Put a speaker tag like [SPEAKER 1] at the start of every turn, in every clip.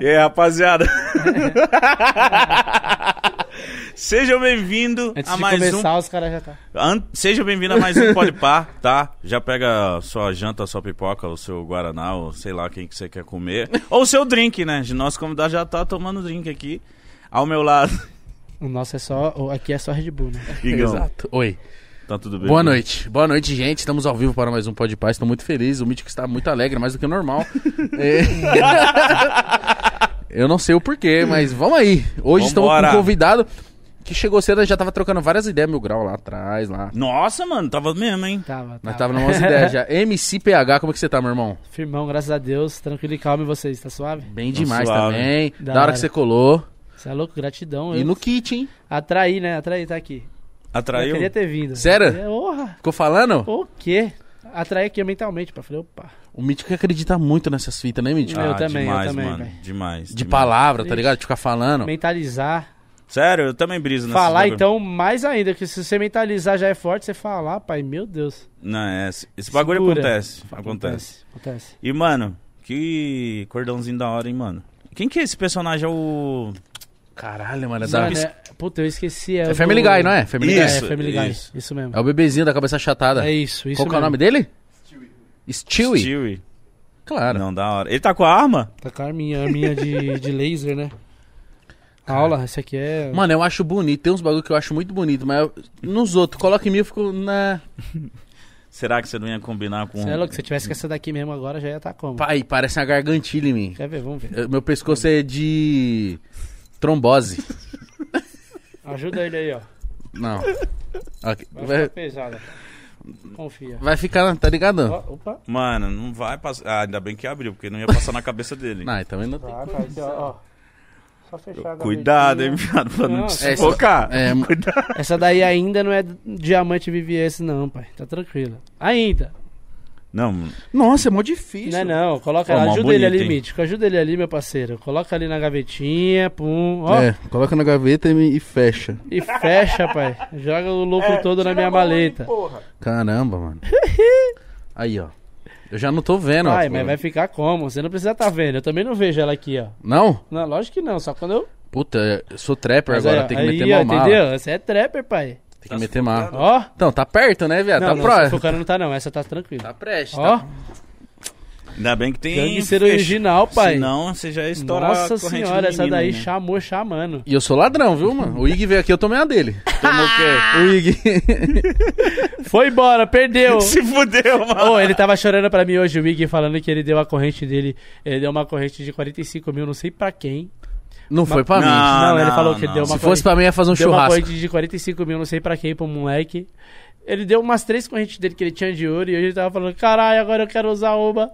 [SPEAKER 1] é, rapaziada. Sejam bem-vindos
[SPEAKER 2] Antes
[SPEAKER 1] a
[SPEAKER 2] de
[SPEAKER 1] mais um.
[SPEAKER 2] começar, os caras já tá.
[SPEAKER 1] An- Seja bem-vindo a mais um Podpar, tá? Já pega sua janta, sua pipoca, o seu Guaraná, ou sei lá quem que você quer comer. Ou o seu drink, né? Nosso convidado já tá tomando drink aqui. Ao meu lado.
[SPEAKER 2] O nosso é só. o- Aqui é só Red Bull, né?
[SPEAKER 1] Igão,
[SPEAKER 3] Exato. Oi.
[SPEAKER 1] Tá tudo bem?
[SPEAKER 3] Boa noite. Boa noite, gente. Estamos ao vivo para mais um Pode Paz. Estou muito feliz. O Mítico está muito alegre, mais do que o normal. É. Eu não sei o porquê, mas vamos aí. Hoje estamos com
[SPEAKER 1] Vambora.
[SPEAKER 3] um convidado que chegou cedo, eu já tava trocando várias ideias, mil grau lá atrás, lá.
[SPEAKER 1] Nossa, mano, tava mesmo, hein?
[SPEAKER 2] Tava,
[SPEAKER 3] Nós tava numa
[SPEAKER 1] Ah.
[SPEAKER 3] ideias já. MCPH, como é que você tá, meu irmão?
[SPEAKER 2] Firmão, graças a Deus. Tranquilo e calmo e vocês, tá suave?
[SPEAKER 3] Bem
[SPEAKER 1] Tô
[SPEAKER 3] demais
[SPEAKER 1] suave.
[SPEAKER 3] também.
[SPEAKER 2] Da
[SPEAKER 3] Da, hora
[SPEAKER 2] hora.
[SPEAKER 3] que você colou.
[SPEAKER 2] Você é louco? Gratidão.
[SPEAKER 3] E
[SPEAKER 2] Eu...
[SPEAKER 3] no kit, hein?
[SPEAKER 2] Atraí, né? Atraí, tá aqui. Eu
[SPEAKER 1] Atraiu.
[SPEAKER 2] queria ter vindo.
[SPEAKER 3] Sério?
[SPEAKER 2] É, Porra!
[SPEAKER 3] Ficou falando?
[SPEAKER 2] O quê? Atraí aqui mentalmente, pá. Falei, opa.
[SPEAKER 3] O Mítico que acredita muito nessas fitas, né, Mítico?
[SPEAKER 1] Ah,
[SPEAKER 2] Eu também, eu
[SPEAKER 1] demais,
[SPEAKER 2] também,
[SPEAKER 1] mano.
[SPEAKER 2] velho.
[SPEAKER 1] Demais.
[SPEAKER 3] De
[SPEAKER 1] demais.
[SPEAKER 3] palavra, tá ligado? De ficar falando.
[SPEAKER 2] Mentalizar.
[SPEAKER 1] Sério, eu também briso nessa
[SPEAKER 2] falar, então, mais ainda. Porque se você mentalizar já é forte, você falar, pai, meu Deus.
[SPEAKER 1] Não, é. Esse esse bagulho
[SPEAKER 2] Segura.
[SPEAKER 1] acontece. Acontece.
[SPEAKER 2] Acontece.
[SPEAKER 1] E, mano, que cordãozinho da hora, hein, mano? Quem que é esse personagem? É o.
[SPEAKER 3] Caralho, mano. É, da...
[SPEAKER 2] Mano, é- Puta, eu esqueci.
[SPEAKER 3] é
[SPEAKER 2] o
[SPEAKER 3] Family
[SPEAKER 2] do-
[SPEAKER 3] Guy, não é? Family Guy.
[SPEAKER 1] Isso.
[SPEAKER 2] É, Family Guy.
[SPEAKER 1] isso.
[SPEAKER 2] Isso, mesmo.
[SPEAKER 3] É o bebezinho da cabeça achatada.
[SPEAKER 2] É isso, isso
[SPEAKER 3] Qual que é o
[SPEAKER 2] mesmo.
[SPEAKER 3] nome dele? Stewie. Stewie?
[SPEAKER 1] Stewie.
[SPEAKER 3] Claro.
[SPEAKER 1] Não, da hora. Ele tá com a arma?
[SPEAKER 2] Tá com a arminha, a arminha de, de laser, né? Aula, esse aqui é.
[SPEAKER 3] Mano, eu acho bonito. Tem uns bagulho que eu acho muito bonito, mas eu- nos outros, coloca em mim, eu fico né? na.
[SPEAKER 1] Será que você não ia combinar com.
[SPEAKER 2] Você é louco, se eu tivesse com essa daqui mesmo agora, já ia estar como?
[SPEAKER 3] Pai, parece uma gargantilha em mim.
[SPEAKER 2] Quer ver? Vamos ver.
[SPEAKER 3] Eu- Meu pescoço é de. trombose.
[SPEAKER 2] Ajuda ele aí, ó.
[SPEAKER 3] Não. Ok.
[SPEAKER 2] Vai
[SPEAKER 3] Vai,
[SPEAKER 2] ficar pesada. Confia.
[SPEAKER 3] vai ficar, tá ligado?
[SPEAKER 2] Ó, opa.
[SPEAKER 1] Mano, não vai passar. Ah, ainda bem que abriu, porque não ia passar na cabeça dele.
[SPEAKER 3] Não, também não tem.
[SPEAKER 2] Tá, tá aqui, ó. ó. Só fechar.
[SPEAKER 1] Cuidado, hein, viado, pra não
[SPEAKER 2] Nossa.
[SPEAKER 1] te focar.
[SPEAKER 3] É,
[SPEAKER 2] Essa daí ainda não é diamante VVS, não, pai. Tá tranquilo. Ainda.
[SPEAKER 1] Não, mano.
[SPEAKER 3] nossa, é mó difícil.
[SPEAKER 2] Não é não, coloca
[SPEAKER 1] Ó,
[SPEAKER 2] lá,
[SPEAKER 1] mó
[SPEAKER 2] ajuda
[SPEAKER 1] bonito,
[SPEAKER 2] ele ali,
[SPEAKER 1] hein?
[SPEAKER 2] Mítico, ajuda ele ali, meu parceiro. Coloca ali na gavetinha, pum, ó,
[SPEAKER 3] É, coloca na gaveta e, me- e fecha.
[SPEAKER 2] e fecha, pai. Joga o louco todo na minha maleta.
[SPEAKER 3] Caramba, mano. Aí, ó. Eu já não tipo, tô vendo.
[SPEAKER 2] Ai,
[SPEAKER 3] ó.
[SPEAKER 2] mas vai ficar como? Você não precisa estar vendo. Eu também não vejo ela aqui, ó.
[SPEAKER 3] Não?
[SPEAKER 2] Não, lógico que não, só quando eu.
[SPEAKER 3] Puta, eu sou trapper
[SPEAKER 2] Mas
[SPEAKER 3] agora,
[SPEAKER 2] aí,
[SPEAKER 3] tem
[SPEAKER 2] ó,
[SPEAKER 3] que meter
[SPEAKER 2] aí, ó,
[SPEAKER 3] mal mala.
[SPEAKER 2] entendeu? Você é trapper, pai.
[SPEAKER 3] Tem que meter mal.
[SPEAKER 2] Ó.
[SPEAKER 3] Então, tá perto, né, viado?
[SPEAKER 2] Não,
[SPEAKER 3] Tá
[SPEAKER 2] não,
[SPEAKER 3] próximo.
[SPEAKER 2] se focando não tá não, essa tá tranquila.
[SPEAKER 3] Tá preste,
[SPEAKER 2] Ó,
[SPEAKER 3] tá...
[SPEAKER 1] Ainda bem que tem.
[SPEAKER 2] tem que ser
[SPEAKER 1] fecho.
[SPEAKER 2] original, pai.
[SPEAKER 1] Senão você já ia estourar a
[SPEAKER 2] Nossa
[SPEAKER 1] corrente do
[SPEAKER 2] senhora, essa
[SPEAKER 1] menino,
[SPEAKER 2] daí
[SPEAKER 1] né?
[SPEAKER 2] chamou chamando.
[SPEAKER 3] E eu sou ladrão, viu, mano? O Ig veio aqui, eu tomei a dele.
[SPEAKER 1] Tomou o quê?
[SPEAKER 3] O Ig.
[SPEAKER 2] Foi embora, perdeu.
[SPEAKER 1] Se fudeu, mano.
[SPEAKER 2] Ô, é, ele tava chorando pra mim hoje, o Wig, falando que ele deu a corrente dele. Ele deu uma corrente de 45 mil, não sei pra quem.
[SPEAKER 3] Não foi pra
[SPEAKER 1] Não.
[SPEAKER 3] mim.
[SPEAKER 2] não, ele falou que
[SPEAKER 1] não.
[SPEAKER 2] deu uma
[SPEAKER 3] Se fosse pra mim, ia fazer um
[SPEAKER 2] deu uma
[SPEAKER 3] churrasco.
[SPEAKER 2] corrente de 45 mil, não sei pra quem, pro moleque. Ele deu umas três correntes dele que ele tinha de ouro e hoje ele tava falando: caralho, agora eu quero usar uma.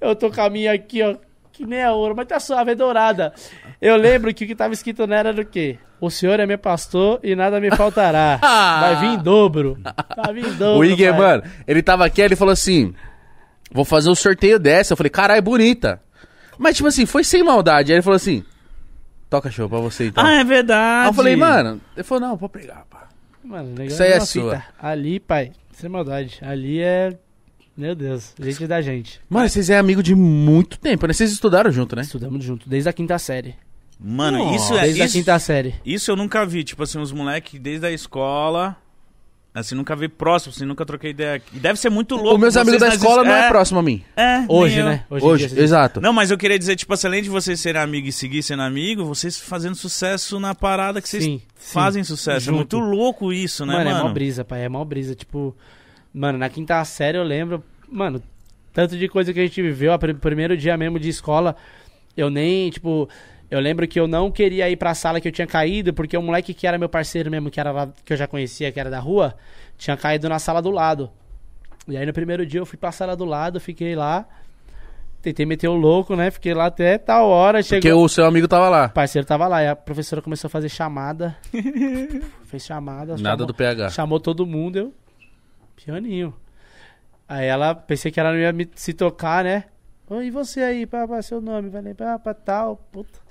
[SPEAKER 2] Eu tô com a minha aqui, ó. Que nem é ouro, mas tá suave, é dourada. Eu lembro que o que tava escrito não era do quê? O senhor é meu pastor e nada me faltará. Vai vir em dobro. Vai vir em dobro.
[SPEAKER 3] Ah! O Ig,
[SPEAKER 2] pai.
[SPEAKER 3] mano, ele tava aqui, aí ele falou assim: Vou fazer um sorteio dessa. Eu falei, caralho, é bonita. Mas, tipo assim, foi sem maldade. Aí ele falou assim: Toca show pra você então.
[SPEAKER 1] Ah, é
[SPEAKER 3] aí
[SPEAKER 1] verdade.
[SPEAKER 3] eu falei, mano. Ele falou, não, pode pegar, pá.
[SPEAKER 2] Mano, o negócio
[SPEAKER 3] Isso aí é
[SPEAKER 2] uma
[SPEAKER 3] sua.
[SPEAKER 2] fita. Ali, pai, sem maldade. Ali é. Meu Deus, gente da gente.
[SPEAKER 3] Mano, vocês é amigo de muito tempo, né? Vocês estudaram junto, né?
[SPEAKER 2] Estudamos junto, desde a quinta série.
[SPEAKER 1] Mano, isso é.
[SPEAKER 2] Desde a
[SPEAKER 1] Isso,
[SPEAKER 2] quinta série.
[SPEAKER 1] isso eu nunca vi. Tipo assim, os moleques desde a escola. Assim, nunca vi próximo, assim, nunca troquei ideia. E deve ser muito louco.
[SPEAKER 3] Os meus
[SPEAKER 1] vocês
[SPEAKER 3] amigos da
[SPEAKER 1] nas
[SPEAKER 3] escola
[SPEAKER 1] es-
[SPEAKER 3] não
[SPEAKER 1] é,
[SPEAKER 3] é próximo a mim.
[SPEAKER 1] É, nem
[SPEAKER 2] Hoje,
[SPEAKER 1] eu.
[SPEAKER 2] né?
[SPEAKER 3] Hoje,
[SPEAKER 2] em dia, vocês-
[SPEAKER 3] exato.
[SPEAKER 1] Não, mas eu queria dizer, tipo assim, além de vocês serem amigos e seguir sendo amigo, vocês fazendo sucesso na parada que vocês
[SPEAKER 2] Sim, sim.
[SPEAKER 1] fazem sucesso.
[SPEAKER 2] Junto.
[SPEAKER 1] É muito louco isso, né,
[SPEAKER 2] Mano,
[SPEAKER 1] mano?
[SPEAKER 2] é mó brisa, pai. É mó brisa. Tipo, mano, na quinta série eu lembro, mano, tanto de coisa que a gente viveu. O primeiro dia mesmo de escola, eu nem, tipo. Eu lembro que eu não queria ir pra sala que eu tinha caído, porque o moleque que era meu parceiro mesmo, que, era lá- que eu já conhecia, que era da rua, tinha caído na sala do lado. E aí no primeiro dia eu fui pra sala do lado, fiquei lá, tentei meter o louco, né? Fiquei lá até tal hora, chegou.
[SPEAKER 3] Porque o seu amigo tava lá.
[SPEAKER 2] O parceiro tava lá, e a professora começou a fazer chamada. fez chamada.
[SPEAKER 3] Nada
[SPEAKER 2] chamou-
[SPEAKER 3] do PH.
[SPEAKER 2] Chamou todo mundo, eu. Pianinho. Aí ela, pensei que ela não ia me- se tocar, né? Oi, e você aí, pá, pá, seu nome, vai lembrar, pá, tal, puta.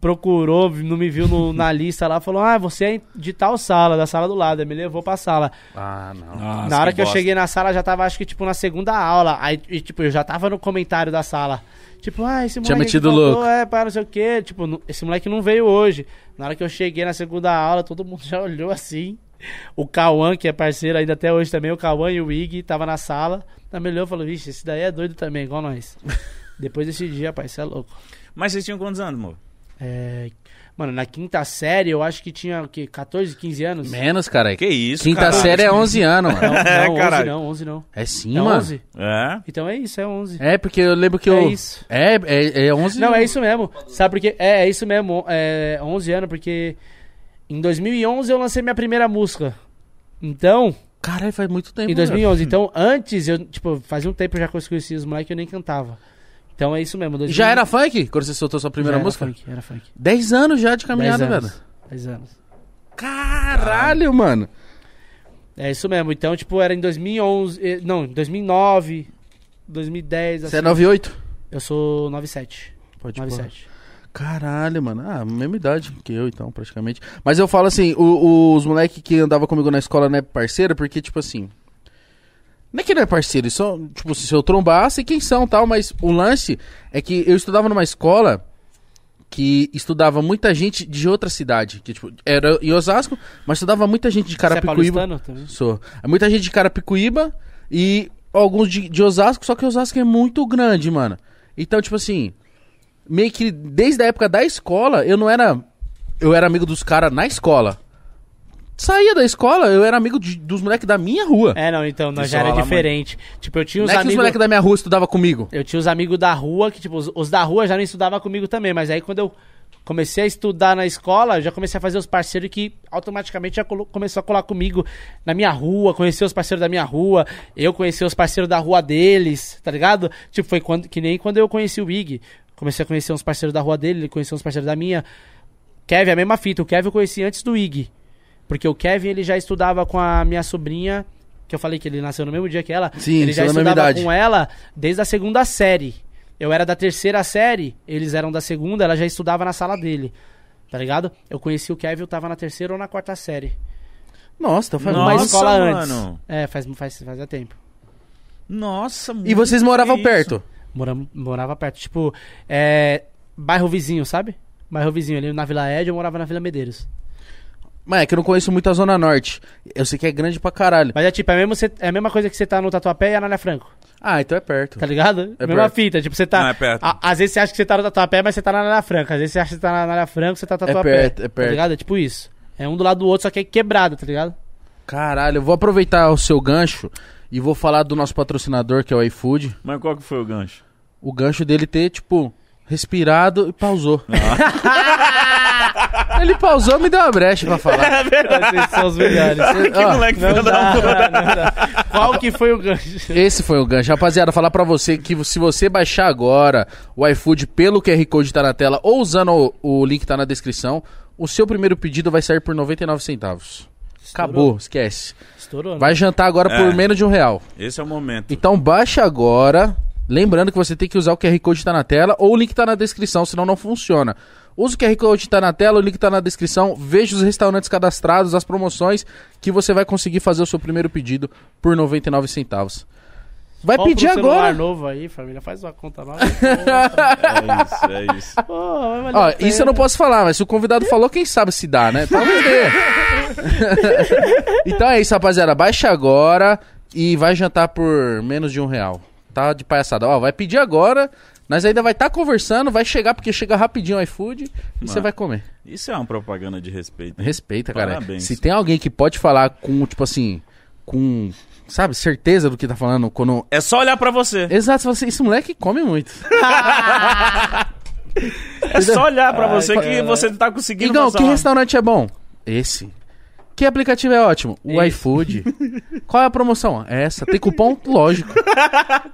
[SPEAKER 2] procurou, não me viu no- na lista lá, falou: Ah, você é de tal sala, da sala do lado. Aí me levou pra sala.
[SPEAKER 3] Ah, não.
[SPEAKER 1] Nossa,
[SPEAKER 2] na hora que, eu
[SPEAKER 1] bosta.
[SPEAKER 2] cheguei na sala, já tava, acho que, tipo, na segunda aula. Aí, e, tipo, eu já tava no comentário da sala. Tipo, ah, esse moleque.
[SPEAKER 3] Tinha
[SPEAKER 2] que
[SPEAKER 3] metido
[SPEAKER 2] faltou,
[SPEAKER 3] louco.
[SPEAKER 2] É, para não sei o quê. Tipo, nu- esse moleque não veio hoje. Na hora que eu cheguei na segunda aula, todo mundo já olhou assim. O Cauã, que é parceiro ainda até hoje também, o Cauã e o Ig tava na sala. Aí me olhou e falou: Vixe, esse daí é doido também, igual nós. Depois desse dia, pai, você é louco.
[SPEAKER 1] Mas vocês tinham quantos anos, amor?
[SPEAKER 2] É, Mano, na quinta série, eu acho que tinha o quê? 14, 15 anos?
[SPEAKER 3] Menos, cara.
[SPEAKER 1] Que isso,
[SPEAKER 3] Quinta
[SPEAKER 1] caralho.
[SPEAKER 3] série é 11 anos,
[SPEAKER 2] Não,
[SPEAKER 3] mano.
[SPEAKER 2] não,
[SPEAKER 1] É,
[SPEAKER 2] 11
[SPEAKER 1] caralho.
[SPEAKER 2] não, 11 não.
[SPEAKER 3] É sim,
[SPEAKER 2] É
[SPEAKER 3] mano.
[SPEAKER 2] 11?
[SPEAKER 1] É?
[SPEAKER 2] Então é isso, é 11.
[SPEAKER 3] É, porque eu lembro que
[SPEAKER 2] É
[SPEAKER 3] eu...
[SPEAKER 2] isso.
[SPEAKER 3] É, é, é 11...
[SPEAKER 2] Não, é isso mesmo. Sabe por quê? É, é isso mesmo. É 11 anos, porque em 2011 eu lancei minha primeira música. Então,
[SPEAKER 3] Caralho, faz muito tempo.
[SPEAKER 2] em
[SPEAKER 3] meu.
[SPEAKER 2] 2011. Então, antes, eu, tipo, fazia um tempo já que eu conhecia os moleques e eu nem cantava. Então é isso mesmo. 2000
[SPEAKER 3] Já era funk quando você soltou sua primeira
[SPEAKER 2] Já era
[SPEAKER 3] música? Tá
[SPEAKER 2] Funk, era funk.
[SPEAKER 3] 10 anos já
[SPEAKER 2] 10
[SPEAKER 3] de caminhada,
[SPEAKER 2] anos. Tá
[SPEAKER 3] velho.
[SPEAKER 2] 10 anos.
[SPEAKER 3] Caralho, mano.
[SPEAKER 2] É isso mesmo. Então, tipo, era em 2011. eh, Não, em 2009, 2010.
[SPEAKER 3] Você Tipo, é
[SPEAKER 2] assim.
[SPEAKER 3] 98?
[SPEAKER 2] Eu sou 97.
[SPEAKER 3] Pode
[SPEAKER 2] 97.
[SPEAKER 3] Caralho, mano. Ah, mesma idade que eu, então, praticamente. Mas eu falo assim, o- o- os moleques que andava comigo na escola não é parceiro, porque, tipo assim. Não é que não é parceiro, só, tipo, se eu trombasse, quem são tal, mas o lance é que eu estudava numa escola que estudava muita gente de outra cidade. Que, tipo, era em Osasco, mas estudava muita gente de
[SPEAKER 2] Você é
[SPEAKER 3] Carapicuíba.
[SPEAKER 2] paulistano também?
[SPEAKER 3] Sou. É muita gente de Carapicuíba e alguns de, de Osasco, só que Osasco é muito grande, mano. Então, tipo assim, meio que desde a época da escola, eu não era. Eu era amigo dos caras na escola. Saía da escola, eu era amigo de- dos moleques da minha rua.
[SPEAKER 2] É, não, então, nós
[SPEAKER 1] Isso
[SPEAKER 2] já era
[SPEAKER 1] rola
[SPEAKER 2] diferente. Tipo, eu tinha
[SPEAKER 3] não
[SPEAKER 2] uns
[SPEAKER 3] é que os
[SPEAKER 2] amigos.
[SPEAKER 3] moleques da minha rua estudavam comigo.
[SPEAKER 2] Eu tinha os amigos da rua, que, tipo, os, os da rua já não estudavam comigo também, mas aí quando eu comecei a estudar na escola, eu já comecei a fazer os parceiros que automaticamente já colo- começou a colar comigo na minha rua, conhecer os parceiros da minha rua, eu conhecer os parceiros da rua deles, tá ligado? Tipo, foi quando, que nem quando eu conheci o Ig. Comecei a conhecer uns parceiros da rua dele, ele conheceu uns parceiros da minha. Kevin, a mesma fita. O Kevin eu conheci antes do Ig. Porque o Kevin, ele já estudava com a minha sobrinha, que eu falei que ele nasceu no mesmo dia que ela.
[SPEAKER 3] Sim,
[SPEAKER 2] ele já
[SPEAKER 3] são da mesma
[SPEAKER 2] estudava
[SPEAKER 3] idade.
[SPEAKER 2] com ela desde a segunda série. Eu era da terceira série, eles eram da segunda, ela já estudava na sala dele. Tá ligado? Eu conheci o Kevin, eu tava na terceira ou na quarta série.
[SPEAKER 3] Nossa, então faz
[SPEAKER 1] Nossa,
[SPEAKER 2] Numa
[SPEAKER 3] mais.
[SPEAKER 2] escola
[SPEAKER 1] mano.
[SPEAKER 2] antes. É, faz, faz, fazia tempo.
[SPEAKER 1] Nossa, mano.
[SPEAKER 3] E vocês moravam
[SPEAKER 1] Que isso?
[SPEAKER 3] perto?
[SPEAKER 2] Morava, morava perto. Tipo, é. Bairro vizinho, sabe? Bairro vizinho, ali na Vila Ed, eu morava na Vila Medeiros.
[SPEAKER 3] Mas é que eu não conheço muito a Zona Norte. Eu sei que é grande pra caralho.
[SPEAKER 2] Mas é tipo, é, mesmo você- é a mesma coisa que você tá no Tatuapé e Anália Franco.
[SPEAKER 3] Ah, então é perto.
[SPEAKER 2] Tá ligado?
[SPEAKER 3] É
[SPEAKER 2] Mesma
[SPEAKER 3] perto.
[SPEAKER 2] fita. Tipo, você tá.
[SPEAKER 1] Não, é perto.
[SPEAKER 3] Ah.
[SPEAKER 2] a- às vezes você acha que você tá no Tatuapé, mas você tá na Anália Franca. Às vezes você acha que você tá na Anália Franca, você tá no
[SPEAKER 3] É
[SPEAKER 2] Tatuapé.
[SPEAKER 3] perto, é
[SPEAKER 2] Tá
[SPEAKER 3] perto.
[SPEAKER 2] ligado? É tipo isso. É um do lado do outro, só que é quebrado, tá ligado?
[SPEAKER 3] Caralho, eu vou aproveitar o seu gancho e vou falar do nosso patrocinador, que é o iFood.
[SPEAKER 1] Mas qual que foi o gancho?
[SPEAKER 3] O gancho dele ter, tipo, respirado e pausou.
[SPEAKER 1] é
[SPEAKER 3] Ele pausou e me deu uma brecha pra falar.
[SPEAKER 2] Vocês são os melhores.
[SPEAKER 1] Que
[SPEAKER 3] Ó,
[SPEAKER 1] moleque
[SPEAKER 2] Não
[SPEAKER 1] filho da
[SPEAKER 2] dá,
[SPEAKER 1] puta.
[SPEAKER 2] não dá. Qual que foi o gancho?
[SPEAKER 3] esse foi o gancho. Rapaziada, falar pra você que se você baixar agora o iFood pelo QR Code tá na tela ou usando o, o link que tá na descrição, o seu primeiro pedido vai sair por 99 centavos. Acabou, esquece.
[SPEAKER 2] Estourou, né?
[SPEAKER 3] Vai jantar agora
[SPEAKER 1] É.
[SPEAKER 3] por menos de um real.
[SPEAKER 1] Esse é o momento.
[SPEAKER 3] Então baixa agora. Lembrando que você tem que usar o QR Code que tá na tela ou o link que tá na descrição, senão não funciona. Usa o QR Code que tá na tela, o link que tá na descrição, veja os restaurantes cadastrados, as promoções, que você vai conseguir fazer o seu primeiro pedido por 99 centavos. Vai
[SPEAKER 2] Compra um
[SPEAKER 3] pedir
[SPEAKER 2] celular
[SPEAKER 3] agora.
[SPEAKER 2] novo aí, família. Faz uma conta nova.
[SPEAKER 1] É isso, é isso.
[SPEAKER 2] Pô, vai valer
[SPEAKER 3] Ó,
[SPEAKER 2] a
[SPEAKER 3] isso eu
[SPEAKER 2] pena.
[SPEAKER 3] não posso falar, mas se o convidado falou, quem sabe se dá, né? Talvez dê. então é isso, rapaziada. Baixa agora e vai jantar por menos de um real. Tá de palhaçada. Ó, vai pedir agora, nós ainda vai estar conversando, vai chegar, porque chega rapidinho o iFood e você
[SPEAKER 1] Mano.
[SPEAKER 3] vai comer.
[SPEAKER 1] Isso é uma propaganda de respeito.
[SPEAKER 3] Respeita, cara.
[SPEAKER 1] Parabéns.
[SPEAKER 3] Se tem alguém que pode falar com, tipo assim, com, sabe, certeza do que tá falando, quando...
[SPEAKER 1] É só olhar pra você.
[SPEAKER 3] Exato, você fala assim, esse moleque come muito.
[SPEAKER 1] É só olhar pra você que
[SPEAKER 2] caralho.
[SPEAKER 1] você tá conseguindo
[SPEAKER 3] Igão,
[SPEAKER 1] passar
[SPEAKER 3] que
[SPEAKER 1] lá.
[SPEAKER 3] restaurante é bom? Esse. Que aplicativo é ótimo? O
[SPEAKER 2] Esse.
[SPEAKER 3] iFood. Qual é a promoção? Essa. Tem cupom? Lógico.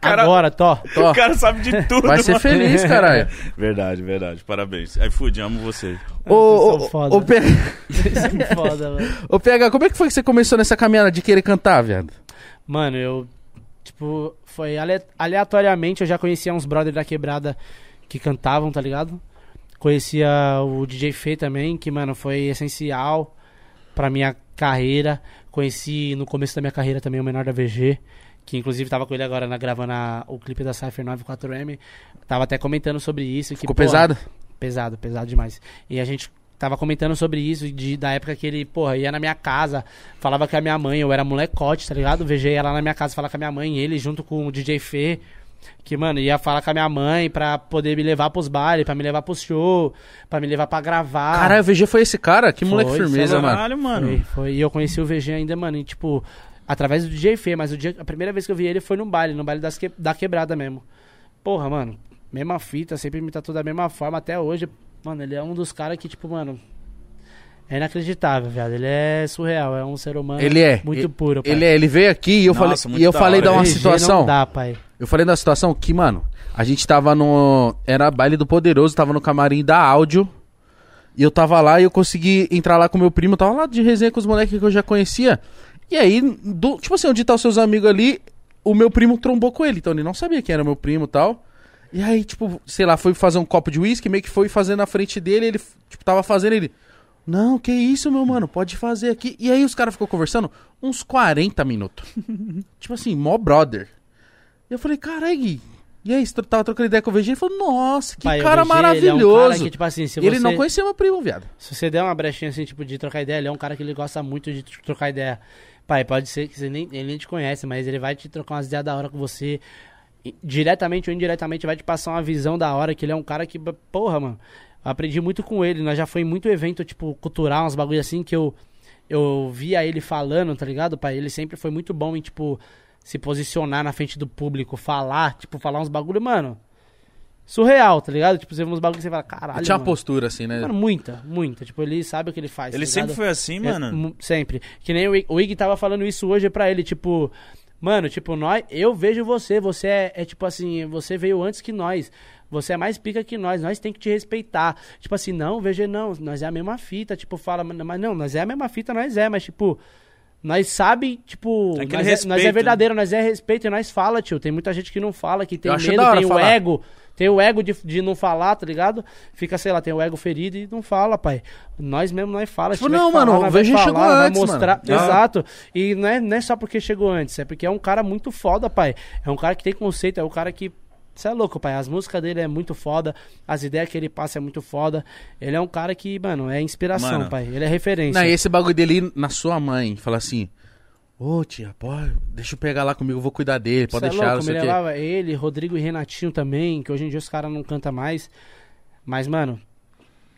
[SPEAKER 2] Agora, Tó.
[SPEAKER 3] Ó,
[SPEAKER 1] O cara sabe de tudo.
[SPEAKER 3] vai ser
[SPEAKER 1] mano.
[SPEAKER 3] feliz, caralho.
[SPEAKER 1] Verdade, verdade. Parabéns. iFood, amo você.
[SPEAKER 3] Ô,
[SPEAKER 2] Vocês
[SPEAKER 3] ô,
[SPEAKER 2] são
[SPEAKER 3] ô,
[SPEAKER 2] foda.
[SPEAKER 3] ô, P-
[SPEAKER 2] é Foda, velho.
[SPEAKER 3] ô, PH, como é que foi que você começou nessa caminhada de querer cantar, viado?
[SPEAKER 2] Mano, eu. Tipo, foi ale- aleatoriamente eu já conhecia uns brother da quebrada que cantavam, tá ligado? Conhecia o DJ Fê também, que, mano, foi essencial pra minha carreira. Conheci no começo da minha carreira também o menor da VG, que inclusive tava com ele agora na, gravando a- o clipe da Cypher 94M. Tava até comentando sobre isso. Que,
[SPEAKER 3] Ficou
[SPEAKER 2] porra,
[SPEAKER 3] pesado?
[SPEAKER 2] Pesado, pesado demais. E a gente tava comentando sobre isso, de, da época que ele, porra, ia na minha casa, falava que a minha mãe, eu era molecote, tá ligado? O VG ia lá na minha casa falar com a minha mãe, ele junto com o DJ Fê, que, mano, ia falar com a minha mãe pra poder me levar pros bailes, pra me levar pro show, pra me levar pra gravar.
[SPEAKER 3] Caralho, o VG foi esse cara? Que moleque
[SPEAKER 2] Ah. Foi, é
[SPEAKER 3] firmeza, mano.
[SPEAKER 1] Caralho, mano.
[SPEAKER 2] Foi, foi. E eu conheci o VG ainda, mano, e tipo, através do DJ Fê, mas o dia, a primeira vez que eu vi ele foi num baile, no baile das que- da quebrada mesmo. Porra, mano, mesma fita, sempre me tratou da mesma forma até hoje. Mano, ele é um dos caras que, tipo, mano. É inacreditável, viado. Ele é surreal, é um ser humano
[SPEAKER 3] Ele é.
[SPEAKER 2] muito
[SPEAKER 3] Ele-
[SPEAKER 2] puro, pai.
[SPEAKER 3] Ele, ele veio aqui e eu
[SPEAKER 1] Nossa,
[SPEAKER 3] falei,
[SPEAKER 1] muito
[SPEAKER 3] e eu
[SPEAKER 1] da
[SPEAKER 3] falei
[SPEAKER 1] hora.
[SPEAKER 3] da uma
[SPEAKER 2] VG
[SPEAKER 3] situação.
[SPEAKER 2] Não dá, pai.
[SPEAKER 3] Eu falei da situação que, mano, a gente tava no. Era baile do Poderoso, tava no camarim da áudio. E eu tava lá e eu consegui entrar lá com meu primo, eu tava lá de resenha com os moleques que eu já conhecia. E aí, do- tipo assim, onde tá os seus amigos ali, o meu primo trombou com ele, então ele não sabia quem era meu primo e tal. E aí, tipo, sei lá, foi fazer um copo de uísque, meio que foi fazer na frente dele, ele, tipo, tava fazendo ele. Não, que isso, meu mano, pode fazer aqui. E aí os caras ficou conversando uns 40 minutos. tipo assim, mó brother. E eu falei, caralho, Gui. E aí, você tava trocando ideia com o VG? Ele falou, nossa, que
[SPEAKER 2] Pai, o
[SPEAKER 3] cara
[SPEAKER 2] VG, Ele, é um cara
[SPEAKER 3] maravilhoso.
[SPEAKER 2] que, tipo assim, se
[SPEAKER 3] E ele
[SPEAKER 2] você-
[SPEAKER 3] não conhecia meu primo, viado.
[SPEAKER 2] Se você der uma brechinha assim, tipo, de trocar ideia, ele é um cara que ele gosta muito de tro- trocar ideia. Pai, pode ser que você nem, ele nem te conhece, mas ele vai te trocar umas ideias da hora com você. E Diretamente ou indiretamente vai te passar uma visão da hora, que ele é um cara que, b- porra, mano, eu aprendi muito com ele. Nós já foi em muito evento, tipo, cultural, uns bagulho assim, que eu, eu via ele falando, tá ligado, pai? Ele sempre foi muito bom em, tipo, se posicionar na frente do público, falar, tipo, falar uns bagulho, mano, surreal, tá ligado? Tipo, você vê uns bagulho que você fala, caralho,
[SPEAKER 3] Ele tinha uma
[SPEAKER 2] mano.
[SPEAKER 3] postura, assim, né?
[SPEAKER 2] Mano, muita, muita. Tipo, ele sabe o que ele faz.
[SPEAKER 1] Ele
[SPEAKER 2] tá
[SPEAKER 1] sempre
[SPEAKER 2] ligado?
[SPEAKER 1] foi assim,
[SPEAKER 2] É,
[SPEAKER 3] um
[SPEAKER 1] mano.
[SPEAKER 2] mu- sempre. Que nem o Ig, o Ig tava falando isso hoje pra ele, tipo. Mano, tipo, nós, eu vejo você, você é, é tipo assim, você veio antes que nós. Você é mais pica que nós, nós tem que te respeitar. Tipo assim, não, veja, não, nós é a mesma fita, tipo, fala, "Mano, mas não, nós é a mesma fita, nós é, mas tipo, nós sabe, tipo,
[SPEAKER 1] Aquele
[SPEAKER 2] nós é, nós é
[SPEAKER 1] respeito, né?
[SPEAKER 2] verdadeiro, nós é respeito e nós fala, tio. Tem muita gente que não fala, que tem
[SPEAKER 3] Eu acho
[SPEAKER 2] medo,
[SPEAKER 3] da hora
[SPEAKER 2] tem o
[SPEAKER 3] falar.
[SPEAKER 2] ego, tem o ego de, de não falar, tá ligado? Fica, sei lá, tem o ego ferido e não fala, pai. Nós mesmo nós fala,
[SPEAKER 3] Tipo,
[SPEAKER 2] tiver
[SPEAKER 3] não,
[SPEAKER 2] que falar,
[SPEAKER 3] mano,
[SPEAKER 2] nós
[SPEAKER 3] o
[SPEAKER 2] vai
[SPEAKER 3] VG
[SPEAKER 2] falar,
[SPEAKER 3] chegou
[SPEAKER 2] nós vai
[SPEAKER 3] antes, mano. Ah.
[SPEAKER 2] mostrar.
[SPEAKER 1] Da hora.
[SPEAKER 2] Exato. E não é, não é só porque chegou antes, é porque é um cara muito foda, pai. É um cara que tem conceito, é um cara que. Você é louco, pai. As músicas dele é muito foda, as ideias que ele passa é muito foda. Ele é um cara que, mano, é inspiração,
[SPEAKER 1] Mano.
[SPEAKER 2] pai. Ele é referência.
[SPEAKER 3] Não, e esse bagulho dele ir na sua mãe, falar assim: Ô tia, pô, deixa eu pegar lá comigo, eu vou cuidar dele, pode
[SPEAKER 2] Cê é
[SPEAKER 3] deixar, não
[SPEAKER 2] louco,
[SPEAKER 3] sei
[SPEAKER 2] me
[SPEAKER 3] o quê.
[SPEAKER 2] levava ele, Rodrigo e Renatinho também, que hoje em dia os caras não cantam mais. Mas, mano,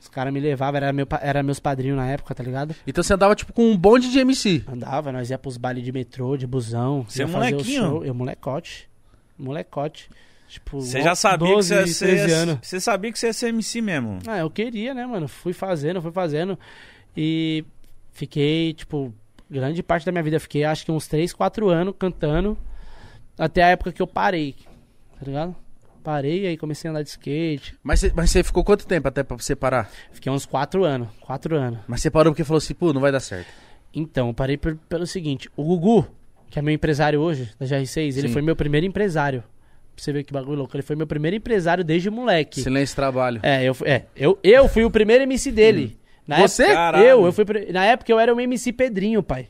[SPEAKER 2] os caras me levavam, era, meu, pa- era meus padrinhos na época, tá ligado?
[SPEAKER 3] Então você andava tipo com um bonde de MC.
[SPEAKER 2] Andava, nós ia pros bailes de metrô, de busão.
[SPEAKER 1] Você
[SPEAKER 2] ia
[SPEAKER 1] é
[SPEAKER 2] fazer o
[SPEAKER 1] molequinho?
[SPEAKER 2] show. Eu, molecote. Molecote. Tipo,
[SPEAKER 1] Você já sabia que
[SPEAKER 2] 12,
[SPEAKER 1] você ia ser.
[SPEAKER 2] 13 anos.
[SPEAKER 1] Você sabia que você ia ser MC mesmo.
[SPEAKER 2] Ah, eu queria, né, mano? Fui fazendo, fui fazendo. E fiquei, tipo, grande parte da minha vida. eu Fiquei, acho que uns 3, 4 anos cantando. Até a época que eu parei. Tá ligado? Parei, aí comecei a andar de skate.
[SPEAKER 3] Mas você, mas você ficou quanto tempo até pra você parar?
[SPEAKER 2] Fiquei uns 4 anos. 4 anos.
[SPEAKER 3] Mas você parou porque falou assim: pô, não vai dar certo.
[SPEAKER 2] Então, eu parei por- pelo seguinte: o Gugu, que é meu empresário hoje, da GR6, ele
[SPEAKER 3] Sim.
[SPEAKER 2] foi meu primeiro empresário. Pra você ver que bagulho louco. Ele foi meu primeiro empresário desde moleque.
[SPEAKER 3] Silêncio trabalho.
[SPEAKER 2] É, eu, fui- é eu, eu fui o primeiro MC dele. Na
[SPEAKER 3] Hum. Você?
[SPEAKER 2] Época,
[SPEAKER 1] Caralho.
[SPEAKER 2] eu, eu fui. pri- Na época eu era um MC Pedrinho, pai.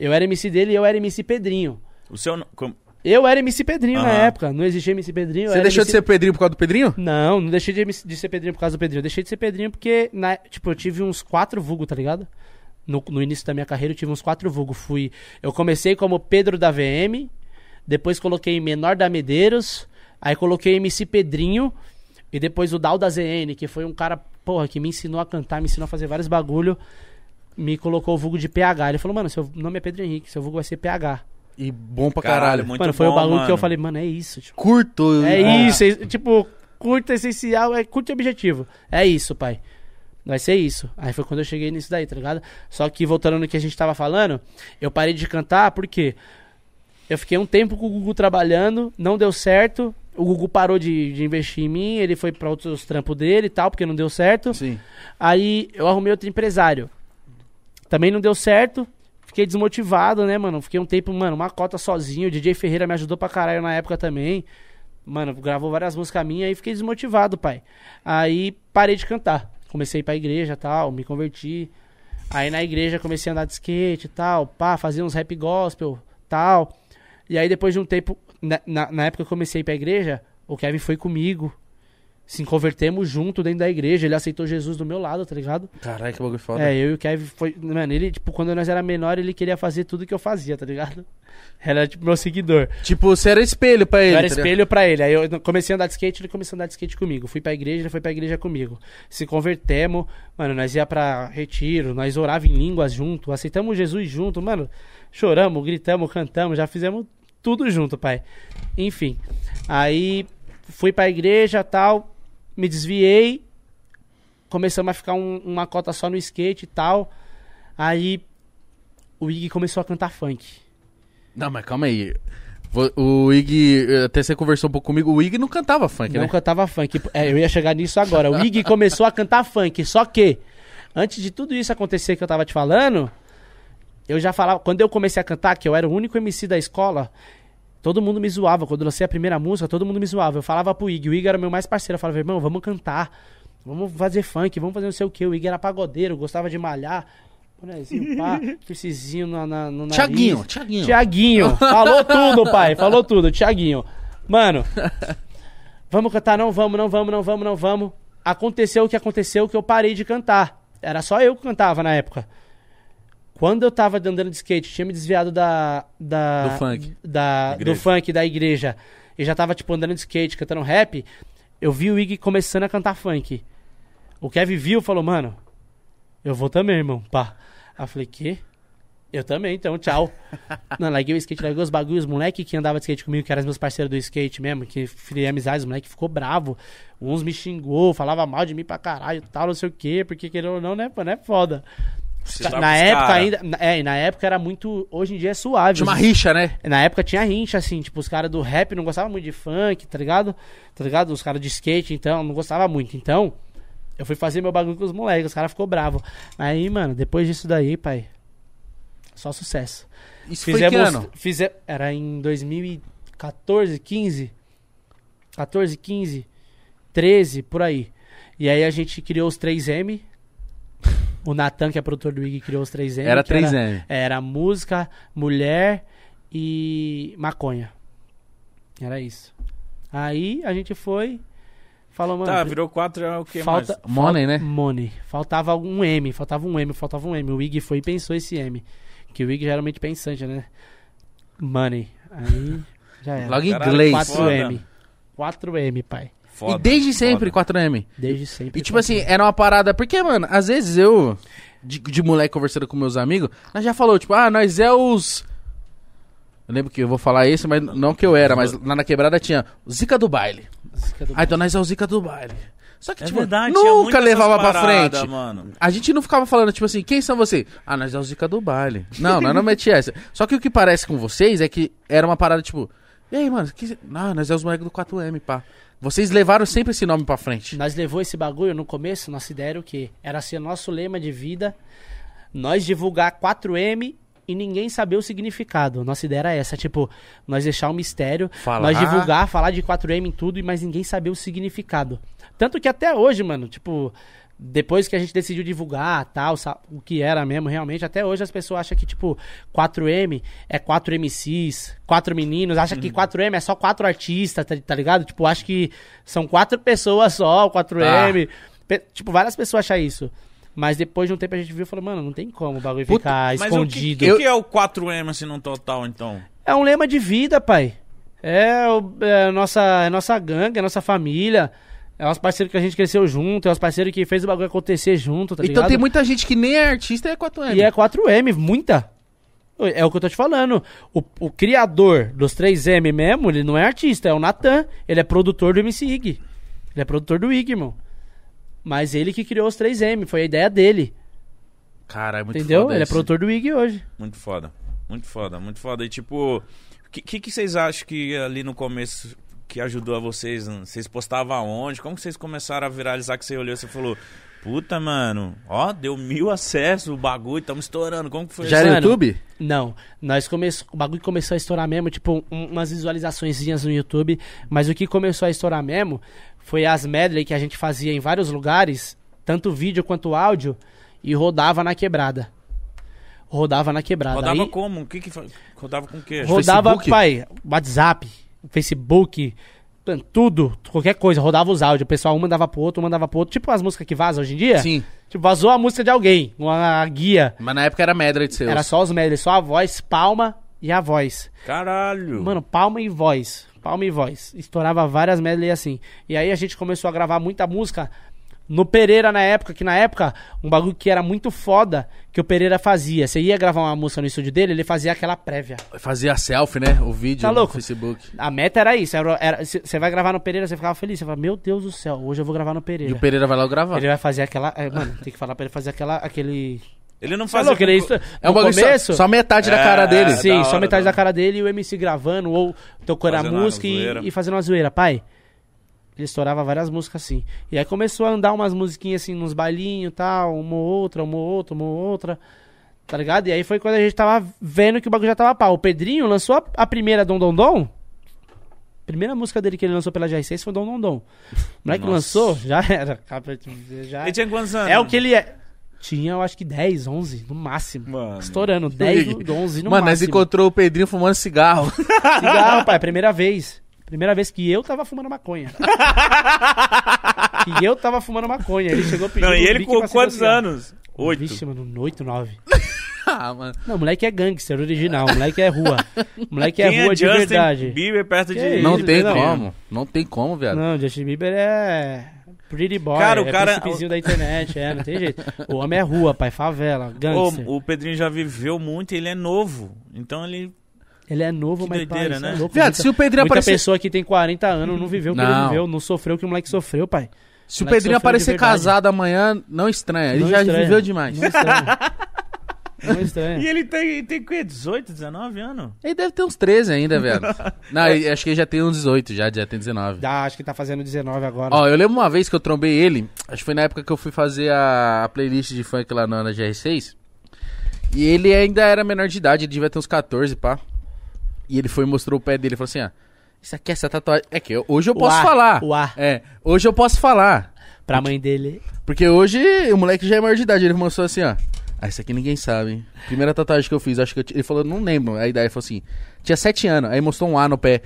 [SPEAKER 2] Eu era MC dele e eu era MC Pedrinho.
[SPEAKER 1] O seu. no- com-
[SPEAKER 2] Eu era MC Pedrinho na
[SPEAKER 1] Aham.
[SPEAKER 2] época. Não existia MC Pedrinho. eu
[SPEAKER 3] Você
[SPEAKER 2] era
[SPEAKER 3] deixou de
[SPEAKER 2] MC
[SPEAKER 3] ser Pedrinho por causa do Pedrinho?
[SPEAKER 2] não, não deixei de, MC de ser Pedrinho por causa do Pedrinho. Eu deixei de ser Pedrinho porque, na- tipo, eu tive uns quatro vulgo, tá ligado? No, no início da minha carreira eu tive uns quatro vulgo. Fui, eu comecei como Pedro da VM, depois coloquei Menor da Medeiros, aí coloquei MC Pedrinho e depois o Dal da ZN, que foi um cara, porra, que me ensinou a cantar, me ensinou a fazer vários bagulho, me colocou o vulgo de PH. Ele falou, mano, seu nome é Pedro Henrique, seu vulgo vai ser PH.
[SPEAKER 3] E bom pra caralho.
[SPEAKER 1] Caralho, muito
[SPEAKER 2] mano, foi
[SPEAKER 1] bom,
[SPEAKER 2] o bagulho que eu
[SPEAKER 1] mano.
[SPEAKER 2] falei, mano, é isso, tipo.
[SPEAKER 3] Curto. Ah,
[SPEAKER 2] É
[SPEAKER 3] bom.
[SPEAKER 2] isso, é- tipo, curto, essencial, é curto e objetivo. É isso, pai. Vai ser isso. Aí foi quando eu cheguei nisso daí, tá ligado? Só que voltando no que a gente tava falando, eu parei de cantar porque eu fiquei um tempo com o Gugu trabalhando, não deu certo. O Gugu parou de, de investir em mim, ele foi pra outros trampos dele e tal, porque não deu certo.
[SPEAKER 3] Sim.
[SPEAKER 2] Aí eu arrumei outro empresário. Também não deu certo. Fiquei desmotivado, né, mano? Fiquei um tempo, mano, uma cota sozinho. O DJ Ferreira me ajudou pra caralho na época também. Mano, gravou várias músicas minhas e fiquei desmotivado, pai. Aí parei de cantar. Comecei a ir pra igreja tal, me converti. Aí na igreja comecei a andar de skate e tal, pá, fazia uns rap gospel tal. E aí depois de um tempo, na, na, na época que eu comecei a ir pra igreja, o Kevin foi comigo. Se convertemos junto dentro da igreja. Ele aceitou Jesus do meu lado, tá ligado?
[SPEAKER 3] Caralho, que bagulho foda.
[SPEAKER 2] É, eu e o Kevin foi. Mano, ele, tipo, quando nós era menor, ele queria fazer tudo que eu fazia, tá ligado? Era, tipo, meu seguidor.
[SPEAKER 3] Tipo, você era espelho pra ele.
[SPEAKER 2] Eu era
[SPEAKER 3] tá ligado?
[SPEAKER 2] espelho pra ele. Aí eu comecei a andar de skate, ele começou a andar de skate comigo. Fui pra igreja, ele foi pra igreja comigo. Se convertemos, mano, nós ia pra retiro, nós orava em línguas junto, aceitamos Jesus junto, mano. Choramos, gritamos, cantamos, já fizemos tudo junto, pai. Enfim. Aí fui pra igreja tal, me desviei, começamos a ficar um- uma cota só no skate e tal. Aí o Ig começou a cantar funk.
[SPEAKER 3] Não, mas calma aí. Vo- O Ig, eh, até você conversou um pouco comigo, o Ig não cantava funk,
[SPEAKER 2] não
[SPEAKER 3] né?
[SPEAKER 2] cantava funk. É, eu ia chegar nisso agora. O Ig começou a cantar funk, só que antes de tudo isso acontecer que eu tava te falando, eu já falava, quando eu comecei a cantar, que eu era o único MC da escola, todo mundo me zoava. Quando eu lancei a primeira música, todo mundo me zoava. Eu falava pro Ig, o Ig era meu mais parceiro, eu falava, irmão, vamos cantar. Vamos fazer funk, vamos fazer não sei o que. O Ig era pagodeiro, gostava de malhar. Bonezinho, pá, piercingzinho na, na, no nariz.
[SPEAKER 3] Tiaguinho, Tiaguinho.
[SPEAKER 2] Tiaguinho. Falou tudo, pai. Falou tudo, Tiaguinho. Mano, vamos cantar? Não vamos, não vamos, não vamos, não vamos. Aconteceu o que aconteceu que eu parei de cantar. Era só eu que cantava na época. Quando eu tava andando de skate, tinha me desviado da. da
[SPEAKER 3] Do funk.
[SPEAKER 2] Da, do
[SPEAKER 1] Igreja.
[SPEAKER 2] funk da igreja. E já tava, tipo, andando de skate, cantando rap. Eu vi o Ig começando a cantar funk. O Kevin viu e falou, mano, eu vou também, irmão. Pá. Aí eu falei, quê? Eu também, então, tchau. Não, larguei o skate, larguei os bagulhos. Os moleque que andava de skate comigo, que eram os meus parceiros do skate mesmo, que fui amizades, os moleque ficou bravo. Uns me xingou, falava mal de mim pra caralho, tal, não sei o quê, porque querendo ou não, né, pô, não é foda.
[SPEAKER 1] Você
[SPEAKER 2] Ca-
[SPEAKER 1] tá
[SPEAKER 2] Na
[SPEAKER 1] com os
[SPEAKER 2] época
[SPEAKER 1] cara.
[SPEAKER 2] ainda. na- É, e na época era muito. Hoje em dia é suave.
[SPEAKER 3] Tinha uma
[SPEAKER 2] Os-
[SPEAKER 3] rixa, né?
[SPEAKER 2] na época tinha rincha, assim, tipo, os caras do rap não gostavam muito de funk, tá ligado? Tá ligado? Os caras de skate, então, não gostava muito. Então, eu fui fazer meu bagulho com os moleques, os caras ficou bravo. Aí, mano, depois disso daí, pai, só sucesso.
[SPEAKER 3] Isso foi que
[SPEAKER 2] Fizemos,
[SPEAKER 3] ano?
[SPEAKER 2] fize- era em 2014, 15, 14, 15, 13, por aí. E aí a gente criou os 3M. O Natan, que é produtor do IG, criou os 3M.
[SPEAKER 3] Era
[SPEAKER 2] que
[SPEAKER 1] né?
[SPEAKER 3] 3M.
[SPEAKER 2] era música, mulher e maconha. Era isso. Aí a gente foi. Falou, mano.
[SPEAKER 1] Tá, virou 4 é o que
[SPEAKER 2] falta,
[SPEAKER 1] mais?
[SPEAKER 3] Money, né?
[SPEAKER 2] Money. Faltava um M, faltava um M, faltava um M. O Ig foi e pensou esse M. Que o Ig geralmente é pensante, né? Money. Aí já era.
[SPEAKER 3] Logo em
[SPEAKER 1] Caralho,
[SPEAKER 3] inglês.
[SPEAKER 1] quatro-
[SPEAKER 2] 4M. 4M, pai.
[SPEAKER 1] Foda.
[SPEAKER 3] e desde sempre, 4M.
[SPEAKER 2] Desde sempre.
[SPEAKER 3] E tipo assim, era uma parada. Porque, mano, às vezes eu, de, de moleque conversando com meus amigos, nós já falou, tipo, ah, nós é os. Eu lembro que eu vou falar isso, mas não que eu era, mas lá na quebrada tinha o Zica do baile.
[SPEAKER 2] Música do-
[SPEAKER 3] Ah, então nós é o Zica do baile. Só que,
[SPEAKER 1] É
[SPEAKER 3] tipo,
[SPEAKER 1] verdade, tinha muito
[SPEAKER 3] nunca
[SPEAKER 1] essas
[SPEAKER 3] levava pra
[SPEAKER 1] paradas,
[SPEAKER 3] frente.
[SPEAKER 1] Mano.
[SPEAKER 3] A gente não ficava falando, tipo assim, quem são vocês? Ah, nós é o Zica do baile. Não, nós não metia essa. Só que o que parece com vocês é que era uma parada, tipo, e aí, mano, que... ah, nós é os moleques do 4M, pá. Vocês levaram sempre esse nome pra frente.
[SPEAKER 2] Nós levou esse bagulho no começo, nossa ideia era o quê? Era ser nosso lema de vida, nós divulgar 4M e ninguém saber o significado. Nossa ideia era essa, tipo, nós deixar um mistério,
[SPEAKER 3] Falar.
[SPEAKER 2] nós divulgar, falar de 4M em tudo, mas ninguém saber o significado. Tanto que até hoje, mano, tipo, depois que a gente decidiu divulgar, tal, sa- o que era mesmo realmente, até hoje as pessoas acham que, tipo, 4M é 4 MCs, 4 meninos, acha que 4M é só 4 artistas, tá, tá ligado? Tipo, acha que são 4 pessoas só, o 4M. Pe- Tipo, várias pessoas acham isso. Mas depois de um tempo a gente viu e falou, mano, não tem como o bagulho
[SPEAKER 3] Puta,
[SPEAKER 2] ficar
[SPEAKER 1] Mas
[SPEAKER 2] escondido.
[SPEAKER 1] o que- que, que é o 4M assim no total, então?
[SPEAKER 2] É um lema de vida, pai. É, o- é a nossa, é a nossa gangue, é a nossa família. É os parceiros que a gente cresceu junto, é os parceiros que fez o bagulho acontecer junto, tá
[SPEAKER 3] então
[SPEAKER 2] ligado?
[SPEAKER 3] tem muita gente que nem é artista e é 4M.
[SPEAKER 2] E é 4M, muita. É o que eu tô te falando. O, o criador dos 3M mesmo, ele não é artista, é o Natan. Ele é produtor do MC Ig. Ele é produtor do Ig, irmão. Mas ele que criou os 3M, foi a ideia dele.
[SPEAKER 3] Cara, é muito
[SPEAKER 2] entendeu?
[SPEAKER 3] foda
[SPEAKER 2] Ele é
[SPEAKER 3] isso.
[SPEAKER 2] produtor do Ig hoje.
[SPEAKER 1] Muito foda. Muito foda, muito foda. E tipo, o que, que, que vocês acham que ali no começo que ajudou a vocês? né? Vocês postavam aonde? Como que vocês começaram a viralizar que você olhou e você falou, Puta, mano. Ó, deu mil acessos o bagulho, tamo estourando. Como que foi assim?
[SPEAKER 3] Já era
[SPEAKER 2] Mano,
[SPEAKER 3] YouTube?
[SPEAKER 2] Não, nós começou, o bagulho começou a estourar mesmo, tipo, um- umas visualizaçõezinhas no YouTube, mas o que começou a estourar mesmo foi as medley que a gente fazia em vários lugares, tanto vídeo quanto áudio, e rodava na quebrada. Rodava na quebrada.
[SPEAKER 1] Rodava
[SPEAKER 2] Aí-
[SPEAKER 1] como? O que que fa- Rodava com o quê?
[SPEAKER 2] Rodava,
[SPEAKER 3] Facebook?
[SPEAKER 2] pai, WhatsApp, Facebook, mano, tudo, qualquer coisa, rodava os áudios. O pessoal um mandava pro outro, um mandava pro outro. Tipo as músicas que vazam hoje em dia.
[SPEAKER 3] Sim.
[SPEAKER 2] Tipo, vazou a música de alguém, uma guia.
[SPEAKER 3] Mas na época era medra de seus.
[SPEAKER 2] Era só os medley, só a voz, palma e a voz.
[SPEAKER 1] Caralho.
[SPEAKER 2] Mano, palma e voz. Palma e voz. Estourava várias medley assim. E aí a gente começou a gravar muita música no Pereira na época, que na época, um bagulho que era muito foda que o Pereira fazia. Você ia gravar uma música no estúdio dele, ele fazia aquela prévia.
[SPEAKER 3] Fazia selfie, né? O vídeo
[SPEAKER 2] Tá
[SPEAKER 3] no
[SPEAKER 2] louco?
[SPEAKER 3] Facebook.
[SPEAKER 2] A meta era isso. Você vai gravar no Pereira, você ficava feliz. Você fala, meu Deus do céu, hoje eu vou gravar no
[SPEAKER 3] E
[SPEAKER 2] Pereira.
[SPEAKER 3] o Pereira vai lá gravar.
[SPEAKER 2] É. Ele vai fazer aquela. é, mano, tem que falar pra ele fazer aquela, aquele.
[SPEAKER 1] Ele não fazia.
[SPEAKER 2] Falou que ele
[SPEAKER 1] com-
[SPEAKER 2] isso.
[SPEAKER 3] É um
[SPEAKER 2] no
[SPEAKER 3] bagulho só-
[SPEAKER 2] começo.
[SPEAKER 3] Só, metade da
[SPEAKER 1] É,
[SPEAKER 3] cara dele.
[SPEAKER 1] é,
[SPEAKER 2] Sim,
[SPEAKER 1] da hora,
[SPEAKER 2] só metade
[SPEAKER 1] da
[SPEAKER 2] da cara dele e o MC gravando, ou tocando
[SPEAKER 1] Fazendo
[SPEAKER 2] a
[SPEAKER 1] uma
[SPEAKER 2] música
[SPEAKER 1] zoeira.
[SPEAKER 2] e, e fazendo uma zoeira. Pai, ele estourava várias músicas assim. E aí começou a andar umas musiquinhas assim, nos bailinhos e tal, uma ou outra, uma ou outra, uma ou outra. Tá ligado? E aí foi quando a gente tava vendo que o bagulho já tava pau. O Pedrinho lançou a, a primeira Dom Dom Dom. Primeira música dele que ele lançou pela GR6 foi Dom Dom Dom. O moleque
[SPEAKER 1] Nossa.
[SPEAKER 2] lançou, já era. capa- Já...
[SPEAKER 1] Ele tinha quantos anos?
[SPEAKER 2] É o que ele é. Tinha, eu acho que 10, 11, no máximo.
[SPEAKER 1] Mano.
[SPEAKER 2] Estourando, 10, do- 11 no
[SPEAKER 3] Mano, nós
[SPEAKER 2] máximo.
[SPEAKER 3] encontrou o Pedrinho fumando cigarro.
[SPEAKER 2] Cigarro, pai, é primeira vez. Primeira vez que eu tava fumando maconha. que eu tava fumando maconha. Ele chegou pedindo.
[SPEAKER 1] Não, e ele
[SPEAKER 2] bique
[SPEAKER 1] com
[SPEAKER 2] pra se
[SPEAKER 1] quantos
[SPEAKER 2] negociar.
[SPEAKER 1] anos? Oito.
[SPEAKER 2] assim, Vixe, mano, 8, 9.
[SPEAKER 3] ah, mano.
[SPEAKER 2] Não, moleque é gangster original. Moleque é rua. Moleque
[SPEAKER 1] Quem
[SPEAKER 2] é rua de
[SPEAKER 1] Justin
[SPEAKER 2] verdade.
[SPEAKER 1] Bieber perto
[SPEAKER 2] Que
[SPEAKER 1] de.
[SPEAKER 2] isso,
[SPEAKER 3] Não
[SPEAKER 2] ele
[SPEAKER 3] tem
[SPEAKER 2] não.
[SPEAKER 3] como. Não tem como, viado.
[SPEAKER 2] Não, Justin Bieber é. Pretty boy,
[SPEAKER 1] Cara, o
[SPEAKER 2] é
[SPEAKER 1] cara-
[SPEAKER 2] principezinho da internet, é, não tem jeito. O homem é rua, pai, favela, gangster.
[SPEAKER 1] Ô, o Pedrinho já viveu muito e ele é novo. Então ele.
[SPEAKER 2] Ele é novo,
[SPEAKER 1] Que
[SPEAKER 2] mas
[SPEAKER 1] doideira,
[SPEAKER 2] pai, isso
[SPEAKER 1] né?
[SPEAKER 2] é louco.
[SPEAKER 3] Viado,
[SPEAKER 2] muita,
[SPEAKER 3] se o Pedrinho
[SPEAKER 2] muita
[SPEAKER 3] aparecer,
[SPEAKER 2] pessoa que tem 40 anos não viveu o que ele
[SPEAKER 3] Não.
[SPEAKER 2] viveu, não sofreu o que o moleque sofreu, pai.
[SPEAKER 3] se o
[SPEAKER 2] moleque
[SPEAKER 3] Pedrinho
[SPEAKER 2] sofreu de
[SPEAKER 3] aparecer
[SPEAKER 2] verdade.
[SPEAKER 3] casado amanhã, não estranha. Ele
[SPEAKER 2] Não
[SPEAKER 3] já
[SPEAKER 2] estranha.
[SPEAKER 3] viveu demais.
[SPEAKER 2] Não é estranha. Não é estranha.
[SPEAKER 1] E ele tem, tem o quê? 18, 19 anos?
[SPEAKER 3] Ele deve ter uns 13 ainda, viado. não, ele- acho que ele já tem uns 18, já, já tem 19.
[SPEAKER 2] Dá, acho que tá fazendo 19 agora.
[SPEAKER 3] Ó, eu lembro uma vez que eu trombei ele, acho que foi na época que eu fui fazer a, a playlist de funk lá na, na GR6. E ele ainda era menor de idade, ele devia ter uns 14, pá. E ele foi e mostrou o pé dele, falou assim, ah, isso aqui, é essa tatuagem... É que eu- hoje eu
[SPEAKER 2] O
[SPEAKER 3] posso
[SPEAKER 2] A,
[SPEAKER 3] falar.
[SPEAKER 2] o A.
[SPEAKER 3] É, hoje eu posso falar.
[SPEAKER 2] Pra mãe dele.
[SPEAKER 3] Porque hoje o moleque já é maior de idade, ele mostrou assim, ó. Ah, isso aqui ninguém sabe, hein? Primeira tatuagem que eu fiz, acho que eu ti- Ele falou, não lembro. Aí daí ele falou assim, tinha 7 anos, aí mostrou um A no pé.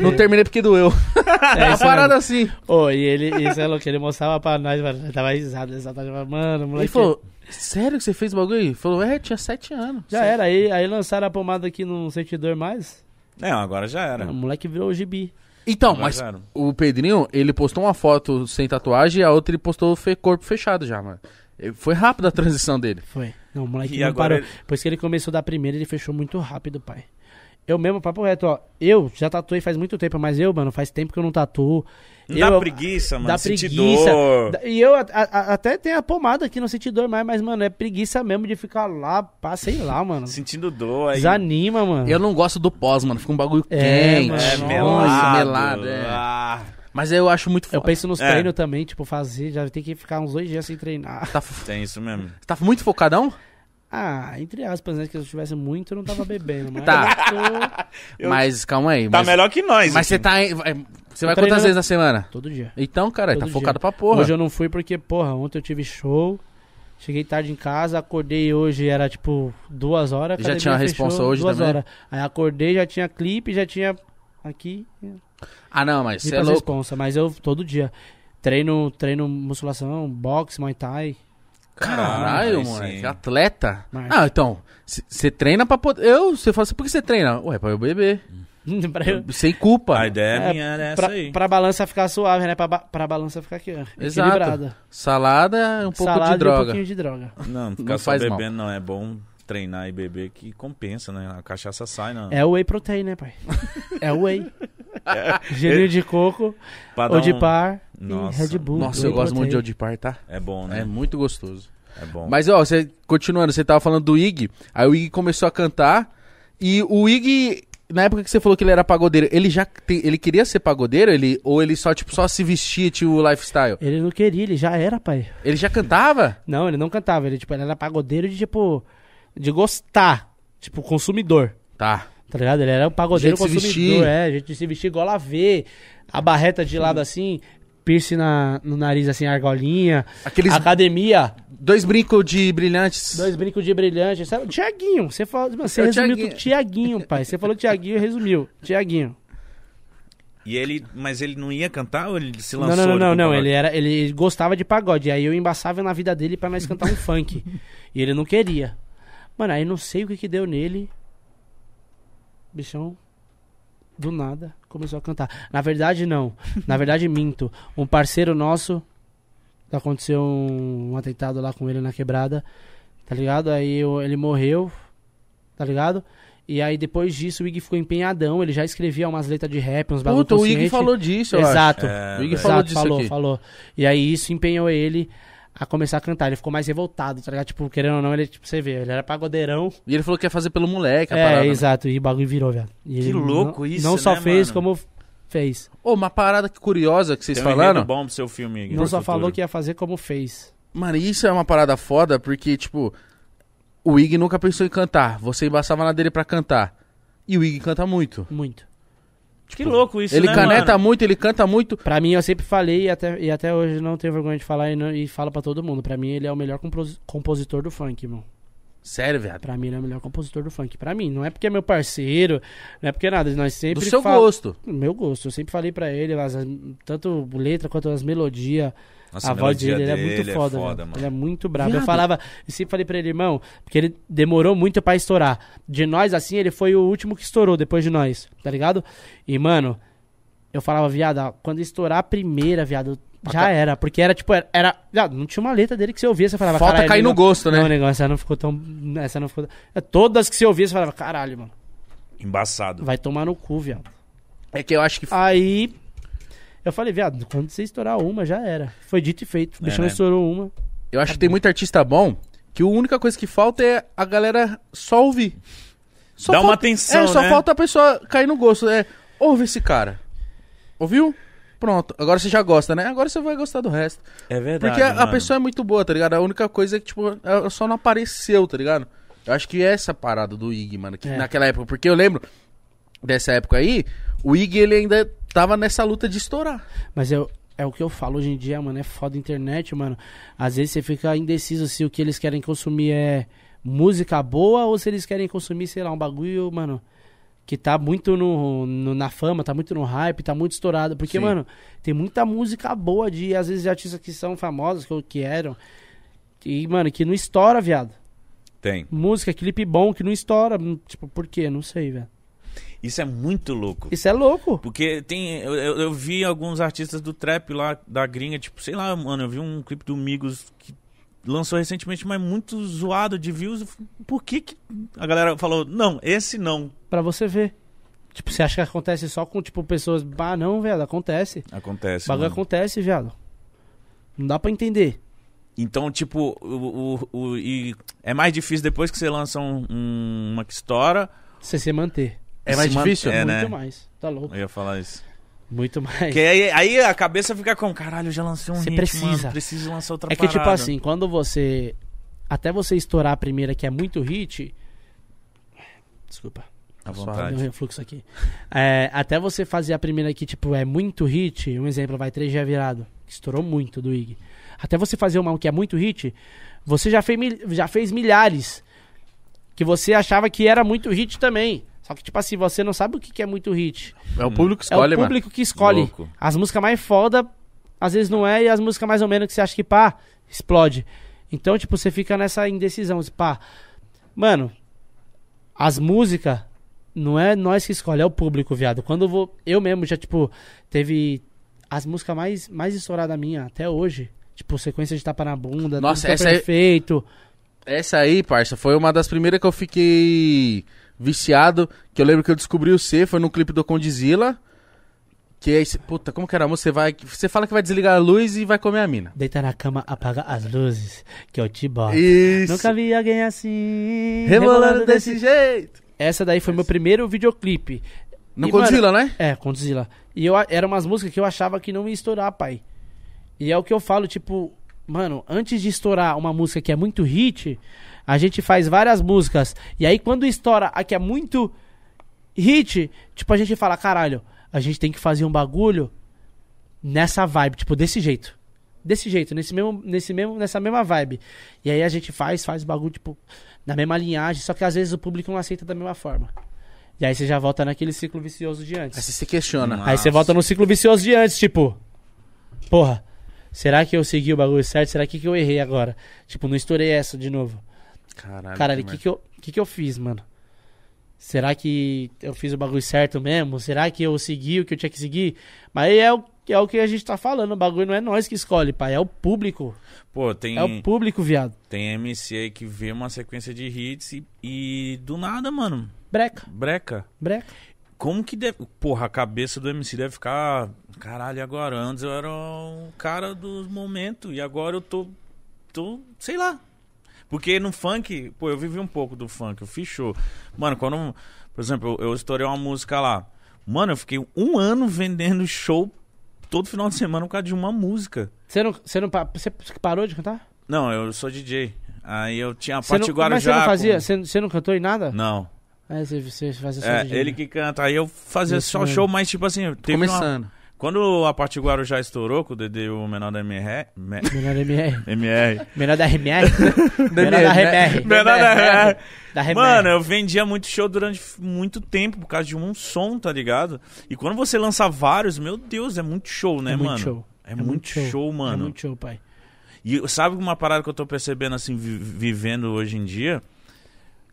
[SPEAKER 3] não terminei porque doeu. É, uma
[SPEAKER 2] isso
[SPEAKER 3] parada assim.
[SPEAKER 2] Ô, e ele, isso é louco, ele mostrava pra nós, mano. eu Tava risado, ele só tava, mano, moleque.
[SPEAKER 3] Ele falou, sério que você fez o bagulho? Ele falou, é, tinha sete anos.
[SPEAKER 2] Já era, aí, aí lançaram a pomada aqui no sentidor mais.
[SPEAKER 1] Não, É, agora já era.
[SPEAKER 2] O moleque virou o gibi.
[SPEAKER 3] Então,
[SPEAKER 2] Tá
[SPEAKER 1] Agora
[SPEAKER 3] mas
[SPEAKER 1] já era.
[SPEAKER 3] o Pedrinho, ele postou uma foto sem tatuagem e a outra ele postou fe- corpo fechado já, mano. Eh, Foi rápido a transição dele.
[SPEAKER 2] Foi. Não, o moleque
[SPEAKER 1] E
[SPEAKER 2] não
[SPEAKER 1] agora
[SPEAKER 2] parou.
[SPEAKER 1] ele-
[SPEAKER 2] Pois que ele começou da primeira, ele fechou muito rápido, pai. Eu mesmo, papo reto, ó. Eu já tatuei faz muito tempo, mas eu, mano, faz tempo que eu não tatuo.
[SPEAKER 1] Não
[SPEAKER 2] eu,
[SPEAKER 1] dá preguiça, mano.
[SPEAKER 2] dá
[SPEAKER 1] sentir
[SPEAKER 2] preguiça.
[SPEAKER 1] dor.
[SPEAKER 2] Da- E eu a- a- até tenho a pomada aqui no sentidor mais, mas, mano, é preguiça mesmo de ficar lá, pá, sei lá, mano.
[SPEAKER 1] Sentindo dor aí.
[SPEAKER 2] Desanima, mano.
[SPEAKER 3] Eu não gosto do pós, mano. Fica um bagulho
[SPEAKER 2] É,
[SPEAKER 3] quente.
[SPEAKER 2] mano.
[SPEAKER 1] É,
[SPEAKER 2] Nossa,
[SPEAKER 1] melado.
[SPEAKER 3] melado, é.
[SPEAKER 1] Ah,
[SPEAKER 3] Mas eu acho muito
[SPEAKER 2] Eu
[SPEAKER 3] foda.
[SPEAKER 2] penso nos
[SPEAKER 1] É.
[SPEAKER 2] treinos também, tipo, fazer, já tem que ficar uns dois dias sem treinar.
[SPEAKER 3] Tá, fo-
[SPEAKER 1] tem isso mesmo.
[SPEAKER 3] tá muito focadão?
[SPEAKER 2] Ah, entre aspas, né? Que se eu tivesse muito, eu não tava bebendo, mas.
[SPEAKER 3] Tá.
[SPEAKER 2] eu
[SPEAKER 1] Eu-
[SPEAKER 3] Mas calma aí.
[SPEAKER 1] Tá
[SPEAKER 3] mas,
[SPEAKER 1] melhor que nós.
[SPEAKER 3] Mas você
[SPEAKER 1] aqui.
[SPEAKER 3] tá. em- vai- Você vai
[SPEAKER 2] Tô treinando.
[SPEAKER 3] quantas vezes na semana?
[SPEAKER 2] tô- Todo dia.
[SPEAKER 3] Então, cara, tá
[SPEAKER 2] né? Todo dia.
[SPEAKER 3] focado pra porra.
[SPEAKER 2] Hoje eu não fui porque, porra, ontem eu tive show. Cheguei tarde em casa, acordei hoje, era tipo duas horas.
[SPEAKER 3] Já
[SPEAKER 2] academia
[SPEAKER 3] tinha uma
[SPEAKER 2] fechou,
[SPEAKER 3] responsa hoje
[SPEAKER 2] duas
[SPEAKER 3] também?
[SPEAKER 2] Horas. Aí acordei, já tinha clipe, já tinha aqui.
[SPEAKER 3] Ah, não, mas
[SPEAKER 2] Vi
[SPEAKER 3] você é
[SPEAKER 2] pras
[SPEAKER 3] louco.
[SPEAKER 2] responsa, mas eu todo dia. Treino, treino musculação, boxe, muay thai.
[SPEAKER 3] Caralho,
[SPEAKER 1] Caralho,
[SPEAKER 3] moleque,
[SPEAKER 1] Ah, sim.
[SPEAKER 3] atleta.
[SPEAKER 2] Mas-
[SPEAKER 3] Ah, então, você treina pra poder. Eu, você fala assim, por que você treina? Ué, pra eu beber.
[SPEAKER 2] pra, eu-
[SPEAKER 3] Sem culpa.
[SPEAKER 1] A ideia
[SPEAKER 2] É,
[SPEAKER 1] minha era essa
[SPEAKER 2] pra,
[SPEAKER 1] aí.
[SPEAKER 2] pra balança ficar suave, né? Pra, ba- pra balança ficar aqui, ó,
[SPEAKER 3] Exato.
[SPEAKER 2] equilibrada.
[SPEAKER 3] Salada, um pouco
[SPEAKER 2] Salada
[SPEAKER 3] de
[SPEAKER 2] e um
[SPEAKER 3] droga. Ah.
[SPEAKER 2] pouquinho de droga.
[SPEAKER 1] Não, ficar
[SPEAKER 3] Não
[SPEAKER 1] só
[SPEAKER 3] faz mal.
[SPEAKER 1] bebendo não é bom. Treinar e beber que compensa, né? A cachaça sai, não.
[SPEAKER 2] É o whey protein, né, pai? É o whey. Gelinho de coco,
[SPEAKER 1] Pra dar
[SPEAKER 2] ou de
[SPEAKER 1] um-
[SPEAKER 2] par
[SPEAKER 1] Nossa.
[SPEAKER 2] e Red Bull.
[SPEAKER 3] Nossa,
[SPEAKER 2] Whey
[SPEAKER 3] eu gosto muito de
[SPEAKER 2] protein.
[SPEAKER 3] Odipar, tá?
[SPEAKER 1] É bom, né?
[SPEAKER 3] É muito gostoso.
[SPEAKER 1] É, bom.
[SPEAKER 3] Mas, ó, você continuando, você tava falando do Ig. Aí o Ig começou a cantar. E o Ig, Na época que você falou que ele era pagodeiro, ele já te- ele queria ser pagodeiro, ele ou ele só tipo só se vestia tipo lifestyle?
[SPEAKER 2] Ele não queria, ele já era, pai.
[SPEAKER 3] Ele já cantava?
[SPEAKER 2] Não, ele não cantava. Ele, tipo, ele era pagodeiro de, tipo, de gostar. Tipo, consumidor.
[SPEAKER 3] Tá.
[SPEAKER 2] Tá ligado? Ele era um pagodeiro
[SPEAKER 3] Jeito de se
[SPEAKER 2] consumidor.
[SPEAKER 3] vestir.
[SPEAKER 2] É, a gente se vestir igual a ver. A barreta de lado assim, piercing na, no nariz assim, argolinha.
[SPEAKER 3] Aqueles
[SPEAKER 2] Academia,
[SPEAKER 3] dois brincos de brilhantes.
[SPEAKER 2] dois brincos de brilhante. Sabe? Tiaguinho, você falou. mano, Você
[SPEAKER 3] É o
[SPEAKER 2] resumiu
[SPEAKER 3] Thiaguinho.
[SPEAKER 2] tudo. Tiaguinho, pai. Você falou Tiaguinho e resumiu. Tiaguinho.
[SPEAKER 1] E ele, mas ele não ia cantar ou ele se
[SPEAKER 2] Não,
[SPEAKER 1] lançou?
[SPEAKER 2] não, não,
[SPEAKER 1] ali
[SPEAKER 2] não,
[SPEAKER 1] pro
[SPEAKER 2] não.
[SPEAKER 1] pagode?
[SPEAKER 2] Ele, é era, ele gostava de pagode. Aí eu embaçava na vida dele pra nós cantar um funk. E ele não queria. Mano, aí não sei o que que deu nele. Bichão, do nada, começou a cantar. Na verdade, não. Na verdade, minto. Um parceiro nosso, aconteceu um, um atentado lá com ele na quebrada, tá ligado? Aí eu- ele morreu, tá ligado? E aí depois disso o Ig ficou empenhadão, ele já escrevia umas letras de rap, uns bagulho
[SPEAKER 3] Puta, o Ig
[SPEAKER 2] consciente.
[SPEAKER 3] falou disso, eu acho.
[SPEAKER 2] Exato.
[SPEAKER 1] É,
[SPEAKER 3] O Ig
[SPEAKER 1] velho.
[SPEAKER 3] falou
[SPEAKER 2] Exato,
[SPEAKER 3] disso
[SPEAKER 2] falou,
[SPEAKER 3] aqui.
[SPEAKER 2] falou. E aí isso empenhou ele a começar a cantar. Ele ficou mais revoltado, tá ligado? Tipo, querendo ou não, ele, tipo, você vê, ele era pagodeirão.
[SPEAKER 3] E ele falou que ia fazer pelo moleque, a
[SPEAKER 2] é,
[SPEAKER 3] parada. né?
[SPEAKER 2] exato. E o bagulho virou, velho. E ele não-
[SPEAKER 1] louco isso,
[SPEAKER 2] Não só
[SPEAKER 1] né,
[SPEAKER 2] fez,
[SPEAKER 1] mano?
[SPEAKER 2] como fez.
[SPEAKER 3] Ô, uma parada que curiosa que vocês
[SPEAKER 1] Tem um
[SPEAKER 3] falaram.
[SPEAKER 1] enredo bom pro seu filme. Gui,
[SPEAKER 2] não
[SPEAKER 1] pro
[SPEAKER 2] só
[SPEAKER 1] futuro.
[SPEAKER 2] falou que ia fazer, como fez.
[SPEAKER 3] Mano, isso é uma parada foda, porque, tipo, o Ig nunca pensou em cantar. Você embaçava na dele pra cantar. E o Ig canta muito.
[SPEAKER 2] Muito. é
[SPEAKER 1] Que louco isso,
[SPEAKER 3] ele
[SPEAKER 1] né,
[SPEAKER 3] caneta
[SPEAKER 1] mano?
[SPEAKER 3] muito, ele canta muito.
[SPEAKER 2] Pra mim, eu sempre falei e até, e até hoje não tenho vergonha de falar e, não- e falo pra todo mundo. Pra mim, ele é o melhor compos- compositor do funk, irmão.
[SPEAKER 3] Sério, viado.
[SPEAKER 2] Pra mim, ele é o melhor compositor do funk. Pra mim, não é porque é meu parceiro, não é porque nada. Nós
[SPEAKER 3] Do
[SPEAKER 2] sempre
[SPEAKER 3] seu
[SPEAKER 2] fal-
[SPEAKER 3] gosto.
[SPEAKER 2] Do meu gosto. Eu sempre falei pra ele, as- as- tanto letra quanto as melodias.
[SPEAKER 1] Nossa,
[SPEAKER 2] a voz
[SPEAKER 1] melodia
[SPEAKER 2] dele, ele é muito foda, velho.
[SPEAKER 1] mano.
[SPEAKER 2] Ele é muito brabo.
[SPEAKER 3] Viado.
[SPEAKER 2] Eu falava, eu sempre falei pra ele, irmão, porque ele demorou muito pra estourar. De nós, assim, ele foi o último que estourou depois de nós, tá ligado? E, mano, eu falava, viado, ó, quando estourar a primeira, viado, já era. Porque era, tipo, era. era- viado, não tinha uma letra dele que você ouvia, você falava,
[SPEAKER 3] Falta
[SPEAKER 2] "Caralho,
[SPEAKER 3] cair
[SPEAKER 2] ele
[SPEAKER 3] no
[SPEAKER 2] não-
[SPEAKER 3] gosto, né?
[SPEAKER 2] Não, negócio, essa não ficou tão. Essa não ficou. tão- Todas que você ouvia, você falava, caralho, mano,
[SPEAKER 1] Embaçado.
[SPEAKER 2] vai tomar no cu, viado.
[SPEAKER 3] É que eu acho que.
[SPEAKER 2] Aí eu falei, viado, quando você estourar uma, já era. Foi dito e feito. O
[SPEAKER 1] É,
[SPEAKER 2] bichão
[SPEAKER 1] né?
[SPEAKER 2] estourou uma.
[SPEAKER 3] Eu acho que tem muito artista bom que a única coisa que falta é a galera só ouvir. Só
[SPEAKER 1] Dá uma
[SPEAKER 3] falta-
[SPEAKER 1] atenção,
[SPEAKER 3] É, só
[SPEAKER 1] né?
[SPEAKER 3] falta a pessoa cair no gosto. É, ouve esse cara. Ouviu? Pronto. Agora você já gosta, né? Agora você vai gostar do resto.
[SPEAKER 1] É verdade,
[SPEAKER 3] Porque a- a,
[SPEAKER 1] mano.
[SPEAKER 3] pessoa é muito boa, tá ligado? A única coisa é que, tipo, ela só não apareceu, tá ligado? Eu acho que é essa parada do Ig, mano, que
[SPEAKER 2] É.
[SPEAKER 3] naquela época. Porque eu lembro dessa época aí, o Ig, ele ainda tava nessa luta de estourar.
[SPEAKER 2] Mas eu, é o que eu falo hoje em dia, mano. É foda a internet, mano. Às vezes você fica indeciso se o que eles querem consumir é música boa ou se eles querem consumir, sei lá, um bagulho, mano. Que tá muito no, no- na fama, tá muito no hype, tá muito estourado. Porque,
[SPEAKER 3] Sim.
[SPEAKER 2] mano, tem muita música boa de, às vezes, de artistas que são famosos, que, que eram. E, mano, que não estoura, viado.
[SPEAKER 1] Tem.
[SPEAKER 2] música, clipe bom que não estoura. Tipo, por quê? Não sei, velho.
[SPEAKER 1] Isso é muito louco.
[SPEAKER 2] Isso é louco.
[SPEAKER 1] Porque tem. Eu, eu- eu vi alguns artistas do trap lá da gringa, tipo, sei lá, mano, eu vi um clipe do Migos que lançou recentemente, mas muito zoado de views. Eu falei, Por que, que a galera falou, não, esse não
[SPEAKER 2] Pra você ver. Tipo, você acha que acontece só com, tipo, pessoas. Ah, não, velho, acontece.
[SPEAKER 1] acontece?
[SPEAKER 2] bagulho
[SPEAKER 1] mano.
[SPEAKER 2] acontece, viado. Não dá pra entender.
[SPEAKER 1] Então, tipo, o, o, o- e é mais difícil depois que você lança um- um- uma que estoura.
[SPEAKER 2] Você se manter.
[SPEAKER 3] É mais
[SPEAKER 1] se man-
[SPEAKER 3] difícil?
[SPEAKER 1] É,
[SPEAKER 2] Muito
[SPEAKER 1] né?
[SPEAKER 2] mais. É Tá louco.
[SPEAKER 1] Eu ia falar isso.
[SPEAKER 2] Muito mais.
[SPEAKER 1] Porque aí, aí a cabeça fica como, caralho, eu já lancei um
[SPEAKER 2] Você
[SPEAKER 1] hit,
[SPEAKER 2] precisa.
[SPEAKER 1] mano, preciso lançar outra
[SPEAKER 2] É que, tipo
[SPEAKER 1] parada."
[SPEAKER 2] assim, quando você. Até você estourar a primeira que é muito hit. Desculpa.
[SPEAKER 1] À
[SPEAKER 2] Deu um
[SPEAKER 1] vontade.
[SPEAKER 2] refluxo aqui. É, até você fazer a primeira que, tipo, é muito hit, um exemplo, vai 3G virado, que estourou muito do Ig. Até você fazer uma que é muito hit, você já fez, mil- já fez milhares que você achava que era muito hit também. Só que, tipo assim, você não sabe o que que é muito hit.
[SPEAKER 3] É o público que escolhe,
[SPEAKER 2] é o
[SPEAKER 3] mano.
[SPEAKER 2] público que escolhe.
[SPEAKER 1] Louco.
[SPEAKER 2] As músicas mais foda, às vezes não é, e as músicas mais ou menos que você acha que pá, explode. Então, tipo, você fica nessa indecisão, assim, pá. Mano, as músicas não é nós que escolhe, é o público, viado. Quando eu vou. Eu mesmo já, tipo, teve as músicas mais, mais estouradas minha até hoje. Tipo, sequência de tapa na bunda,
[SPEAKER 3] Nossa,
[SPEAKER 2] Tudo Tá
[SPEAKER 3] essa é- aí-
[SPEAKER 2] perfeito.
[SPEAKER 3] Essa aí, parça, foi uma das primeiras que eu fiquei viciado. Que eu lembro que eu descobri o C, foi no clipe do Condizila. Que é esse. Puta, como que era a música? Você, vai, você fala que vai desligar a luz e vai comer a mina.
[SPEAKER 2] Deita na cama, apaga as luzes, que eu te boto.
[SPEAKER 3] Isso.
[SPEAKER 2] Nunca vi alguém assim.
[SPEAKER 3] Rebolando desse jeito.
[SPEAKER 2] Essa daí foi meu primeiro videoclipe.
[SPEAKER 3] No
[SPEAKER 2] E, mano,
[SPEAKER 3] Godzilla, né?
[SPEAKER 2] É, Condzilla. E eu, a- era umas músicas que eu achava que não ia estourar, pai. E é o que eu falo, tipo, mano, antes de estourar uma música que é muito hit, a gente faz várias músicas. E aí quando estoura a que é muito hit, tipo, a gente fala, caralho, a gente tem que fazer um bagulho nessa vibe, tipo, desse jeito. Desse jeito, nesse mesmo, nesse mesmo, nessa mesma vibe. E aí a gente faz, faz o bagulho, tipo, na mesma linhagem, só que às vezes o público não aceita da mesma forma. E aí você já volta naquele ciclo vicioso de antes.
[SPEAKER 3] Aí você se
[SPEAKER 1] Hum,
[SPEAKER 3] questiona. Tá
[SPEAKER 2] Aí
[SPEAKER 1] Ah,
[SPEAKER 2] você volta no ciclo vicioso de antes, tipo, porra, será que eu segui o bagulho certo? Será que, que eu errei agora? Tipo, não estourei essa de novo.
[SPEAKER 1] Ah,
[SPEAKER 3] Caralho,
[SPEAKER 2] Caralho, o que,
[SPEAKER 3] merda.
[SPEAKER 2] que, eu, que, que eu fiz, mano? Será que eu fiz o bagulho certo mesmo? Será que eu segui o que eu tinha que seguir? Mas aí é o, é o que a gente tá falando, o bagulho não é nós que escolhe, pai, é o público.
[SPEAKER 1] Pô, tem,
[SPEAKER 2] É o público, viado.
[SPEAKER 1] tem MC aí que vê uma sequência de hits e, e do nada, mano,
[SPEAKER 2] Breca,
[SPEAKER 1] breca.
[SPEAKER 2] breca.
[SPEAKER 1] Como que deve. Porra, a cabeça do MC deve ficar. Caralho, e agora? Antes eu era o cara dos momentos e agora eu tô. tô. sei lá. Porque no funk, pô, eu vivi um pouco do funk, eu fiz show. Mano, quando. Por exemplo, eu, eu estourei uma música lá. Mano, eu fiquei um ano vendendo show todo final de semana por causa de uma música.
[SPEAKER 2] Você não, você não pa- você parou de cantar?
[SPEAKER 1] Não, eu sou DJ. Aí eu tinha a
[SPEAKER 2] Você
[SPEAKER 1] parte
[SPEAKER 2] não,
[SPEAKER 1] Guarujá.
[SPEAKER 2] mas você não fazia?
[SPEAKER 1] com-
[SPEAKER 2] Você, você não cantou em nada?
[SPEAKER 1] Não.
[SPEAKER 2] Aí você, você fazia só
[SPEAKER 1] É,
[SPEAKER 2] de-
[SPEAKER 1] ele que canta. Aí eu fazia
[SPEAKER 2] Isso
[SPEAKER 1] só
[SPEAKER 2] mesmo.
[SPEAKER 1] show, mas tipo assim, teve uma,
[SPEAKER 3] Começando.
[SPEAKER 1] Quando a parte Guarujá estourou, com o Dedê e o menor da MR. me-
[SPEAKER 2] Melhor MR.
[SPEAKER 1] MR.
[SPEAKER 2] Melhor da RMR. Melhor da
[SPEAKER 1] né?
[SPEAKER 2] RMR.
[SPEAKER 1] Melhor da RMR.
[SPEAKER 2] Da RMR.
[SPEAKER 1] Mano, é eu vendia muito show durante f- muito tempo por causa de um som, tá ligado? E quando você lança vários, meu Deus, é muito show, né,
[SPEAKER 2] É muito
[SPEAKER 1] mano?
[SPEAKER 2] show.
[SPEAKER 1] É, muito, show, mano.
[SPEAKER 2] É muito show, pai.
[SPEAKER 1] E sabe uma parada que eu tô percebendo, assim, vi- vivendo hoje em dia?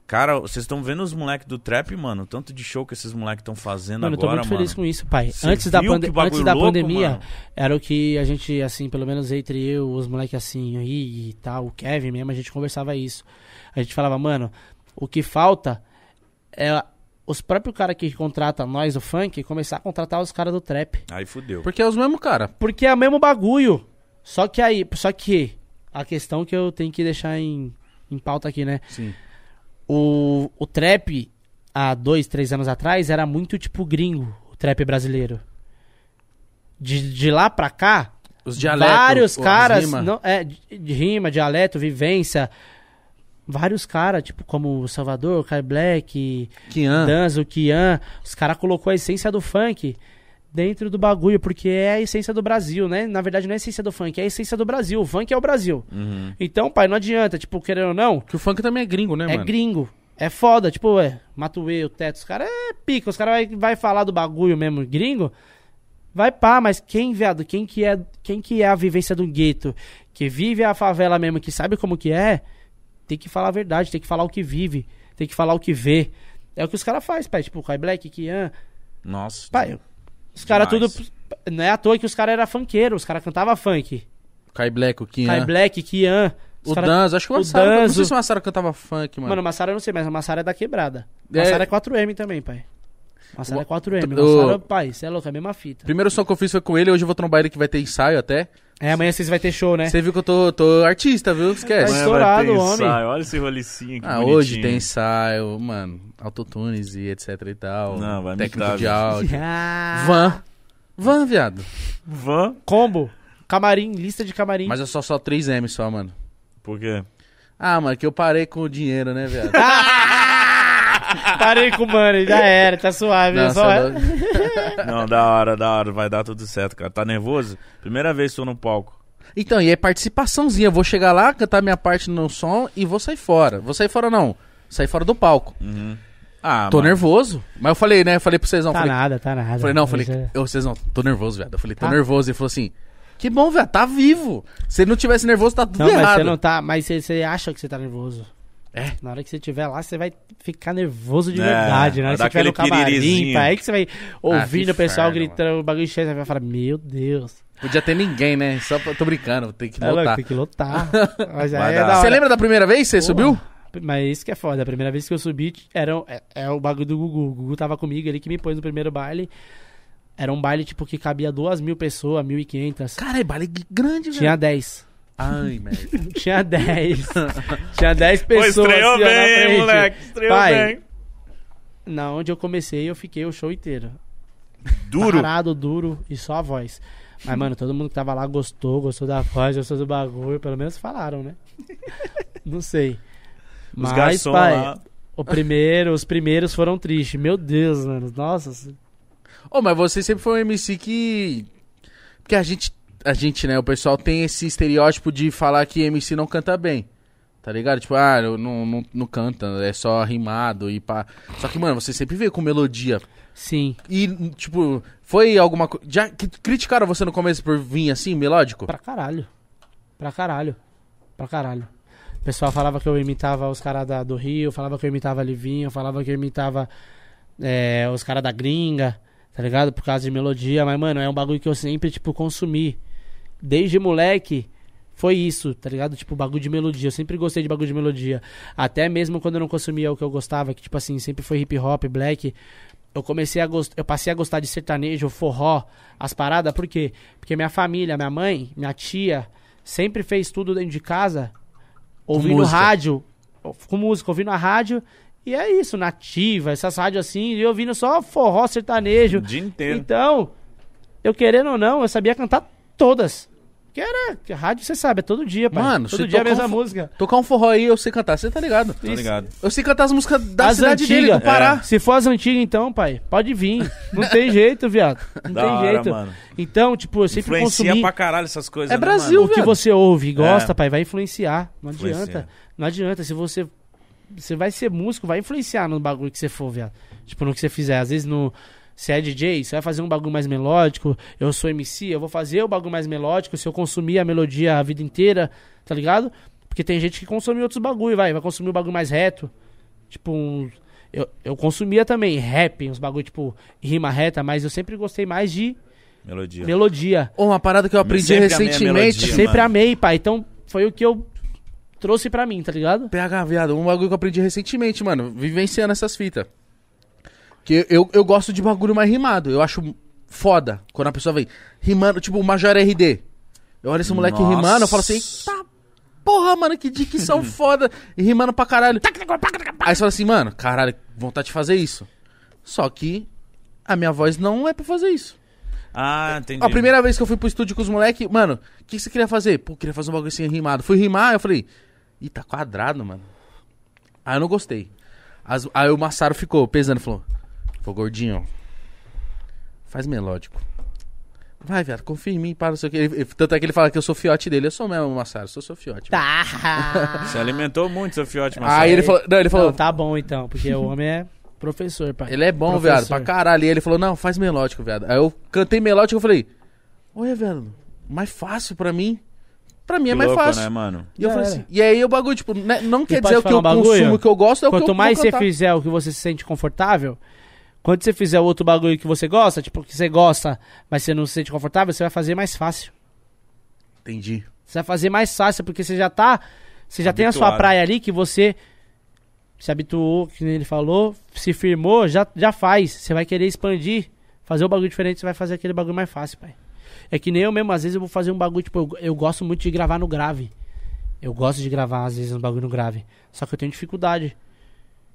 [SPEAKER 1] Cara, vocês estão vendo os moleques do trap, mano? Tanto de show que esses moleques estão fazendo
[SPEAKER 2] Mano, eu tô
[SPEAKER 1] agora,
[SPEAKER 2] muito feliz
[SPEAKER 1] mano.
[SPEAKER 2] com isso, pai.
[SPEAKER 1] Cê
[SPEAKER 2] Antes da,
[SPEAKER 1] viu
[SPEAKER 2] pande-
[SPEAKER 1] que bagulho
[SPEAKER 2] antes da
[SPEAKER 1] louco,
[SPEAKER 2] pandemia,
[SPEAKER 1] mano?
[SPEAKER 2] era o que a gente, assim, pelo menos entre eu, os moleques assim, aí e tal, o Kevin mesmo, a gente conversava isso. A gente falava, mano, o que falta é os próprios caras que contratam nós, o funk, começar a contratar os caras do trap.
[SPEAKER 1] Aí fudeu.
[SPEAKER 3] Porque é os mesmos cara.
[SPEAKER 2] Porque é o mesmo bagulho. Só que aí, só que a questão que eu tenho que deixar em, em pauta aqui, né?
[SPEAKER 3] Sim.
[SPEAKER 2] O, o trap, há dois, três anos atrás, era muito tipo gringo, o trap brasileiro. De, de lá pra cá,
[SPEAKER 3] Os dialetos.
[SPEAKER 2] vários
[SPEAKER 3] as
[SPEAKER 2] caras.
[SPEAKER 3] rimas.
[SPEAKER 2] Não, é, de, de rima, dialeto, vivência. Vários caras, tipo, como o Salvador, Kai Black,
[SPEAKER 3] Kian.
[SPEAKER 2] Danzo, Kian, os caras colocou a essência do funk dentro do bagulho, porque é a essência do Brasil, né? Na verdade, não é a essência do funk, é a essência do Brasil. O funk é o Brasil.
[SPEAKER 1] Uhum.
[SPEAKER 2] Então, pai, não adianta, tipo, querendo ou não,
[SPEAKER 3] Que o funk também é gringo, né,
[SPEAKER 2] é
[SPEAKER 3] mano?
[SPEAKER 2] gringo. É foda, tipo, é, Matuê, o Teto, os caras é pica, os caras vai, vai falar do bagulho mesmo gringo, vai pá, mas quem, viado, quem que é, quem que é a vivência do gueto, que vive a favela mesmo, que sabe como que é, tem que falar a verdade, tem que falar o que vive, tem que falar o que vê. É o que os caras fazem, pai, tipo, Kai Black, Kian,
[SPEAKER 1] Nossa.
[SPEAKER 2] pai, tá os caras tudo,
[SPEAKER 1] Demais.
[SPEAKER 2] não é à toa que os caras eram funkeiros, os caras cantavam funk,
[SPEAKER 3] Kai Black, o Kian.
[SPEAKER 2] Kai Black, Kian, os
[SPEAKER 3] O
[SPEAKER 2] cara-
[SPEAKER 3] Danzo, acho que o
[SPEAKER 2] o
[SPEAKER 3] Massaro. Não sei
[SPEAKER 2] Danzo.
[SPEAKER 3] se o Massaro cantava funk, mano.
[SPEAKER 2] Mano, Massara eu não sei, mas a Massara é da quebrada.
[SPEAKER 3] É.
[SPEAKER 2] Massara é, 4M também, pai. Massara é 4M.
[SPEAKER 3] O-
[SPEAKER 2] Massara, pai, você é louco, é a mesma fita.
[SPEAKER 3] Primeiro som que eu fiz foi com ele, hoje eu vou trombar ele que vai ter ensaio até.
[SPEAKER 2] É, amanhã vocês vai ter show, né?
[SPEAKER 3] Você viu que eu tô, tô artista, viu? Esquece.
[SPEAKER 2] Mas- estourado, homem.
[SPEAKER 1] Olha esse rolicinho aqui.
[SPEAKER 3] Ah, hoje tem ensaio, mano, autotunes e etc e tal.
[SPEAKER 1] Não, vai me
[SPEAKER 3] Técnico
[SPEAKER 1] dar,
[SPEAKER 3] de
[SPEAKER 1] viu?
[SPEAKER 3] áudio.
[SPEAKER 2] Ah,
[SPEAKER 3] Van. Van, viado.
[SPEAKER 1] Van.
[SPEAKER 2] Combo. Camarim, lista de camarim.
[SPEAKER 3] Mas eu só só 3M só, mano.
[SPEAKER 1] Por quê?
[SPEAKER 3] Ah, mano, que eu parei com o dinheiro, né, viado?
[SPEAKER 2] Ah, Parei com o Mano, já era, tá suave.
[SPEAKER 3] Não,
[SPEAKER 2] né?
[SPEAKER 3] cê
[SPEAKER 2] só...
[SPEAKER 3] é louco.
[SPEAKER 1] Não, da hora, da hora. Vai dar tudo certo, cara. Tá nervoso? Primeira vez que tô no palco.
[SPEAKER 3] Então, e é participaçãozinha. Eu vou chegar lá, cantar minha parte no som e vou sair fora. Vou sair fora, não. Sair fora do palco.
[SPEAKER 1] Ah,
[SPEAKER 3] Tô
[SPEAKER 1] mano.
[SPEAKER 3] nervoso. Mas eu falei, né? Eu falei pro Cezão.
[SPEAKER 2] Tá
[SPEAKER 3] falei,
[SPEAKER 2] nada, tá nada.
[SPEAKER 3] Eu Falei, não, eu
[SPEAKER 2] Mas
[SPEAKER 3] falei,
[SPEAKER 2] é-
[SPEAKER 3] eu, vocês não, tô nervoso, viado. Eu falei, tô
[SPEAKER 2] Tá.
[SPEAKER 3] nervoso. Ele falou assim, que bom, viado, tá vivo. Se ele não tivesse nervoso, tá tudo
[SPEAKER 2] Não, mas
[SPEAKER 3] errado.
[SPEAKER 2] você não tá. Mas você, você acha que você tá nervoso.
[SPEAKER 3] É.
[SPEAKER 2] Na hora que você tiver lá, você vai ficar nervoso de
[SPEAKER 1] É,
[SPEAKER 2] verdade. Na hora que
[SPEAKER 1] vai dar
[SPEAKER 2] você tiver no
[SPEAKER 1] aquele
[SPEAKER 2] camarim,
[SPEAKER 1] piririzinho.
[SPEAKER 2] pai, aí que você vai ouvindo o pessoal
[SPEAKER 3] Ah, inferno,
[SPEAKER 2] gritando, o bagulho cheio, você vai falar, meu Deus.
[SPEAKER 3] Podia ter ninguém, né? Só pra, tô brincando, tem que
[SPEAKER 2] É louco,
[SPEAKER 3] voltar.
[SPEAKER 2] tem que lotar. Mas aí
[SPEAKER 1] Vai
[SPEAKER 2] é
[SPEAKER 1] dar.
[SPEAKER 2] da hora.
[SPEAKER 3] Você lembra da primeira vez que você
[SPEAKER 2] Porra.
[SPEAKER 3] subiu?
[SPEAKER 2] Mas isso que é foda. A primeira vez que eu subi era, é, é o bagulho do Gugu. O Gugu tava comigo, ele que me pôs no primeiro baile. Era um baile, tipo, que cabia duas mil pessoas, mil e quinhentas.
[SPEAKER 3] Cara, é baile grande, velho.
[SPEAKER 2] Tinha dez.
[SPEAKER 3] Ai, merda.
[SPEAKER 2] Tinha dez. Tinha dez
[SPEAKER 1] Pô,
[SPEAKER 2] pessoas.
[SPEAKER 1] estreou
[SPEAKER 2] assim, ó, na
[SPEAKER 1] bem, hein,
[SPEAKER 2] frente.
[SPEAKER 1] moleque. Estreou
[SPEAKER 2] Pai,
[SPEAKER 1] bem.
[SPEAKER 2] na onde eu comecei, eu fiquei o show inteiro.
[SPEAKER 1] Duro.
[SPEAKER 2] Parado, duro e só a voz. Mas, mano, todo mundo que tava lá gostou, gostou da voz, gostou do bagulho, pelo menos falaram, né? Não sei.
[SPEAKER 1] Os
[SPEAKER 2] Mas,
[SPEAKER 1] garçons
[SPEAKER 2] pai,
[SPEAKER 1] lá.
[SPEAKER 2] o primeiro, os primeiros foram tristes. Meu Deus, mano. Nossa,
[SPEAKER 3] Ô, mas você sempre foi um MC que. Porque a gente. A gente, né? O pessoal tem esse estereótipo de falar que MC não canta bem. Tá ligado? Tipo, ah, eu não, não, não canta, é só rimado e pá. Só que, mano, você sempre veio com melodia.
[SPEAKER 2] sim.
[SPEAKER 3] E, tipo, foi alguma coisa. Já que criticaram você no começo por vir assim, melódico?
[SPEAKER 2] Pra caralho. Pra caralho. Pra caralho. O pessoal falava que eu imitava os caras da- do Rio, falava que eu imitava Livinho, falava que eu imitava é, os caras da gringa, tá ligado? Por causa de melodia. Mas, mano, é um bagulho que eu sempre, tipo, consumi. Desde moleque, foi isso, tá ligado? Tipo, bagulho de melodia. Eu sempre gostei de bagulho de melodia. Até mesmo quando eu não consumia o que eu gostava, que, tipo assim, sempre foi hip hop, black. Eu comecei a gostar, eu passei a gostar de sertanejo, forró, as paradas, por quê? Porque minha família, minha mãe, minha tia, sempre fez tudo dentro de casa, ouvindo
[SPEAKER 3] música.
[SPEAKER 2] rádio, com música, ouvindo a rádio, e é isso, nativa, essas rádios assim, e eu ouvindo só forró, sertanejo.
[SPEAKER 1] O dia inteiro.
[SPEAKER 2] Então, eu querendo ou não, eu sabia cantar todas. Que era, que rádio você sabe, é todo dia, pai.
[SPEAKER 3] Mano,
[SPEAKER 2] todo
[SPEAKER 3] você
[SPEAKER 2] dia é a
[SPEAKER 3] tocou
[SPEAKER 2] mesma
[SPEAKER 3] um fo-
[SPEAKER 2] música.
[SPEAKER 3] Tocar um forró aí, eu sei cantar, você tá ligado?
[SPEAKER 1] Tá ligado?
[SPEAKER 3] Eu sei cantar as músicas da
[SPEAKER 2] As
[SPEAKER 3] cidade dele,
[SPEAKER 2] antigas. É.
[SPEAKER 3] do Pará.
[SPEAKER 2] Se for as antigas, então, pai, pode vir. Não tem jeito, viado. Não
[SPEAKER 1] Da
[SPEAKER 2] tem
[SPEAKER 1] hora,
[SPEAKER 2] jeito.
[SPEAKER 1] mano.
[SPEAKER 2] Então, tipo, eu sempre
[SPEAKER 1] Influencia
[SPEAKER 2] consumi.
[SPEAKER 1] pra caralho essas coisas.
[SPEAKER 3] É
[SPEAKER 1] né,
[SPEAKER 3] Brasil,
[SPEAKER 1] mano?
[SPEAKER 2] o que
[SPEAKER 3] viado.
[SPEAKER 2] você ouve e gosta,
[SPEAKER 1] É.
[SPEAKER 2] pai, vai influenciar. Não
[SPEAKER 1] Influencia.
[SPEAKER 2] adianta. Não adianta. Se você. Você vai ser músico, vai influenciar no bagulho que você for, viado. Tipo, no que você fizer. Às vezes no. Se é DJ, você vai fazer um bagulho mais melódico. Eu sou MC, eu vou fazer o bagulho mais melódico. Se eu consumir a melodia a vida inteira, tá ligado? Porque tem gente que consome outros bagulho, vai. Vai consumir o bagulho mais reto. Tipo, um- eu, eu consumia também rap, uns bagulho tipo rima reta, mas eu sempre gostei mais de
[SPEAKER 1] Melodia.
[SPEAKER 2] melodia.
[SPEAKER 3] Ô, Uma parada que eu aprendi
[SPEAKER 1] sempre amei a
[SPEAKER 3] recentemente.
[SPEAKER 1] melodia.
[SPEAKER 2] Sempre
[SPEAKER 1] mano.
[SPEAKER 2] amei, pai. Então foi o que eu trouxe pra mim, tá ligado?
[SPEAKER 3] PH, viado, um bagulho que eu aprendi recentemente, mano, vivenciando essas fitas. Que eu, eu gosto de bagulho mais rimado. Eu acho foda quando a pessoa vem rimando, tipo o Major RD. Eu olho esse moleque
[SPEAKER 1] Nossa.
[SPEAKER 3] rimando, eu falo assim, tá porra, mano, que dicção foda. E rimando pra caralho. Aí você fala assim, mano, caralho, vontade de fazer isso. Só que a minha voz não é pra fazer isso.
[SPEAKER 1] Ah, entendi.
[SPEAKER 3] A primeira vez que eu fui pro estúdio com os moleques, mano, o que, que você queria fazer? Pô, queria fazer um bagulho assim rimado. Fui rimar, eu falei, ih, tá quadrado, mano. Aí eu não gostei. As- aí o Massaro ficou pesando, falou, falou, gordinho, faz melódico. Vai, viado, confia em mim, para, não sei o que. tanto é que ele fala que eu sou fiote dele. Eu sou mesmo, Massaro, eu sou seu fiote. mano.
[SPEAKER 2] Tá.
[SPEAKER 1] Você alimentou muito seu fiote, Marcelo.
[SPEAKER 3] Aí Ah, ele falou, não, ele falou,
[SPEAKER 2] Não, tá bom então, porque o homem é professor, pai.
[SPEAKER 3] Ele é bom,
[SPEAKER 2] Professor.
[SPEAKER 3] viado, pra caralho. E ele falou, não, faz melódico, viado. Aí eu cantei melódico eu falei, olha, viado, mais fácil pra mim. Pra mim é
[SPEAKER 1] Que
[SPEAKER 3] mais
[SPEAKER 1] louco,
[SPEAKER 3] fácil.
[SPEAKER 1] né, mano?
[SPEAKER 3] E eu
[SPEAKER 2] Já
[SPEAKER 3] falei
[SPEAKER 2] era.
[SPEAKER 3] assim, e aí o bagulho, tipo, né, não quer
[SPEAKER 2] pode
[SPEAKER 3] dizer o que
[SPEAKER 2] falar
[SPEAKER 3] eu
[SPEAKER 2] um bagulho?
[SPEAKER 3] consumo, o que eu gosto, é o que
[SPEAKER 2] Quanto
[SPEAKER 3] eu
[SPEAKER 2] mais
[SPEAKER 3] vou
[SPEAKER 2] você
[SPEAKER 3] cantar.
[SPEAKER 2] fizer o que você se sente confortável, quando você fizer outro bagulho que você gosta, tipo, que você gosta, mas você não se sente confortável, você vai fazer mais fácil.
[SPEAKER 3] Entendi.
[SPEAKER 2] Você vai fazer mais fácil, porque você já tá. Você já tem a sua
[SPEAKER 1] Habituado.
[SPEAKER 2] praia ali que você se habituou, que nem ele falou, se firmou, já, já faz. Você vai querer expandir, fazer um bagulho diferente, você vai fazer aquele bagulho mais fácil, pai. É que nem eu mesmo, às vezes eu vou fazer um bagulho, tipo, eu, eu gosto muito de gravar no grave. Eu gosto de gravar, às vezes, um bagulho no grave. Só que eu tenho dificuldade.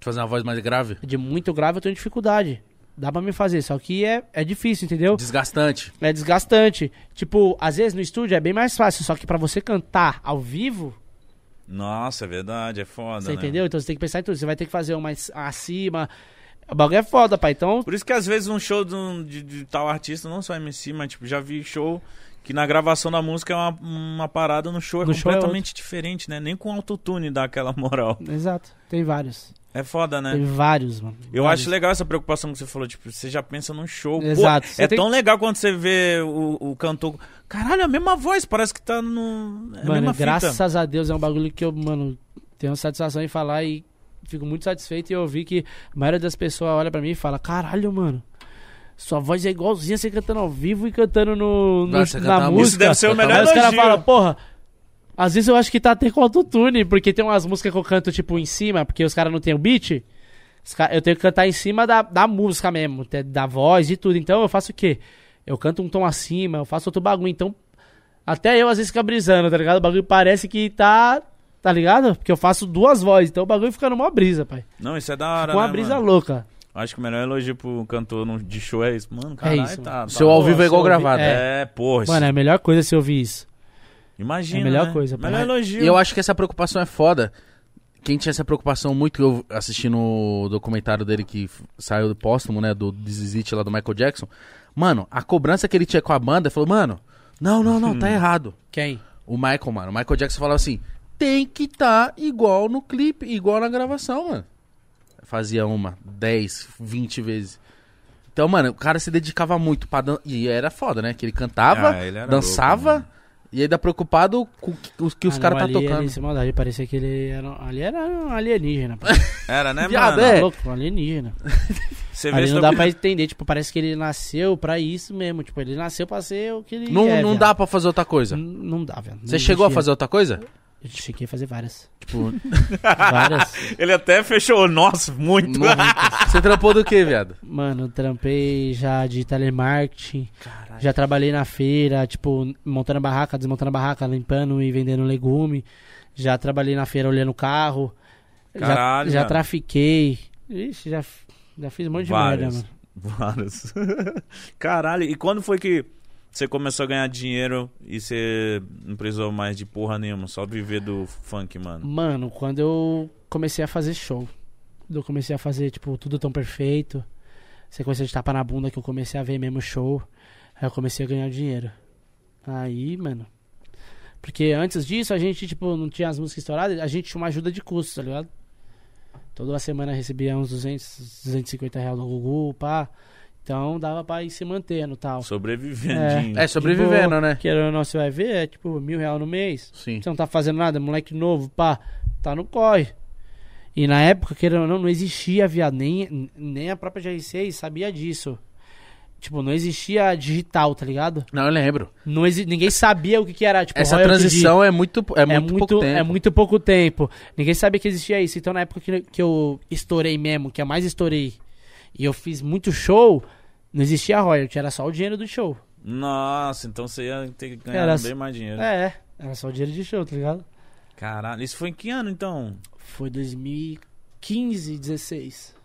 [SPEAKER 3] Fazer uma voz mais grave?
[SPEAKER 2] De muito grave eu tenho dificuldade. Dá pra me fazer, só que é, é difícil, entendeu?
[SPEAKER 3] Desgastante.
[SPEAKER 2] É desgastante. Tipo, às vezes no estúdio é bem mais fácil, só que pra você cantar ao vivo,
[SPEAKER 1] Nossa, é verdade, é foda,
[SPEAKER 2] Você
[SPEAKER 1] né?
[SPEAKER 2] entendeu? Então você tem que pensar em tudo. Você vai ter que fazer uma ac- acima. O bagulho é foda, pai. Então,
[SPEAKER 1] Por isso que às vezes um show de, um- de- de tal artista, não só MC, mas tipo, já vi show que na gravação da música é uma, uma parada, no show é
[SPEAKER 2] No show é
[SPEAKER 1] completamente diferente, né? Nem com autotune dá aquela moral.
[SPEAKER 2] exato. Tem vários.
[SPEAKER 1] É foda, né?
[SPEAKER 2] Tem vários, mano.
[SPEAKER 1] Eu
[SPEAKER 2] Vários.
[SPEAKER 1] acho legal essa preocupação que você falou, tipo, você já pensa num show. Pô,
[SPEAKER 2] Exato. Você
[SPEAKER 1] é
[SPEAKER 2] tem-
[SPEAKER 1] tão legal quando você vê o, o cantor. Caralho, a mesma voz, parece que tá no. É a mesma
[SPEAKER 2] Mano,
[SPEAKER 1] fita.
[SPEAKER 2] graças a Deus é um bagulho que eu, mano, tenho satisfação em falar e fico muito satisfeito em ouvir que a maioria das pessoas olha pra mim e fala: caralho, mano. Sua voz é igualzinha você cantando ao vivo e cantando no, no-
[SPEAKER 3] Nossa,
[SPEAKER 2] na
[SPEAKER 3] cantar uma
[SPEAKER 1] Isso
[SPEAKER 2] música.
[SPEAKER 1] deve ser o melhor
[SPEAKER 2] Aí os caras
[SPEAKER 1] é elogio.
[SPEAKER 2] falam, porra, às vezes eu acho que tá até com autotune, porque tem umas músicas que eu canto, tipo, em cima, porque os caras não tem o beat. Os ca- Eu tenho que cantar em cima da, da música mesmo, até da voz e tudo. Então eu faço o quê? Eu canto um tom acima, eu faço outro bagulho. Então, até eu às vezes fica brisando, tá ligado? O bagulho parece que tá. Tá ligado? Porque eu faço duas vozes, então o bagulho fica numa brisa, pai.
[SPEAKER 1] Não, isso é da hora.
[SPEAKER 2] com uma
[SPEAKER 1] né,
[SPEAKER 2] brisa
[SPEAKER 1] mano?
[SPEAKER 2] louca.
[SPEAKER 1] Acho que o melhor elogio pro cantor no- de show é isso. Mano, caralho,
[SPEAKER 2] isso,
[SPEAKER 1] tá,
[SPEAKER 2] mano.
[SPEAKER 1] tá
[SPEAKER 3] Seu ao
[SPEAKER 1] boa.
[SPEAKER 3] vivo é igual
[SPEAKER 2] seu-
[SPEAKER 3] gravado.
[SPEAKER 2] é.
[SPEAKER 1] É, porra.
[SPEAKER 2] Mano, é a melhor coisa se ouvir isso.
[SPEAKER 1] Imagina.
[SPEAKER 2] é a melhor
[SPEAKER 1] né?
[SPEAKER 2] coisa,
[SPEAKER 1] Melhor
[SPEAKER 2] pai.
[SPEAKER 1] elogio.
[SPEAKER 3] E eu acho que essa preocupação é foda. Quem tinha essa preocupação muito, eu assisti no documentário dele que f- saiu do póstumo, né? Do Desisite lá do Michael Jackson. Mano, a cobrança que ele tinha com a banda, falou, mano, não, não,
[SPEAKER 2] Hum.
[SPEAKER 3] não, tá errado.
[SPEAKER 2] Quem?
[SPEAKER 3] O Michael, mano, o Michael Jackson falava assim, tem que tá igual no clipe, igual na gravação, mano. Fazia uma, 10, 20 vezes. Então, mano, o cara se dedicava muito pra dan... E era foda, né? Que ele cantava,
[SPEAKER 1] Ah, ele era
[SPEAKER 3] dançava
[SPEAKER 1] louco,
[SPEAKER 3] e ainda preocupado com o que- o que os
[SPEAKER 2] Ah,
[SPEAKER 3] caras
[SPEAKER 2] não,
[SPEAKER 3] tá
[SPEAKER 2] ali,
[SPEAKER 3] tocando.
[SPEAKER 2] Ali, sem maldade, parecia que ele era. Ali era um alienígena. pô.
[SPEAKER 1] Era, né,
[SPEAKER 3] Viado,
[SPEAKER 1] mano?
[SPEAKER 3] É.
[SPEAKER 2] Louco, um alienígena.
[SPEAKER 1] Você vê
[SPEAKER 2] Ali
[SPEAKER 1] se
[SPEAKER 2] não
[SPEAKER 1] tá-
[SPEAKER 2] dá pra entender, tipo, parece que ele nasceu pra isso mesmo. Tipo, ele nasceu pra ser o que ele.
[SPEAKER 3] Não,
[SPEAKER 2] é,
[SPEAKER 3] não
[SPEAKER 2] viado.
[SPEAKER 3] dá pra fazer outra coisa.
[SPEAKER 2] N- Não dá, velho.
[SPEAKER 3] Você chegou a fazer outra coisa?
[SPEAKER 2] Eu cheguei a fazer várias.
[SPEAKER 3] Tipo,
[SPEAKER 2] Várias.
[SPEAKER 1] Ele até fechou. Nossa, muito.
[SPEAKER 3] não- você trampou do quê, viado?
[SPEAKER 2] Mano, trampei já de telemarketing. Já trabalhei na feira, tipo, montando barraca, desmontando barraca, limpando e vendendo legume. Já trabalhei na feira olhando carro. Já-
[SPEAKER 1] Caralho,
[SPEAKER 2] já,
[SPEAKER 1] mano.
[SPEAKER 2] trafiquei. Ixi, já, f- já fiz um monte de merda,
[SPEAKER 1] Várias.
[SPEAKER 2] mano.
[SPEAKER 1] Vários. Caralho, e quando foi que você começou a ganhar dinheiro e você não precisou mais de porra nenhuma, só viver do funk, mano?
[SPEAKER 2] Mano, quando eu comecei a fazer show, quando eu comecei a fazer, tipo, tudo tão perfeito, sequência de tapa na bunda que eu comecei a ver mesmo show, aí eu comecei a ganhar dinheiro. Aí, mano. Porque antes disso a gente, tipo, não tinha as músicas estouradas, a gente tinha uma ajuda de custo, tá ligado? Toda semana eu recebia uns 200, 250 reais do Gugu, pá. Então dava pra ir se mantendo e tal.
[SPEAKER 1] Sobrevivendinho.
[SPEAKER 3] É, sobrevivendo,
[SPEAKER 2] Tipo,
[SPEAKER 3] né?
[SPEAKER 2] Querendo ou não, você vai ver, é tipo mil reais no mês.
[SPEAKER 3] Sim.
[SPEAKER 2] Você não tá fazendo nada, moleque novo, pá, tá no corre. E na época, querendo ou não, não existia, viado, nem, nem a própria GR6 sabia disso. Tipo, não existia digital, tá ligado?
[SPEAKER 3] Não, eu lembro.
[SPEAKER 2] Não exi... Ninguém sabia o que, que era, tipo,
[SPEAKER 3] Essa
[SPEAKER 2] royalty
[SPEAKER 3] transição é muito, é
[SPEAKER 2] de-
[SPEAKER 3] muito, pouco tempo.
[SPEAKER 2] é muito pouco tempo. Ninguém sabia que existia isso. Então, na época que, que eu estourei mesmo, que eu mais estourei, e eu fiz muito show, não existia royalty, era só o dinheiro do show.
[SPEAKER 1] Nossa, então você ia ter que ganhar
[SPEAKER 2] Era-
[SPEAKER 1] bem mais dinheiro.
[SPEAKER 2] É, era só o dinheiro de show, tá ligado?
[SPEAKER 1] Caralho, isso foi em que ano então?
[SPEAKER 2] Foi 2015, 16.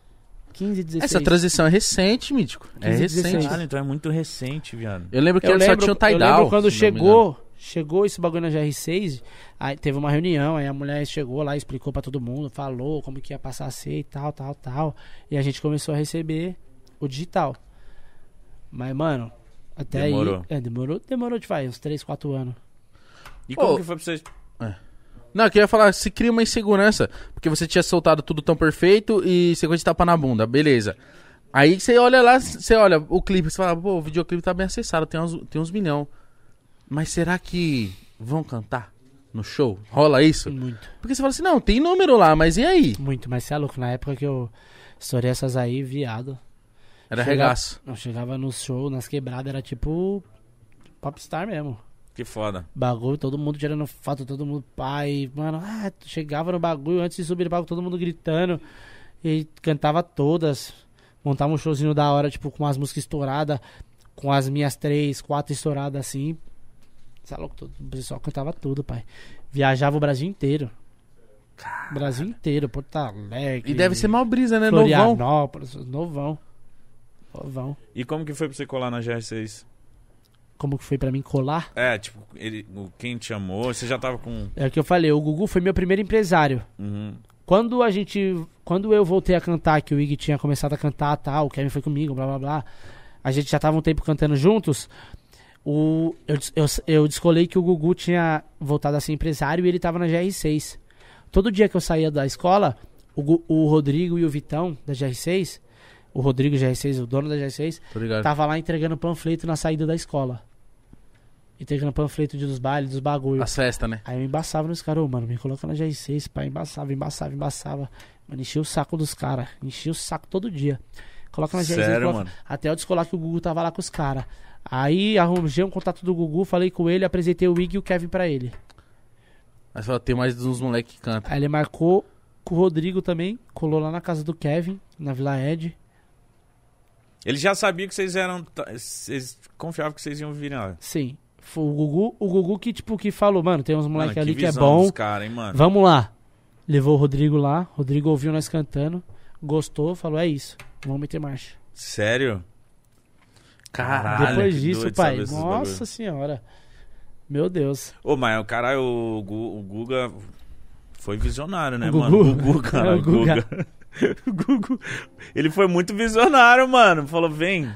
[SPEAKER 2] 15, 16.
[SPEAKER 3] Essa transição é recente, mítico.
[SPEAKER 2] 15,
[SPEAKER 3] É recente.
[SPEAKER 2] 16.
[SPEAKER 1] Caralho, então é muito recente, viado.
[SPEAKER 3] Eu lembro que ele só tinha o
[SPEAKER 2] eu
[SPEAKER 3] Tidal.
[SPEAKER 2] lembro quando
[SPEAKER 3] se não me engano.
[SPEAKER 2] chegou, chegou esse bagulho na GR6, aí teve uma reunião, aí a mulher chegou lá, explicou pra todo mundo, falou como que ia passar a ser e tal, tal, tal. E a gente começou a receber o digital. Mas, mano, até
[SPEAKER 1] Demorou.
[SPEAKER 2] aí... É, demorou, demorou, tipo, aí, uns 3, 4 anos.
[SPEAKER 1] E como
[SPEAKER 3] Ô.
[SPEAKER 1] que foi pra vocês?
[SPEAKER 3] Não, eu queria falar, se cria uma insegurança, porque você tinha soltado tudo tão perfeito e sequência de tapa na bunda, beleza. Aí você olha lá, você olha o clipe, você fala, pô, o videoclipe tá bem acessado, tem uns, tem uns milhão. Mas será que vão cantar no show? Rola isso?
[SPEAKER 2] Muito,
[SPEAKER 3] Porque você fala assim, não, tem número lá, mas e aí?
[SPEAKER 2] muito. Mas você é louco, na época que eu estourei essas aí, viado...
[SPEAKER 3] Era
[SPEAKER 2] Chega-
[SPEAKER 3] regaço.
[SPEAKER 2] Não, chegava no show, nas quebradas, era tipo popstar mesmo.
[SPEAKER 1] Que foda.
[SPEAKER 2] Bagulho, todo mundo tirando foto, todo mundo pai, mano, ah, tu chegava no bagulho, antes de subir no palco, todo mundo gritando. E cantava todas. Montava um showzinho da hora, tipo, com as músicas estouradas, com as minhas três, quatro estouradas assim. Você é louco, todo- o pessoal cantava tudo, pai. Viajava o Brasil inteiro. Brasil inteiro, Porto Alegre.
[SPEAKER 3] E deve ser mal brisa, né? Novão.
[SPEAKER 2] Florianópolis, novão. Novão.
[SPEAKER 1] E como que foi pra você colar na GR6?
[SPEAKER 2] como que foi pra mim colar,
[SPEAKER 1] É, tipo, ele, o- quem te chamou? Você já tava com. um,
[SPEAKER 2] é o que eu falei, o Gugu foi meu primeiro empresário.
[SPEAKER 1] Uhum.
[SPEAKER 2] Quando a gente. Quando eu voltei a cantar, que o Ig tinha começado a cantar tal, o Kevin foi comigo, blá blá blá. A gente já tava um tempo cantando juntos. O, eu, des- eu, eu descolei que o Gugu tinha voltado a ser empresário e ele tava na GR6. Todo dia que eu saía da escola, o, Gu- o Rodrigo e o Vitão da GR6, o Rodrigo GR6, o dono da GR6,
[SPEAKER 3] Tô ligado.
[SPEAKER 2] tava lá entregando panfleto na saída da escola. Entregando panfleto de- dos bailes, dos bagulhos.
[SPEAKER 3] As festas, né?
[SPEAKER 2] Aí eu embaçava nos caras, ô, mano, me coloca na GR6, pá, embaçava, embaçava, embaçava. Mano, enchia o saco dos caras, enchia o saco todo dia. Coloca na GR6,
[SPEAKER 1] Sério,
[SPEAKER 2] coloca-
[SPEAKER 1] mano.
[SPEAKER 2] até eu descolar que o Gugu tava lá com os caras. Aí arranjei um contato do Gugu, falei com ele, apresentei o Ig e o Kevin pra ele.
[SPEAKER 3] Aí você fala, tem mais uns moleques que cantam.
[SPEAKER 2] Aí ele marcou com o Rodrigo também, colou lá na casa do Kevin, na Vila Ed.
[SPEAKER 1] Ele já sabia que vocês eram. ta- Vocês confiavam que vocês iam virar.
[SPEAKER 2] Sim, foi o Gugu, o Gugu que tipo que falou, mano, tem uns moleque
[SPEAKER 1] Mano,
[SPEAKER 2] ali que é
[SPEAKER 1] visão
[SPEAKER 2] bom.
[SPEAKER 1] dos Cara, hein, mano?
[SPEAKER 2] Vamos lá. Levou o Rodrigo lá. Rodrigo ouviu nós cantando. gostou, falou, é isso, vamos meter marcha.
[SPEAKER 1] Sério? Caralho,
[SPEAKER 2] Depois
[SPEAKER 1] que
[SPEAKER 2] disso,
[SPEAKER 1] doido
[SPEAKER 2] pai,
[SPEAKER 1] saber esses
[SPEAKER 2] nossa
[SPEAKER 1] bagulho.
[SPEAKER 2] senhora. Meu Deus.
[SPEAKER 1] Ô, mas o cara, o, Gu- o Guga foi visionário, né,
[SPEAKER 2] O
[SPEAKER 1] mano? O
[SPEAKER 2] Gugu.
[SPEAKER 1] Gugu, cara.
[SPEAKER 2] É,
[SPEAKER 1] o
[SPEAKER 2] o
[SPEAKER 1] Guga. o Gugu. Ele foi muito visionário, mano. Falou, vem.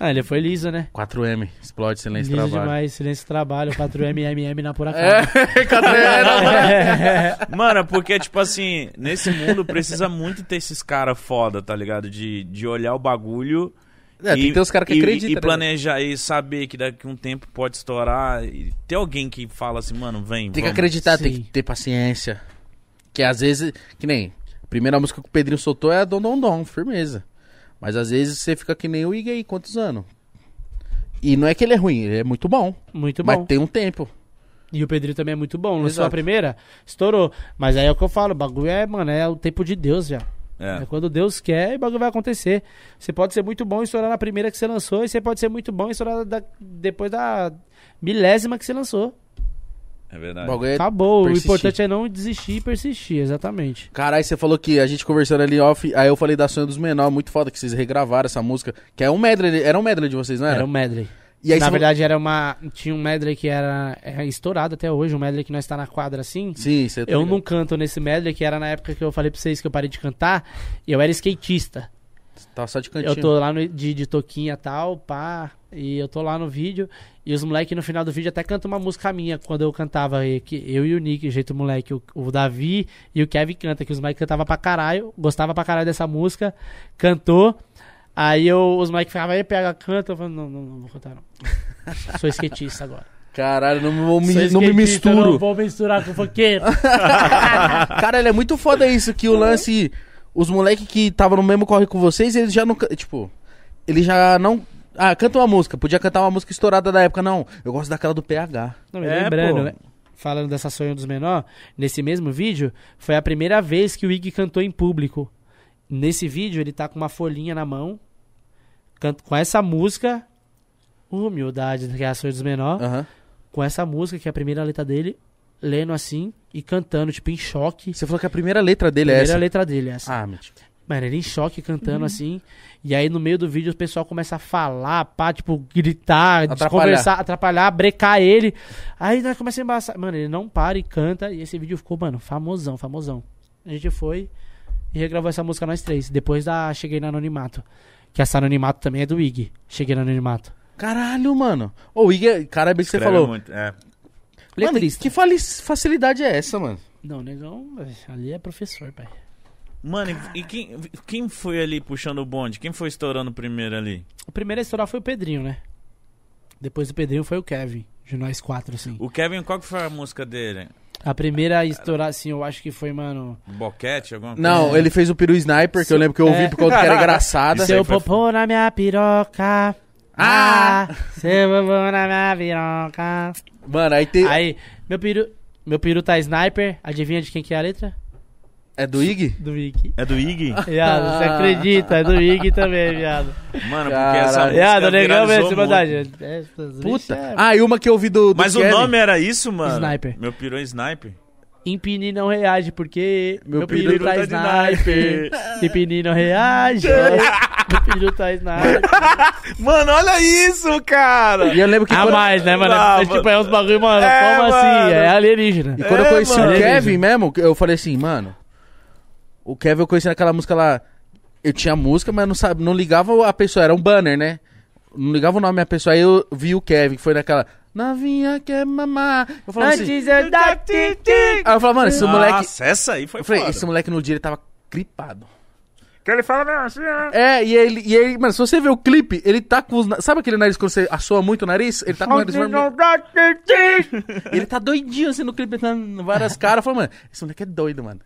[SPEAKER 2] Ah, ele foi liso, né?
[SPEAKER 3] 4M, explode, silêncio,
[SPEAKER 2] Liso
[SPEAKER 3] trabalho.
[SPEAKER 2] demais, silêncio trabalho, 4M, MM na por
[SPEAKER 3] É,
[SPEAKER 2] acaso.
[SPEAKER 3] 4M.
[SPEAKER 1] Mano, é porque, tipo assim, nesse mundo precisa muito ter esses caras foda, tá ligado? De, de olhar o bagulho.
[SPEAKER 3] É, tem que ter os caras que
[SPEAKER 1] e-
[SPEAKER 3] acreditam.
[SPEAKER 1] E
[SPEAKER 3] né?
[SPEAKER 1] planejar e saber que daqui a um tempo pode estourar. E ter alguém que fala assim, mano, vem.
[SPEAKER 3] Tem que
[SPEAKER 1] vamos.
[SPEAKER 3] acreditar, tem
[SPEAKER 2] Sim.
[SPEAKER 3] que ter paciência. Que às vezes, que nem, a primeira música que o Pedrinho soltou é a Dom Dom Dom, firmeza. Mas às vezes você fica que nem o Iggy aí, quantos anos? E não é que ele é ruim, ele é muito bom.
[SPEAKER 2] Muito bom.
[SPEAKER 3] mas tem um tempo.
[SPEAKER 2] E o Pedrinho também é muito bom. Lançou
[SPEAKER 3] Exato.
[SPEAKER 2] a primeira, estourou. Mas aí é o que eu falo, o bagulho é, mano, é o tempo de Deus, velho. É.
[SPEAKER 3] né?
[SPEAKER 1] É.
[SPEAKER 2] quando Deus quer, o bagulho vai acontecer. Você pode ser muito bom e estourar na primeira que você lançou, e você pode ser muito bom e estourar da- depois da milésima que você lançou.
[SPEAKER 1] É
[SPEAKER 3] O
[SPEAKER 1] verdade.
[SPEAKER 3] bagulho é...
[SPEAKER 2] Acabou.
[SPEAKER 3] persistir.
[SPEAKER 2] O importante é não desistir e persistir, exatamente.
[SPEAKER 3] Caralho, você falou que a gente conversando ali off, aí eu falei da Sonha dos Menor, muito foda que vocês regravaram essa música, que é um medley, era um medley de vocês, não era?
[SPEAKER 2] Era um medley.
[SPEAKER 3] E aí
[SPEAKER 2] na
[SPEAKER 3] você falou-
[SPEAKER 2] verdade, era uma. Tinha um medley que era é estourado até hoje, um medley que nós tá na quadra assim.
[SPEAKER 3] Sim, você tá
[SPEAKER 2] Eu
[SPEAKER 3] ligado.
[SPEAKER 2] não canto nesse medley, que era na época que eu falei pra vocês que eu parei de cantar. e Eu era skatista.
[SPEAKER 3] Tava só de cantinho.
[SPEAKER 2] Eu tô lá no, de, de toquinha e tal, pá. E eu tô lá no vídeo. E os moleques no final do vídeo até cantam uma música minha quando eu cantava. e que Eu e o Nick, jeito moleque, o, o Davi e o Kevin canta, que os moleques cantavam pra caralho, gostava pra caralho dessa música, cantou. Aí eu, os moleques ficavam aí, pega, canta. Eu falei, não, não, não vou cantar, não. Sou skatista agora.
[SPEAKER 3] Caralho, não, vou me-
[SPEAKER 2] Sou
[SPEAKER 3] não me
[SPEAKER 2] skatista,
[SPEAKER 3] misturo.
[SPEAKER 2] Não vou misturar com funkeiro.
[SPEAKER 3] Caralho, é muito foda isso, que o lance. Os moleque que estavam no mesmo corre com vocês, eles já não. ca- Tipo, eles já não. Ah, canta uma música. Podia cantar uma música estourada da época, não. Eu gosto daquela do PH.
[SPEAKER 2] Não, mas
[SPEAKER 1] É, pô.
[SPEAKER 2] lembrando, né, falando dessa sonho dos menor, nesse mesmo vídeo, foi a primeira vez que o Ig cantou em público. Nesse vídeo, ele tá com uma folhinha na mão, canto, com essa música, Humildade, que é a sonho dos menor,
[SPEAKER 3] Aham.
[SPEAKER 2] com essa música, que é a primeira letra dele, lendo assim e cantando, tipo, em choque.
[SPEAKER 3] Você falou que a primeira letra dele
[SPEAKER 2] primeira
[SPEAKER 3] é essa.
[SPEAKER 2] letra dele, é essa.
[SPEAKER 3] Ah, mentira.
[SPEAKER 2] Mano, ele em choque cantando assim. E aí no meio do vídeo o pessoal começa a falar, pá, tipo, gritar,
[SPEAKER 3] Atrapalhar.
[SPEAKER 2] conversar, atrapalhar, brecar ele. Aí nós começa a embaçar. Mano, ele não para e canta. E esse vídeo ficou, mano, famosão, famosão. A gente foi e regravou essa música nós três. Depois da Cheguei no Anonimato. Que essa Anonimato também é do Ig. Cheguei no Anonimato.
[SPEAKER 3] Caralho, mano. Ô, o Iggy, cara, é bem que você
[SPEAKER 1] Escreve
[SPEAKER 3] falou.
[SPEAKER 1] muito, é.
[SPEAKER 3] Mano,
[SPEAKER 2] Letrista.
[SPEAKER 3] que fali- facilidade é essa, mano?
[SPEAKER 2] Não, negão, ali é professor, pai.
[SPEAKER 1] Mano, e, e quem, quem foi ali puxando o bonde? Quem foi estourando primeiro ali?
[SPEAKER 2] O primeiro a estourar foi o Pedrinho, né? Depois do Pedrinho foi o Kevin. De nós quatro, assim.
[SPEAKER 1] O Kevin, qual que foi a música dele?
[SPEAKER 2] A primeira a estourar, assim, eu acho que foi, mano.
[SPEAKER 1] Boquete, alguma coisa?
[SPEAKER 3] Não, ele fez o peru sniper, que eu lembro que eu ouvi
[SPEAKER 2] É.
[SPEAKER 3] porque eu era engraçada.
[SPEAKER 1] Isso aí
[SPEAKER 2] Seu
[SPEAKER 1] foi-
[SPEAKER 2] popô na minha piroca.
[SPEAKER 3] Ah!
[SPEAKER 2] Seu popô na minha piroca.
[SPEAKER 3] Mano, aí tem.
[SPEAKER 2] Aí, meu peru, meu peru tá sniper. Adivinha de quem que é a letra?
[SPEAKER 3] É do Iggy?
[SPEAKER 2] Do Vicky.
[SPEAKER 1] É do Ig?
[SPEAKER 2] Viado,
[SPEAKER 1] Ah.
[SPEAKER 2] você acredita? É do Vicky também, viado.
[SPEAKER 1] Mano, porque
[SPEAKER 3] Caralho.
[SPEAKER 1] essa música
[SPEAKER 2] Viado, negão
[SPEAKER 1] tá viralizou
[SPEAKER 2] mesmo,
[SPEAKER 1] muito.
[SPEAKER 2] verdade. É, essas
[SPEAKER 3] Puta.
[SPEAKER 2] bichas é-
[SPEAKER 3] Ah, e uma que eu ouvi do. do
[SPEAKER 1] Mas o
[SPEAKER 3] Kevin.
[SPEAKER 1] nome era isso, mano?
[SPEAKER 2] Sniper.
[SPEAKER 1] Meu peru é Sniper.
[SPEAKER 2] Impini não reage, porque
[SPEAKER 3] Meu
[SPEAKER 2] meu, peru,
[SPEAKER 3] peru
[SPEAKER 1] tá
[SPEAKER 2] tá,
[SPEAKER 1] de
[SPEAKER 2] sniper. Impini não reage, meu peru tá sniper.
[SPEAKER 1] Mano, olha isso, cara!
[SPEAKER 3] E eu lembro que.
[SPEAKER 2] A
[SPEAKER 3] quando-
[SPEAKER 2] mais, né, mano?
[SPEAKER 1] Ah,
[SPEAKER 2] É tipo, é uns bagulho, mano,
[SPEAKER 1] É,
[SPEAKER 2] como
[SPEAKER 1] mano.
[SPEAKER 2] assim? É alienígena.
[SPEAKER 3] E quando eu
[SPEAKER 1] É,
[SPEAKER 3] conheci
[SPEAKER 1] mano.
[SPEAKER 3] o
[SPEAKER 2] Ele é
[SPEAKER 3] Kevin mesmo, eu falei assim, mano. O Kevin eu conheci naquela música lá. Eu tinha música, mas não sabe, não ligava a pessoa, era um banner, né? Não ligava o nome da pessoa. Aí eu vi o Kevin, que foi naquela. Novinha quer mamar. Eu falava assim.
[SPEAKER 2] Antes eu da tic-tic.
[SPEAKER 3] Aí eu falava, mano, esse moleque.
[SPEAKER 1] Nossa, essa aí foi
[SPEAKER 3] Eu falei,
[SPEAKER 1] foda.
[SPEAKER 3] esse moleque no dia ele tava gripado.
[SPEAKER 1] Que ele fala mesmo assim, né?
[SPEAKER 3] É, e ele, e ele, mano, se você ver o clipe, ele tá com os. na- Sabe aquele nariz quando você assoa muito o nariz? Ele tá com o nariz vermelho. Ele tá doidinho assim no clipe, tentando várias caras. Eu falei, mano, esse moleque é doido, mano.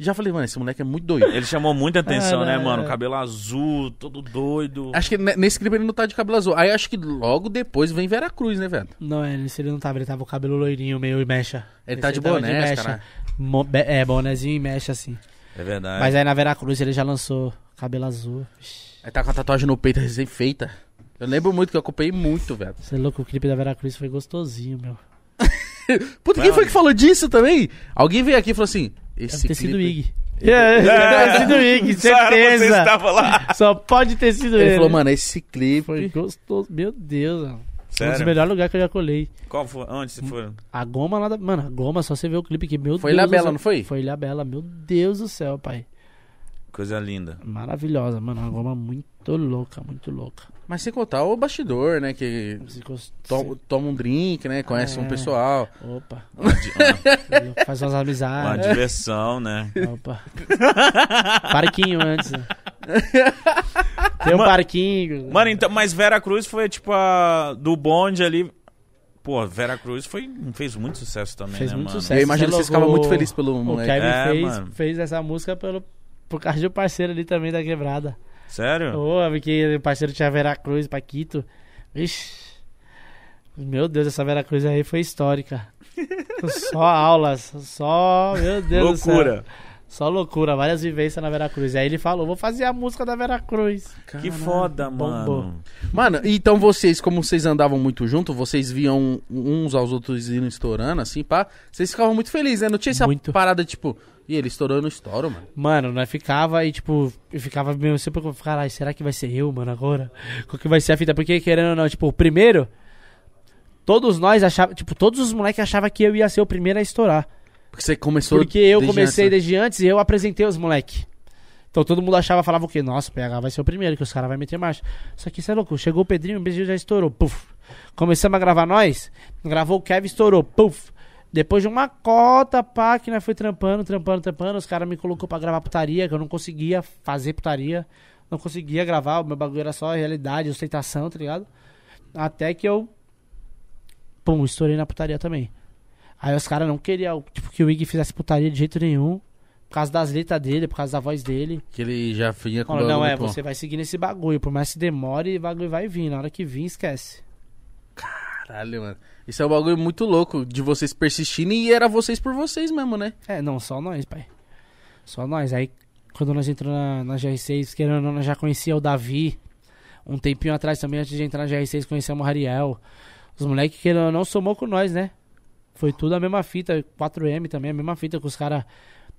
[SPEAKER 3] Já falei, mano, esse moleque é muito doido.
[SPEAKER 1] Ele chamou muita atenção, né,
[SPEAKER 2] Caralho. É
[SPEAKER 1] mano? Cabelo azul, todo doido.
[SPEAKER 3] Acho que ne- nesse clipe ele não tá de cabelo azul. Aí acho que logo depois vem Vera Cruz, né, velho?
[SPEAKER 2] Não, é, nesse ele não tava, ele tava com o cabelo loirinho, meio e mecha.
[SPEAKER 3] Ele
[SPEAKER 2] Esse
[SPEAKER 3] tá de
[SPEAKER 2] tava
[SPEAKER 3] boné,
[SPEAKER 2] mecha.
[SPEAKER 3] cara.
[SPEAKER 2] Mo- be- é, bonézinho e mecha, assim.
[SPEAKER 1] É verdade.
[SPEAKER 2] Mas aí na Veracruz ele já lançou cabelo azul. Ixi,
[SPEAKER 3] Ele tá com a tatuagem no peito recém-feita. Eu lembro muito que eu acompanhei muito, velho.
[SPEAKER 2] Você é louco, o clipe da Veracruz foi gostosinho, meu.
[SPEAKER 3] Puta, quem foi que falou disso também? Alguém veio aqui e falou assim:
[SPEAKER 2] Deve
[SPEAKER 3] Esse
[SPEAKER 2] ter sido o
[SPEAKER 3] clipe.
[SPEAKER 2] Ig. É, deve ter sido o Ig,
[SPEAKER 1] Só era você que
[SPEAKER 2] certeza.
[SPEAKER 1] estava lá.
[SPEAKER 2] Só pode ter sido ele.
[SPEAKER 3] Ele falou, mano, esse clipe.
[SPEAKER 2] Foi gostoso. Meu Deus, mano. Foi Um dos
[SPEAKER 1] Sério?
[SPEAKER 2] melhores lugares que eu já colei.
[SPEAKER 1] Qual foi? Onde você foi?
[SPEAKER 2] A goma lá da. Mano, a goma, só você vê o clipe que, meu
[SPEAKER 3] Foi
[SPEAKER 2] Deus.
[SPEAKER 3] Ilha
[SPEAKER 2] do
[SPEAKER 3] Bela,
[SPEAKER 2] céu.
[SPEAKER 3] não foi?
[SPEAKER 2] Foi Ilha Bela, meu Deus do céu, pai.
[SPEAKER 1] Coisa linda.
[SPEAKER 2] Maravilhosa, mano. Uma goma muito louca, muito louca.
[SPEAKER 3] Mas sem contar o bastidor, né? Que
[SPEAKER 2] Você gost-
[SPEAKER 3] to- toma um drink, né? Conhece um
[SPEAKER 2] É.
[SPEAKER 3] pessoal.
[SPEAKER 2] você- Opa.
[SPEAKER 1] Uma, di- uma-
[SPEAKER 2] Faz umas
[SPEAKER 1] uma
[SPEAKER 2] amizades.
[SPEAKER 1] diversão, né?
[SPEAKER 2] Opa. Parquinho antes. né? Tem um
[SPEAKER 1] Mano-
[SPEAKER 2] parquinho.
[SPEAKER 1] Mano, então, mas Vera Cruz foi tipo a. Do bonde ali. Pô, Vera Cruz foi, fez muito sucesso também,
[SPEAKER 2] Fez
[SPEAKER 1] né,
[SPEAKER 2] muito
[SPEAKER 1] mano?
[SPEAKER 2] sucesso.
[SPEAKER 3] E eu imagino que
[SPEAKER 2] você
[SPEAKER 3] vocês ficavam
[SPEAKER 2] logo-
[SPEAKER 3] muito felizes pelo
[SPEAKER 2] O
[SPEAKER 3] moleque.
[SPEAKER 2] Kevin
[SPEAKER 1] É, mano.
[SPEAKER 2] fez, fez essa música pelo, por causa do parceiro ali também da quebrada.
[SPEAKER 1] Sério?
[SPEAKER 2] Ô, porque o parceiro tinha Veracruz, Paquito. Ixi. Meu Deus, essa Veracruz aí foi histórica. Só aulas, só. Meu Deus do céu.
[SPEAKER 1] Loucura.
[SPEAKER 2] Só loucura, várias vivências na Veracruz. Aí ele falou: vou fazer a música da Veracruz.
[SPEAKER 1] Que foda,
[SPEAKER 2] bombou.
[SPEAKER 1] mano.
[SPEAKER 3] Mano, então vocês, como vocês andavam muito junto, vocês viam uns aos outros indo estourando, assim, pá. Vocês ficavam muito felizes, né? Não tinha essa
[SPEAKER 2] Muito.
[SPEAKER 3] parada, tipo, e ele estourando, eu estouro, mano.
[SPEAKER 2] Mano, nós ficava e, tipo, eu ficava meio sempre com. Caralho, será que vai ser eu, mano, agora? Qual que vai ser a fita? Porque, querendo ou não, tipo, o primeiro. Todos nós achava, tipo, todos os moleques achavam que eu ia ser o primeiro a estourar.
[SPEAKER 3] Porque você começou.
[SPEAKER 2] Porque eu
[SPEAKER 3] desde
[SPEAKER 2] comecei
[SPEAKER 3] antes, né?
[SPEAKER 2] desde antes e eu apresentei os moleque. Então todo mundo achava, falava o quê? Nossa, o PH vai ser o primeiro, que os caras vão meter marcha. Só que isso é louco. Chegou o Pedrinho, o Pedrinho já estourou. Puf. Começamos a gravar nós, gravou o Kevin, estourou. Puf. Depois de uma cota, pá, que nós foi trampando, trampando, trampando. Os caras me colocou pra gravar putaria, que eu não conseguia fazer putaria. Não conseguia gravar, o meu bagulho era só realidade, ostentação, tá ligado? Até que eu. Pum, estourei na putaria também. Aí os caras não queriam tipo, que o Ig fizesse putaria de jeito nenhum. Por causa das letras dele, por causa da voz dele.
[SPEAKER 3] Que ele já vinha com
[SPEAKER 2] Falou, não,
[SPEAKER 3] bagulho
[SPEAKER 2] é,
[SPEAKER 3] com-
[SPEAKER 2] você vai seguir nesse bagulho. Por mais que demore, o bagulho vai vir. Na hora que vir, esquece.
[SPEAKER 3] Caralho, mano. Isso é um bagulho muito louco de vocês persistindo e era vocês por vocês mesmo, né?
[SPEAKER 2] É, não, só nós, pai. Só nós. Aí, quando nós entramos na, na GR6, querendo ou não, nós já conhecia o Davi. Um tempinho atrás também, antes de entrar na GR6, conhecemos o Rariel. Os moleques, querendo ou não, somou com nós, né? Foi tudo a mesma fita. 4M também, a mesma fita que os caras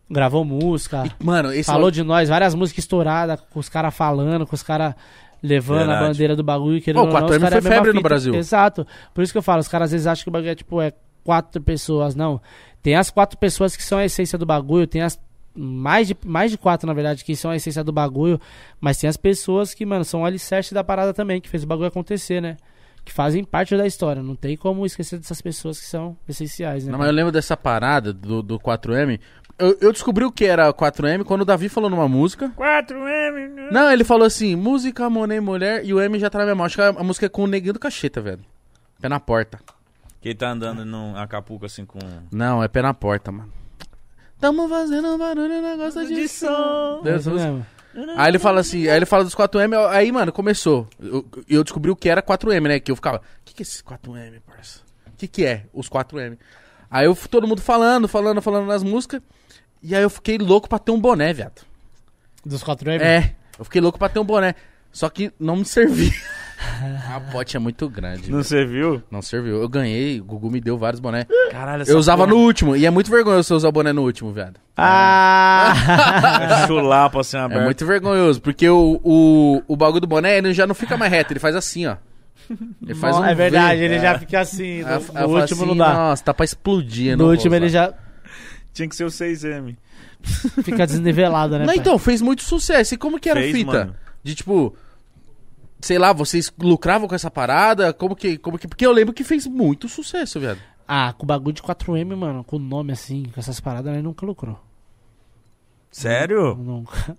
[SPEAKER 2] gravou música.
[SPEAKER 3] Mano, esse
[SPEAKER 2] Falou de nós, várias músicas estouradas, com os caras falando, com os caras levando
[SPEAKER 1] Verdade.
[SPEAKER 2] a bandeira do bagulho. Querendo
[SPEAKER 3] Pô,
[SPEAKER 2] ou não,
[SPEAKER 3] 4M
[SPEAKER 2] os caras
[SPEAKER 3] foi
[SPEAKER 2] a mesma
[SPEAKER 3] febre no
[SPEAKER 2] fita.
[SPEAKER 3] Brasil.
[SPEAKER 2] Exato. Por isso que eu falo, os caras às vezes acham que o bagulho é tipo, é quatro pessoas. Não. Tem as quatro pessoas que são a essência do bagulho, tem as. Mais de, mais de quatro, na verdade, que são a essência do bagulho. Mas tem as pessoas que, mano, são o alicerce da parada também, que fez o bagulho acontecer, né? Que fazem parte da história. Não tem como esquecer dessas pessoas que são essenciais, né?
[SPEAKER 3] Não, mas eu lembro dessa parada do, do 4M. Eu, eu descobri o que era 4M quando o Davi falou numa música.
[SPEAKER 1] 4M.
[SPEAKER 3] Não, ele falou assim, música, money, mulher, e o M já tá na minha mão. Acho que a, a música é com o neguinho do cacheta, velho. Pé na porta.
[SPEAKER 1] Quem tá andando num Acapulco assim com.
[SPEAKER 3] Não, é pé na porta, mano. Tamo fazendo um barulho, negócio de som.
[SPEAKER 2] É
[SPEAKER 3] Deus,
[SPEAKER 2] isso mesmo.
[SPEAKER 3] Aí ele fala assim, aí ele fala dos 4M, aí, mano, começou. Eu, eu descobri o que era 4M, né? Que eu ficava, o que, que é esses 4M, parça? O que, que é os 4M? Aí eu todo mundo falando, falando, falando nas músicas. E aí eu fiquei louco pra ter um boné, viado.
[SPEAKER 2] Dos 4M?
[SPEAKER 3] É, eu fiquei louco pra ter um boné. Só que não me serviu. A pote é muito grande. Não,
[SPEAKER 1] serviu?
[SPEAKER 3] serviu. Eu ganhei, o Gugu me deu vários bonés.
[SPEAKER 1] Caralho, essa
[SPEAKER 3] Eu usava
[SPEAKER 1] porra
[SPEAKER 3] no último, e é muito vergonhoso você usar boné no último, viado.
[SPEAKER 2] Ah!
[SPEAKER 1] é Chulapa assim
[SPEAKER 3] É
[SPEAKER 1] aberto.
[SPEAKER 3] muito vergonhoso, porque o, o, o bagulho do boné ele já não fica mais reto, ele faz assim, ó. Ele faz um
[SPEAKER 2] é verdade,
[SPEAKER 3] V.
[SPEAKER 2] ele já fica assim.
[SPEAKER 3] Aí eu- aí eu
[SPEAKER 2] No, no
[SPEAKER 3] falo
[SPEAKER 2] último
[SPEAKER 3] assim,
[SPEAKER 2] não dá.
[SPEAKER 3] Nossa, tá pra explodir, eu não
[SPEAKER 2] no
[SPEAKER 3] vou
[SPEAKER 2] último ele
[SPEAKER 3] usar.
[SPEAKER 2] já
[SPEAKER 1] Tinha que ser o 6M.
[SPEAKER 2] fica desnivelado, né?
[SPEAKER 3] Não,
[SPEAKER 2] pai?
[SPEAKER 3] então, fez muito sucesso. E como que era
[SPEAKER 1] Fez,
[SPEAKER 3] a fita?
[SPEAKER 1] mano.
[SPEAKER 3] De tipo, sei lá, vocês lucravam com essa parada? Como que, como que. Porque eu lembro que fez muito sucesso, viado.
[SPEAKER 2] Ah, com o bagulho de 4M, mano, com o nome assim, com essas paradas, né? Nunca lucrou.
[SPEAKER 1] Sério?
[SPEAKER 2] Nunca.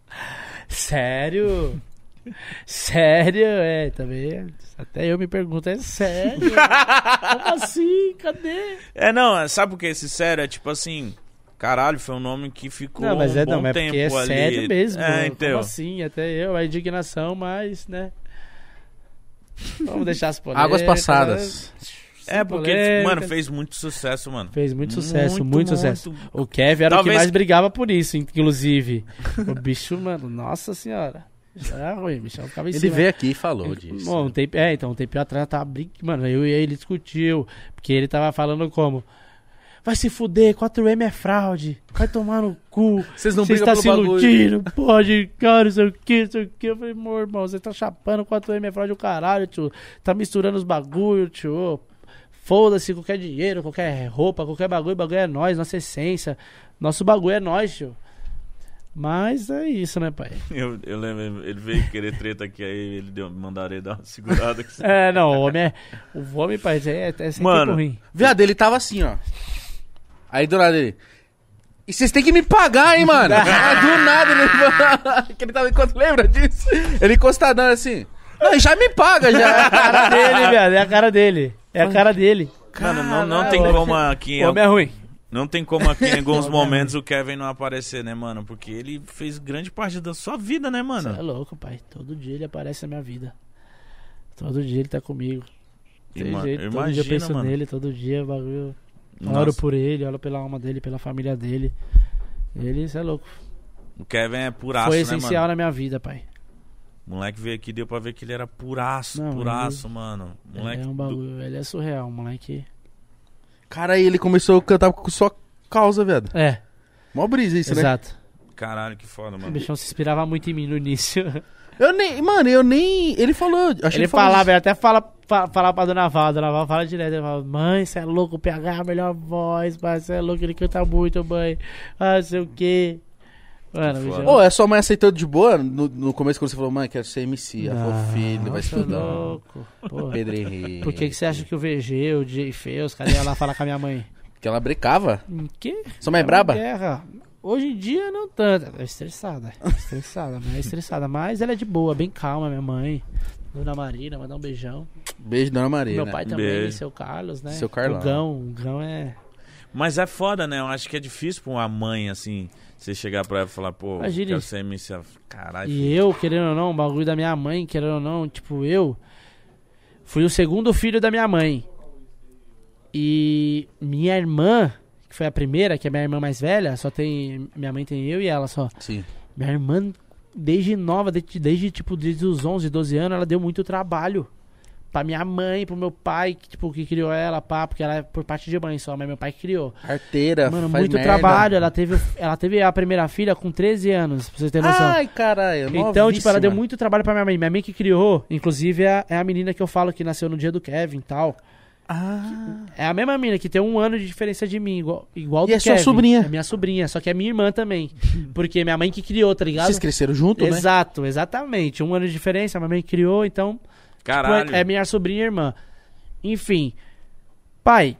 [SPEAKER 2] sério? Sério, é, também. Até eu me pergunto, é sério? Como assim? Cadê?
[SPEAKER 1] É, não, é- sabe por que esse sério? É tipo assim. Caralho, foi um nome que ficou
[SPEAKER 2] não, mas
[SPEAKER 1] um
[SPEAKER 2] é,
[SPEAKER 1] bom
[SPEAKER 2] não, é
[SPEAKER 1] tempo
[SPEAKER 2] porque é
[SPEAKER 1] ali.
[SPEAKER 2] sério mesmo.
[SPEAKER 1] É,
[SPEAKER 2] mano. Como
[SPEAKER 1] então.
[SPEAKER 2] assim? Até eu, a indignação, mas, né? Vamos deixar as polêmicas. né?
[SPEAKER 3] Águas passadas.
[SPEAKER 1] É, porque,
[SPEAKER 2] polêmicas.
[SPEAKER 1] mano, fez muito sucesso, mano.
[SPEAKER 2] Fez muito sucesso, muito, sucesso.
[SPEAKER 1] muito.
[SPEAKER 2] O Kevin era o
[SPEAKER 1] Talvez-
[SPEAKER 2] que mais brigava por isso, inclusive. o bicho, mano, nossa senhora. Era ruim, bicho. Eu ficava em
[SPEAKER 3] Ele
[SPEAKER 2] cima.
[SPEAKER 3] veio aqui e falou disso.
[SPEAKER 2] Bom, um tempo, é, então, um tempo atrás eu tava brincando. Mano, eu e ele discutiu. Porque ele tava falando como. vai se fuder, 4M é fraude, vai tomar no cu.
[SPEAKER 3] Vocês tá não
[SPEAKER 2] Você
[SPEAKER 3] brigam
[SPEAKER 2] está
[SPEAKER 3] pelo
[SPEAKER 2] tá se
[SPEAKER 3] bagulho.
[SPEAKER 2] iludindo, pode, cara, não sei o que, não sei o que. Eu falei, meu irmão, você tá chapando 4M é fraude o caralho, tio. Tá misturando os bagulho, tio. Foda-se qualquer dinheiro, qualquer roupa, qualquer bagulho, bagulho é nós, nossa essência. Nosso bagulho é nós, tio. Mas é isso, né, pai?
[SPEAKER 1] Eu, eu lembro, ele veio querer treta aqui, aí ele deu, mandaram ele dar uma segurada. que-
[SPEAKER 2] É, não, o homem é. O homem, pai, é, é sempre
[SPEAKER 1] Mano,
[SPEAKER 2] ruim.
[SPEAKER 3] Viado, ele tava assim, ó. Aí do nada ele. E vocês têm que me pagar, hein, mano? Aí, do nada ele. que ele tava enquanto lembra disso? Ele encostadão assim. Não, e já me paga já.
[SPEAKER 2] cara dele, velho. É a cara dele. É a cara dele.
[SPEAKER 1] Mano, não, não tem
[SPEAKER 2] Caralho.
[SPEAKER 1] como aqui.
[SPEAKER 2] O homem é ruim.
[SPEAKER 1] Não tem como aqui em alguns momentos o Kevin não aparecer, né, mano? Porque ele fez grande parte da sua vida, né,
[SPEAKER 2] Você é
[SPEAKER 1] mano?
[SPEAKER 2] louco, pai. Todo dia ele aparece na minha vida. Todo dia ele tá comigo.
[SPEAKER 1] E,
[SPEAKER 2] Tem
[SPEAKER 1] mano,
[SPEAKER 2] jeito, todo dia eu penso nele, todo dia o bagulho.
[SPEAKER 1] Nossa,
[SPEAKER 2] Oro por ele, oro pela alma dele, pela família dele. Ele, você é louco.
[SPEAKER 1] O Kevin é puraço,
[SPEAKER 2] Foi
[SPEAKER 1] né,
[SPEAKER 2] essencial
[SPEAKER 1] mano?
[SPEAKER 2] na minha vida, pai.
[SPEAKER 1] O moleque veio aqui, deu pra ver que ele era puraço,
[SPEAKER 2] Não,
[SPEAKER 1] puraço, mano. O Moleque.
[SPEAKER 2] Ele é
[SPEAKER 1] do-
[SPEAKER 2] um bagulho, ele é surreal, moleque.
[SPEAKER 3] Cara, aí ele começou a cantar com sua causa, viado.
[SPEAKER 2] É,
[SPEAKER 3] Mó brisa isso, né?
[SPEAKER 2] exato.
[SPEAKER 1] Caralho, que foda,
[SPEAKER 2] O
[SPEAKER 1] mano.
[SPEAKER 2] bichão se inspirava muito em mim no início.
[SPEAKER 3] Eu nem. Mano, eu nem. Ele falou. Acho que
[SPEAKER 2] ele
[SPEAKER 3] falou
[SPEAKER 2] falava, ele até fala, fa, falava pra Dona Val, a Dona Val fala direto, ele fala, mãe, você é louco, o PH é a melhor voz, pai, você é louco, ele canta muito, mãe, ah, não sei o quê. Mano,
[SPEAKER 1] Que
[SPEAKER 2] bicho,
[SPEAKER 1] foda.
[SPEAKER 3] isso. Ô, é sua mãe aceitou de boa? No, no começo, quando você falou, mãe, quero ser MC. Ela falou,
[SPEAKER 2] Não,
[SPEAKER 3] filho, vai
[SPEAKER 2] você é
[SPEAKER 3] estudar.
[SPEAKER 2] louco, pô.
[SPEAKER 3] Pedro Henrique.
[SPEAKER 2] Por que, que você acha que o VG, o DJ Feus, cadê ela falar com a minha mãe?
[SPEAKER 3] Porque ela brecava.
[SPEAKER 2] Hum, Que?
[SPEAKER 3] Sua mãe é
[SPEAKER 2] Era
[SPEAKER 3] braba?
[SPEAKER 2] Guerra. Hoje em dia não tanto. Ela É estressada. Estressada, mas é estressada. Mas ela é de boa, bem calma, minha mãe. Dona Marina, mandar um beijão.
[SPEAKER 3] Beijo, dona Maria.
[SPEAKER 2] Meu
[SPEAKER 3] né?
[SPEAKER 2] pai também,
[SPEAKER 1] Beijo.
[SPEAKER 2] seu Carlos, né?
[SPEAKER 3] Seu Carlão.
[SPEAKER 2] O Gão, o Gão é.
[SPEAKER 1] Mas é foda, né? Eu acho que é difícil pra uma mãe, assim, você chegar pra ela e falar, pô,
[SPEAKER 2] Imagine.
[SPEAKER 1] quero ser MC. Ela, Caralho.
[SPEAKER 2] E eu, querendo ou não, o bagulho da minha mãe, querendo ou não, tipo, eu fui o segundo filho da minha mãe. E minha irmã, que foi a primeira, que é minha irmã mais velha, só tem. Minha mãe tem eu e ela só.
[SPEAKER 3] Sim.
[SPEAKER 2] Minha irmã, desde nova, desde, desde, tipo, desde os 11, 12 anos, ela deu muito trabalho. Pra minha mãe, pro meu pai, que, tipo, que criou ela, pá, porque ela é por parte de mãe só, mas meu pai que criou.
[SPEAKER 3] Arteira,
[SPEAKER 2] Mano,
[SPEAKER 3] faz
[SPEAKER 2] muito
[SPEAKER 3] merda.
[SPEAKER 2] trabalho. Ela teve, ela teve a primeira filha com 13 anos, pra vocês terem noção.
[SPEAKER 3] Ai, caralho.
[SPEAKER 2] então, tipo, ela
[SPEAKER 3] novíssima.
[SPEAKER 2] deu muito trabalho pra minha mãe. Minha mãe que criou, inclusive, é, a- é a menina que eu falo que nasceu no dia do Kevin e tal.
[SPEAKER 3] Ah,
[SPEAKER 2] É a mesma mina que tem um ano de diferença de mim, igual, igual
[SPEAKER 3] E
[SPEAKER 2] do
[SPEAKER 3] é sua
[SPEAKER 2] Kevin.
[SPEAKER 3] sobrinha.
[SPEAKER 2] É minha sobrinha, só que é minha irmã também. Porque minha mãe que criou, tá ligado?
[SPEAKER 3] vocês cresceram junto, né?
[SPEAKER 2] Exato, exatamente. Um ano de diferença, a mamãe criou, então
[SPEAKER 1] Caralho.
[SPEAKER 2] tipo, é é minha sobrinha e irmã. Enfim, pai,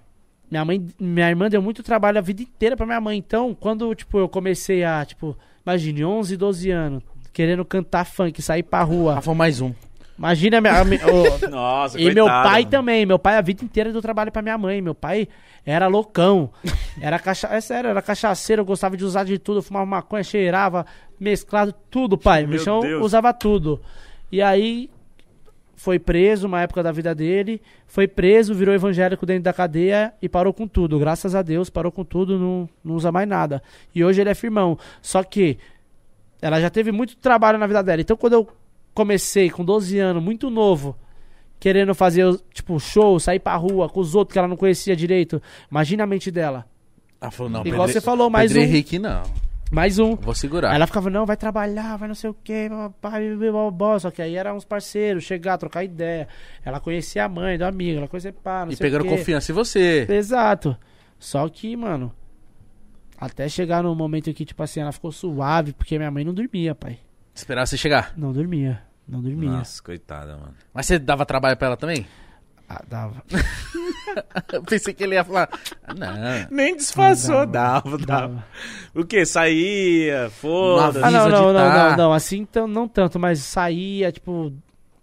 [SPEAKER 2] minha mãe, minha irmã deu muito trabalho a vida inteira pra minha mãe. Então, quando tipo eu comecei a, tipo, imagine 11, 12 anos, querendo cantar funk, sair pra
[SPEAKER 3] Ah,
[SPEAKER 2] rua.
[SPEAKER 3] foi mais um.
[SPEAKER 2] Imagina a minha, a minha- o-
[SPEAKER 1] Nossa,
[SPEAKER 2] e
[SPEAKER 1] coitado,
[SPEAKER 2] meu pai
[SPEAKER 1] mano.
[SPEAKER 2] também. Meu pai a vida inteira deu trabalho pra minha mãe. Meu pai era loucão. Era cacha... É sério, era cachaceiro, eu gostava de usar de tudo, eu fumava maconha, cheirava, mesclado, tudo, pai. O
[SPEAKER 1] Meu
[SPEAKER 2] bichão
[SPEAKER 1] Deus.
[SPEAKER 2] usava tudo. E aí foi preso uma época da vida dele, foi preso, virou evangélico dentro da cadeia e parou com tudo. Graças a Deus, parou com tudo, não, não usa mais nada. E hoje ele é firmão. Só que ela já teve muito trabalho na vida dela. Então quando eu comecei com 12 anos, muito novo, querendo fazer, tipo, show, sair pra rua com os outros que ela não conhecia direito, imagina a mente dela.
[SPEAKER 3] Ah, falou, não.
[SPEAKER 2] Igual você falou, mais um.
[SPEAKER 3] Pedro Henrique, Tá. não.
[SPEAKER 2] Mais um.
[SPEAKER 3] Vou segurar.
[SPEAKER 2] Aí ela ficava, não, vai trabalhar, vai não sei o quê, papai, bobó. Só que aí eram uns parceiros, chegar, trocar ideia. Ela conhecia a mãe do amigo, ela conhecia pá, não
[SPEAKER 3] E
[SPEAKER 2] sei o
[SPEAKER 3] pegaram
[SPEAKER 2] quê.
[SPEAKER 3] confiança em você.
[SPEAKER 2] Exato. Só que, mano, até chegar no momento que, tipo assim, ela ficou suave, porque minha mãe não dormia, pai.
[SPEAKER 3] Esperar você chegar.
[SPEAKER 2] Não dormia. Não dormia.
[SPEAKER 1] Nossa, coitada, mano.
[SPEAKER 3] Mas você dava trabalho pra ela também?
[SPEAKER 2] Ah, dava.
[SPEAKER 3] Eu pensei que ele ia falar. ah, Não.
[SPEAKER 1] Nem disfarçou, dava,
[SPEAKER 2] Dava.
[SPEAKER 1] O que? Saía, foda-se.
[SPEAKER 2] Ah, não,
[SPEAKER 3] Camisa
[SPEAKER 2] não,
[SPEAKER 3] de
[SPEAKER 2] não,
[SPEAKER 3] tá.
[SPEAKER 2] não, não. Assim tam- não tanto, mas saía, tipo,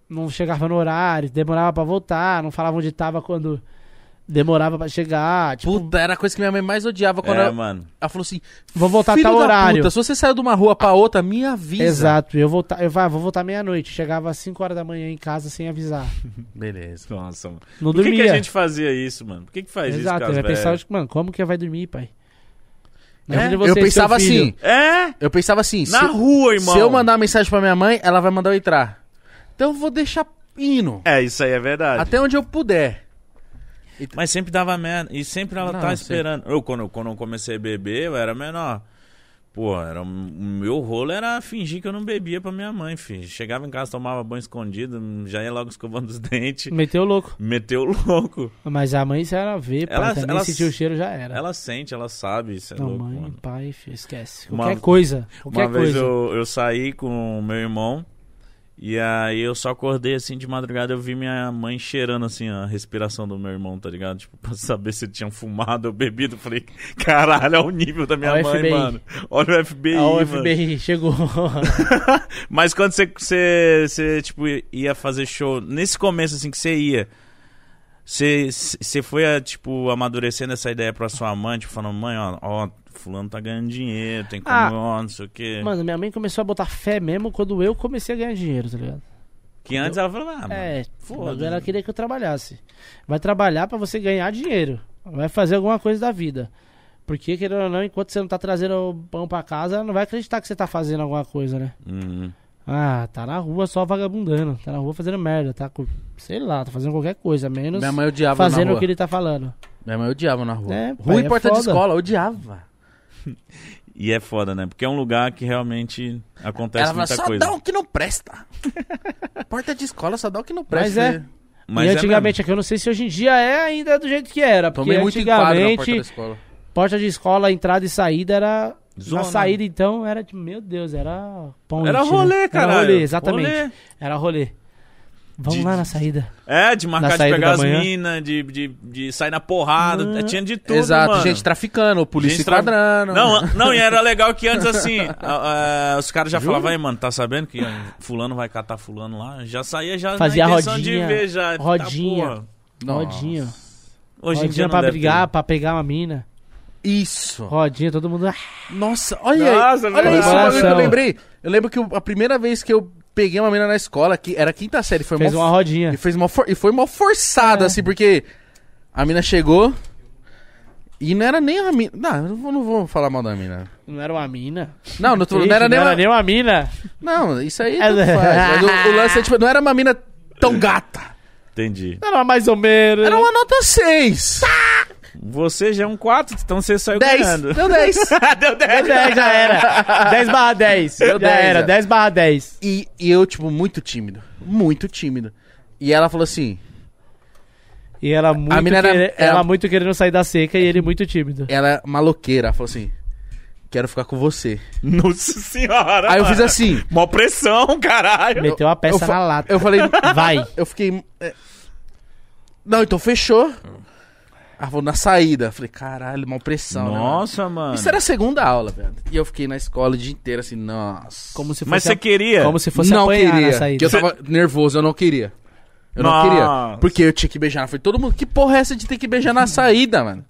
[SPEAKER 2] não chegava no horário, demorava pra voltar, não falava onde tava quando demorava pra chegar. Tipo,
[SPEAKER 3] Puta, era a coisa que minha mãe mais odiava quando
[SPEAKER 1] É,
[SPEAKER 3] ela...
[SPEAKER 1] mano.
[SPEAKER 3] ela falou assim:
[SPEAKER 2] Vou voltar
[SPEAKER 3] "Filho
[SPEAKER 2] tal
[SPEAKER 3] da
[SPEAKER 2] horário."
[SPEAKER 3] Puta, se você saiu de uma rua pra outra, me avisa.
[SPEAKER 2] exato. Eu voltar, eu vai, vou voltar meia-noite. Chegava às 5 horas da manhã em casa sem avisar.
[SPEAKER 3] Beleza.
[SPEAKER 1] Nossa, mano.
[SPEAKER 2] Não
[SPEAKER 1] Por que,
[SPEAKER 2] dormia.
[SPEAKER 1] que a gente fazia isso, mano? Por que, que faz
[SPEAKER 2] exato,
[SPEAKER 1] isso,
[SPEAKER 2] eu
[SPEAKER 1] com as
[SPEAKER 2] ia pensar,
[SPEAKER 1] velhas?
[SPEAKER 2] tipo, mano, como que vai dormir, pai?
[SPEAKER 3] É,
[SPEAKER 2] Imagina você
[SPEAKER 3] eu
[SPEAKER 2] e seu
[SPEAKER 3] pensava
[SPEAKER 2] filho.
[SPEAKER 3] assim:
[SPEAKER 1] É?
[SPEAKER 3] eu pensava assim. se
[SPEAKER 1] Na
[SPEAKER 3] eu-
[SPEAKER 1] rua, irmão.
[SPEAKER 3] Se eu mandar uma mensagem pra minha mãe, ela vai mandar eu entrar. Então eu vou deixar indo.
[SPEAKER 1] É, isso aí é verdade.
[SPEAKER 3] Até onde eu puder.
[SPEAKER 1] Mas sempre dava merda. E sempre ela
[SPEAKER 3] Não,
[SPEAKER 1] tava
[SPEAKER 3] sempre.
[SPEAKER 1] esperando. Eu, quando, quando eu comecei a beber, eu era menor. Pô, era, um, o meu rolo era fingir que eu não bebia pra minha mãe, filho. Chegava em casa, tomava banho escondido, já ia logo escovando os dentes.
[SPEAKER 2] Meteu o louco.
[SPEAKER 1] Meteu o louco.
[SPEAKER 2] Mas a mãe, se ela vê, pai,
[SPEAKER 1] Ela-
[SPEAKER 2] também
[SPEAKER 1] ela-
[SPEAKER 2] sentiu o cheiro, já era.
[SPEAKER 1] Ela sente, ela sabe, isso é
[SPEAKER 2] não,
[SPEAKER 1] louco,
[SPEAKER 2] mãe,
[SPEAKER 1] mano.
[SPEAKER 2] pai, filho, esquece.
[SPEAKER 1] Uma-
[SPEAKER 2] Qualquer coisa. Qualquer
[SPEAKER 1] Uma vez
[SPEAKER 2] coisa.
[SPEAKER 1] eu, eu saí com o meu irmão e aí eu só acordei assim de madrugada, eu vi minha mãe cheirando assim a respiração do meu irmão, tá ligado? Tipo, pra saber se tinham fumado ou bebido. Eu Falei, caralho, olha o nível da minha
[SPEAKER 2] Olha o
[SPEAKER 1] mãe,
[SPEAKER 2] FBI.
[SPEAKER 1] mano. Olha o FBI,
[SPEAKER 2] a
[SPEAKER 1] mano.
[SPEAKER 2] UFBI chegou.
[SPEAKER 1] Mas quando você, você, você, tipo, ia fazer show, nesse começo, assim, que você ia, você, você foi, ah, tipo, amadurecendo essa ideia pra sua mãe, tipo, falando, mãe, ó, ó, fulano tá ganhando dinheiro, tem como,
[SPEAKER 2] Ah.
[SPEAKER 1] ó, não sei o
[SPEAKER 3] É.
[SPEAKER 1] quê.
[SPEAKER 2] mano, minha mãe começou a botar fé mesmo quando eu comecei a ganhar dinheiro, tá ligado?
[SPEAKER 1] que antes ela falou, ah, mano,
[SPEAKER 2] é,
[SPEAKER 1] foda-se.
[SPEAKER 2] ela queria que eu trabalhasse. Vai trabalhar pra você ganhar dinheiro. Vai fazer alguma coisa da vida. Porque, querendo ou não, enquanto você não tá trazendo o pão pra casa, ela não vai acreditar que você tá fazendo alguma coisa, né?
[SPEAKER 1] Uhum.
[SPEAKER 2] Ah, tá na rua só vagabundando. Tá na rua fazendo merda, tá com. Sei lá, tá fazendo qualquer coisa, menos
[SPEAKER 3] Minha mãe odiava na
[SPEAKER 2] fazendo
[SPEAKER 3] rua.
[SPEAKER 2] o que ele tá falando.
[SPEAKER 3] Minha mãe odiava na rua.
[SPEAKER 2] É,
[SPEAKER 3] rua
[SPEAKER 2] pai,
[SPEAKER 3] e
[SPEAKER 2] é
[SPEAKER 3] porta de
[SPEAKER 2] foda.
[SPEAKER 3] escola, odiava.
[SPEAKER 1] E é foda, né? Porque é um lugar que realmente acontece
[SPEAKER 3] Ela falava,
[SPEAKER 1] muita
[SPEAKER 3] só
[SPEAKER 1] coisa.
[SPEAKER 3] dá um-" o que não presta. porta de escola só dá o que não presta.
[SPEAKER 2] é.
[SPEAKER 3] né?
[SPEAKER 1] Mas
[SPEAKER 2] e
[SPEAKER 1] é
[SPEAKER 2] antigamente, é que eu não sei se hoje em dia é ainda do jeito que era. Porque
[SPEAKER 3] Tomei muito enquadro na porta da
[SPEAKER 2] antigamente,
[SPEAKER 3] escola.
[SPEAKER 2] porta de escola, entrada e saída era.
[SPEAKER 1] Zona.
[SPEAKER 2] Na saída, então, era tipo, meu Deus, era ponte.
[SPEAKER 1] mesmo. Era
[SPEAKER 2] né?
[SPEAKER 1] rolê,
[SPEAKER 2] Era
[SPEAKER 1] cara.
[SPEAKER 2] rolê, exatamente.
[SPEAKER 1] Rolê.
[SPEAKER 2] Era rolê. Vamos
[SPEAKER 1] De-
[SPEAKER 2] lá na saída.
[SPEAKER 1] É, de
[SPEAKER 2] Na
[SPEAKER 1] marcar de
[SPEAKER 2] saída
[SPEAKER 1] pegar
[SPEAKER 2] da
[SPEAKER 1] as
[SPEAKER 2] manhã. Hum.
[SPEAKER 1] minas, de, de, de sair na porrada.
[SPEAKER 2] Não.
[SPEAKER 1] Tinha de tudo,
[SPEAKER 3] Exato,
[SPEAKER 1] mano.
[SPEAKER 3] gente traficando, polícia
[SPEAKER 1] Gente tra-
[SPEAKER 3] enquadrando.
[SPEAKER 1] Não, não, e era legal que antes assim, a- a- os caras já falavam, aí, mano, tá sabendo que fulano vai catar fulano lá? Já saía já
[SPEAKER 2] Fazia
[SPEAKER 1] na intenção
[SPEAKER 2] rodinha,
[SPEAKER 1] de ver já. tá,
[SPEAKER 2] rodinha.
[SPEAKER 1] porra.
[SPEAKER 3] Nossa.
[SPEAKER 2] Rodinha.
[SPEAKER 1] Hoje em dia
[SPEAKER 2] rodinha
[SPEAKER 1] não
[SPEAKER 2] pra
[SPEAKER 1] deve
[SPEAKER 2] brigar, pra pegar uma mina.
[SPEAKER 3] Isso.
[SPEAKER 2] Rodinha, todo mundo. ah,
[SPEAKER 3] Nossa, olha
[SPEAKER 1] Nossa,
[SPEAKER 3] aí. Olha
[SPEAKER 2] verdade.
[SPEAKER 3] isso, o bagulho que eu
[SPEAKER 2] Coração.
[SPEAKER 3] lembrei. Eu lembro que eu- a primeira vez que eu peguei uma menina na escola, que era quinta série, foi
[SPEAKER 2] fez
[SPEAKER 3] mó
[SPEAKER 2] uma rodinha.
[SPEAKER 3] E, fez mó for- e foi mó forçado,
[SPEAKER 2] É.
[SPEAKER 3] assim, porque a mina chegou e não era nem a mina. Não, eu não vou, não vou falar mal da mina.
[SPEAKER 2] Não era uma mina.
[SPEAKER 3] Não, não, tô- não
[SPEAKER 2] Ixi,
[SPEAKER 3] era nem uma...
[SPEAKER 2] nem uma mina.
[SPEAKER 3] Não, isso aí
[SPEAKER 2] É,
[SPEAKER 3] não
[SPEAKER 2] né?
[SPEAKER 3] faz. Mas o, o lance é, tipo, não era uma mina tão gata.
[SPEAKER 1] ter- Entendi.
[SPEAKER 2] Era uma mais ou menos.
[SPEAKER 3] Era uma nota 6.
[SPEAKER 2] Tá!
[SPEAKER 1] Você já é um 4, então você saiu
[SPEAKER 3] 10.
[SPEAKER 1] ganhando.
[SPEAKER 3] Deu 10.
[SPEAKER 1] Deu 10.
[SPEAKER 2] 10 já era. 10 barra 10.
[SPEAKER 3] Deu
[SPEAKER 2] Já
[SPEAKER 3] 10,
[SPEAKER 2] era,
[SPEAKER 3] já.
[SPEAKER 2] 10 barra 10.
[SPEAKER 3] E, e eu, tipo, muito tímido. Muito tímido. E ela falou assim.
[SPEAKER 2] E ela muito,
[SPEAKER 3] mina era-
[SPEAKER 2] quere-
[SPEAKER 3] era-
[SPEAKER 2] ela muito querendo sair da seca e ele muito tímido.
[SPEAKER 3] Ela é maloqueira. Ela falou assim: Quero ficar com você.
[SPEAKER 1] Nossa senhora.
[SPEAKER 3] Aí eu
[SPEAKER 1] mano.
[SPEAKER 3] fiz assim.
[SPEAKER 1] Mó pressão, caralho.
[SPEAKER 2] Meteu a peça
[SPEAKER 3] eu fa-
[SPEAKER 2] na lata.
[SPEAKER 3] Eu falei.
[SPEAKER 2] Vai.
[SPEAKER 3] Eu fiquei. é, Não, então fechou. Ah, vou na saída. Falei, caralho, mal pressão. né, mano?
[SPEAKER 1] Nossa, mano.
[SPEAKER 3] Isso era a segunda aula, velho. E eu fiquei na escola o dia inteiro assim, nossa.
[SPEAKER 2] Como se fosse,
[SPEAKER 1] Mas você
[SPEAKER 2] a-
[SPEAKER 1] queria.
[SPEAKER 2] como se fosse
[SPEAKER 3] É. não
[SPEAKER 2] apanhar
[SPEAKER 3] queria.
[SPEAKER 2] na saída.
[SPEAKER 3] Que eu tava nervoso, eu não queria. Eu
[SPEAKER 1] Nossa.
[SPEAKER 3] não queria. Porque eu tinha que beijar na frente. Todo mundo, que porra é essa de ter que beijar na saída, mano?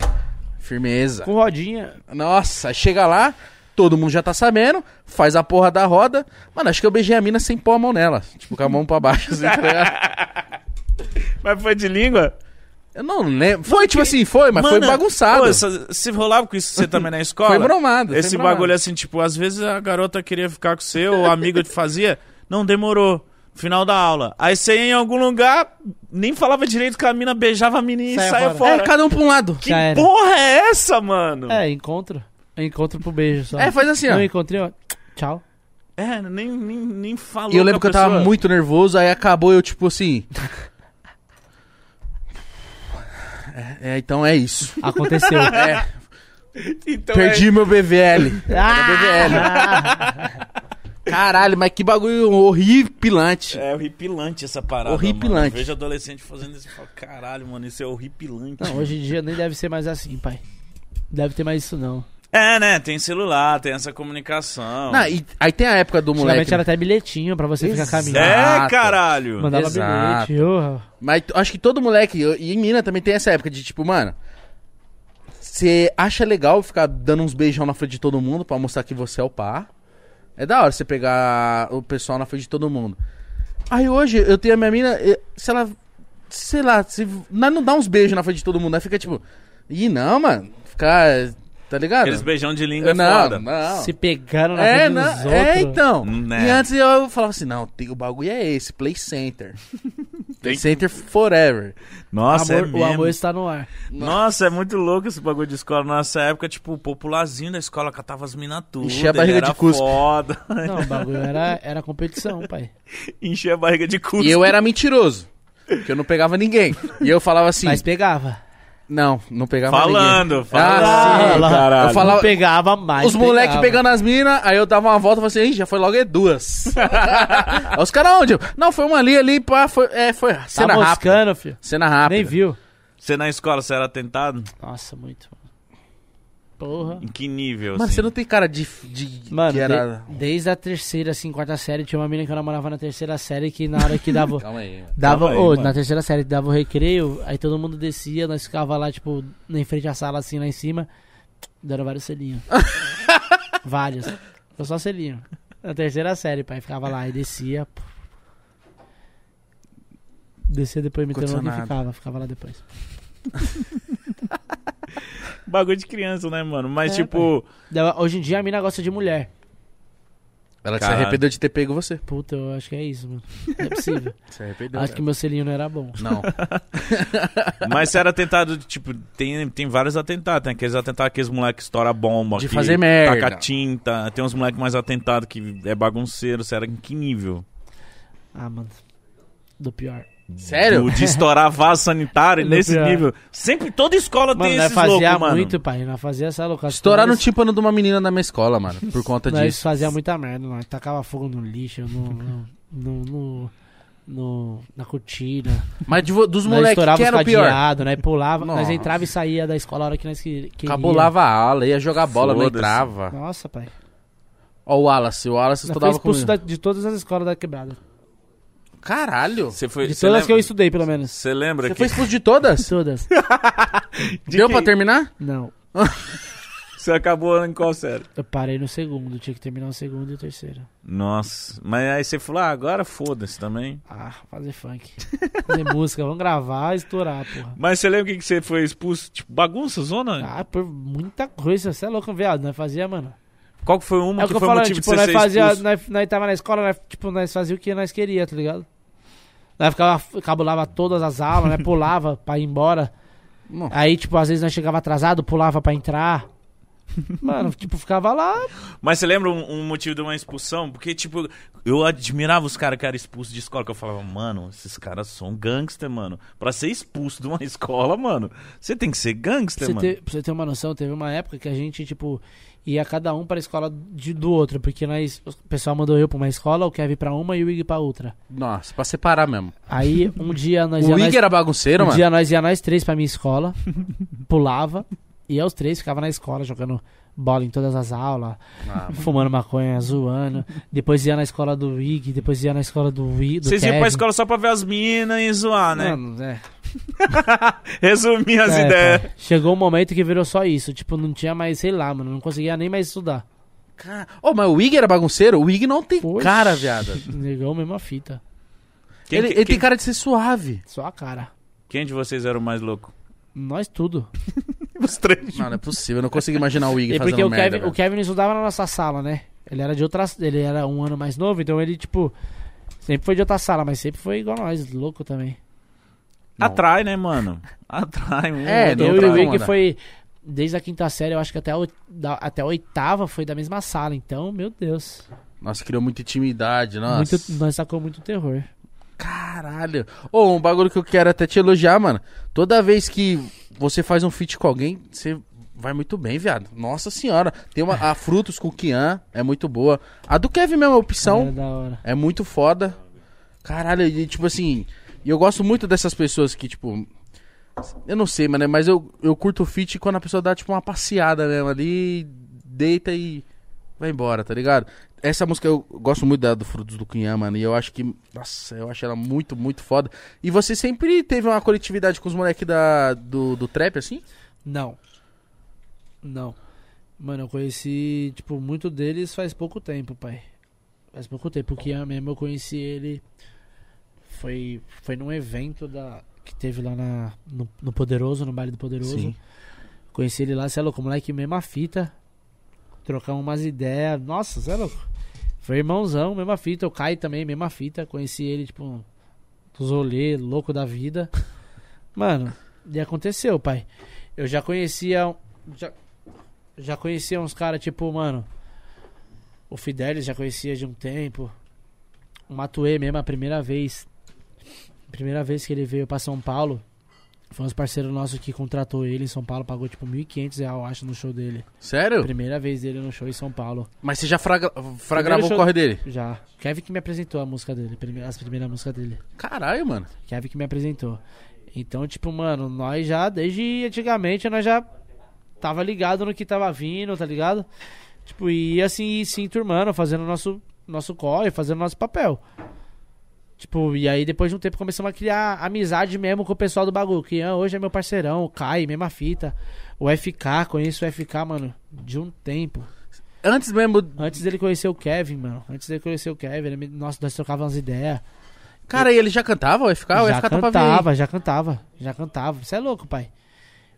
[SPEAKER 3] Firmeza.
[SPEAKER 2] Com rodinha.
[SPEAKER 3] Nossa, aí chega lá, todo mundo já tá sabendo, faz a porra da roda. Mano, acho que eu beijei a mina sem pôr a mão nela. Tipo, com a mão pra baixo, assim, tá ligado?
[SPEAKER 1] Mas foi de língua?
[SPEAKER 3] Eu não lembro. Foi, tipo assim, foi, mas
[SPEAKER 1] Mano,
[SPEAKER 3] foi bagunçado.
[SPEAKER 1] pô, essa- se rolava com isso você também na escola?
[SPEAKER 3] Foi bromado. foi
[SPEAKER 1] Esse
[SPEAKER 3] bromado.
[SPEAKER 1] bagulho assim, tipo, às vezes a garota queria ficar com você, ou o amigo te fazia, não demorou. Final da aula. Aí você ia em algum lugar, nem falava direito com a mina, beijava a mina e
[SPEAKER 2] Saia
[SPEAKER 1] saia
[SPEAKER 2] fora.
[SPEAKER 1] fora.
[SPEAKER 3] É, cada um pra um lado.
[SPEAKER 1] que
[SPEAKER 2] Já era.
[SPEAKER 1] porra é essa, mano? É,
[SPEAKER 2] É, encontro. Encontro pro beijo só.
[SPEAKER 3] É, faz assim, ó.
[SPEAKER 2] Não encontrei, ó. Tchau.
[SPEAKER 1] É, nem, nem, nem falou.
[SPEAKER 3] E eu lembro que
[SPEAKER 1] com a
[SPEAKER 3] eu tava
[SPEAKER 1] pessoa.
[SPEAKER 3] muito nervoso, aí acabou eu, tipo assim. É, é, então é isso.
[SPEAKER 2] Aconteceu.
[SPEAKER 3] É,
[SPEAKER 1] Então
[SPEAKER 3] perdi meu BVL.
[SPEAKER 2] ah,
[SPEAKER 3] Caralho, mas que bagulho horripilante.
[SPEAKER 1] É, é horripilante essa parada.
[SPEAKER 3] Horripilante.
[SPEAKER 1] Mano. Eu vejo adolescente fazendo isso e falo, caralho, mano, isso é horripilante.
[SPEAKER 2] não, hoje em dia nem deve ser mais assim, pai. Deve ter mais isso, não.
[SPEAKER 1] É, né? Tem celular, tem essa comunicação.
[SPEAKER 3] Não, e- aí tem a época do moleque.
[SPEAKER 2] Antigamente era até bilhetinho pra você ficar
[SPEAKER 3] Exato.
[SPEAKER 2] caminhando.
[SPEAKER 1] É,
[SPEAKER 3] Exato.
[SPEAKER 1] caralho.
[SPEAKER 2] Mandava
[SPEAKER 3] Exato.
[SPEAKER 2] bilhete. ô.
[SPEAKER 3] Mas t- acho que todo moleque, eu- e em mina também tem essa época de tipo, mano. Você acha legal ficar dando uns beijão na frente de todo mundo pra mostrar que você é o pá. É da hora você pegar o pessoal na frente de todo mundo. Aí hoje eu tenho a minha mina, eh, se ela. Sei lá, se nós não dá uns beijos na frente de todo mundo, aí fica tipo. Ih, não, mano. Ficar. Tá ligado?
[SPEAKER 1] Aqueles beijão de língua é
[SPEAKER 3] não,
[SPEAKER 1] foda.
[SPEAKER 3] não.
[SPEAKER 2] Se pegaram na
[SPEAKER 3] É,
[SPEAKER 2] frente
[SPEAKER 3] não,
[SPEAKER 2] dos outros.
[SPEAKER 3] é, então.
[SPEAKER 1] Né.
[SPEAKER 3] E antes eu falava assim, não, tem- o bagulho é esse, Play Center.
[SPEAKER 1] Tem-
[SPEAKER 3] Center forever.
[SPEAKER 1] Nossa, é
[SPEAKER 2] Amor- o
[SPEAKER 1] mesmo.
[SPEAKER 2] amor está no ar.
[SPEAKER 1] Nossa, é muito louco esse bagulho de escola. Nessa época, tipo, o popularzinho da escola catava as minas tudo.
[SPEAKER 3] Enchia a barriga
[SPEAKER 1] ele era
[SPEAKER 3] de cuspe.
[SPEAKER 1] foda.
[SPEAKER 2] Não, o bagulho era, era competição, pai.
[SPEAKER 1] Enchia a barriga de cuspe.
[SPEAKER 3] E eu era mentiroso. Porque eu não pegava ninguém. E eu falava assim.
[SPEAKER 2] Mas pegava.
[SPEAKER 3] Não, não pegava ninguém.
[SPEAKER 1] Falando,
[SPEAKER 3] Ah,
[SPEAKER 1] falando.
[SPEAKER 2] sim, lá.
[SPEAKER 1] caralho.
[SPEAKER 3] Eu falava-
[SPEAKER 2] Não pegava mais.
[SPEAKER 3] Os moleque
[SPEAKER 2] pegava.
[SPEAKER 3] pegando as minas, aí eu dava uma volta e falei assim, "Ih, já foi logo é duas. Aí os caras onde? Eu, Não, foi uma ali, ali, pá, foi, é, foi
[SPEAKER 2] Tá
[SPEAKER 3] cena rápida.
[SPEAKER 2] moscando, filho.
[SPEAKER 3] Cena rápida.
[SPEAKER 2] Nem viu.
[SPEAKER 1] Você na escola, você era tentado?
[SPEAKER 2] Nossa, muito. Porra.
[SPEAKER 1] Em que nível,
[SPEAKER 3] Mano,
[SPEAKER 1] assim?
[SPEAKER 3] você não tem cara de... de
[SPEAKER 2] Mano,
[SPEAKER 3] que era...
[SPEAKER 2] de- desde a terceira, assim, quarta série, tinha uma menina que eu namorava na terceira série que na hora que dava.
[SPEAKER 3] Calma aí. mano.
[SPEAKER 2] dava
[SPEAKER 1] Calma aí,
[SPEAKER 2] ô,
[SPEAKER 1] mano.
[SPEAKER 2] na terceira série que dava o recreio, aí todo mundo descia, nós ficava lá, tipo, na- em frente à sala, assim, lá em cima, dando vários selinhos. vários. Eu só selinho. Na terceira série, pai, ficava lá e descia. pô. Descia depois me
[SPEAKER 3] Aconteceu
[SPEAKER 2] tendo e
[SPEAKER 3] nada.
[SPEAKER 2] ficava, ficava lá depois.
[SPEAKER 1] Bagulho de criança, né, mano? Mas,
[SPEAKER 2] É,
[SPEAKER 1] tipo...
[SPEAKER 2] Da- Hoje em dia a mina gosta de mulher.
[SPEAKER 3] Ela
[SPEAKER 1] Caralho.
[SPEAKER 3] se arrependeu de ter pego você.
[SPEAKER 2] Puta, eu acho que é isso, mano. Não é possível.
[SPEAKER 3] Se arrependeu.
[SPEAKER 2] acho que meu selinho não era bom.
[SPEAKER 3] Não.
[SPEAKER 1] Mas você era atentado, tipo, tem, tem vários atentados. Tem aqueles atentados, aqueles moleques que estoura bomba.
[SPEAKER 3] De
[SPEAKER 1] que
[SPEAKER 3] fazer merda.
[SPEAKER 1] Taca tinta. Tem uns moleques mais atentados que é bagunceiro. Você era em que nível?
[SPEAKER 2] Ah, mano. Do pior.
[SPEAKER 3] Sério?
[SPEAKER 1] Do-
[SPEAKER 3] é
[SPEAKER 1] de estourar vaso sanitário
[SPEAKER 2] No
[SPEAKER 1] nesse
[SPEAKER 2] pior.
[SPEAKER 1] nível. Sempre, toda escola
[SPEAKER 2] Mano,
[SPEAKER 1] tem
[SPEAKER 3] né,
[SPEAKER 2] nós
[SPEAKER 1] esses loucos,
[SPEAKER 2] fazia
[SPEAKER 1] mano.
[SPEAKER 2] muito, pai. Nós fazia essa louca.
[SPEAKER 3] Estouraram o
[SPEAKER 2] Nós-
[SPEAKER 3] tímpano de uma menina da minha escola, mano, por conta
[SPEAKER 2] Nós
[SPEAKER 3] disso.
[SPEAKER 2] fazia muita merda. Nós tacava fogo no lixo, no... no, no, no- no- na cortina.
[SPEAKER 3] Mas de vo- dos
[SPEAKER 2] nós
[SPEAKER 3] moleques,
[SPEAKER 2] estourava
[SPEAKER 3] que
[SPEAKER 2] os
[SPEAKER 3] era o pior?
[SPEAKER 2] cadeados, nós pulava. Nós
[SPEAKER 3] Nossa.
[SPEAKER 2] entrava e saía da escola a hora que nós que- queria.
[SPEAKER 3] Cabulava a ala, ia jogar bola, não
[SPEAKER 1] Foda-se.
[SPEAKER 3] entrava.
[SPEAKER 2] Nossa, pai.
[SPEAKER 3] Ó o Wallace, o Wallace
[SPEAKER 2] Nós foi
[SPEAKER 3] estudava
[SPEAKER 2] expulso
[SPEAKER 3] comigo.
[SPEAKER 2] da- de todas as escolas da quebrada.
[SPEAKER 3] Caralho!
[SPEAKER 1] Você foi.
[SPEAKER 2] De
[SPEAKER 1] você
[SPEAKER 2] todas
[SPEAKER 1] lembra-
[SPEAKER 2] que eu estudei, pelo menos.
[SPEAKER 1] Você lembra
[SPEAKER 3] Você
[SPEAKER 1] que.
[SPEAKER 3] foi expulso de todas?
[SPEAKER 2] Todas.
[SPEAKER 3] Deu pra terminar?
[SPEAKER 2] Não.
[SPEAKER 1] Você acabou em qual série?
[SPEAKER 2] Eu parei no segundo, tinha que terminar o segundo e o terceiro.
[SPEAKER 1] Nossa. Mas aí você falou, ah, agora foda-se também.
[SPEAKER 2] Ah, fazer funk. Fazer música, vamos gravar e estourar, porra.
[SPEAKER 1] Mas você lembra o que que você foi expulso? Tipo, bagunça, zona?
[SPEAKER 2] Ah, por muita coisa, você é louco, viado. Nós fazia, mano.
[SPEAKER 1] Qual que foi uma
[SPEAKER 2] é o
[SPEAKER 1] que
[SPEAKER 2] que eu
[SPEAKER 1] foi o
[SPEAKER 2] falo,
[SPEAKER 1] motivo de
[SPEAKER 2] tipo,
[SPEAKER 1] você
[SPEAKER 2] nós
[SPEAKER 1] ser
[SPEAKER 2] fazia.
[SPEAKER 1] expulso?
[SPEAKER 2] Nós, nós tava na escola, nós, tipo, nós fazia o que nós queria, tá ligado? Nós ficava, cabulava todas as aulas, né? Pulava pra ir embora.
[SPEAKER 3] Não.
[SPEAKER 2] Aí, tipo, às vezes nós chegava atrasado, pulava pra entrar. Mano, tipo, ficava lá.
[SPEAKER 1] Mas você lembra um, um motivo de uma expulsão? Porque, tipo, eu admirava os caras que eram expulsos de escola, que eu falava, mano, esses caras são gangster, mano. Pra ser expulso de uma escola, mano, você tem que ser
[SPEAKER 2] Pra
[SPEAKER 1] gangster,
[SPEAKER 2] você,
[SPEAKER 1] mano.
[SPEAKER 2] ter, pra você ter uma noção, teve uma época que a gente, tipo, ia cada um pra escola de- do outro, porque nós, o pessoal mandou eu pra uma escola, o Kevin pra uma e o Ig pra outra.
[SPEAKER 3] Nossa, pra separar mesmo.
[SPEAKER 2] Aí, um dia nós ia
[SPEAKER 3] o
[SPEAKER 2] nós,
[SPEAKER 3] Ig era bagunceiro,
[SPEAKER 2] um
[SPEAKER 3] mano.
[SPEAKER 2] dia nós ia nós três pra minha escola, pulava, e eu os três ficava na escola jogando bola em todas as aulas,
[SPEAKER 3] Ah,
[SPEAKER 2] fumando maconha, zoando, depois ia na escola do Ig, depois ia na escola do Ig, do
[SPEAKER 1] Vocês iam
[SPEAKER 2] Kevin.
[SPEAKER 1] pra escola só pra ver as minas e zoar, né?
[SPEAKER 2] Mano, é.
[SPEAKER 1] Resumir as
[SPEAKER 2] É,
[SPEAKER 1] ideias.
[SPEAKER 2] cara. Chegou um momento que virou só isso, tipo, não tinha mais, sei lá, mano, não conseguia nem mais estudar.
[SPEAKER 3] cara- Ô, mas o Ig era bagunceiro? O Ig não tem
[SPEAKER 2] Oxi.
[SPEAKER 3] cara, viado.
[SPEAKER 2] Negão, mesma fita.
[SPEAKER 1] Quem,
[SPEAKER 3] ele
[SPEAKER 1] que-
[SPEAKER 3] ele
[SPEAKER 1] quem-
[SPEAKER 3] tem cara de ser suave.
[SPEAKER 2] Só a cara.
[SPEAKER 1] quem de vocês era o mais louco?
[SPEAKER 2] Nós tudo.
[SPEAKER 1] Os três.
[SPEAKER 3] Não, não é possível. Eu não consigo imaginar o Ig
[SPEAKER 2] É porque
[SPEAKER 3] fazendo
[SPEAKER 2] o
[SPEAKER 3] merda.
[SPEAKER 2] Kevin,
[SPEAKER 3] velho.
[SPEAKER 2] o Kevin não estudava na nossa sala, né? Ele era de outra. Ele era um ano mais novo, então ele, tipo. Sempre foi de outra sala, mas sempre foi igual nós, louco também.
[SPEAKER 3] Não.
[SPEAKER 1] Atrai, né, mano? Atrai, um
[SPEAKER 3] É,
[SPEAKER 1] outro
[SPEAKER 2] eu e
[SPEAKER 1] atrai.
[SPEAKER 2] o Wig
[SPEAKER 3] onda.
[SPEAKER 2] foi. Desde a quinta série, eu acho que até a, oi- da- até a oitava foi da mesma sala, então, meu Deus.
[SPEAKER 3] Nossa, criou muita intimidade, nossa.
[SPEAKER 2] Muito, nós sacou muito terror.
[SPEAKER 3] Caralho. Ô, um bagulho que eu quero até te elogiar, mano. Toda vez que você faz um feat com alguém, você vai muito bem, viado. Nossa senhora. Tem uma, a Frutos com o Kian, é muito boa. A do Kevin mesmo,
[SPEAKER 2] Era
[SPEAKER 3] a opção,
[SPEAKER 2] da hora.
[SPEAKER 3] é muito foda. Caralho, e tipo assim... E eu gosto muito dessas pessoas que, tipo... Eu não sei, mano, mas eu, eu curto o feat quando a pessoa dá, tipo, uma passeada mesmo ali, deita e vai embora, tá ligado? Essa música eu gosto muito da do Frutos do Cunhã, mano, e eu acho que, nossa, eu acho ela muito, muito foda. E você sempre teve uma coletividade com os moleques da, do, do trap, assim?
[SPEAKER 2] Não. Não. Mano, eu conheci, tipo, muito deles faz pouco tempo, pai. Faz pouco tempo. O Kian mesmo, eu conheci ele. Foi, foi num evento da, que teve lá na, no, no Poderoso, no Baile do Poderoso.
[SPEAKER 3] Sim.
[SPEAKER 2] Conheci ele lá, cê é louco, moleque, mesma fita. Trocamos umas ideias. Nossa, cê é louco. Foi irmãozão, mesma fita. O Kai também, mesma fita. Conheci ele, tipo, dos rolês, louco da vida. Mano, e aconteceu, pai. Eu já conhecia. um, Já, já conhecia uns caras, tipo, mano. O Fidelis já conhecia de um tempo. O Matuê mesmo, a primeira vez. Primeira vez que ele veio pra São Paulo. Foi uns parceiros nossos que contratou ele em São Paulo, pagou tipo 1.500 reais, eu acho, no show dele.
[SPEAKER 3] Sério?
[SPEAKER 2] Primeira vez dele no show em São Paulo.
[SPEAKER 3] Mas você já fragra...
[SPEAKER 2] Primeiro
[SPEAKER 3] fragravou
[SPEAKER 2] show-
[SPEAKER 3] o corre dele?
[SPEAKER 2] Já. Kevin que me apresentou a música dele, prime- as primeiras músicas dele.
[SPEAKER 3] Caralho, mano.
[SPEAKER 2] Kevin que é me apresentou. Então, tipo, mano, nós já, desde antigamente, nós já tava ligado no que tava vindo, tá ligado? Tipo, e assim, e se enturmando, fazendo nosso, nosso corre, fazendo nosso papel. Tipo, e aí depois de um tempo começamos a criar amizade mesmo com o pessoal do bagulho. Que ah, hoje é meu parceirão, o Kai, mesma fita. O FK, conheço o FK, mano, de um tempo.
[SPEAKER 3] Antes mesmo.
[SPEAKER 2] Antes dele conhecer o Kevin, mano. Antes dele conhecer o Kevin, ele me- nossa, nós trocávamos umas ideias.
[SPEAKER 3] Cara, e ele já cantava o FK? o
[SPEAKER 2] já
[SPEAKER 3] FK tá pra ver. aí.
[SPEAKER 2] cantava, já cantava, já cantava. Você é louco, pai.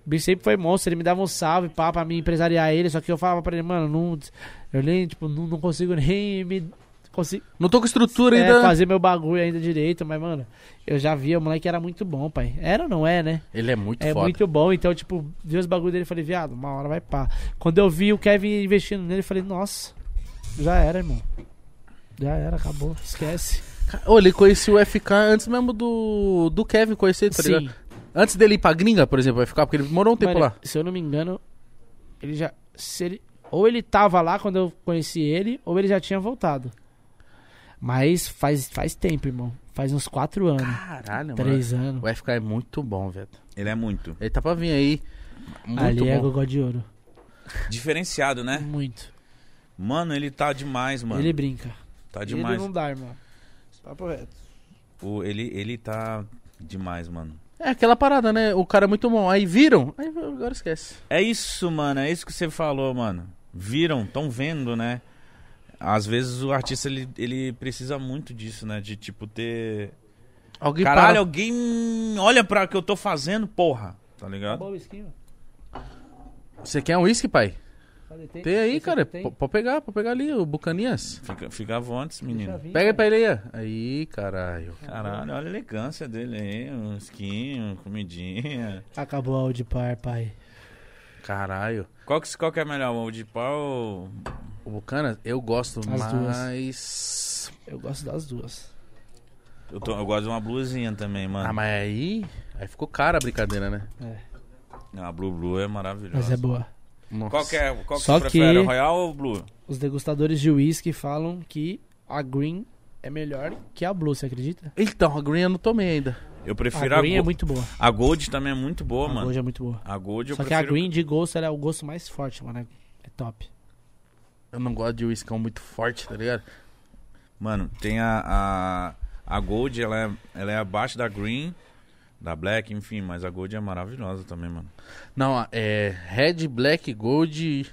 [SPEAKER 2] O bicho sempre foi monstro, ele me dava um salve pá, pra me empresariar ele, só que eu falava pra ele, mano, não, eu nem, tipo, não, não consigo nem me consigo,
[SPEAKER 3] Não tô com estrutura
[SPEAKER 2] é,
[SPEAKER 3] ainda.
[SPEAKER 2] fazer meu bagulho ainda direito, mas, mano, eu já via, o moleque era muito bom, pai. Era ou não é, né?
[SPEAKER 3] Ele é muito
[SPEAKER 2] É
[SPEAKER 3] foda.
[SPEAKER 2] muito bom, então, tipo, vi os bagulhos dele e falei, viado, uma hora vai pá. Quando eu vi o Kevin investindo nele, eu falei, nossa, já era, irmão. Já era, acabou, esquece.
[SPEAKER 3] Ô, ele conhecia o FK antes mesmo do, do Kevin conhecer, tá ligado? Antes dele ir pra gringa, por exemplo, o FK, porque ele morou um tempo
[SPEAKER 2] Mano,
[SPEAKER 3] lá.
[SPEAKER 2] Se eu não me engano, ele já. se ele- ou ele tava lá quando eu conheci ele, ou ele já tinha voltado. Mas faz, faz tempo, irmão. Faz uns quatro anos.
[SPEAKER 3] Caralho,
[SPEAKER 2] três anos.
[SPEAKER 3] mano. O FK é muito bom, velho.
[SPEAKER 1] Ele é muito.
[SPEAKER 3] Ele tá pra vir aí. Muito
[SPEAKER 2] Ali é
[SPEAKER 3] bom. É?
[SPEAKER 2] gogó de ouro.
[SPEAKER 1] Diferenciado, né?
[SPEAKER 2] Muito.
[SPEAKER 1] Mano, ele tá demais, mano.
[SPEAKER 2] Ele brinca.
[SPEAKER 3] é
[SPEAKER 1] Tá demais.
[SPEAKER 2] Ele não dá, irmão. Papo reto.
[SPEAKER 1] O, ele, ele tá demais, mano.
[SPEAKER 3] É aquela parada, né? O cara é muito bom. Aí viram, aí agora esquece.
[SPEAKER 1] É isso, mano. É isso que você falou, mano. Viram, tão vendo, né? Às vezes o artista ele, ele precisa muito disso, né? De tipo ter.
[SPEAKER 3] Alguém
[SPEAKER 1] Caralho,
[SPEAKER 3] para-
[SPEAKER 1] alguém olha pra o que eu tô fazendo, porra. Tá ligado?
[SPEAKER 3] Você quer um uísque, pai? Tem aí, cara. P- Pode pegar, pode pegar ali, o Bucaninhas.
[SPEAKER 1] Fica, fica avante, menino.
[SPEAKER 3] Pega aí pra ele aí. ó. Aí, caralho.
[SPEAKER 2] né?
[SPEAKER 1] Caralho, olha a elegância dele aí. Um skin, comidinha.
[SPEAKER 2] Acabou a Audi Par, pai.
[SPEAKER 3] Caralho.
[SPEAKER 1] Qual que, qual que é melhor, o de pau ou
[SPEAKER 3] O Bucanas, eu gosto
[SPEAKER 2] As
[SPEAKER 3] mais.
[SPEAKER 2] Eu gosto das duas.
[SPEAKER 1] Eu, tô- eu gosto de uma blusinha também, mano.
[SPEAKER 3] Ah, mas aí. Aí ficou cara a brincadeira, né?
[SPEAKER 1] A Blue Blue é
[SPEAKER 2] Mas
[SPEAKER 1] maravilhosa.
[SPEAKER 2] é boa.
[SPEAKER 3] Nossa.
[SPEAKER 1] Qual que é? Qual que
[SPEAKER 2] Só
[SPEAKER 1] você prefere,
[SPEAKER 2] que-
[SPEAKER 1] Royal ou Blue?
[SPEAKER 2] Os degustadores de uísque falam que a Green é melhor que a Blue, você acredita?
[SPEAKER 3] Então, a Green eu não tomei ainda.
[SPEAKER 1] Eu
[SPEAKER 2] A
[SPEAKER 1] prefiro a,
[SPEAKER 2] Green é
[SPEAKER 1] Go-
[SPEAKER 2] muito boa.
[SPEAKER 1] a Gold também é muito boa,
[SPEAKER 2] a
[SPEAKER 1] mano.
[SPEAKER 2] Gold é muito boa.
[SPEAKER 1] A Gold eu
[SPEAKER 2] Só que a
[SPEAKER 1] prefiro...
[SPEAKER 2] Green de gosto ela é o gosto mais forte, mano. É é top.
[SPEAKER 3] Eu não gosto de uíscão muito forte, tá ligado?
[SPEAKER 1] Mano, tem a, a, a Gold, ela é, ela é abaixo da Green, da Black, enfim, mas a Gold é maravilhosa também, mano.
[SPEAKER 3] Não, é. Red, Black, Gold.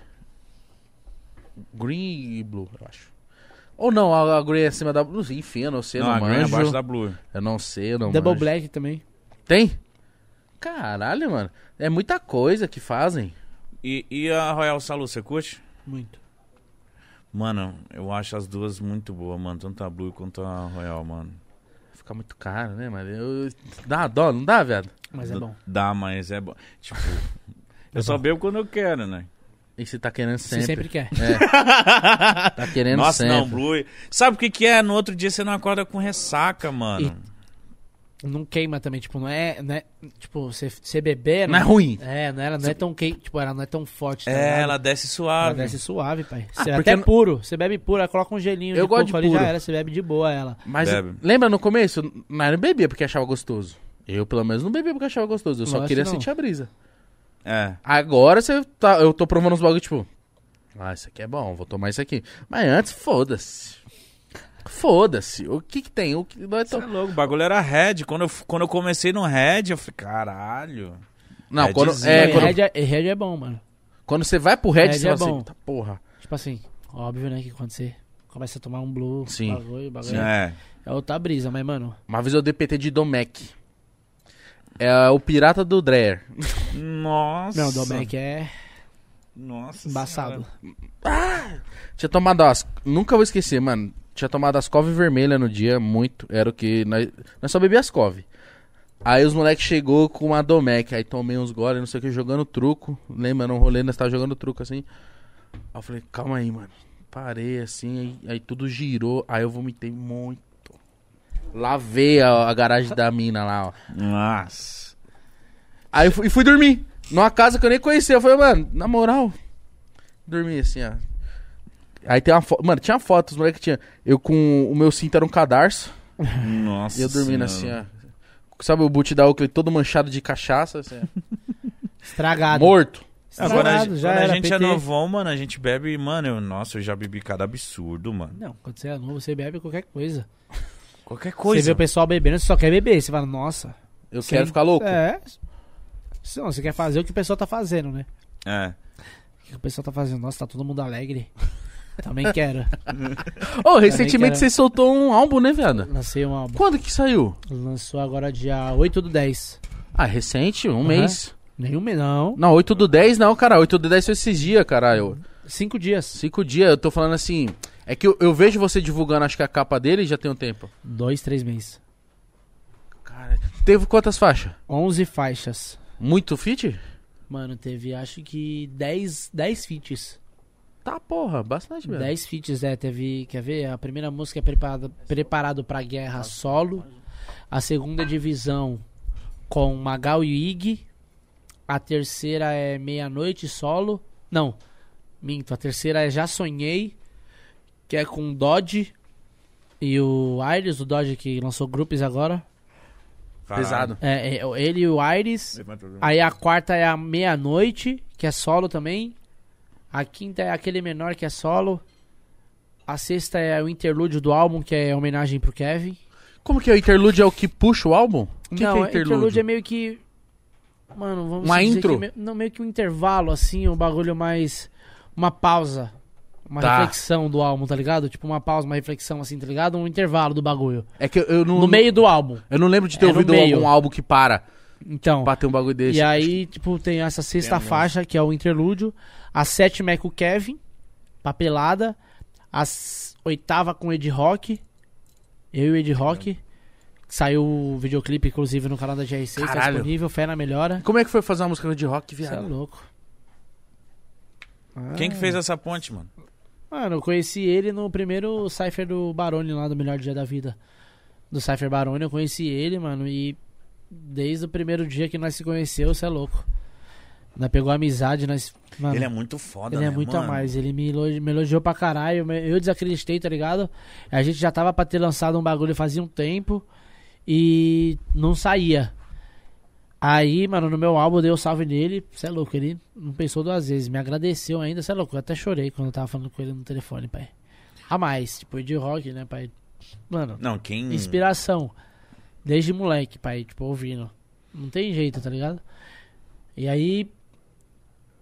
[SPEAKER 3] Green e Blue, eu acho. Ou não, a, a Green é acima da Blue. Enfim, eu não sei,
[SPEAKER 1] não,
[SPEAKER 3] não
[SPEAKER 1] a Green é
[SPEAKER 3] manjo.
[SPEAKER 1] abaixo da Blue.
[SPEAKER 3] Eu não sei, eu não
[SPEAKER 2] Double
[SPEAKER 3] manjo.
[SPEAKER 2] Black também.
[SPEAKER 3] Tem? Caralho, mano. É muita coisa que fazem.
[SPEAKER 1] E, e a Royal Salu, você curte?
[SPEAKER 2] Muito.
[SPEAKER 1] Mano, eu acho as duas muito boas, mano. Tanto a Blue quanto a Royal, mano.
[SPEAKER 3] Fica muito caro, né, mano? Eu... Dá dó, não dá, viado?
[SPEAKER 2] Mas é
[SPEAKER 1] D-
[SPEAKER 2] bom.
[SPEAKER 1] Dá, mas é bom. Tipo, eu
[SPEAKER 2] É
[SPEAKER 1] só
[SPEAKER 2] bom.
[SPEAKER 1] bebo quando eu quero, né?
[SPEAKER 3] E você tá querendo
[SPEAKER 2] Você
[SPEAKER 3] sempre.
[SPEAKER 2] sempre quer.
[SPEAKER 3] Tá querendo
[SPEAKER 1] Nossa,
[SPEAKER 3] sempre.
[SPEAKER 1] não, Blue. Sabe o que, que é? No outro dia você não acorda com ressaca, mano.
[SPEAKER 2] Não queima também, tipo, não é. Não é tipo, você, você beber.
[SPEAKER 3] Não é ruim.
[SPEAKER 2] É, não, ela não é tão quente, tipo, ela não é tão forte. tá
[SPEAKER 1] É,
[SPEAKER 2] ligado?
[SPEAKER 1] ela desce
[SPEAKER 2] Ela
[SPEAKER 1] suave.
[SPEAKER 2] desce suave, pai. Você
[SPEAKER 3] Ah, porque
[SPEAKER 2] até
[SPEAKER 3] não-
[SPEAKER 2] puro. Você bebe puro, ela coloca um gelinho
[SPEAKER 3] Eu
[SPEAKER 2] de
[SPEAKER 3] gosto
[SPEAKER 2] coco
[SPEAKER 3] de
[SPEAKER 2] ali,
[SPEAKER 3] puro.
[SPEAKER 2] já era, você bebe de boa ela.
[SPEAKER 3] Mas
[SPEAKER 1] Bebe.
[SPEAKER 3] lembra no começo? Nós não bebia porque achava gostoso. Eu, pelo menos, não bebia porque achava gostoso. Eu só
[SPEAKER 2] Lógico
[SPEAKER 3] queria
[SPEAKER 2] que não.
[SPEAKER 3] sentir a brisa.
[SPEAKER 1] É.
[SPEAKER 3] Agora você tá, eu tô provando uns bagulho, tipo... Ah, isso aqui é bom, vou tomar isso aqui. Mas antes, foda-se. Foda-se. O que que tem? O que... Nós
[SPEAKER 1] Você
[SPEAKER 3] to-
[SPEAKER 1] é louco, o bagulho era Red. Quando eu, f- quando eu comecei no Red, eu falei, caralho.
[SPEAKER 3] Não,
[SPEAKER 1] É
[SPEAKER 3] quando,
[SPEAKER 1] dizer.
[SPEAKER 3] é,
[SPEAKER 2] e
[SPEAKER 3] quando,
[SPEAKER 2] Red, é, e Red é bom, mano.
[SPEAKER 3] quando você vai pro Red,
[SPEAKER 2] Red
[SPEAKER 3] você
[SPEAKER 2] é
[SPEAKER 3] fala
[SPEAKER 2] bom.
[SPEAKER 3] assim... "Tá Porra.
[SPEAKER 2] Tipo assim, óbvio, né, que quando você começa a tomar um blue,
[SPEAKER 3] Sim.
[SPEAKER 2] bagulho, bagulho. É.
[SPEAKER 1] É.
[SPEAKER 2] outra brisa, mas, mano,
[SPEAKER 3] Uma vez eu dei PT de Domec. É o pirata do Dreher.
[SPEAKER 1] Nossa.
[SPEAKER 2] não, o Domec é
[SPEAKER 1] Nossa.
[SPEAKER 2] embaçado.
[SPEAKER 1] Senhora.
[SPEAKER 3] Tinha tomado umas... Nunca vou esquecer, mano. Tinha tomado as cove vermelha no dia, muito. Era o que. Nós, nós só bebia as cove. Aí os moleques chegou com uma Domec. Aí tomei uns gole, não sei o que, jogando truco. Lembra, num rolê, nós tava jogando truco assim. Aí eu falei, calma aí, mano. Parei assim, aí, aí tudo girou. Aí eu vomitei muito. Lavei a, a garagem da mina lá, ó.
[SPEAKER 1] Nossa.
[SPEAKER 3] Aí eu fui, e fui dormir. Numa casa que eu nem conhecia. Eu falei, mano, na moral. Dormi assim, ó. Aí tem uma foto. Mano, tinha foto, os moleques tinha. Eu com. O meu cinto era um cadarço.
[SPEAKER 1] Nossa.
[SPEAKER 3] E eu dormindo assim,
[SPEAKER 1] senhora.
[SPEAKER 3] ó. Sabe o boot da Oakley todo manchado de cachaça? assim, ó. Ah,
[SPEAKER 2] Estragado.
[SPEAKER 3] Morto.
[SPEAKER 2] Estragado,
[SPEAKER 1] Agora, a gente-
[SPEAKER 2] já
[SPEAKER 1] quando
[SPEAKER 2] era
[SPEAKER 1] a gente é
[SPEAKER 2] PT.
[SPEAKER 1] novão, mano, a gente bebe, mano, eu, nossa, eu já bebi cada absurdo, mano.
[SPEAKER 2] Não, quando você é novo, você bebe qualquer coisa.
[SPEAKER 1] Qualquer
[SPEAKER 2] Você vê o pessoal bebendo, você só quer beber. Você fala, nossa.
[SPEAKER 3] Eu
[SPEAKER 2] Sim.
[SPEAKER 3] quero ficar louco.
[SPEAKER 2] É. Se não, você quer fazer o que o pessoal tá fazendo, né?
[SPEAKER 1] É.
[SPEAKER 2] O que o pessoal tá fazendo? Nossa, tá todo mundo alegre. Também quero.
[SPEAKER 3] Ô, recentemente
[SPEAKER 2] quero.
[SPEAKER 3] você soltou um álbum, né, viado?
[SPEAKER 2] Lancei um álbum.
[SPEAKER 3] Quando que saiu?
[SPEAKER 2] Lançou agora dia 8 do 10.
[SPEAKER 3] Ah, recente, um
[SPEAKER 2] Aham.
[SPEAKER 3] mês.
[SPEAKER 2] Nenhum mês, não.
[SPEAKER 3] Não, 8 do 10 não, cara. 8 do 10 foi esses dias, caralho.
[SPEAKER 2] Cinco dias.
[SPEAKER 3] Cinco dias, eu tô falando assim. É que eu, eu vejo você divulgando, acho que a capa dele já tem um tempo.
[SPEAKER 2] Dois, três meses.
[SPEAKER 3] Cara, teve quantas faixas?
[SPEAKER 2] 11 faixas.
[SPEAKER 3] Muito fit?
[SPEAKER 2] Mano, teve acho que 10, 10 feats.
[SPEAKER 3] Tá, porra, bastante, velho.
[SPEAKER 2] 10 feats, é. Teve, quer ver? A primeira música é preparada, Preparado pra Guerra Solo. A segunda é divisão com Magal e Ig. A terceira é Meia-Noite Solo. Não, minto. A terceira é Já Sonhei, que é com o Dodge e o Aires, o Dodge que lançou grupos agora.
[SPEAKER 1] Caralho.
[SPEAKER 3] Pesado.
[SPEAKER 2] É, é, ele e o Aires.
[SPEAKER 1] Levanta o dedo.
[SPEAKER 2] Aí a quarta é a meia-noite, que é solo também. A quinta é aquele menor que é solo. A sexta é o interlúdio do álbum, que é homenagem pro Kevin.
[SPEAKER 3] Como que é o interlude? É o que puxa o álbum? O que,
[SPEAKER 2] Não,
[SPEAKER 3] que é interlude?
[SPEAKER 2] é meio que. Mano, vamos
[SPEAKER 3] Uma
[SPEAKER 2] dizer que
[SPEAKER 3] intro?
[SPEAKER 2] é meio- não, meio que um intervalo, assim, um bagulho mais. Uma pausa. Uma
[SPEAKER 3] Tá.
[SPEAKER 2] reflexão do álbum, tá ligado? Tipo, uma pausa, uma reflexão, assim, tá ligado? Um intervalo do bagulho.
[SPEAKER 3] É que eu, eu não.
[SPEAKER 2] No meio do álbum.
[SPEAKER 3] Eu não lembro de ter
[SPEAKER 2] É, no
[SPEAKER 3] ouvido
[SPEAKER 2] meio.
[SPEAKER 3] algum álbum que para
[SPEAKER 2] Então.
[SPEAKER 3] pra ter um bagulho desse.
[SPEAKER 2] E aí, tipo, tem essa sexta faixa, que é o interlúdio. A sétima é com o Kevin, papelada. A s- oitava com o Ed Rock. Eu e o Ed Rock. Saiu o videoclipe, inclusive, no canal da GRC, tá
[SPEAKER 3] Caralho.
[SPEAKER 2] disponível, fé na melhora.
[SPEAKER 3] Como é que foi fazer uma música de rock,
[SPEAKER 2] Você é
[SPEAKER 3] viado?
[SPEAKER 2] louco.
[SPEAKER 1] Quem que
[SPEAKER 2] Ah.
[SPEAKER 1] fez essa ponte, mano?
[SPEAKER 2] Mano, eu conheci ele no primeiro Cypher do Barone lá, do Melhor Dia da Vida. Do Cypher Barone, eu conheci ele, mano, e desde o primeiro dia que nós se conheceu, você é louco. Nós pegou amizade, nós. Mano,
[SPEAKER 1] Ele é muito foda,
[SPEAKER 2] Ele
[SPEAKER 1] né,
[SPEAKER 2] é muito
[SPEAKER 1] mano?
[SPEAKER 2] a mais, ele me elogi- me elogiou pra caralho, me- eu desacreditei, tá ligado? A gente já tava pra ter lançado um bagulho fazia um tempo e não saía. Aí, mano, no meu álbum eu dei o salve nele, cê é louco, ele não pensou duas vezes, me agradeceu ainda, cê é louco, eu até chorei quando eu tava falando com ele no telefone, pai. A mais, tipo, de rock, né, pai? Mano,
[SPEAKER 1] Não, quem...
[SPEAKER 2] inspiração. Desde moleque, pai, tipo, ouvindo. Não tem jeito, tá ligado? E aí.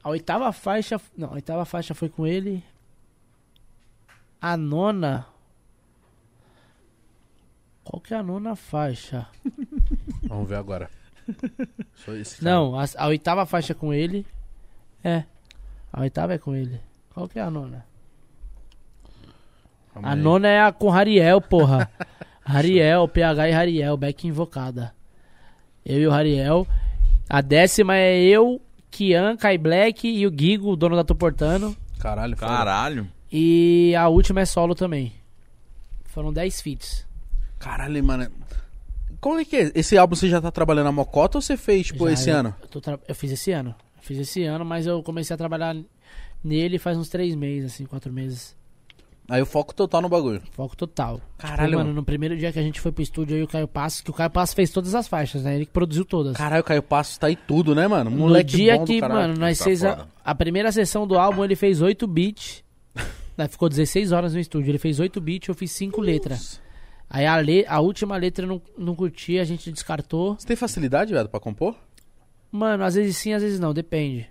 [SPEAKER 2] A oitava faixa. Não, a oitava faixa foi com ele. A nona. Qual que é a nona faixa?
[SPEAKER 3] Vamos ver agora. Só esse cara.
[SPEAKER 2] Não, a, a oitava faixa com ele. É. A oitava é com ele. Qual que é a nona?
[SPEAKER 3] Calma
[SPEAKER 2] A
[SPEAKER 3] aí.
[SPEAKER 2] nona é a com Rariel, porra. Rariel, PH e Rariel, back invocada. Eu e o Rariel. A décima é eu, Kian, Kai Black e o Gigo, o dono da Toportano.
[SPEAKER 3] Caralho, foda.
[SPEAKER 1] Caralho.
[SPEAKER 2] E a última é solo também. Foram 10 feats.
[SPEAKER 3] Caralho, mano. Como é que é? Esse álbum você já tá trabalhando a mocota ou você fez, tipo,
[SPEAKER 2] Já
[SPEAKER 3] esse
[SPEAKER 2] eu-
[SPEAKER 3] ano?
[SPEAKER 2] Eu, tô tra- eu fiz esse ano. Eu fiz esse ano, mas eu comecei a trabalhar nele faz uns 3 meses, assim, 4 meses.
[SPEAKER 3] Aí o foco total no bagulho.
[SPEAKER 2] Foco total.
[SPEAKER 3] Caralho,
[SPEAKER 2] Tipo, mano,
[SPEAKER 3] mano.
[SPEAKER 2] no primeiro dia que a gente foi pro estúdio, eu e o Caio Passo, que o Caio Passo fez todas as faixas, né? Ele que produziu todas.
[SPEAKER 3] Caralho, o Caio Passos tá aí tudo, né, mano?
[SPEAKER 2] No
[SPEAKER 3] Moleque
[SPEAKER 2] dia
[SPEAKER 3] bom do
[SPEAKER 2] que,
[SPEAKER 3] caralho.
[SPEAKER 2] mano, nós
[SPEAKER 1] Tá
[SPEAKER 2] fez a,
[SPEAKER 1] foda.
[SPEAKER 2] a primeira sessão do álbum, ele fez 8 beats. Nós ficou 16 horas no estúdio. Ele fez 8 beats, eu fiz 5 letras. Aí a, le- a última letra eu não, não curti, a gente descartou.
[SPEAKER 3] Você tem facilidade, velho, pra compor?
[SPEAKER 2] Mano, às vezes sim, às vezes não, depende.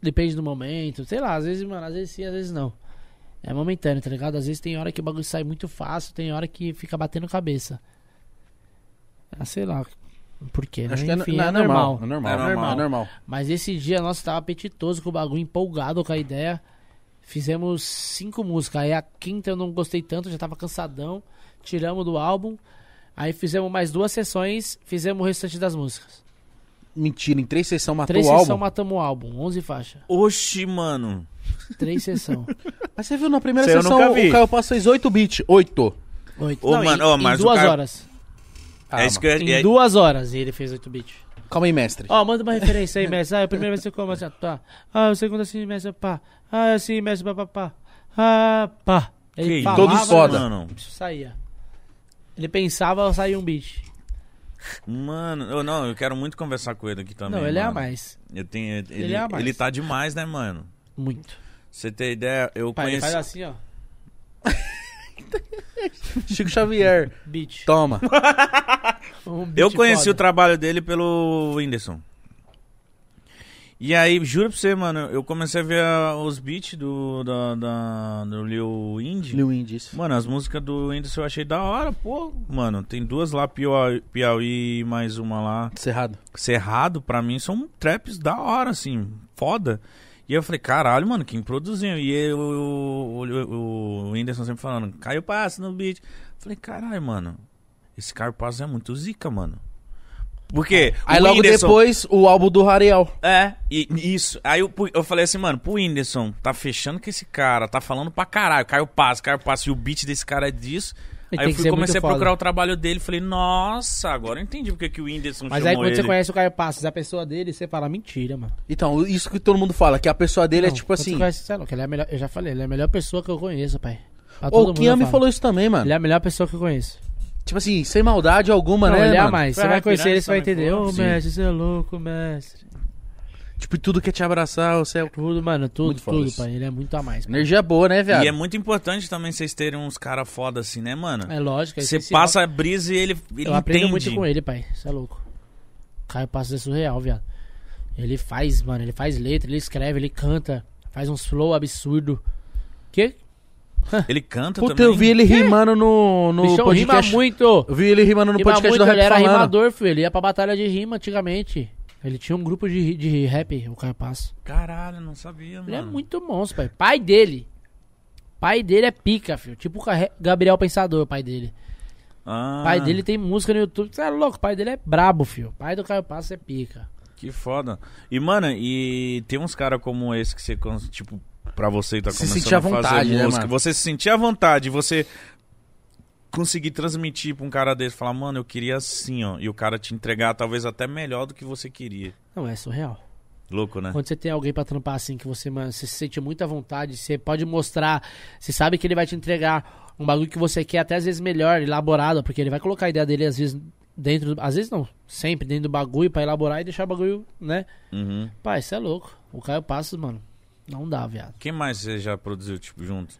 [SPEAKER 2] Depende do momento, sei lá, às vezes, mano, às vezes sim, às vezes não. É momentâneo, tá ligado? Às vezes tem hora que o bagulho sai muito fácil, tem hora que fica batendo cabeça. Ah, sei lá. Por quê? né?
[SPEAKER 3] Acho que é,
[SPEAKER 2] Enfim,
[SPEAKER 3] não,
[SPEAKER 2] é, normal.
[SPEAKER 3] É normal,
[SPEAKER 1] É
[SPEAKER 3] é normal.
[SPEAKER 1] normal.
[SPEAKER 3] É normal.
[SPEAKER 2] Mas esse dia, nossa, tava apetitoso com o bagulho, empolgado com a ideia. Fizemos cinco músicas. Aí a quinta eu não gostei tanto, já tava cansadão. Tiramos do álbum. Aí fizemos mais duas sessões, fizemos o restante das músicas.
[SPEAKER 3] Mentira, em três sessões matou
[SPEAKER 2] Três
[SPEAKER 3] o álbum.
[SPEAKER 2] sessões matamos o álbum, 11 faixas.
[SPEAKER 1] Oxi, mano.
[SPEAKER 2] Três sessões.
[SPEAKER 3] Mas você viu na primeira
[SPEAKER 1] Isso eu
[SPEAKER 3] sessão
[SPEAKER 1] nunca vi.
[SPEAKER 3] o Caio Passo fez 8 beats. 8.
[SPEAKER 2] Oito.
[SPEAKER 1] Ô,
[SPEAKER 2] Não,
[SPEAKER 1] mano,
[SPEAKER 2] em,
[SPEAKER 1] ô,
[SPEAKER 2] em
[SPEAKER 1] mas o
[SPEAKER 2] duas
[SPEAKER 1] cara-
[SPEAKER 2] horas.
[SPEAKER 1] é isso que eu,
[SPEAKER 2] Em
[SPEAKER 1] é-
[SPEAKER 2] duas horas ele fez oito bits.
[SPEAKER 3] Calma aí, mestre.
[SPEAKER 2] Ó, manda uma referência aí, mestre. Ah, a primeira vez que você come assim, ó, tá. Ah, a segunda assim, mestre, pá. Ah, assim, mestre, pá, pá, pá. Ah, pá.
[SPEAKER 1] que
[SPEAKER 2] Ele
[SPEAKER 1] isso,
[SPEAKER 2] falava,
[SPEAKER 3] Todos foda.
[SPEAKER 1] Mano,
[SPEAKER 2] Isso saía. Ele pensava, saía um beat.
[SPEAKER 1] mano eu, não, eu quero muito conversar com ele aqui também.
[SPEAKER 2] Não, ele é a
[SPEAKER 1] mano.
[SPEAKER 2] mais.
[SPEAKER 1] Eu tenho, ele,
[SPEAKER 2] Ele é a mais.
[SPEAKER 1] ele tá demais, né, mano?
[SPEAKER 2] Muito.
[SPEAKER 1] Você tem ideia? Eu
[SPEAKER 2] Pai, ele
[SPEAKER 1] conheci.
[SPEAKER 2] faz assim, ó.
[SPEAKER 3] Chico Xavier.
[SPEAKER 2] Beat.
[SPEAKER 3] Toma.
[SPEAKER 2] Um beat
[SPEAKER 1] Eu conheci o
[SPEAKER 2] foda.
[SPEAKER 1] trabalho dele pelo Whindersson. E aí, juro pra você, mano, eu comecei a ver ah, os beats do, da, da- do Lil Indy.
[SPEAKER 3] Lil Indy, isso.
[SPEAKER 1] Mano, as músicas do Whindersson eu achei da hora, pô. Mano, tem duas lá, Piauí, Piauí e mais uma lá.
[SPEAKER 3] Cerrado.
[SPEAKER 1] Cerrado, pra mim, são traps da hora, assim, foda. E eu falei, caralho, mano, quem produziu? E eu, o, o, o Whindersson sempre falando, Caio Passo no beat. Eu falei, caralho, mano, esse Caio Passo é muito zica, mano. Por quê?
[SPEAKER 3] Aí
[SPEAKER 1] O
[SPEAKER 3] logo
[SPEAKER 1] Whindersson-
[SPEAKER 3] depois, o álbum do Rariel.
[SPEAKER 1] É, e, e isso. Aí eu, pu- eu falei assim, mano, pro Whindersson, tá fechando com esse cara, tá falando pra caralho, Caio Passo, Caio Passo, e o beat desse cara é disso.
[SPEAKER 2] Ele
[SPEAKER 1] Aí
[SPEAKER 2] tem
[SPEAKER 1] eu
[SPEAKER 2] que
[SPEAKER 1] fui,
[SPEAKER 2] ser
[SPEAKER 1] comecei a
[SPEAKER 2] muito foda.
[SPEAKER 1] procurar o trabalho dele, falei, nossa, agora eu entendi porque que o Whindersson
[SPEAKER 2] Mas aí
[SPEAKER 1] chamou
[SPEAKER 2] quando você
[SPEAKER 1] ele.
[SPEAKER 2] conhece o Caio Passos, a pessoa dele, você fala, mentira, mano.
[SPEAKER 3] Então, isso que todo mundo fala, que a pessoa dele é
[SPEAKER 2] Não,
[SPEAKER 3] tipo
[SPEAKER 2] quando
[SPEAKER 3] assim.
[SPEAKER 2] Você conhece, sei lá, que ele é a melhor, eu já falei, ele é a melhor pessoa que eu conheço, pai. Pra todo
[SPEAKER 3] Ô, o
[SPEAKER 2] mundo eu
[SPEAKER 3] Kian me
[SPEAKER 2] falo.
[SPEAKER 3] falou isso também, mano.
[SPEAKER 2] Ele é a melhor pessoa que eu conheço.
[SPEAKER 3] Tipo assim, sem maldade alguma,
[SPEAKER 2] Não,
[SPEAKER 3] né?
[SPEAKER 2] ele é a
[SPEAKER 3] mano?
[SPEAKER 2] mais. Você
[SPEAKER 1] Vai,
[SPEAKER 2] vai conhecer ele, você vai
[SPEAKER 1] Piranhas também,
[SPEAKER 2] entender. Ô,
[SPEAKER 1] pô. Sim.
[SPEAKER 2] mestre, você é louco, mestre.
[SPEAKER 3] Tipo, tudo quer te abraçar, você é...
[SPEAKER 2] Tudo, mano, tudo,
[SPEAKER 3] Muito foda
[SPEAKER 2] tudo,
[SPEAKER 3] isso.
[SPEAKER 2] pai. Ele é muito a mais. mano.
[SPEAKER 3] Energia boa, né, viado?
[SPEAKER 1] E é muito importante também vocês terem uns cara foda assim, né, mano?
[SPEAKER 2] É lógico. é
[SPEAKER 1] Você
[SPEAKER 2] essencial.
[SPEAKER 1] passa a brisa e ele, ele
[SPEAKER 2] Eu aprendo
[SPEAKER 1] entende.
[SPEAKER 2] muito com ele, pai. Você é louco. Caio Passos é surreal, viado. Ele faz, mano, ele faz letra, ele escreve, ele canta. Faz uns flow absurdo. Que?
[SPEAKER 1] Ele canta
[SPEAKER 3] Puta,
[SPEAKER 1] também.
[SPEAKER 3] eu vi ele rimando no, no
[SPEAKER 2] Bichão rima
[SPEAKER 3] podcast.
[SPEAKER 2] muito.
[SPEAKER 3] Eu vi ele rimando no
[SPEAKER 2] Rima
[SPEAKER 3] podcast
[SPEAKER 2] muito,
[SPEAKER 3] do Rap
[SPEAKER 2] ele era
[SPEAKER 3] Falando.
[SPEAKER 2] rimador, filho. Ele ia pra batalha de rima antigamente. Ele tinha um grupo de, ri- de rap, o Caio Passos.
[SPEAKER 1] Caralho, não sabia, mano.
[SPEAKER 2] Ele é muito monstro, pai. Pai dele. Pai dele é pica, filho. Tipo o Carre- Gabriel Pensador, pai dele.
[SPEAKER 1] Ah,
[SPEAKER 2] Pai dele tem música no YouTube. Você é louco, pai dele é brabo, filho. Pai do Caio Passo é pica.
[SPEAKER 1] Que foda. E, mano, e tem uns cara como esse que você, cons- tipo, pra você que tá
[SPEAKER 3] Se
[SPEAKER 1] começando
[SPEAKER 3] sentir à
[SPEAKER 1] a fazer
[SPEAKER 3] vontade, né,
[SPEAKER 1] música,
[SPEAKER 3] mano?
[SPEAKER 1] você se sentir à vontade, você conseguir transmitir pra um cara desse, falar, mano, eu queria assim, ó, e o cara te entregar talvez até melhor do que você queria.
[SPEAKER 2] Não, é surreal.
[SPEAKER 1] Louco, né?
[SPEAKER 2] Quando você tem alguém pra trampar assim, que você, mano, você se sente muito à vontade, você pode mostrar, você sabe que ele vai te entregar um bagulho que você quer, até às vezes melhor, elaborado, porque ele vai colocar a ideia dele, às vezes, dentro. do- Às vezes não, sempre dentro do bagulho pra elaborar e deixar o bagulho, né?
[SPEAKER 1] Uhum.
[SPEAKER 2] Pai, você é louco. O Caio Passos, mano, não dá, viado.
[SPEAKER 1] Quem mais você já produziu, tipo, junto?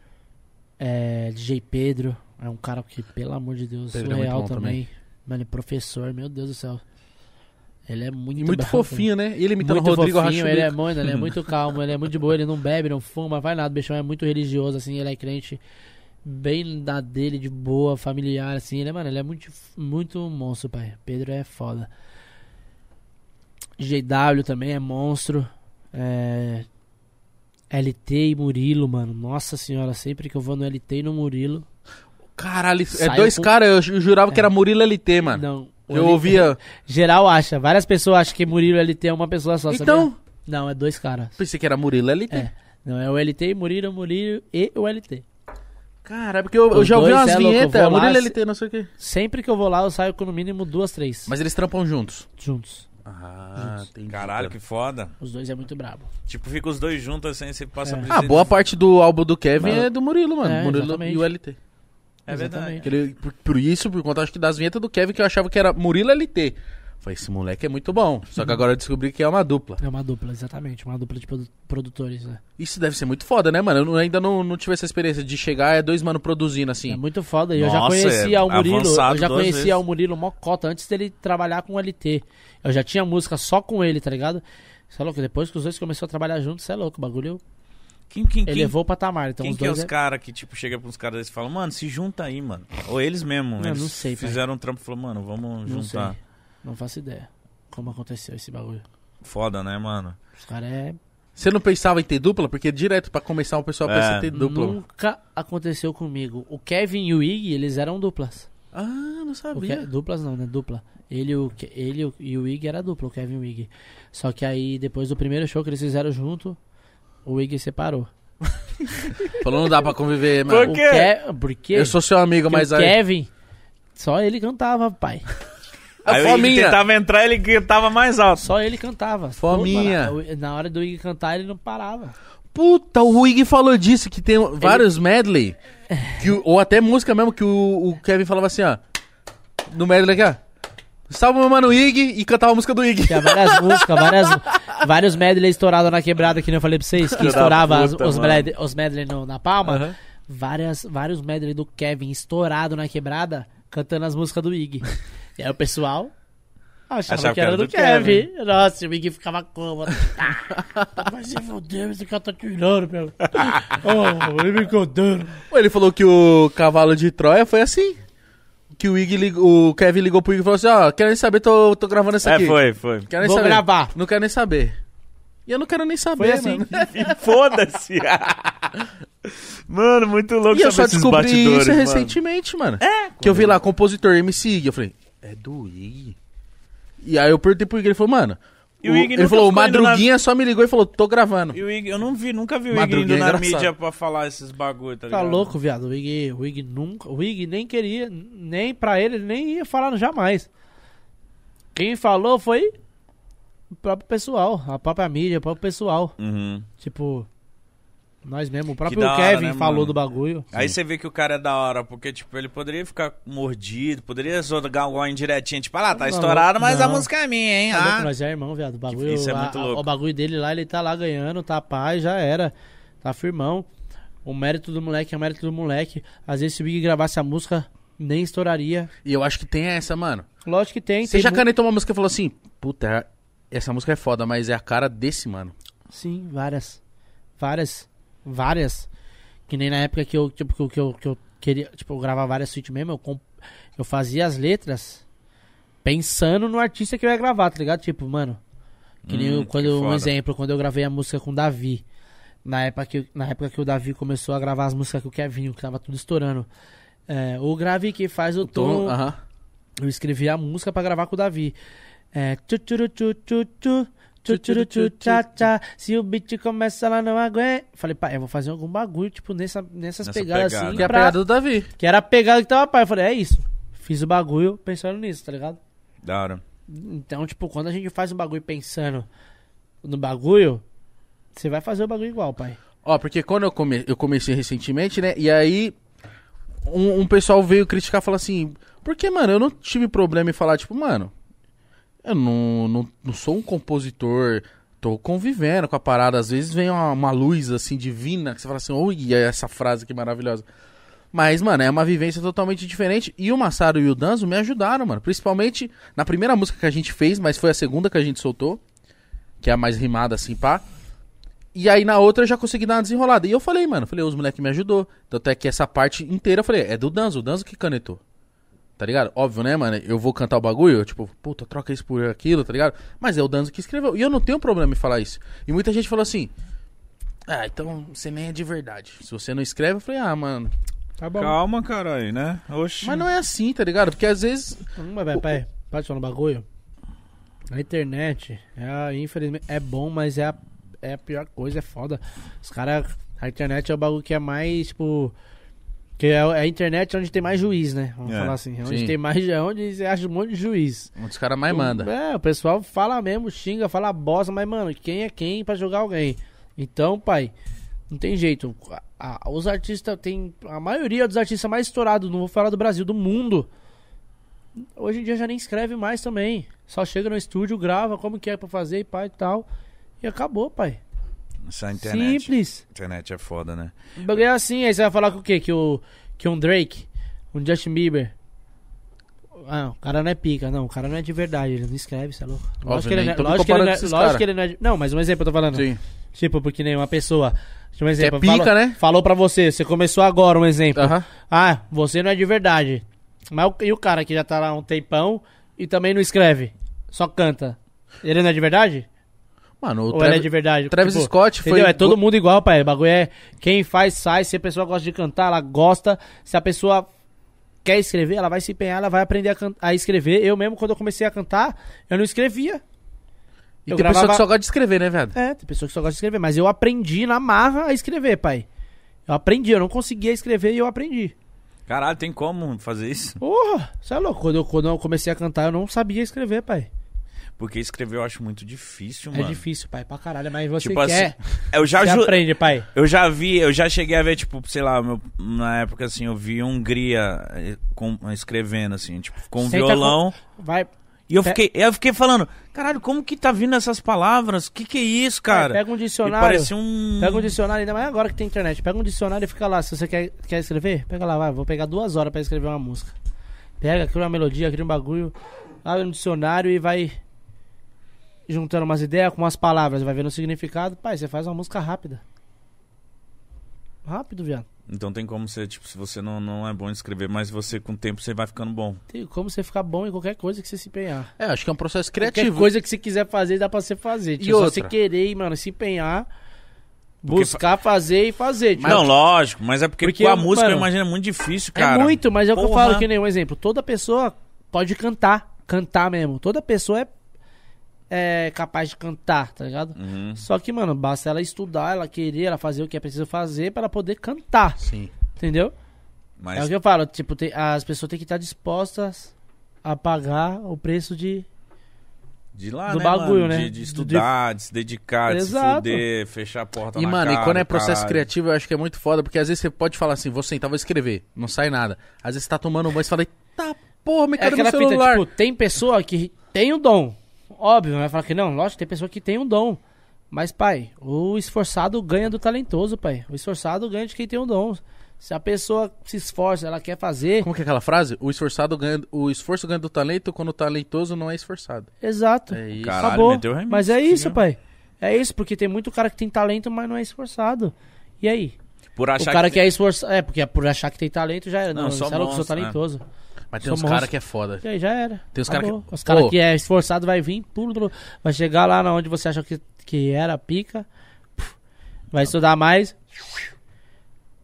[SPEAKER 2] É, DJ Pedro é um cara que, pelo amor de Deus,
[SPEAKER 3] Pedro é
[SPEAKER 2] surreal
[SPEAKER 3] muito bom
[SPEAKER 2] também. Mano, é professor, meu Deus do céu. Ele é muito
[SPEAKER 3] E muito
[SPEAKER 2] bravo.
[SPEAKER 3] fofinho, né? E ele imitando
[SPEAKER 2] Muito
[SPEAKER 3] o Rodrigo
[SPEAKER 2] fofinho, ele é,
[SPEAKER 3] Rachulico.
[SPEAKER 2] muito, ele é muito calmo, ele é muito de boa, ele não bebe, não fuma, vai nada, o bichão é muito religioso, assim, ele é crente bem da dele, de boa, familiar, assim, ele é, mano, ele é muito, muito monstro, pai. Pedro é foda. GW também é monstro. É... LT e Murilo, mano. Nossa senhora, sempre que eu vou no LT e no Murilo.
[SPEAKER 3] Caralho, isso- é
[SPEAKER 2] Saiu
[SPEAKER 3] dois
[SPEAKER 2] com- É.
[SPEAKER 3] caras, eu ju- jurava que era Murilo LT, mano.
[SPEAKER 2] Não.
[SPEAKER 3] Eu ouvia...
[SPEAKER 2] Geral acha. Várias pessoas acham que Murilo e LT é uma pessoa só,
[SPEAKER 3] então,
[SPEAKER 2] sabia? Não, é dois caras.
[SPEAKER 3] pensei que era Murilo LT.
[SPEAKER 2] É. Não, é o LT e Murilo, Murilo e o LT.
[SPEAKER 3] Caralho, porque eu, eu
[SPEAKER 2] Os
[SPEAKER 3] já ouvi
[SPEAKER 2] dois
[SPEAKER 3] umas
[SPEAKER 2] é louco,
[SPEAKER 3] vinhetas,
[SPEAKER 2] eu vou lá,
[SPEAKER 3] Murilo
[SPEAKER 2] se-
[SPEAKER 3] LT, não sei o quê.
[SPEAKER 2] Sempre que eu vou lá, eu saio com no mínimo duas, três.
[SPEAKER 3] Mas eles trampam juntos.
[SPEAKER 2] Juntos.
[SPEAKER 3] Ah, tem
[SPEAKER 1] Caralho, que foda.
[SPEAKER 2] Os dois é muito brabo.
[SPEAKER 1] Tipo, fica os dois juntos assim, você passa
[SPEAKER 2] É.
[SPEAKER 1] por
[SPEAKER 3] Ah,
[SPEAKER 1] isso.
[SPEAKER 3] boa parte do álbum do Kevin
[SPEAKER 1] Mano.
[SPEAKER 3] é do Murilo, mano.
[SPEAKER 2] É,
[SPEAKER 3] Murilo
[SPEAKER 2] exatamente.
[SPEAKER 3] e o LT.
[SPEAKER 1] É verdade.
[SPEAKER 2] Exatamente.
[SPEAKER 3] Ele- por, por isso, por conta acho que das vinhetas do Kevin, que eu achava que era Murilo LT. Falei, esse moleque é muito bom. Só que agora eu descobri que é uma dupla.
[SPEAKER 2] É uma dupla, exatamente. Uma dupla de produ- produtores, né?
[SPEAKER 3] Isso deve ser muito foda, né, mano? Eu não- ainda não, não tive essa experiência de chegar é dois mano produzindo assim.
[SPEAKER 2] É muito foda. E eu já
[SPEAKER 1] Nossa,
[SPEAKER 2] conhecia
[SPEAKER 1] é
[SPEAKER 2] o Murilo.
[SPEAKER 1] avançado
[SPEAKER 2] Eu já
[SPEAKER 1] duas vezes.
[SPEAKER 2] conhecia o Murilo Mocota antes dele trabalhar com o LT. Eu já tinha música só com ele, tá ligado? Você é louco. Depois que os dois começaram a trabalhar juntos, você é louco. O bagulho
[SPEAKER 1] Quem, quem, quem,
[SPEAKER 2] elevou o patamar. Então
[SPEAKER 1] Quem
[SPEAKER 2] os
[SPEAKER 1] que é
[SPEAKER 2] dois.
[SPEAKER 1] os
[SPEAKER 2] é-
[SPEAKER 1] caras que, tipo, chega pros caras desses e falam, mano, se junta aí, mano. Ou eles mesmo,
[SPEAKER 2] Não,
[SPEAKER 1] eles
[SPEAKER 2] não sei, pai.
[SPEAKER 1] fizeram um trampo e falaram, mano, vamos
[SPEAKER 2] Não sei.
[SPEAKER 1] juntar.
[SPEAKER 2] Não faço ideia como aconteceu esse bagulho.
[SPEAKER 1] Foda, né, mano?
[SPEAKER 2] Os caras é
[SPEAKER 3] Você não pensava em ter dupla? Porque direto pra começar o pessoal
[SPEAKER 1] É.
[SPEAKER 3] pensa em ter dupla.
[SPEAKER 2] Nunca aconteceu comigo. O Kevin e o Iggy, eles eram duplas.
[SPEAKER 3] Ah, não
[SPEAKER 2] O Ke-
[SPEAKER 3] sabia.
[SPEAKER 2] Duplas não, né? Dupla. Ele, o, Ke- ele o- e o Iggy era dupla, o Kevin e o Iggy. Só que aí, depois do primeiro show que eles fizeram junto, o Iggy separou.
[SPEAKER 3] Falou, não dá pra conviver,
[SPEAKER 1] Por
[SPEAKER 3] mano.
[SPEAKER 2] O
[SPEAKER 1] quê?
[SPEAKER 2] Ke- Por quê?
[SPEAKER 3] Eu sou seu amigo,
[SPEAKER 2] Porque
[SPEAKER 3] mas
[SPEAKER 2] o
[SPEAKER 3] aí.
[SPEAKER 2] Kevin, só ele cantava, pai.
[SPEAKER 3] A
[SPEAKER 1] Aí eu
[SPEAKER 3] fominha.
[SPEAKER 1] tentava entrar, ele gritava mais alto.
[SPEAKER 2] Só ele cantava.
[SPEAKER 3] Fominha.
[SPEAKER 2] Todo- Na hora do Iggy cantar, ele não parava.
[SPEAKER 3] Puta, o Ig falou disso, que tem vários medley. que o- ou até música mesmo, que o, o Kevin falava assim, ó. No medley aqui, ó. Salve meu mano Ig e cantava a música do Ig.
[SPEAKER 2] Tinha várias músicas, várias, vários medley estourados na quebrada, que nem eu falei pra vocês, que
[SPEAKER 1] Filho da
[SPEAKER 2] estourava as-
[SPEAKER 1] puta,
[SPEAKER 2] os,
[SPEAKER 1] mano.
[SPEAKER 2] medley, os medley no- na palma.
[SPEAKER 3] Aham.
[SPEAKER 2] Várias, vários medley do Kevin estourado na quebrada, cantando as músicas do Iggy. E aí o pessoal achava que era do, Kevin. Nossa, e o Iggy ficava como? Ah, Mas se fudeu, esse cara tá tirando, meu. Oh, ele me contando.
[SPEAKER 3] Ele falou que o cavalo de Troia foi assim. Que o Ig lig- o Kevin ligou pro Ig e falou assim, ó, quero nem saber, tô, tô gravando isso
[SPEAKER 1] É,
[SPEAKER 3] aqui.
[SPEAKER 1] foi, foi.
[SPEAKER 3] Quero nem
[SPEAKER 2] Vou
[SPEAKER 3] saber.
[SPEAKER 2] gravar.
[SPEAKER 3] Não quero nem saber. E eu não quero nem saber,
[SPEAKER 2] Foi assim.
[SPEAKER 3] mano.
[SPEAKER 1] E foda-se. mano, muito louco
[SPEAKER 3] E
[SPEAKER 1] saber
[SPEAKER 3] eu só
[SPEAKER 1] esses
[SPEAKER 3] descobri
[SPEAKER 1] bastidores,
[SPEAKER 3] isso
[SPEAKER 1] mano.
[SPEAKER 3] recentemente, mano. É? Que eu vi lá, compositor MC Ig. Eu falei, é do Ig? E aí eu perguntei pro Ig, ele falou, mano...
[SPEAKER 1] E o
[SPEAKER 3] o-
[SPEAKER 1] Ig
[SPEAKER 3] ele
[SPEAKER 1] nunca
[SPEAKER 3] falou, o
[SPEAKER 1] ficou indo na-
[SPEAKER 3] Madruguinha só me ligou e falou, tô gravando.
[SPEAKER 1] E o Ig, eu não vi, nunca vi o Ig
[SPEAKER 3] Madruguinha
[SPEAKER 1] indo
[SPEAKER 3] é
[SPEAKER 1] na
[SPEAKER 3] engraçado.
[SPEAKER 1] mídia pra falar esses bagulho, tá
[SPEAKER 2] Tá
[SPEAKER 1] ligado?
[SPEAKER 2] louco, viado. O Ig, o Ig nunca. O Ig nem queria, nem pra ele, ele nem ia falar jamais. Quem falou foi o próprio pessoal, a própria mídia, o próprio pessoal.
[SPEAKER 1] Uhum.
[SPEAKER 2] Tipo, nós mesmo, o próprio
[SPEAKER 1] da hora,
[SPEAKER 2] Kevin
[SPEAKER 1] né,
[SPEAKER 2] falou
[SPEAKER 1] mano?
[SPEAKER 2] do bagulho.
[SPEAKER 1] Aí você vê que o cara é da hora, porque, tipo, ele poderia ficar mordido, poderia jogar uma indiretinha, tipo, ah lá, tá
[SPEAKER 2] Não,
[SPEAKER 1] estourado, mas a
[SPEAKER 2] não.
[SPEAKER 1] música é minha, hein?
[SPEAKER 2] Tá louco,
[SPEAKER 1] Ah.
[SPEAKER 2] nós é irmão, viado. O bagulho,
[SPEAKER 1] Isso é
[SPEAKER 2] a-
[SPEAKER 1] muito
[SPEAKER 2] a-
[SPEAKER 1] louco.
[SPEAKER 2] o bagulho dele lá, ele tá lá ganhando, tá paz, já era. Tá firmão. O mérito do moleque é o mérito do moleque. Às vezes, se o Ig gravasse a música, nem estouraria.
[SPEAKER 3] E eu acho que tem essa, mano.
[SPEAKER 2] Lógico que tem.
[SPEAKER 3] Você
[SPEAKER 2] tem
[SPEAKER 3] já
[SPEAKER 2] mu-
[SPEAKER 3] canetou uma música e falou assim, puta, essa música é foda, mas é a cara desse, mano.
[SPEAKER 2] Sim, várias. Várias. Várias. Que nem na época que eu, tipo, que eu, que eu, que eu queria, tipo, eu gravar várias suítes mesmo, eu, comp- eu fazia as letras pensando no artista que eu ia gravar, tá ligado? Tipo, mano, que nem
[SPEAKER 1] Hum,
[SPEAKER 2] eu- quando
[SPEAKER 1] que
[SPEAKER 2] eu- um
[SPEAKER 1] foda.
[SPEAKER 2] exemplo, quando eu gravei a música com o Davi. Na época, que, na época que o Davi começou a gravar as músicas com o Kevinho, que tava tudo estourando. É, o grave que faz o, tom.
[SPEAKER 3] Então, aham.
[SPEAKER 2] Eu escrevi a música pra gravar com o Davi. É. tchu, tchuru, tchu, tchu, tchu, tchu, tchuru, tchu, tchá, tchá. Se o beat começa, ela não aguenta. Falei, pai, eu vou fazer algum bagulho, tipo, nessa, nessas
[SPEAKER 1] Nessa
[SPEAKER 2] pegadas
[SPEAKER 1] pegada.
[SPEAKER 2] assim.
[SPEAKER 3] Que é a
[SPEAKER 2] pra-
[SPEAKER 3] pegada do Davi.
[SPEAKER 2] Que era a pegada que tava, pai. Eu falei, é isso. Fiz o bagulho pensando nisso, tá ligado?
[SPEAKER 1] Da hora.
[SPEAKER 2] Então, tipo, quando a gente faz um bagulho pensando no bagulho, você vai fazer o bagulho igual, pai.
[SPEAKER 3] Ó, porque quando eu, come... eu comecei recentemente, né? E aí um, um pessoal veio criticar e falar assim, porque, mano, eu não tive problema em falar, tipo, mano, eu não, não, não sou um compositor, tô convivendo com a parada. Às vezes vem uma, uma luz assim divina que você fala assim, ui, essa frase que é maravilhosa. Mas, mano, é uma vivência totalmente diferente. E o Massaro e o Danzo me ajudaram, mano. Principalmente na primeira música que a gente fez, mas foi a segunda que a gente soltou. Que é a mais rimada, assim, pá. E aí na outra eu já consegui dar uma desenrolada. E eu falei, mano, falei, os moleques me ajudou. Tanto é que essa parte inteira eu falei, é do Danzo, o Danzo que canetou. Tá ligado? Óbvio, né, mano? Eu vou cantar o bagulho, eu, tipo, puta, troca isso por aquilo, tá ligado? Mas é o Danzo que escreveu. E eu não tenho problema em falar isso. E muita gente falou assim: Ah, então você nem é de verdade. Se você não escreve, eu falei, ah, mano.
[SPEAKER 2] Tá bom.
[SPEAKER 1] Calma, caralho, né? Oxi.
[SPEAKER 3] Mas não é assim, tá ligado? Porque às vezes.
[SPEAKER 2] Mas, vai, pai, pode falar no bagulho. A internet, é, a- infelizmente, é bom, mas é a, é a pior coisa, é foda. Os caras. A internet é o bagulho que é mais, tipo. Que é, é a internet onde tem mais juiz, né? Vamos
[SPEAKER 1] É,
[SPEAKER 2] falar assim. É onde
[SPEAKER 3] sim.
[SPEAKER 2] tem mais. É onde você acha um monte de juiz.
[SPEAKER 3] Um dos caras mais manda.
[SPEAKER 2] É, o pessoal fala mesmo, xinga, fala bosta, mas, mano, quem é quem pra jogar alguém? Então, pai, não tem jeito. A- a- os artistas tem. A maioria dos artistas mais estourados, não vou falar do Brasil, do mundo. Hoje em dia já nem escreve mais também. Só chega no estúdio, grava como que é pra fazer e pai e tal. E acabou, pai.
[SPEAKER 1] Essa é internet.
[SPEAKER 2] Simples.
[SPEAKER 1] Internet é foda, né?
[SPEAKER 2] O bagulho é assim, aí você vai falar com o quê? Que, o, que um Drake, um Justin Bieber. Ah, o cara não é pica, não. O cara não é de verdade, ele não escreve, você é louco.
[SPEAKER 3] Óbvio,
[SPEAKER 2] Lógico que ele
[SPEAKER 3] né?
[SPEAKER 2] não é-
[SPEAKER 3] Então me
[SPEAKER 2] lógico que ele
[SPEAKER 3] comparando
[SPEAKER 2] não
[SPEAKER 3] com
[SPEAKER 2] é-
[SPEAKER 3] esses
[SPEAKER 2] lógico
[SPEAKER 3] cara.
[SPEAKER 2] que ele não é. de- Não, mas um exemplo eu tô falando.
[SPEAKER 3] Sim.
[SPEAKER 2] Tipo, porque nem uma pessoa. Deixa eu um exemplo.
[SPEAKER 3] pica,
[SPEAKER 2] falou,
[SPEAKER 3] né?
[SPEAKER 2] Falou pra você, você começou agora um exemplo.
[SPEAKER 3] Aham.
[SPEAKER 2] Ah, você não é de verdade. Mas o- e o cara que já tá lá há um tempão e também não escreve, só canta. Ele não é de verdade?
[SPEAKER 3] Mano, o
[SPEAKER 2] Ou
[SPEAKER 3] Travis,
[SPEAKER 2] ela é de verdade?
[SPEAKER 3] Travis
[SPEAKER 2] Tipo,
[SPEAKER 3] Scott foi.
[SPEAKER 2] Entendeu? É todo mundo igual, pai. O bagulho é quem faz, sai. Se a pessoa gosta de cantar, ela gosta. Se a pessoa quer escrever, ela vai se empenhar, ela vai aprender a, can- a escrever. Eu mesmo, quando eu comecei a cantar, eu não escrevia.
[SPEAKER 3] E
[SPEAKER 2] eu
[SPEAKER 3] tem pessoa
[SPEAKER 2] gravava-
[SPEAKER 3] que só gosta de escrever, né, viado?
[SPEAKER 2] É, tem pessoa que só gosta de escrever. Mas eu aprendi na marra a escrever, pai. Eu aprendi, eu não conseguia escrever e eu aprendi.
[SPEAKER 1] Caralho, tem como fazer isso?
[SPEAKER 2] Porra, você é louco. Quando eu, quando eu comecei a cantar, eu não sabia escrever, pai.
[SPEAKER 1] Porque escrever eu acho muito difícil, mano.
[SPEAKER 2] É difícil, pai, pra caralho. Mas você
[SPEAKER 1] Tipo assim,
[SPEAKER 2] quer,
[SPEAKER 1] eu já
[SPEAKER 2] você
[SPEAKER 1] ju...
[SPEAKER 2] aprende, pai.
[SPEAKER 1] Eu já vi, eu já cheguei a ver, tipo, sei lá, meu- na época, assim, eu vi Hungria eh, com- escrevendo, assim, tipo, com um
[SPEAKER 2] Senta com-
[SPEAKER 1] violão.
[SPEAKER 2] Vai,
[SPEAKER 1] E eu
[SPEAKER 2] Pe-
[SPEAKER 1] fiquei, eu fiquei falando, caralho, como que tá vindo essas palavras? Que que é isso, cara?
[SPEAKER 2] pega um
[SPEAKER 1] E
[SPEAKER 2] dicionário.
[SPEAKER 1] parecia um...
[SPEAKER 2] Pega um dicionário, ainda mais agora que tem internet. Pega um dicionário e fica lá. Se você quer, quer escrever, pega lá, vai. Vou pegar duas horas pra escrever uma música. Pega, cria uma melodia, cria um bagulho. Abre um dicionário e vai juntando umas ideias com umas palavras. Vai vendo o significado. Pai, você faz uma música rápida. Rápido, viado.
[SPEAKER 1] Então tem como ser, tipo, se você não, não é bom em escrever, mas você, com o tempo, você vai ficando bom.
[SPEAKER 2] Tem como você ficar bom em qualquer coisa que você se empenhar.
[SPEAKER 3] É, acho que é um processo
[SPEAKER 2] Qualquer
[SPEAKER 3] criativo.
[SPEAKER 2] coisa que você quiser fazer, dá pra você fazer. Tipo,
[SPEAKER 3] E
[SPEAKER 2] só
[SPEAKER 3] outra?
[SPEAKER 2] você querer, mano, se empenhar,
[SPEAKER 1] Porque
[SPEAKER 2] buscar fazer e fazer. tipo,
[SPEAKER 1] não, lógico, mas é porque,
[SPEAKER 2] Porque
[SPEAKER 1] com a
[SPEAKER 2] eu-
[SPEAKER 1] música,
[SPEAKER 2] mano,
[SPEAKER 1] eu imagino, é muito difícil, cara.
[SPEAKER 2] É muito, mas é o que eu
[SPEAKER 1] Porra.
[SPEAKER 2] falo, que nem um exemplo. Toda pessoa pode cantar, cantar mesmo. Toda pessoa é, é capaz de cantar, tá ligado?
[SPEAKER 1] Uhum.
[SPEAKER 2] Só que, mano, basta ela estudar, ela querer, ela fazer o que é preciso fazer pra ela poder cantar,
[SPEAKER 3] Sim.
[SPEAKER 2] entendeu? É o
[SPEAKER 1] Mas
[SPEAKER 2] que eu falo, tipo, tem- as pessoas têm que estar dispostas a pagar o preço de...
[SPEAKER 1] de lá,
[SPEAKER 2] do
[SPEAKER 1] né,
[SPEAKER 2] bagulho,
[SPEAKER 1] mano?
[SPEAKER 2] né?
[SPEAKER 1] De, de estudar, de se dedicar, de se
[SPEAKER 2] Exato.
[SPEAKER 1] fuder, fechar a porta
[SPEAKER 3] E,
[SPEAKER 1] Tá na
[SPEAKER 3] mano,
[SPEAKER 1] cara,
[SPEAKER 3] e quando é processo
[SPEAKER 1] caralho.
[SPEAKER 3] criativo, eu acho que é muito foda, porque às vezes você pode falar assim, vou sentar, vou escrever, não sai nada. Às vezes você tá tomando banho e você fala, tá porra, me
[SPEAKER 2] É
[SPEAKER 3] quero no
[SPEAKER 2] aquela fita,
[SPEAKER 3] celular.
[SPEAKER 2] tipo, tem pessoa que tem o dom. Óbvio, né? vai falar que não, lógico, tem pessoa que tem o dom. Mas, pai, o esforçado ganha do talentoso, pai. O esforçado ganha de quem tem o dom. Se a pessoa se esforça, ela quer fazer.
[SPEAKER 3] Como que é aquela frase? O esforçado ganha, o esforço ganha do talento quando o talentoso não é esforçado.
[SPEAKER 2] Exato.
[SPEAKER 3] É isso.
[SPEAKER 1] Caralho,
[SPEAKER 2] Acabou.
[SPEAKER 1] meteu remix, né?
[SPEAKER 2] mas é
[SPEAKER 1] filho.
[SPEAKER 2] isso, pai. É isso, porque tem muito cara que tem talento, mas não é esforçado. E aí?
[SPEAKER 1] Por achar
[SPEAKER 2] o cara que,
[SPEAKER 1] tem-
[SPEAKER 2] é esforçado. É, porque é por achar que tem talento já era.
[SPEAKER 1] Não,
[SPEAKER 2] Não,
[SPEAKER 1] só
[SPEAKER 2] só é louco, sou
[SPEAKER 1] monstro, né?
[SPEAKER 2] talentoso.
[SPEAKER 3] Mas tem
[SPEAKER 2] Sou
[SPEAKER 3] uns
[SPEAKER 2] monstro.
[SPEAKER 3] caras que é foda.
[SPEAKER 2] E aí já era.
[SPEAKER 3] Tem os cara
[SPEAKER 2] Acabou.
[SPEAKER 3] que-
[SPEAKER 2] Os cara
[SPEAKER 3] Pô.
[SPEAKER 2] que é esforçado vai vir, pulo, pulo, vai chegar lá na onde você acha que, que era, pica. puf, Vai estudar mais.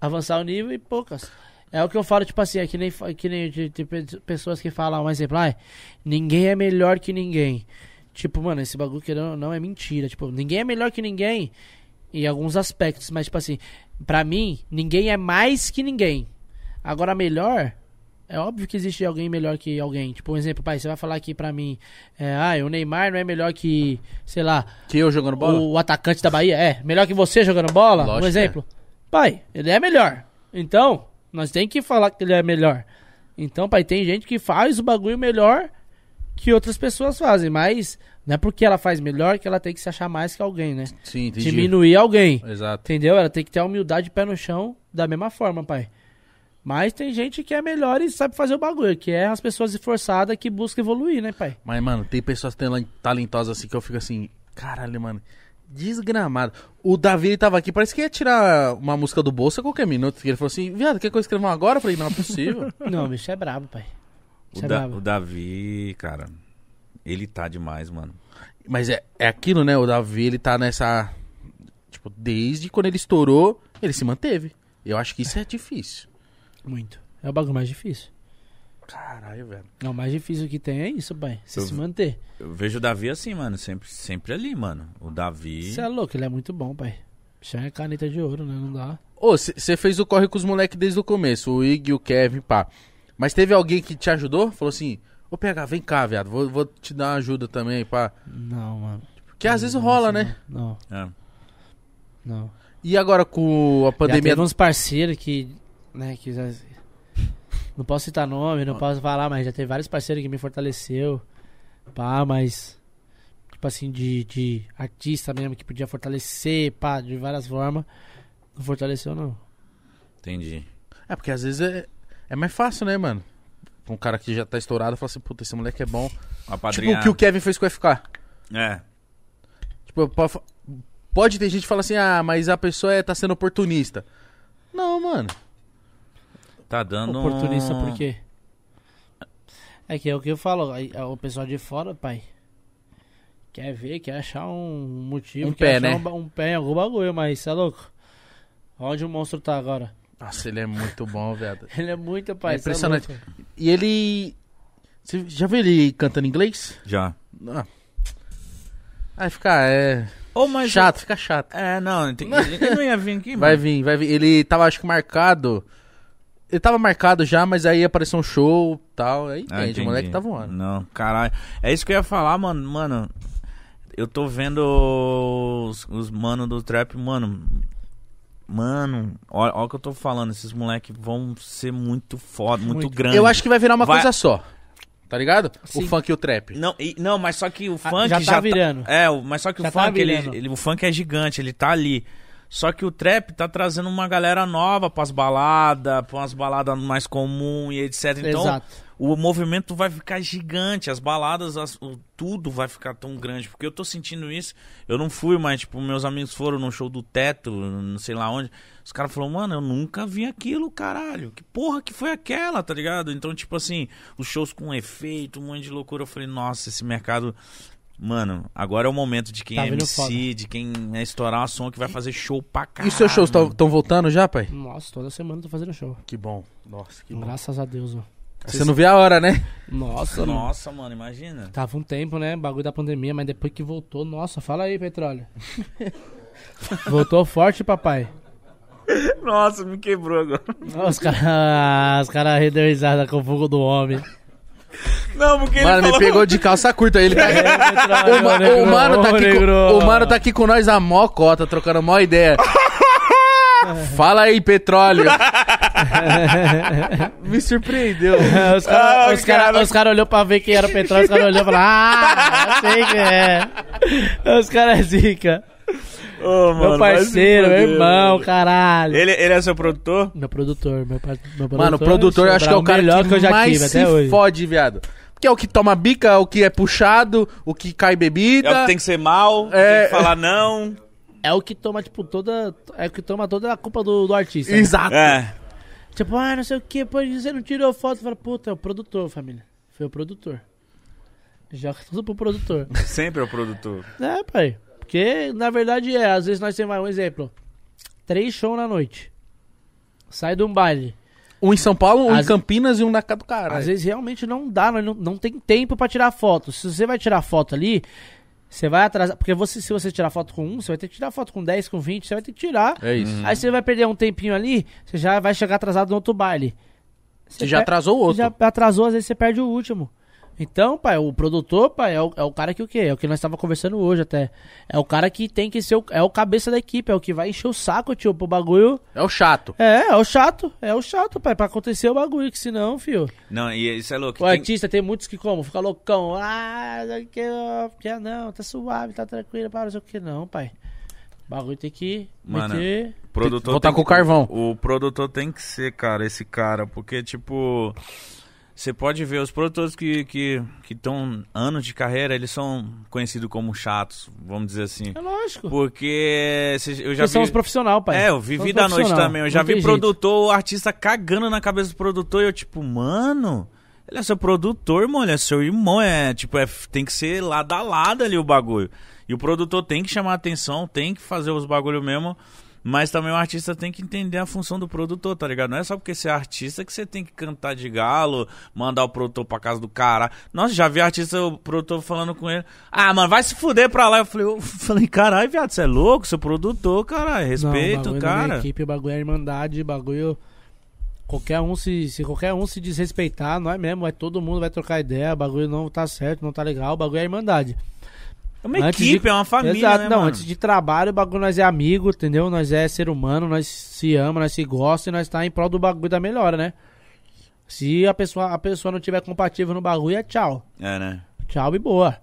[SPEAKER 2] Avançar o nível e poucas. É o que eu falo, tipo assim, é que nem, fa- que nem de, de pe- pessoas que falam, um exemplo, ai, ninguém é melhor que ninguém. Tipo, mano, esse bagulho que não, não é mentira. Tipo, ninguém é melhor que ninguém em alguns aspectos, mas tipo assim, pra mim, ninguém é mais que ninguém. Agora, melhor, é óbvio que existe alguém melhor que alguém. Tipo, um exemplo, pai, você vai falar aqui pra mim, é, ah, o Neymar não é melhor que, sei lá,
[SPEAKER 3] Que eu jogando bola?
[SPEAKER 2] o atacante da Bahia. É, melhor que você jogando bola?
[SPEAKER 3] Lógico
[SPEAKER 2] um
[SPEAKER 3] que é.
[SPEAKER 2] exemplo. Pai, ele é melhor. Então, nós tem que falar que ele é melhor. Então, pai, tem gente que faz o bagulho melhor que outras pessoas fazem, mas não é porque ela faz melhor que ela tem que se achar mais que alguém, né?
[SPEAKER 3] Sim, entendi.
[SPEAKER 2] Diminuir alguém.
[SPEAKER 3] Exato.
[SPEAKER 2] Entendeu? Ela tem que ter a humildade e pé no chão da mesma forma, pai. Mas tem gente que é melhor e sabe fazer o bagulho, que é as pessoas esforçadas que buscam evoluir, né, pai?
[SPEAKER 3] Mas, mano, tem pessoas talen- talentosas assim que eu fico assim, caralho, mano, desgramado. O Davi, ele tava aqui, parece que ia tirar uma música do bolso a qualquer minuto. que Ele falou assim, viado, quer que eu escreva uma agora? Eu falei, não é possível.
[SPEAKER 2] Não, o bicho é brabo, pai.
[SPEAKER 1] O,
[SPEAKER 2] Isso é
[SPEAKER 1] Da-
[SPEAKER 2] brabo.
[SPEAKER 1] o Davi, cara, ele tá demais, mano.
[SPEAKER 3] Mas é, é aquilo, né? O Davi, ele tá nessa. Tipo, desde quando ele estourou, ele se manteve. Eu acho que isso é difícil.
[SPEAKER 2] Muito. É o bagulho mais difícil.
[SPEAKER 3] Caralho, velho.
[SPEAKER 2] Não, o mais difícil que tem é isso, pai. Você
[SPEAKER 1] Eu
[SPEAKER 2] se
[SPEAKER 1] vi-
[SPEAKER 2] manter.
[SPEAKER 1] Eu vejo o Davi assim, mano, sempre, sempre ali, mano. O Davi.
[SPEAKER 2] Você é louco, ele é muito bom, pai. Bicho é caneta de ouro, né? Não dá.
[SPEAKER 3] Ô, você fez o corre com os moleques desde o começo, o Ig, o Kevin, pá. Mas teve alguém que te ajudou? Falou assim: Ô, PH, vem cá, viado, vou, vou te dar uma ajuda também, pá.
[SPEAKER 2] Não, mano.
[SPEAKER 3] Porque às vezes rola, né?
[SPEAKER 2] Não,
[SPEAKER 1] É.
[SPEAKER 2] não.
[SPEAKER 3] E agora com a
[SPEAKER 2] Já
[SPEAKER 3] pandemia.
[SPEAKER 2] teve uns parceiros que, né, que já- não posso citar nome,
[SPEAKER 3] Ah.
[SPEAKER 2] não posso falar, mas já teve vários parceiros que me fortaleceu. Pá, mas tipo assim de, de artista mesmo que podia fortalecer, pá, de várias formas. Não fortaleceu não.
[SPEAKER 1] Entendi.
[SPEAKER 3] É, porque às vezes é, é mais fácil, né, mano? Pra Um cara que já tá estourado fala assim: Puta, esse moleque é bom. Tipo
[SPEAKER 1] Apadrinhar.
[SPEAKER 3] o que o Kevin fez com o FK.
[SPEAKER 1] É.
[SPEAKER 3] Tipo, po- fo- pode ter gente que fala assim, ah, mas a pessoa é- tá sendo oportunista. Não, mano.
[SPEAKER 1] Tá dando. um-
[SPEAKER 2] Oportunista por quê? É que é o que eu falo, aí, é o pessoal de fora, pai, Quer ver, quer achar um motivo,
[SPEAKER 3] Um
[SPEAKER 2] quer
[SPEAKER 3] pé,
[SPEAKER 2] achar
[SPEAKER 3] né?
[SPEAKER 2] um, ba- um pé em algum bagulho, mas você é louco. Onde o monstro tá agora?
[SPEAKER 3] Nossa, ele é muito bom, viado.
[SPEAKER 2] Ele é muito, pai.
[SPEAKER 3] É
[SPEAKER 2] cê
[SPEAKER 3] impressionante.
[SPEAKER 2] louco.
[SPEAKER 3] E ele. Você já viu ele cantando em inglês?
[SPEAKER 1] Já.
[SPEAKER 3] Ah. Aí fica é,
[SPEAKER 1] Ou mais
[SPEAKER 3] chato, fica chato.
[SPEAKER 1] É, não, tem, ele não ia vir aqui,
[SPEAKER 3] Vai
[SPEAKER 1] mano.
[SPEAKER 3] vir, vai vir. Ele tava, acho que marcado. Ele tava marcado já, mas aí apareceu um show e tal. Aí
[SPEAKER 1] Ah,
[SPEAKER 3] entende,
[SPEAKER 1] entendi.
[SPEAKER 3] o moleque tá voando.
[SPEAKER 1] Não, caralho. É isso que eu ia falar, mano. Mano, eu tô vendo os, os mano do trap, mano. Mano, olha o que eu tô falando. Esses moleques vão ser muito foda, muito,
[SPEAKER 2] Muito.
[SPEAKER 1] grande.
[SPEAKER 3] Eu acho que vai virar uma
[SPEAKER 1] Vai-
[SPEAKER 3] coisa só. Tá ligado?
[SPEAKER 2] Sim.
[SPEAKER 3] O funk e o trap.
[SPEAKER 1] Não, e- não, mas só que o funk
[SPEAKER 2] já
[SPEAKER 1] já,
[SPEAKER 2] tá virando.
[SPEAKER 1] É, o- mas só que
[SPEAKER 2] Já
[SPEAKER 1] o
[SPEAKER 2] tá
[SPEAKER 1] funk, ele,
[SPEAKER 2] virando.
[SPEAKER 1] ele- o funk é gigante, ele tá ali. Só que o trap tá trazendo uma galera nova pras baladas, pra umas baladas mais comum e etc. Então,
[SPEAKER 2] Exato.
[SPEAKER 1] o movimento vai ficar gigante, as baladas, as- o- tudo vai ficar tão grande, porque eu tô sentindo isso. Eu não fui, mas tipo, meus amigos foram num show do Teto, não sei lá onde. Os caras falaram, mano, eu nunca vi aquilo, caralho. Que porra que foi aquela, tá ligado? Então, tipo assim, os shows com efeito, um monte de loucura. Eu falei, nossa, esse mercado. Mano, agora é o momento de quem
[SPEAKER 2] Tá
[SPEAKER 1] é
[SPEAKER 2] vindo
[SPEAKER 1] MC,
[SPEAKER 2] foda.
[SPEAKER 1] de quem é estourar a som, que vai fazer show pra caralho.
[SPEAKER 3] E seus shows estão voltando já, pai?
[SPEAKER 2] Nossa, toda semana eu tô fazendo show.
[SPEAKER 3] Que bom. Nossa, que bom.
[SPEAKER 2] Graças a Deus, mano.
[SPEAKER 3] Você não vê a hora, né?
[SPEAKER 2] Nossa, mano.
[SPEAKER 1] Nossa, mano, imagina.
[SPEAKER 2] Tava um tempo, né? Bagulho da pandemia, mas depois que voltou, nossa, fala aí, petróleo. voltou forte, papai.
[SPEAKER 1] Nossa, me quebrou agora.
[SPEAKER 2] Ó, Os caras os cara deu risada com o fogo do homem.
[SPEAKER 1] Não, porque ele
[SPEAKER 3] Mano, me
[SPEAKER 1] falou...
[SPEAKER 3] pegou de calça curta. Ele tá...
[SPEAKER 2] É,
[SPEAKER 3] O, ma- o mano tá aqui com, o mano tá aqui com nós a mó cota, trocando mó ideia. Fala aí, petróleo. Me surpreendeu.
[SPEAKER 2] É, Os caras
[SPEAKER 1] Ah,
[SPEAKER 2] os cara,
[SPEAKER 1] cara.
[SPEAKER 2] os cara olhou pra ver quem era o petróleo, os caras olhou e falaram, ah, eu sei que é. Os caras é zica.
[SPEAKER 1] Ô, mano,
[SPEAKER 2] meu
[SPEAKER 1] vai se
[SPEAKER 2] parceiro, meu
[SPEAKER 1] fuder,
[SPEAKER 2] irmão,
[SPEAKER 1] mano.
[SPEAKER 2] caralho.
[SPEAKER 1] Ele, ele é seu produtor?
[SPEAKER 2] Meu produtor, meu, par- meu produtor.
[SPEAKER 3] Mano, o produtor eu acho que é o cara
[SPEAKER 2] melhor
[SPEAKER 3] que,
[SPEAKER 2] que, eu já
[SPEAKER 3] mais
[SPEAKER 2] tive
[SPEAKER 3] se
[SPEAKER 2] até hoje.
[SPEAKER 3] fode, viado. Porque é o que toma bica, o que é puxado, o que cai bebida.
[SPEAKER 1] É o que tem que ser mal,
[SPEAKER 3] É.
[SPEAKER 1] tem que falar não.
[SPEAKER 2] É o que toma, tipo, toda. É o que toma toda a culpa do, do artista. né?
[SPEAKER 3] Exato.
[SPEAKER 1] É.
[SPEAKER 2] Tipo, ah, não sei o que, pô, você não tirou foto. Fala, puta, é o produtor, família. Foi o produtor. Joga tudo pro produtor.
[SPEAKER 1] Sempre é o produtor.
[SPEAKER 2] é, pai. Porque, na verdade, é. Às vezes nós temos, vai, um exemplo. Três shows na noite. Sai de um baile.
[SPEAKER 3] Um em São Paulo, um
[SPEAKER 2] Às-
[SPEAKER 3] em Campinas e um na casa do caralho.
[SPEAKER 2] Às vezes realmente não dá, nós não, não tem tempo pra tirar foto. Se você vai tirar foto ali, você vai atrasar. Porque você, se você tirar foto com um, você vai ter que tirar foto com 10, com 20, você vai ter que tirar.
[SPEAKER 3] É isso.
[SPEAKER 2] Aí você vai perder um tempinho ali, você já vai chegar atrasado no outro baile.
[SPEAKER 3] Você já
[SPEAKER 2] pe-
[SPEAKER 3] atrasou o outro.
[SPEAKER 2] é, Já atrasou, às vezes você perde o último. Então, pai, o produtor, pai, é o, é o cara que o quê? É o que nós estávamos conversando hoje até. É o cara que tem que ser o, é o cabeça da equipe, é o que vai encher o saco, tio, pro bagulho.
[SPEAKER 3] É o chato.
[SPEAKER 2] É, é o chato, é o chato, pai, pra acontecer o bagulho, que senão, fio.
[SPEAKER 1] Não, e isso é louco.
[SPEAKER 2] O
[SPEAKER 1] Tem-
[SPEAKER 2] artista tem muitos que como? Fica loucão. Ah, não sei o que, ó, que não, tá suave, tá tranquilo, para, não sei o que, não, pai. O bagulho tem que
[SPEAKER 1] Mano,
[SPEAKER 2] meter.
[SPEAKER 1] o produtor
[SPEAKER 3] Voltar
[SPEAKER 1] tem
[SPEAKER 3] com o
[SPEAKER 1] que-
[SPEAKER 3] carvão.
[SPEAKER 1] O produtor tem que ser, cara, esse cara. Porque, tipo, você pode ver os produtores que estão que, tão anos de carreira, eles são conhecidos como chatos, vamos dizer assim.
[SPEAKER 2] É lógico.
[SPEAKER 1] Porque cê- eu já
[SPEAKER 2] Vocês são
[SPEAKER 1] vi...
[SPEAKER 2] os profissionais, pai.
[SPEAKER 1] É, eu
[SPEAKER 2] São
[SPEAKER 1] vivi
[SPEAKER 2] os
[SPEAKER 1] da noite
[SPEAKER 2] profissional.
[SPEAKER 1] também. Eu já
[SPEAKER 2] Não
[SPEAKER 1] vi
[SPEAKER 2] tem jeito.
[SPEAKER 1] produtor, o artista cagando na cabeça do produtor e eu, tipo, mano, ele é seu produtor, mano, ele é seu irmão. É, tipo, é, tem que ser lado a lado ali o bagulho. E o produtor tem que chamar atenção, tem que fazer os bagulho mesmo. Mas também o artista tem que entender a função do produtor, tá ligado? Não é só porque você é artista que você tem que cantar de galo, mandar o produtor pra casa do cara. Nossa, já vi artista, o produtor falando com ele. Ah, mano, vai se fuder pra lá. Eu falei, eu falei caralho, viado, você é louco? Seu produtor, caralho,
[SPEAKER 2] Não, o
[SPEAKER 1] respeito,
[SPEAKER 2] bagulho não é
[SPEAKER 1] cara.
[SPEAKER 2] equipe, o bagulho é irmandade, o bagulho. Qualquer um se, se qualquer um se desrespeitar, não é mesmo, é todo mundo vai trocar ideia, o bagulho não tá certo, não tá legal, o bagulho é irmandade.
[SPEAKER 1] É uma
[SPEAKER 2] Antes
[SPEAKER 1] equipe,
[SPEAKER 2] de-
[SPEAKER 1] é uma família,
[SPEAKER 2] Exato,
[SPEAKER 1] né,
[SPEAKER 2] não,
[SPEAKER 1] mano?
[SPEAKER 2] antes de trabalho, o bagulho nós é amigo, entendeu? Nós é ser humano, nós se ama, nós se gosta e nós tá em prol do bagulho da melhora, né? Se a pessoa, a pessoa não tiver compatível no bagulho, é tchau.
[SPEAKER 1] É, né?
[SPEAKER 2] Tchau e boa.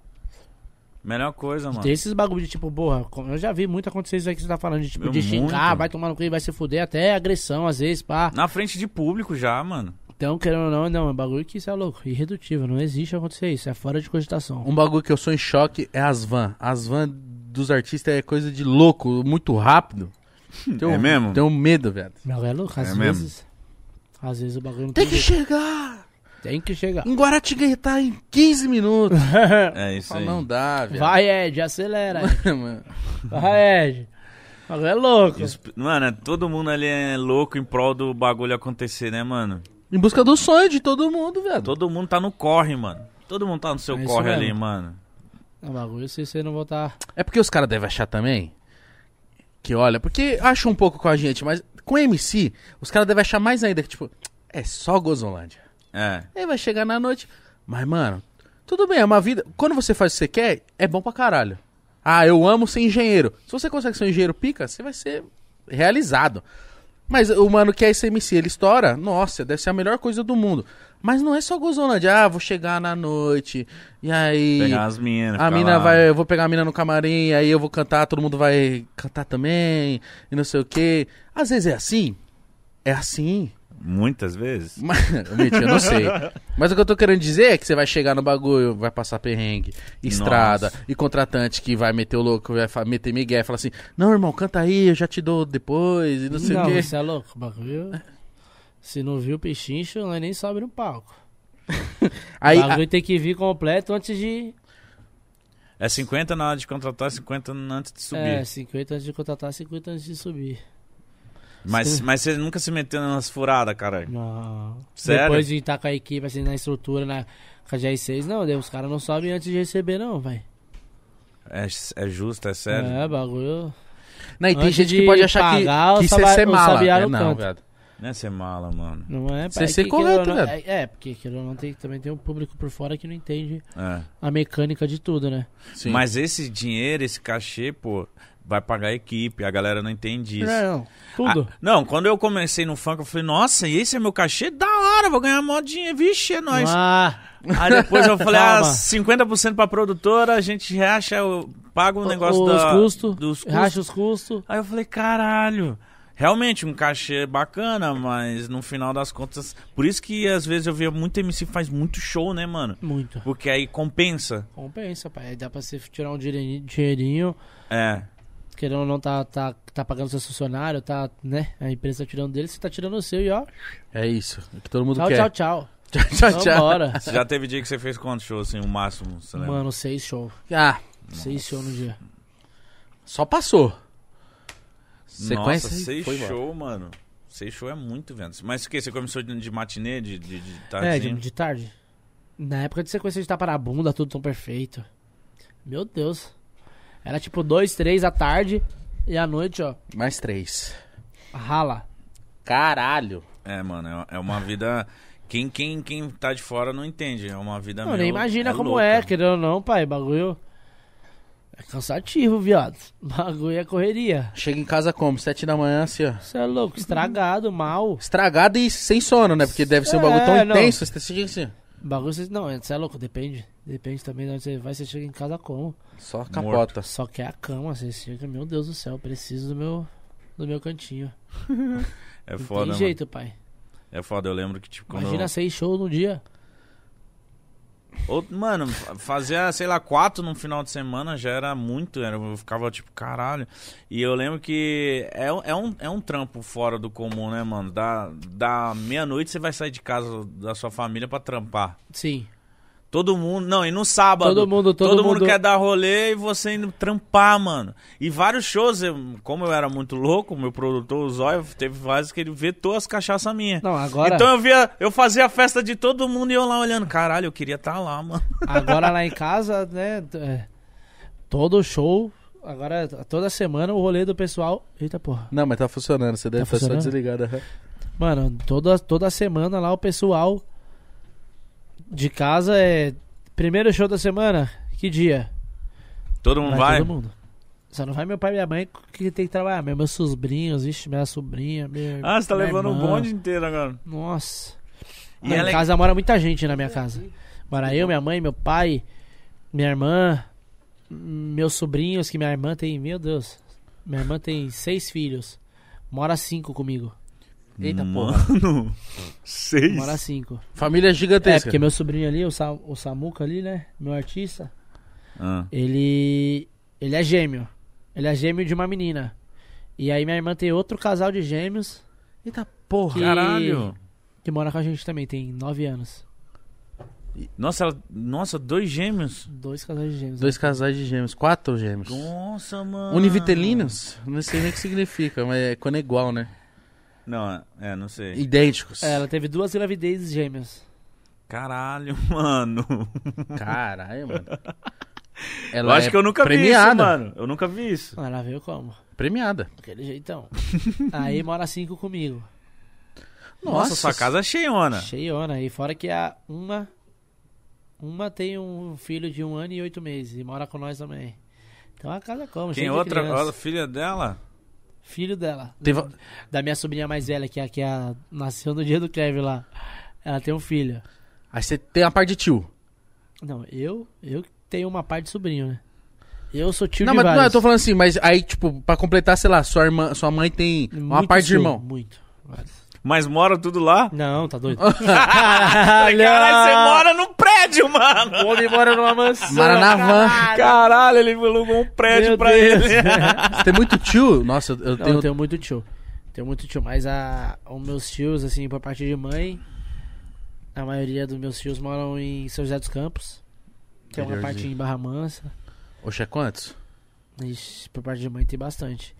[SPEAKER 1] Melhor coisa, mano.
[SPEAKER 2] Tem esses bagulho de tipo, porra, como- eu já vi muito acontecer isso aí que você tá falando, de tipo,
[SPEAKER 1] Eu
[SPEAKER 2] de xingar,
[SPEAKER 1] muito.
[SPEAKER 2] vai tomar no cu e vai se fuder, até agressão às vezes, pá.
[SPEAKER 1] Na frente de público já, mano.
[SPEAKER 2] Então, querendo ou não, não, é um bagulho que isso é louco, irredutível, não existe acontecer isso, é fora de cogitação.
[SPEAKER 3] Um bagulho que eu sou em choque é as van. As van dos artistas é coisa de louco, muito rápido. Tenho-
[SPEAKER 1] É
[SPEAKER 2] um-
[SPEAKER 1] mesmo?
[SPEAKER 3] Tenho medo, velho.
[SPEAKER 2] Não é louco, às
[SPEAKER 1] É mesmo?
[SPEAKER 2] vezes. Às vezes o bagulho não
[SPEAKER 3] Tem
[SPEAKER 2] tem.
[SPEAKER 3] que
[SPEAKER 2] jeito.
[SPEAKER 3] chegar!
[SPEAKER 2] Tem que chegar.
[SPEAKER 3] Em Um Guaratinguetá em 15 minutos.
[SPEAKER 2] um
[SPEAKER 1] É isso
[SPEAKER 3] Fala,
[SPEAKER 1] aí.
[SPEAKER 3] não dá, velho.
[SPEAKER 2] Vai, Ed, acelera. Ed.
[SPEAKER 3] Mano. Ah,
[SPEAKER 2] Vai, Ed. Agora é louco.
[SPEAKER 1] Esp- Mano, é- todo mundo ali é louco em prol do bagulho acontecer, né, mano?
[SPEAKER 3] Em busca do sonho de todo mundo, velho.
[SPEAKER 1] Todo mundo tá no corre, mano. Todo mundo tá no seu
[SPEAKER 2] É isso
[SPEAKER 1] corre ali,
[SPEAKER 2] mesmo.
[SPEAKER 1] mano.
[SPEAKER 2] Não, É um bagulho, se você não voltar.
[SPEAKER 3] É porque os caras devem achar também que, olha, porque acham um pouco com a gente, mas com MC, os caras devem achar mais ainda que, tipo, é só Gozolândia.
[SPEAKER 1] É.
[SPEAKER 3] Aí vai chegar na noite. Mas, mano, tudo bem, é uma vida. Quando você faz o que você quer, é bom pra caralho. Ah, eu amo ser engenheiro. Se você consegue ser um engenheiro pica, você vai ser realizado. Mas o mano que é esse MC, ele estoura, nossa, deve ser a melhor coisa do mundo. Mas não é só Gozolândia. Ah, vou chegar na noite, e aí.
[SPEAKER 1] Pegar as minas.
[SPEAKER 3] A
[SPEAKER 1] ficar
[SPEAKER 3] mina
[SPEAKER 1] lá.
[SPEAKER 3] vai, eu vou pegar a mina no camarim, aí eu vou cantar, todo mundo vai cantar também, e não sei o quê. Às vezes é assim. É assim.
[SPEAKER 1] Muitas vezes.
[SPEAKER 3] Mas, mentira, eu não sei. Mas o que eu tô querendo dizer é que você vai chegar no bagulho, vai passar perrengue, estrada,
[SPEAKER 1] Nossa.
[SPEAKER 3] e contratante que vai meter o louco, vai fa- meter migué, fala assim: Não, irmão, canta aí, eu já te dou depois, e não sei o
[SPEAKER 2] Não,
[SPEAKER 3] quê.
[SPEAKER 2] você é louco, bagulho. Se não viu o pechincho, nós nem sobe no palco.
[SPEAKER 3] Aí,
[SPEAKER 2] o bagulho tem que vir completo antes de.
[SPEAKER 1] É 50 na hora de contratar, 50 antes de subir.
[SPEAKER 2] É, 50 antes de contratar, 50 antes de subir.
[SPEAKER 1] mas,
[SPEAKER 2] sim.
[SPEAKER 1] mas você nunca se meteu nas furadas, caralho.
[SPEAKER 2] Não.
[SPEAKER 1] Sério?
[SPEAKER 2] Depois de estar com a equipe, assim, na estrutura, na com a GR6, não, daí os caras não sobem antes de receber, não, vai.
[SPEAKER 1] É, é justo, é sério.
[SPEAKER 2] É, bagulho.
[SPEAKER 3] né, e tem
[SPEAKER 2] antes
[SPEAKER 3] gente que
[SPEAKER 2] de
[SPEAKER 3] pode achar que,
[SPEAKER 2] pagar,
[SPEAKER 3] que
[SPEAKER 2] o
[SPEAKER 3] isso é
[SPEAKER 2] saba-
[SPEAKER 3] ser
[SPEAKER 2] o
[SPEAKER 3] mala.
[SPEAKER 2] sabiá
[SPEAKER 3] É,
[SPEAKER 2] no
[SPEAKER 3] não,
[SPEAKER 2] canto.
[SPEAKER 3] viado.
[SPEAKER 1] Não é ser mala, mano.
[SPEAKER 2] Não é,
[SPEAKER 3] Você ser
[SPEAKER 2] que- que-
[SPEAKER 3] correto,
[SPEAKER 2] não-
[SPEAKER 3] velho.
[SPEAKER 2] é, é, porque que não tem, também tem um público por fora que não entende
[SPEAKER 1] É.
[SPEAKER 2] a mecânica de tudo, né?
[SPEAKER 3] Sim.
[SPEAKER 1] Mas esse dinheiro, esse cachê, pô, vai pagar a equipe. A galera não entende isso.
[SPEAKER 2] Não, não. É, Tudo.
[SPEAKER 1] Ah, não, quando eu comecei no funk, eu falei, nossa, e esse é meu cachê? Da hora, vou ganhar mó dinheiro. Vixe, é nóis.
[SPEAKER 2] Ah,
[SPEAKER 1] Aí depois eu falei, ah,
[SPEAKER 2] Calma.
[SPEAKER 1] 50% pra produtora, a gente racha, eu pago o negócio
[SPEAKER 2] os
[SPEAKER 1] da-
[SPEAKER 2] custos,
[SPEAKER 1] dos custos.
[SPEAKER 2] racha os custos.
[SPEAKER 1] Aí eu falei, caralho. Realmente, um cachê bacana, mas no final das contas. Por isso que às vezes eu via muito MC faz muito show, né, mano?
[SPEAKER 2] Muito.
[SPEAKER 1] Porque aí compensa.
[SPEAKER 2] Compensa, pai. Aí Dá pra você tirar um dinheirinho, dinheirinho
[SPEAKER 1] É.
[SPEAKER 2] querendo ou não, tá, tá, tá pagando seu funcionário, tá, né? A empresa tá tirando dele, você tá tirando o seu e ó.
[SPEAKER 3] É isso. É que todo mundo
[SPEAKER 2] Tchau,
[SPEAKER 3] quer.
[SPEAKER 2] tchau, tchau.
[SPEAKER 3] tchau, tchau.
[SPEAKER 2] Vambora.
[SPEAKER 1] Você já teve dia que você fez quantos shows, assim, o máximo? Você lembra?
[SPEAKER 2] Mano, seis show.
[SPEAKER 3] Ah,
[SPEAKER 2] Seis show no dia.
[SPEAKER 3] só passou.
[SPEAKER 1] Nossa,
[SPEAKER 3] Sequência
[SPEAKER 1] seis
[SPEAKER 3] foi embora.
[SPEAKER 1] show, mano. Seis show é muito, velho. Mas o que? Você começou de, de matinê, de, de, de
[SPEAKER 2] É, de,
[SPEAKER 1] tardezinho?
[SPEAKER 2] de tarde. Na época de sequência de tapa na bunda, tudo tão perfeito. Meu Deus. Era tipo dois, três à tarde e à noite, ó,
[SPEAKER 3] Mais três.
[SPEAKER 2] rala.
[SPEAKER 3] Caralho.
[SPEAKER 1] É, mano, é- é uma vida... Quem, quem, quem tá de fora não entende. É uma vida
[SPEAKER 2] Não,
[SPEAKER 1] meio-
[SPEAKER 2] nem imagina
[SPEAKER 1] é
[SPEAKER 2] como
[SPEAKER 1] louca.
[SPEAKER 2] é, querendo ou não, pai, bagulho... É cansativo, viado. Bagulho é correria.
[SPEAKER 3] Chega em casa como? Sete da manhã, assim, ó.
[SPEAKER 2] Você é louco, estragado, mal.
[SPEAKER 3] Estragado e sem sono, né? Porque deve ser um bagulho tão
[SPEAKER 2] É, não.
[SPEAKER 3] intenso. Você chega assim,
[SPEAKER 2] Bagulho, você... não, você é louco, depende. Depende também de onde você vai, você chega em casa como.
[SPEAKER 3] só
[SPEAKER 1] Tá.
[SPEAKER 3] capota.
[SPEAKER 2] Só que é a cama, você chega, meu Deus do céu, eu preciso do meu, do meu cantinho.
[SPEAKER 1] É
[SPEAKER 2] Não
[SPEAKER 1] foda,
[SPEAKER 2] tem
[SPEAKER 1] mano.
[SPEAKER 2] jeito, pai.
[SPEAKER 1] É foda, eu lembro que, tipo, quando...
[SPEAKER 2] Imagina seis shows no dia.
[SPEAKER 1] Ou- mano, fa- fazia, sei lá, quatro num final de semana já era muito. Era, eu ficava tipo, caralho. E eu lembro que é, um- é, um, é um trampo fora do comum, né, mano? Da, da meia-noite você vai sair de casa da sua família pra trampar.
[SPEAKER 2] Sim.
[SPEAKER 1] Todo mundo. Não, e no sábado.
[SPEAKER 2] Todo mundo- todo
[SPEAKER 1] mundo
[SPEAKER 2] mundo-
[SPEAKER 1] quer dar rolê e você indo trampar, mano. E vários shows, eu- como eu era muito louco, meu produtor, o Zóio, teve vários que ele vetou as cachaças minhas.
[SPEAKER 2] Não, agora,
[SPEAKER 1] Então eu via, eu fazia a festa de todo mundo e eu lá olhando, caralho, eu queria estar lá, mano.
[SPEAKER 2] agora lá em casa, né? t- é, todo show, agora toda semana o rolê do pessoal. Eita porra.
[SPEAKER 3] Não, mas tá funcionando. Você deve
[SPEAKER 2] Tá
[SPEAKER 3] estar só
[SPEAKER 2] funcionando?
[SPEAKER 3] desligado. aham.
[SPEAKER 2] Mano, toda, toda semana lá o pessoal de casa é. Primeiro show da semana? Que dia?
[SPEAKER 1] Todo mundo vai?
[SPEAKER 2] todo mundo. Só não vai meu pai e minha mãe que tem que trabalhar. meu- Meus sobrinhos, vixe, minha sobrinha. Minha,
[SPEAKER 1] Ah, você tá
[SPEAKER 2] minha
[SPEAKER 1] levando um
[SPEAKER 2] irmã.
[SPEAKER 1] bonde inteiro agora.
[SPEAKER 2] Nossa.
[SPEAKER 1] E
[SPEAKER 2] Lá
[SPEAKER 1] ela é-
[SPEAKER 2] em casa mora muita gente na minha casa. Mora eu, minha mãe, meu pai, minha irmã, meus sobrinhos, que minha irmã tem, meu Deus. Minha irmã tem seis filhos. Mora cinco comigo.
[SPEAKER 3] Eita porra.
[SPEAKER 1] Mano, seis.
[SPEAKER 2] Mora cinco.
[SPEAKER 3] Família
[SPEAKER 2] É,
[SPEAKER 3] gigantesca.
[SPEAKER 2] porque meu sobrinho ali, o, Sa- o Samuca ali, né? Meu artista,
[SPEAKER 1] Ah,
[SPEAKER 2] ele. ele é gêmeo. Ele é gêmeo de uma menina. E aí minha irmã tem outro casal de gêmeos
[SPEAKER 3] Eita porra.
[SPEAKER 2] Que-
[SPEAKER 1] Caralho.
[SPEAKER 2] que mora com a gente também, tem nove anos.
[SPEAKER 1] Nossa, ela- nossa, dois gêmeos.
[SPEAKER 2] Dois casais de gêmeos.
[SPEAKER 3] Dois casais de gêmeos, quatro gêmeos.
[SPEAKER 1] Nossa, mano.
[SPEAKER 3] Univitelinos? Não sei nem o que significa, mas é quando é igual, né?
[SPEAKER 1] Não, é, não sei.
[SPEAKER 3] Idênticos.
[SPEAKER 2] É, ela teve duas gravidezes gêmeas.
[SPEAKER 1] Caralho, mano.
[SPEAKER 3] Caralho, mano. é
[SPEAKER 1] eu acho que eu nunca vi isso,
[SPEAKER 3] premiada,
[SPEAKER 1] mano. Eu nunca vi isso.
[SPEAKER 2] Ah, Ela veio como?
[SPEAKER 3] Premiada.
[SPEAKER 2] Aquele jeitão. aí mora cinco comigo.
[SPEAKER 1] Nossa, sua casa é cheiona.
[SPEAKER 2] Cheiona. E fora que a uma. Uma tem um filho de um ano e oito meses. E mora com nós também. Então a casa como? cheia
[SPEAKER 1] Quem
[SPEAKER 2] de
[SPEAKER 1] outra?
[SPEAKER 2] criança.
[SPEAKER 1] A filha dela?
[SPEAKER 2] Filho dela.
[SPEAKER 3] Teve-
[SPEAKER 2] Da minha sobrinha mais velha, que, é, que é a, nasceu no dia do Kevin lá. Ela tem um filho.
[SPEAKER 3] Aí você tem a parte de tio.
[SPEAKER 2] Não, eu, eu tenho uma parte de sobrinho, né? Eu sou tio
[SPEAKER 3] não,
[SPEAKER 2] de
[SPEAKER 3] mas não, eu
[SPEAKER 2] vários.
[SPEAKER 3] tô falando assim, mas aí, tipo, pra completar, sei lá, sua, irmã, sua mãe tem uma
[SPEAKER 2] Muito
[SPEAKER 3] parte de
[SPEAKER 2] tio,
[SPEAKER 3] irmão.
[SPEAKER 2] Muito. vários.
[SPEAKER 1] Mas mora tudo lá?
[SPEAKER 2] Não, tá doido.
[SPEAKER 1] Caralho, você mora num prédio, mano.
[SPEAKER 2] O homem mora numa mansão.
[SPEAKER 3] Maranavã.
[SPEAKER 1] Caralho, ele alugou um prédio
[SPEAKER 2] Meu
[SPEAKER 1] pra
[SPEAKER 2] Deus.
[SPEAKER 1] ele.
[SPEAKER 3] Você tem muito tio? Nossa,
[SPEAKER 2] Não,
[SPEAKER 3] eu tenho.
[SPEAKER 2] eu tenho muito tio. Tenho muito tio, mas a, os meus tios, assim, por parte de mãe, a maioria dos meus tios moram em São José dos Campos. Tem uma parte
[SPEAKER 3] Interiorzinho.
[SPEAKER 2] em Barra Mansa.
[SPEAKER 3] Oxe, é quantos?
[SPEAKER 2] Ixi, por parte de mãe tem bastante.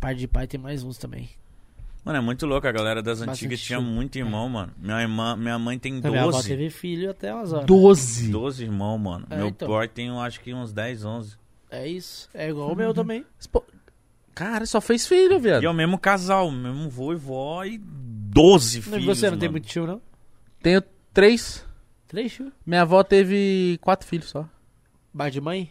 [SPEAKER 2] Parte de pai tem mais uns também.
[SPEAKER 1] Mano, é muito louco. A galera das
[SPEAKER 2] Bastante
[SPEAKER 1] antigas tinha
[SPEAKER 2] chuva.
[SPEAKER 1] muito irmão, mano. Minha, irmã, minha mãe tem
[SPEAKER 2] é. A Minha avó
[SPEAKER 1] 12.
[SPEAKER 2] teve filho até umas horas.
[SPEAKER 3] Doze.
[SPEAKER 1] 12 irmãos, mano.
[SPEAKER 2] É,
[SPEAKER 1] Meu
[SPEAKER 2] então.
[SPEAKER 1] pai tem, eu acho que uns 10, 11.
[SPEAKER 2] É isso. É igual o meu também.
[SPEAKER 3] Pô, Cara, só fez filho, viado.
[SPEAKER 1] E é o mesmo casal, mesmo vô e vó e 12
[SPEAKER 2] Não,
[SPEAKER 1] filhos.
[SPEAKER 2] e você não tem
[SPEAKER 1] mano.
[SPEAKER 2] muito tio, não?
[SPEAKER 3] Tenho três.
[SPEAKER 2] Três tio?
[SPEAKER 3] Minha avó teve quatro filhos só.
[SPEAKER 2] Parte de mãe?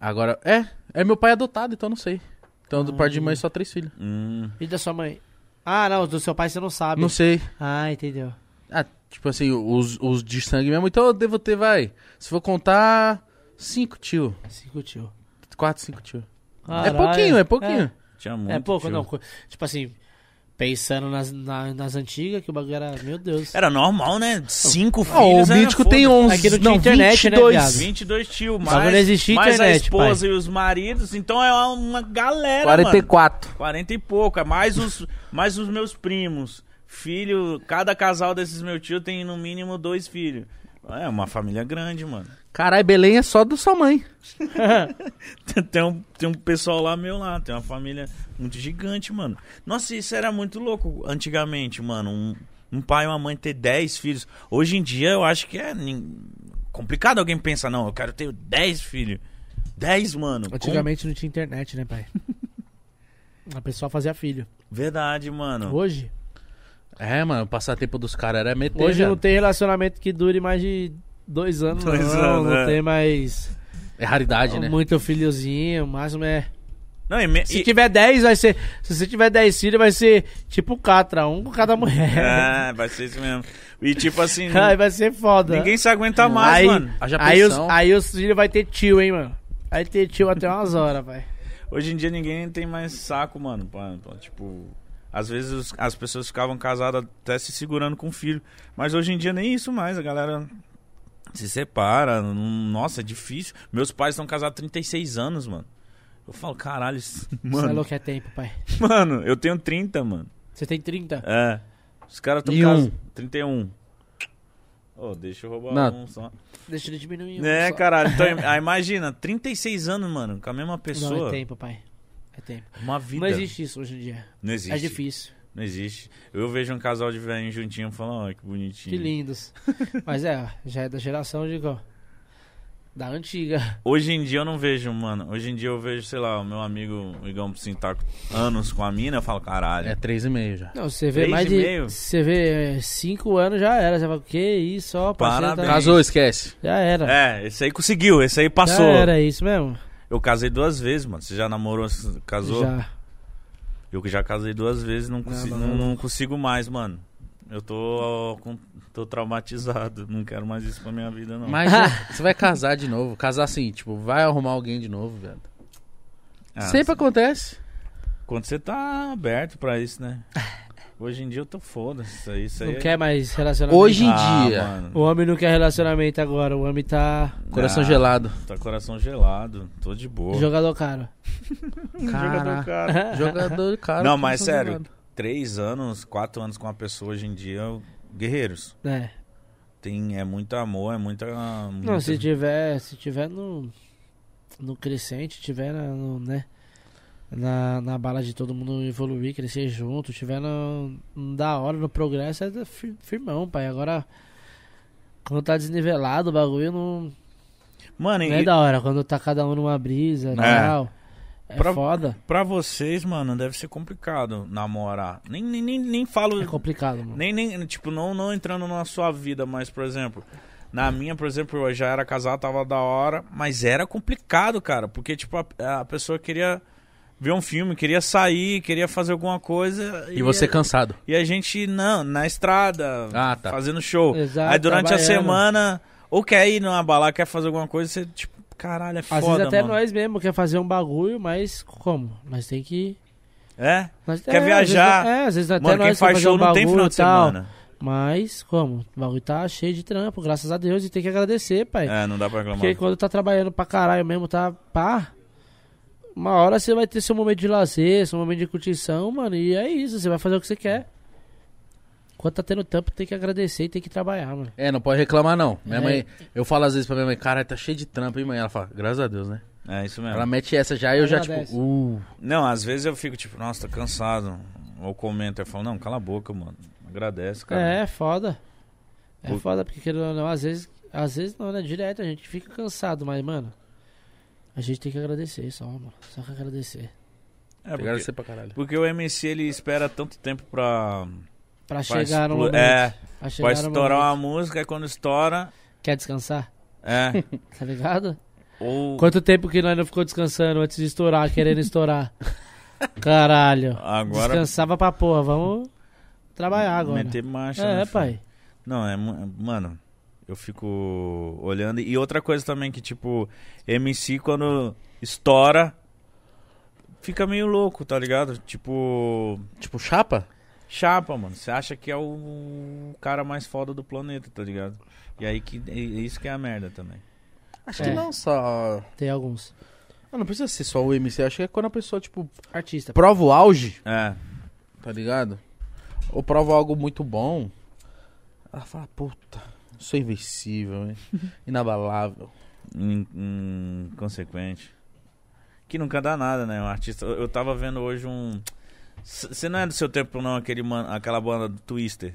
[SPEAKER 3] Agora, é. É meu pai adotado, então eu não sei. Então, do
[SPEAKER 2] Ah.
[SPEAKER 3] par de mãe, só três filhos.
[SPEAKER 1] Hum.
[SPEAKER 2] E da sua mãe? Ah, não, do seu pai você não sabe.
[SPEAKER 3] Não sei.
[SPEAKER 2] Ah, entendeu.
[SPEAKER 3] Ah, tipo assim, os, os de sangue mesmo. Então eu devo ter, vai. Se for contar, cinco tio.
[SPEAKER 2] Cinco tio.
[SPEAKER 3] Quatro, cinco tio.
[SPEAKER 2] Caralho.
[SPEAKER 3] É pouquinho, é pouquinho.
[SPEAKER 1] Tinha muito.
[SPEAKER 2] É pouco,
[SPEAKER 1] tio.
[SPEAKER 2] não. co- Tipo assim, pensando nas, na- nas antigas, que o bagulho era. Meu Deus.
[SPEAKER 1] Era normal, né?
[SPEAKER 2] Ah,
[SPEAKER 1] Cinco
[SPEAKER 3] Ó,
[SPEAKER 1] filhos.
[SPEAKER 3] Ah, o
[SPEAKER 1] era
[SPEAKER 3] mítico
[SPEAKER 1] foda.
[SPEAKER 3] tem onze.
[SPEAKER 2] é Aqui não tinha
[SPEAKER 3] não,
[SPEAKER 2] internet, né,
[SPEAKER 3] 22.
[SPEAKER 2] viado?
[SPEAKER 1] 22 tio,
[SPEAKER 2] bagulho
[SPEAKER 1] mais,
[SPEAKER 2] não existia
[SPEAKER 1] mais a
[SPEAKER 2] internet,
[SPEAKER 1] esposa e os maridos, então é uma galera, 44.
[SPEAKER 3] 44.
[SPEAKER 1] 40 e pouco, é mais os, mais os meus primos. Filho, cada casal desses meus tios tem no mínimo dois filhos. É uma família grande, mano.
[SPEAKER 3] Caralho, Belém é só do sua mãe.
[SPEAKER 1] Tem um, tem um pessoal lá meu lá, tem uma família muito gigante, mano. Nossa, isso era muito louco antigamente, mano. Um, um pai e uma mãe ter 10 filhos. Hoje em dia eu acho que é nin- complicado alguém pensar, não, eu quero ter 10 filhos. 10, mano. Com-
[SPEAKER 2] Antigamente não tinha internet, né, pai? A pessoa fazia filho.
[SPEAKER 1] Verdade, mano.
[SPEAKER 2] Hoje?
[SPEAKER 3] É, mano, o passatempo dos caras era meter.
[SPEAKER 2] Hoje
[SPEAKER 3] viado.
[SPEAKER 2] não tem relacionamento que dure mais de dois anos,
[SPEAKER 1] Dois
[SPEAKER 2] não.
[SPEAKER 1] anos,
[SPEAKER 2] não
[SPEAKER 1] é.
[SPEAKER 2] tem mais
[SPEAKER 3] É raridade, né?
[SPEAKER 2] muito filhozinho. O máximo é.
[SPEAKER 1] Não, e, me-
[SPEAKER 2] Se
[SPEAKER 1] e-
[SPEAKER 2] tiver 10, vai ser. Se você tiver 10 filhos, vai ser tipo Catra, um com cada mulher.
[SPEAKER 1] É, vai ser isso mesmo. E tipo assim,
[SPEAKER 2] Aí vai ser foda.
[SPEAKER 1] ninguém se aguenta mais,
[SPEAKER 2] Né? aí,
[SPEAKER 1] mano.
[SPEAKER 3] Haja
[SPEAKER 2] aí, os,
[SPEAKER 3] pensão.
[SPEAKER 2] aí os filhos vai ter tio, hein, mano. Vai ter tio até umas horas, vai.
[SPEAKER 1] Hoje em dia ninguém tem mais saco, mano. pra- pra, tipo, às vezes os- as pessoas ficavam casadas até se segurando com o filho. Mas hoje em dia nem isso mais. A galera se separa. não- Nossa, é difícil. Meus pais estão casados há 36 anos, mano. Eu falo, caralho, isso-
[SPEAKER 2] Você é
[SPEAKER 1] mano.
[SPEAKER 2] louco é tempo, pai.
[SPEAKER 1] Mano, eu tenho 30, mano.
[SPEAKER 2] Você tem 30?
[SPEAKER 1] É. Os caras estão
[SPEAKER 3] E
[SPEAKER 1] casados.
[SPEAKER 3] um.
[SPEAKER 1] 31. Ô, deixa eu roubar
[SPEAKER 3] Não.
[SPEAKER 1] um só.
[SPEAKER 2] Deixa ele diminuir. um
[SPEAKER 1] É,
[SPEAKER 2] só.
[SPEAKER 1] caralho. Então, aí imagina, 36 anos, mano, com a mesma
[SPEAKER 2] Não, é
[SPEAKER 1] pessoa.
[SPEAKER 2] tempo, pai. É tempo.
[SPEAKER 1] uma vida.
[SPEAKER 2] Não existe isso hoje em dia.
[SPEAKER 1] Não existe.
[SPEAKER 2] É difícil.
[SPEAKER 1] Não existe. Eu vejo um casal de velhinho juntinho e falo, ó, que bonitinho.
[SPEAKER 2] Que lindos. Mas é, já é da geração, digo. Da antiga.
[SPEAKER 1] Hoje em dia eu não vejo, mano. Hoje em dia eu vejo, sei lá, o meu amigo o Igão assim, tá anos com a mina, eu falo, caralho.
[SPEAKER 3] É três e meio já.
[SPEAKER 2] Não, você vê
[SPEAKER 1] Três
[SPEAKER 2] mais
[SPEAKER 1] e
[SPEAKER 2] de.
[SPEAKER 1] meio?
[SPEAKER 2] Você vê 5 anos já era. Você fala, que isso, ó, parceiro. tá
[SPEAKER 1] Parabéns.
[SPEAKER 3] Casou, esquece.
[SPEAKER 2] Já era.
[SPEAKER 1] É, esse aí conseguiu, esse aí passou.
[SPEAKER 2] Já era isso mesmo?
[SPEAKER 1] Eu casei duas vezes, mano. Você já namorou, c- casou?
[SPEAKER 2] Já.
[SPEAKER 1] Eu que já casei duas vezes, não, consi-
[SPEAKER 2] não,
[SPEAKER 1] não,
[SPEAKER 2] não.
[SPEAKER 1] não consigo mais, mano. Eu tô, com- tô traumatizado, não quero mais isso pra minha vida, não.
[SPEAKER 3] Mas né, você vai casar de novo. Casar assim, tipo, vai arrumar alguém de novo, velho.
[SPEAKER 1] Ah,
[SPEAKER 3] Sempre acontece.
[SPEAKER 1] Quando você tá aberto pra isso, né? Hoje em dia eu tô foda, isso aí, isso aí.
[SPEAKER 2] Não
[SPEAKER 1] é-
[SPEAKER 2] quer mais relacionamento.
[SPEAKER 3] Hoje em
[SPEAKER 1] Ah,
[SPEAKER 3] dia,
[SPEAKER 1] mano.
[SPEAKER 2] O homem não quer relacionamento agora. O homem tá
[SPEAKER 3] coração
[SPEAKER 1] Ah,
[SPEAKER 3] gelado.
[SPEAKER 1] Tá coração gelado, tô de boa.
[SPEAKER 2] jogador caro.
[SPEAKER 3] Cara,
[SPEAKER 1] cara.
[SPEAKER 3] jogador cara.
[SPEAKER 1] Não, mas
[SPEAKER 3] coração
[SPEAKER 1] sério,
[SPEAKER 3] gelado.
[SPEAKER 1] três anos, quatro anos com uma pessoa hoje em dia, guerreiros.
[SPEAKER 2] É.
[SPEAKER 1] tem, é muito amor, é muita.
[SPEAKER 2] Não,
[SPEAKER 1] muita-
[SPEAKER 2] se tiver, se tiver no, no crescente, tiver na, no, né, na, na bala de todo mundo evoluir, crescer junto, tiver no, no da hora, no progresso, é da fir- firmão, pai. Agora, quando tá desnivelado o bagulho, não,
[SPEAKER 1] Mano,
[SPEAKER 2] não é
[SPEAKER 1] e
[SPEAKER 2] da hora. Quando tá cada um numa brisa e
[SPEAKER 1] É.
[SPEAKER 2] tal, é
[SPEAKER 1] Pra-
[SPEAKER 2] foda.
[SPEAKER 1] pra vocês, mano, deve ser complicado namorar. Nem, nem, nem, nem falo.
[SPEAKER 2] É complicado, mano.
[SPEAKER 1] Nem, nem, tipo, não, não entrando na sua vida, mas, por exemplo, na minha, por exemplo, eu já era casado, tava da hora, mas era complicado, cara, porque, tipo, a, a pessoa queria ver um filme, queria sair, queria fazer alguma coisa.
[SPEAKER 3] E você cansado.
[SPEAKER 1] E a gente, não, na estrada,
[SPEAKER 3] Ah, tá.
[SPEAKER 1] fazendo show.
[SPEAKER 2] Exato, tá
[SPEAKER 1] Aí durante a
[SPEAKER 2] trabalhando.
[SPEAKER 1] semana, ou quer ir numa balada, quer fazer alguma coisa, você, tipo, caralho, é
[SPEAKER 2] Às
[SPEAKER 1] foda,
[SPEAKER 2] vezes até
[SPEAKER 1] mano.
[SPEAKER 2] nós mesmo quer fazer um bagulho, mas como? Nós tem que...
[SPEAKER 1] É?
[SPEAKER 2] nós-
[SPEAKER 1] Quer
[SPEAKER 2] é, às
[SPEAKER 1] viajar.
[SPEAKER 2] vezes- é, às vezes até
[SPEAKER 1] Mano,
[SPEAKER 2] nós
[SPEAKER 1] quem
[SPEAKER 2] quer
[SPEAKER 1] faz
[SPEAKER 2] fazer
[SPEAKER 1] show
[SPEAKER 2] um
[SPEAKER 1] não tem
[SPEAKER 2] bagulho
[SPEAKER 1] final
[SPEAKER 2] e
[SPEAKER 1] de
[SPEAKER 2] tal.
[SPEAKER 1] semana.
[SPEAKER 2] Mas como? O bagulho tá cheio de trampo, graças a Deus, e tem que agradecer, pai.
[SPEAKER 1] É, não dá pra reclamar.
[SPEAKER 2] Porque quando tá trabalhando pra caralho mesmo, tá pá. Uma hora você vai ter seu momento de lazer, seu momento de curtição, mano, e é isso, você vai fazer o que você quer. Quando tá tendo tempo, tem que agradecer e tem que trabalhar, mano.
[SPEAKER 3] É, não pode reclamar, não. Minha
[SPEAKER 2] É.
[SPEAKER 3] mãe, eu falo às vezes pra minha mãe, cara, tá cheio de trampo, hein, mãe? Ela fala, graças a Deus, né?
[SPEAKER 1] É isso mesmo.
[SPEAKER 3] Ela mete essa já, eu já,
[SPEAKER 2] Agradece.
[SPEAKER 3] tipo, uh.
[SPEAKER 1] Não, às vezes eu fico tipo, nossa, tô cansado. Ou comento, eu falo, não, cala a boca, mano. Agradece, cara.
[SPEAKER 2] É, é foda. É
[SPEAKER 1] O-
[SPEAKER 2] foda, porque querendo ou não, às vezes, às vezes não, né? Direto, a gente fica cansado, mas, mano, a gente tem que agradecer só, mano. Só que agradecer.
[SPEAKER 1] É,
[SPEAKER 3] Pegaram
[SPEAKER 1] porque,
[SPEAKER 3] você pra caralho.
[SPEAKER 1] porque o MC ele espera tanto tempo pra.
[SPEAKER 2] Pra
[SPEAKER 1] pra
[SPEAKER 2] chegar no
[SPEAKER 1] explo-
[SPEAKER 2] momento.
[SPEAKER 1] É,
[SPEAKER 2] pra chegar
[SPEAKER 1] pra
[SPEAKER 2] no
[SPEAKER 1] estourar
[SPEAKER 2] momento.
[SPEAKER 1] uma música, e quando estoura.
[SPEAKER 2] Quer descansar?
[SPEAKER 1] É.
[SPEAKER 2] Tá ligado?
[SPEAKER 1] ou.
[SPEAKER 2] Quanto tempo que nós não ficou descansando antes de estourar, querendo estourar? Caralho.
[SPEAKER 1] Agora.
[SPEAKER 2] Descansava pra porra, vamos trabalhar agora.
[SPEAKER 1] Meter marcha. né,
[SPEAKER 2] É,
[SPEAKER 1] filho?
[SPEAKER 2] pai.
[SPEAKER 1] Não, é. mu- Mano, eu fico olhando. E outra coisa também que, tipo, MC quando estoura. Fica meio louco, tá ligado? Tipo.
[SPEAKER 3] Tipo, chapa?
[SPEAKER 1] Chapa, mano. Você acha que é o cara mais foda do planeta, tá ligado? E aí que é isso que é a merda também.
[SPEAKER 3] Acho
[SPEAKER 2] É.
[SPEAKER 3] que não só.
[SPEAKER 2] Tem alguns.
[SPEAKER 3] Ah, não precisa ser só o MC, acho que é quando a pessoa, tipo,
[SPEAKER 2] Artista.
[SPEAKER 3] prova o auge,
[SPEAKER 1] É.
[SPEAKER 3] tá ligado? Ou prova algo muito bom, ela fala, puta, sou invencível, hein? inabalável.
[SPEAKER 1] In- Inconsequente. Que nunca dá nada, né? Um artista. Eu eu tava vendo hoje um. Você não é do seu tempo, não, aquele man... aquela banda do Twister.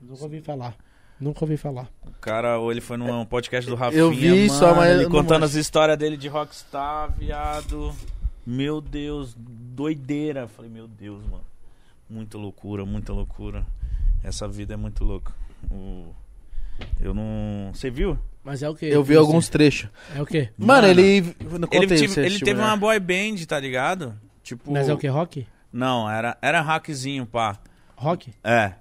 [SPEAKER 2] Nunca ouvi falar. Nunca ouvi falar.
[SPEAKER 1] O cara, ou ele foi num podcast do Rafinha.
[SPEAKER 3] Eu vi
[SPEAKER 1] mano,
[SPEAKER 3] só, mas eu
[SPEAKER 1] Ele
[SPEAKER 3] não
[SPEAKER 1] contando
[SPEAKER 3] manjo.
[SPEAKER 1] as histórias dele de rockstar, viado. Meu Deus, doideira. Eu Falei, meu Deus, mano. Muita loucura, muita loucura. Essa vida é muito louca. O- Eu não. Você viu?
[SPEAKER 2] Mas é o quê?
[SPEAKER 3] Eu vi alguns trechos.
[SPEAKER 2] É o quê?
[SPEAKER 3] Mano,
[SPEAKER 1] Mano,
[SPEAKER 3] ele. Não contei,
[SPEAKER 1] ele tive-
[SPEAKER 3] você
[SPEAKER 1] ele
[SPEAKER 3] assistiu,
[SPEAKER 1] teve
[SPEAKER 3] né?
[SPEAKER 1] uma boy band, tá ligado? Tipo.
[SPEAKER 2] Mas é o quê? Rock?
[SPEAKER 1] Não, era, era hackzinho, pá.
[SPEAKER 2] Rock?
[SPEAKER 1] É.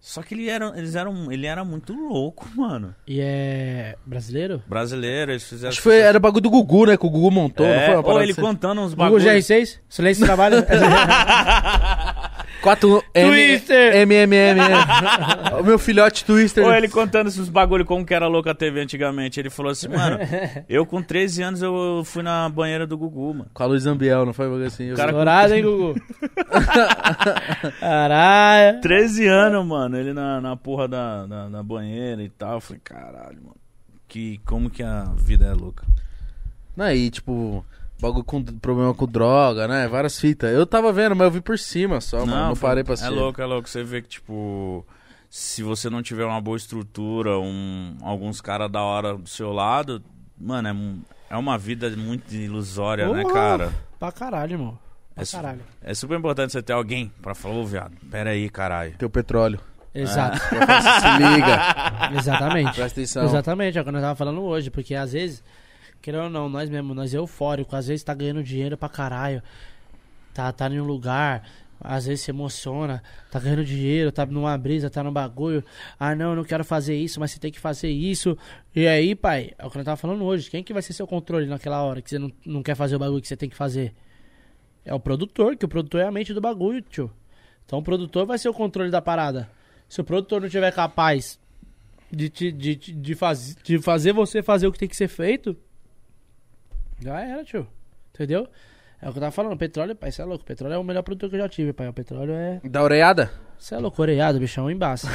[SPEAKER 1] Só que ele era, eles eram, ele era muito louco, mano.
[SPEAKER 2] E é brasileiro?
[SPEAKER 1] Brasileiro, eles fizeram.
[SPEAKER 3] Acho que foi, era o bagulho do Gugu, né? Que o Gugu montou, não foi
[SPEAKER 1] É,
[SPEAKER 3] uma
[SPEAKER 1] ou
[SPEAKER 3] parada
[SPEAKER 1] ele
[SPEAKER 3] assim?
[SPEAKER 1] contando uns
[SPEAKER 2] Google
[SPEAKER 1] bagulhos.
[SPEAKER 2] GR6? Silêncio trabalho?
[SPEAKER 3] 4
[SPEAKER 2] Twister!
[SPEAKER 3] MMM. o meu filhote Twister.
[SPEAKER 1] Ou ele contando esses bagulho como que era louca a TV antigamente. Ele falou assim, mano, eu com 13 anos eu fui na banheira do Gugu, mano.
[SPEAKER 3] Com a Luiz Ambiel, não foi um bagulho assim? Eu-
[SPEAKER 1] Cara-
[SPEAKER 2] Estourado, hein, Gugu? Caralho.
[SPEAKER 1] 13 anos, mano, ele na, na porra da, da, da banheira e tal. Eu falei, caralho, mano. Que, como que a vida é louca.
[SPEAKER 3] Não, e tipo, bagulho com problema com droga, né? Várias fitas. Eu tava vendo, mas eu vi por cima só, mano. Não
[SPEAKER 1] foi-
[SPEAKER 3] parei pra assistir.
[SPEAKER 1] É louco, é louco. Você vê que, tipo, se você não tiver uma boa estrutura, um, alguns caras da hora do seu lado, mano, é, um- é uma vida muito ilusória, né,
[SPEAKER 2] Porra!
[SPEAKER 1] cara?
[SPEAKER 2] Pra caralho, irmão. Pra
[SPEAKER 1] É, su-
[SPEAKER 2] caralho.
[SPEAKER 1] é super importante você ter alguém pra falar, ô, viado, pera aí, caralho.
[SPEAKER 3] Teu petróleo.
[SPEAKER 2] Exato.
[SPEAKER 3] Se liga.
[SPEAKER 2] Exatamente.
[SPEAKER 3] Presta atenção.
[SPEAKER 2] Exatamente, é o que nós tava falando hoje, porque às vezes, querendo ou não, nós mesmo, nós é eufórico, às vezes tá ganhando dinheiro pra caralho, tá, tá em um lugar, às vezes se emociona, tá ganhando dinheiro, tá numa brisa, tá no bagulho, ah não, eu não quero fazer isso, mas você tem que fazer isso, e aí, pai, é o que nós tava falando hoje, quem que vai ser seu controle naquela hora que você não, não quer fazer o bagulho que você tem que fazer? É o produtor, que o produtor é a mente do bagulho, tio. Então o produtor vai ser o controle da parada. Se o produtor não tiver capaz de, te, de, te- de, faz, de fazer você fazer o que tem que ser feito, já era, tio. Entendeu? É o que eu tava falando, petróleo, pai, cê é louco. Petróleo é o melhor produto que eu já tive, pai. O petróleo é.
[SPEAKER 3] Da orelhada?
[SPEAKER 2] Cê é louco, oreado, bichão, embaça.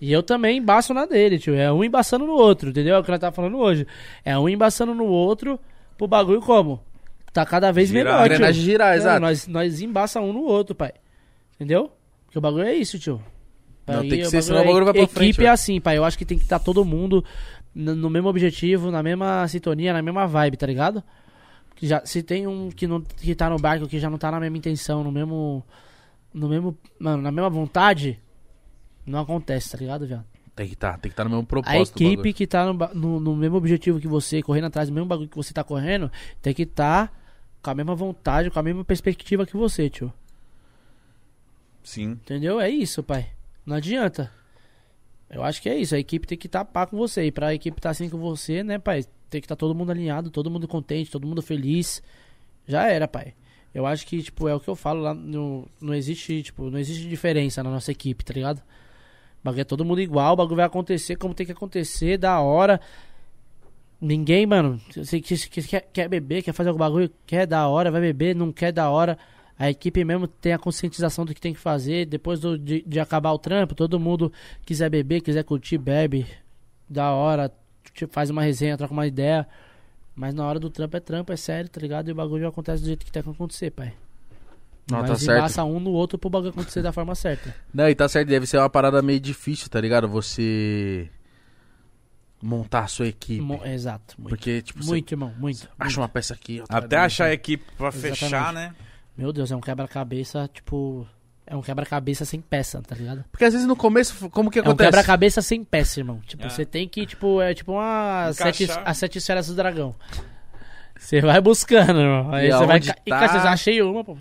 [SPEAKER 2] E eu também embaço na dele, tio. É um embaçando no outro, entendeu? É o que nós tava falando hoje. É um embaçando no outro pro bagulho como? Tá cada vez
[SPEAKER 1] Girar.
[SPEAKER 2] melhor, tio.
[SPEAKER 3] Engrenagem girar,
[SPEAKER 2] É,
[SPEAKER 3] exato.
[SPEAKER 2] Nós, nós embaça um no outro, pai. Entendeu? Porque o bagulho é isso, tio.
[SPEAKER 3] Não, tem que
[SPEAKER 2] o
[SPEAKER 3] ser, senão o
[SPEAKER 2] é-
[SPEAKER 3] bagulho vai pra
[SPEAKER 2] equipe
[SPEAKER 3] frente, né?
[SPEAKER 2] é
[SPEAKER 3] velho.
[SPEAKER 2] assim, pai. Eu acho que tem que estar todo mundo n- no mesmo objetivo, na mesma sintonia, na mesma vibe, tá ligado? Que já, se tem um que, não, que tá no barco que já não tá na mesma intenção, no mesmo. No mesmo. Mano, na mesma vontade, não acontece, tá ligado, viado?
[SPEAKER 3] Tem que estar, tem que estar no mesmo propósito.
[SPEAKER 2] A
[SPEAKER 3] do bagulho.
[SPEAKER 2] equipe que tá no, ba- no- no mesmo objetivo que você, correndo atrás do mesmo bagulho que você tá correndo, tem que estar com a mesma vontade, com a mesma perspectiva que você, tio.
[SPEAKER 1] Sim.
[SPEAKER 2] Entendeu? É isso, pai. Não adianta. Eu acho que é isso. A equipe tem que estar pá com você. E pra equipe estar assim com você, né, pai? Tem que estar todo mundo alinhado, todo mundo contente, todo mundo feliz. Já era, pai. Eu acho que, tipo, é o que eu falo lá. No, não existe, tipo, não existe diferença na nossa equipe, tá ligado? O bagulho é todo mundo igual, o bagulho vai acontecer como tem que acontecer, da hora. Ninguém, mano, se, se- se- se quer, quer beber, quer fazer algum bagulho, quer da hora, vai beber, não quer da hora. A equipe mesmo tem a conscientização do que tem que fazer. Depois do- de, de acabar o trampo, todo mundo quiser beber, quiser curtir, bebe. Da hora, te- faz uma resenha, troca uma ideia. Mas na hora do trampo é trampo, é sério, tá ligado? E o bagulho acontece do jeito que tem que acontecer, pai.
[SPEAKER 3] Não,
[SPEAKER 2] Mas
[SPEAKER 3] tá certo.
[SPEAKER 2] embaça um no outro pro bagulho acontecer da forma certa.
[SPEAKER 3] Não, e tá certo, deve ser uma parada meio difícil, tá ligado? Você montar a sua equipe.
[SPEAKER 2] Mo- Exato. Muito,
[SPEAKER 3] porque, tipo, você
[SPEAKER 2] muito irmão, muito.
[SPEAKER 3] acha uma peça aqui. outra
[SPEAKER 1] Até
[SPEAKER 3] ali,
[SPEAKER 1] achar a equipe pra fechar, né?
[SPEAKER 2] Meu Deus, é um quebra-cabeça, tipo. É um quebra-cabeça sem peça, tá ligado?
[SPEAKER 3] Porque às vezes no começo, como que
[SPEAKER 2] É um
[SPEAKER 3] acontece?
[SPEAKER 2] quebra-cabeça sem peça, irmão. Tipo,
[SPEAKER 1] Ah.
[SPEAKER 2] você tem que, tipo, é tipo uma
[SPEAKER 1] Encaixar.
[SPEAKER 2] sete, as sete esferas do dragão. Você vai buscando, irmão. Aí
[SPEAKER 3] E
[SPEAKER 2] você vai.
[SPEAKER 3] aonde
[SPEAKER 2] Tá...
[SPEAKER 3] tá?
[SPEAKER 2] Encaixa, já achei uma, pô.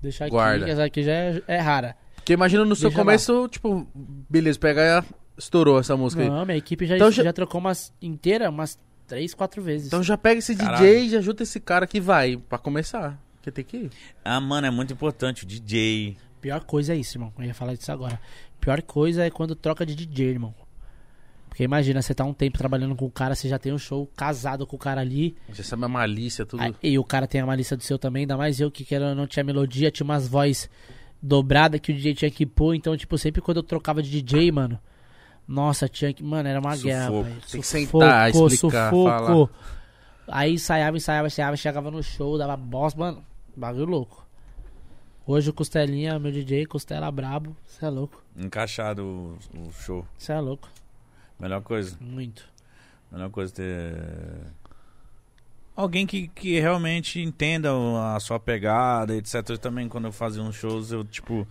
[SPEAKER 2] Deixa aqui,
[SPEAKER 3] Guarda.
[SPEAKER 2] que essa aqui já é, é rara.
[SPEAKER 3] Porque imagina no seu
[SPEAKER 2] Deixa
[SPEAKER 3] começo, tipo, beleza, pega e estourou essa música aí.
[SPEAKER 2] Não, minha equipe já,
[SPEAKER 3] Então
[SPEAKER 2] já...
[SPEAKER 3] já-
[SPEAKER 2] trocou umas inteira, umas três, quatro vezes.
[SPEAKER 3] Então já pega esse
[SPEAKER 1] Caralho.
[SPEAKER 3] DJ, já ajuda esse cara que vai pra começar. Porque tem que ir.
[SPEAKER 1] Ah, mano, é muito importante. O DJ.
[SPEAKER 2] Pior coisa é isso, irmão. Eu ia falar disso agora. Pior coisa é quando troca de DJ, irmão. Porque imagina, você tá um tempo trabalhando com o cara, você já tem um show casado com o cara ali.
[SPEAKER 3] Já sabe a malícia, tudo.
[SPEAKER 2] Aí, e o cara tem a malícia do seu também, ainda mais eu que querendo ou não tinha melodia, tinha umas vozes dobradas que o DJ tinha que pôr. Então, tipo, sempre quando eu trocava de DJ, mano. Nossa, tinha que. Mano, era uma
[SPEAKER 1] Sufoco.
[SPEAKER 2] guerra.
[SPEAKER 1] Tem
[SPEAKER 2] pai.
[SPEAKER 3] que sentar, explicar, falar.
[SPEAKER 2] Aí ensaiava, ensaiava, ensaiava, chegava no show, dava bosta, mano. Bagulho louco. Hoje o Costelinha, meu DJ, Costela brabo. Você é louco,
[SPEAKER 1] Encaixado o, o show.
[SPEAKER 2] você é louco.
[SPEAKER 1] Melhor coisa.
[SPEAKER 2] Muito.
[SPEAKER 1] Melhor coisa ter. Alguém que, que realmente entenda o- a sua pegada, etc. Eu também, quando eu fazia uns shows, eu, tipo.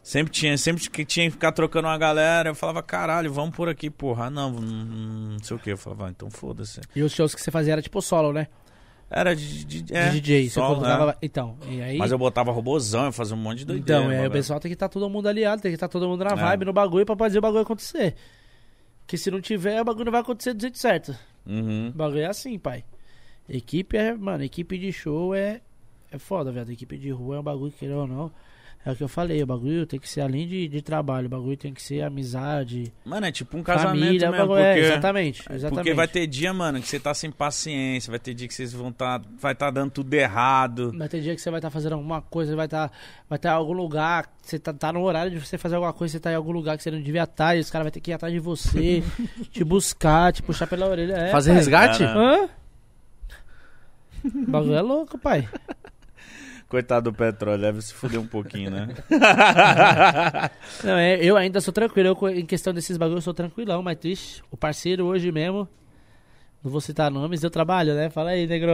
[SPEAKER 1] Sempre tinha, sempre que tinha que ficar trocando uma galera, eu falava, caralho, vamos por aqui, porra. Ah, não, hum, não sei o que. Eu falava, ah, então foda-se.
[SPEAKER 2] E os shows que você fazia era tipo solo, né?
[SPEAKER 1] Era de, de- de-
[SPEAKER 2] de DJ.
[SPEAKER 1] solo,
[SPEAKER 2] você
[SPEAKER 1] né?
[SPEAKER 2] colocava... Então, e aí.
[SPEAKER 1] Mas eu botava robozão, eu fazia um monte de doideira.
[SPEAKER 2] Então, é, o
[SPEAKER 1] bagulho.
[SPEAKER 2] pessoal tem que estar todo mundo aliado, tem que estar todo mundo na
[SPEAKER 1] É.
[SPEAKER 2] vibe, no bagulho, pra fazer o bagulho acontecer. Que se não tiver, o bagulho não vai acontecer do jeito certo.
[SPEAKER 1] Uhum.
[SPEAKER 2] O bagulho é assim, pai. Equipe é, mano, equipe de show é, é foda, velho. Equipe de rua é um bagulho, queira ou não. É o que eu falei, o bagulho tem que ser além de, de trabalho, o bagulho tem que ser amizade,
[SPEAKER 1] Mano, é tipo um casamento
[SPEAKER 2] família, o
[SPEAKER 1] mesmo,
[SPEAKER 2] bagulho é,
[SPEAKER 1] porque-
[SPEAKER 2] exatamente, exatamente.
[SPEAKER 1] Porque vai ter dia, mano, que você tá sem paciência, vai ter dia que vocês vão tá, vai tá dando tudo errado.
[SPEAKER 2] Vai ter dia que você vai estar fazendo alguma coisa, vai estar vai tá em algum lugar, você tá, tá no horário de você fazer alguma coisa, você tá em algum lugar que você não devia estar, e os caras vão ter que ir atrás de você, te buscar, te puxar pela orelha. É,
[SPEAKER 3] Fazer
[SPEAKER 2] pai.
[SPEAKER 3] resgate?
[SPEAKER 1] Caralho.
[SPEAKER 2] Hã? O bagulho é louco, pai.
[SPEAKER 1] Coitado do petróleo, deve se fuder um pouquinho, né?
[SPEAKER 2] Não, é, eu ainda sou tranquilo, eu, co- em questão desses bagulhos eu sou tranquilão, mas triste. O parceiro hoje mesmo, não vou citar nomes, eu trabalho, né? Fala aí, negro.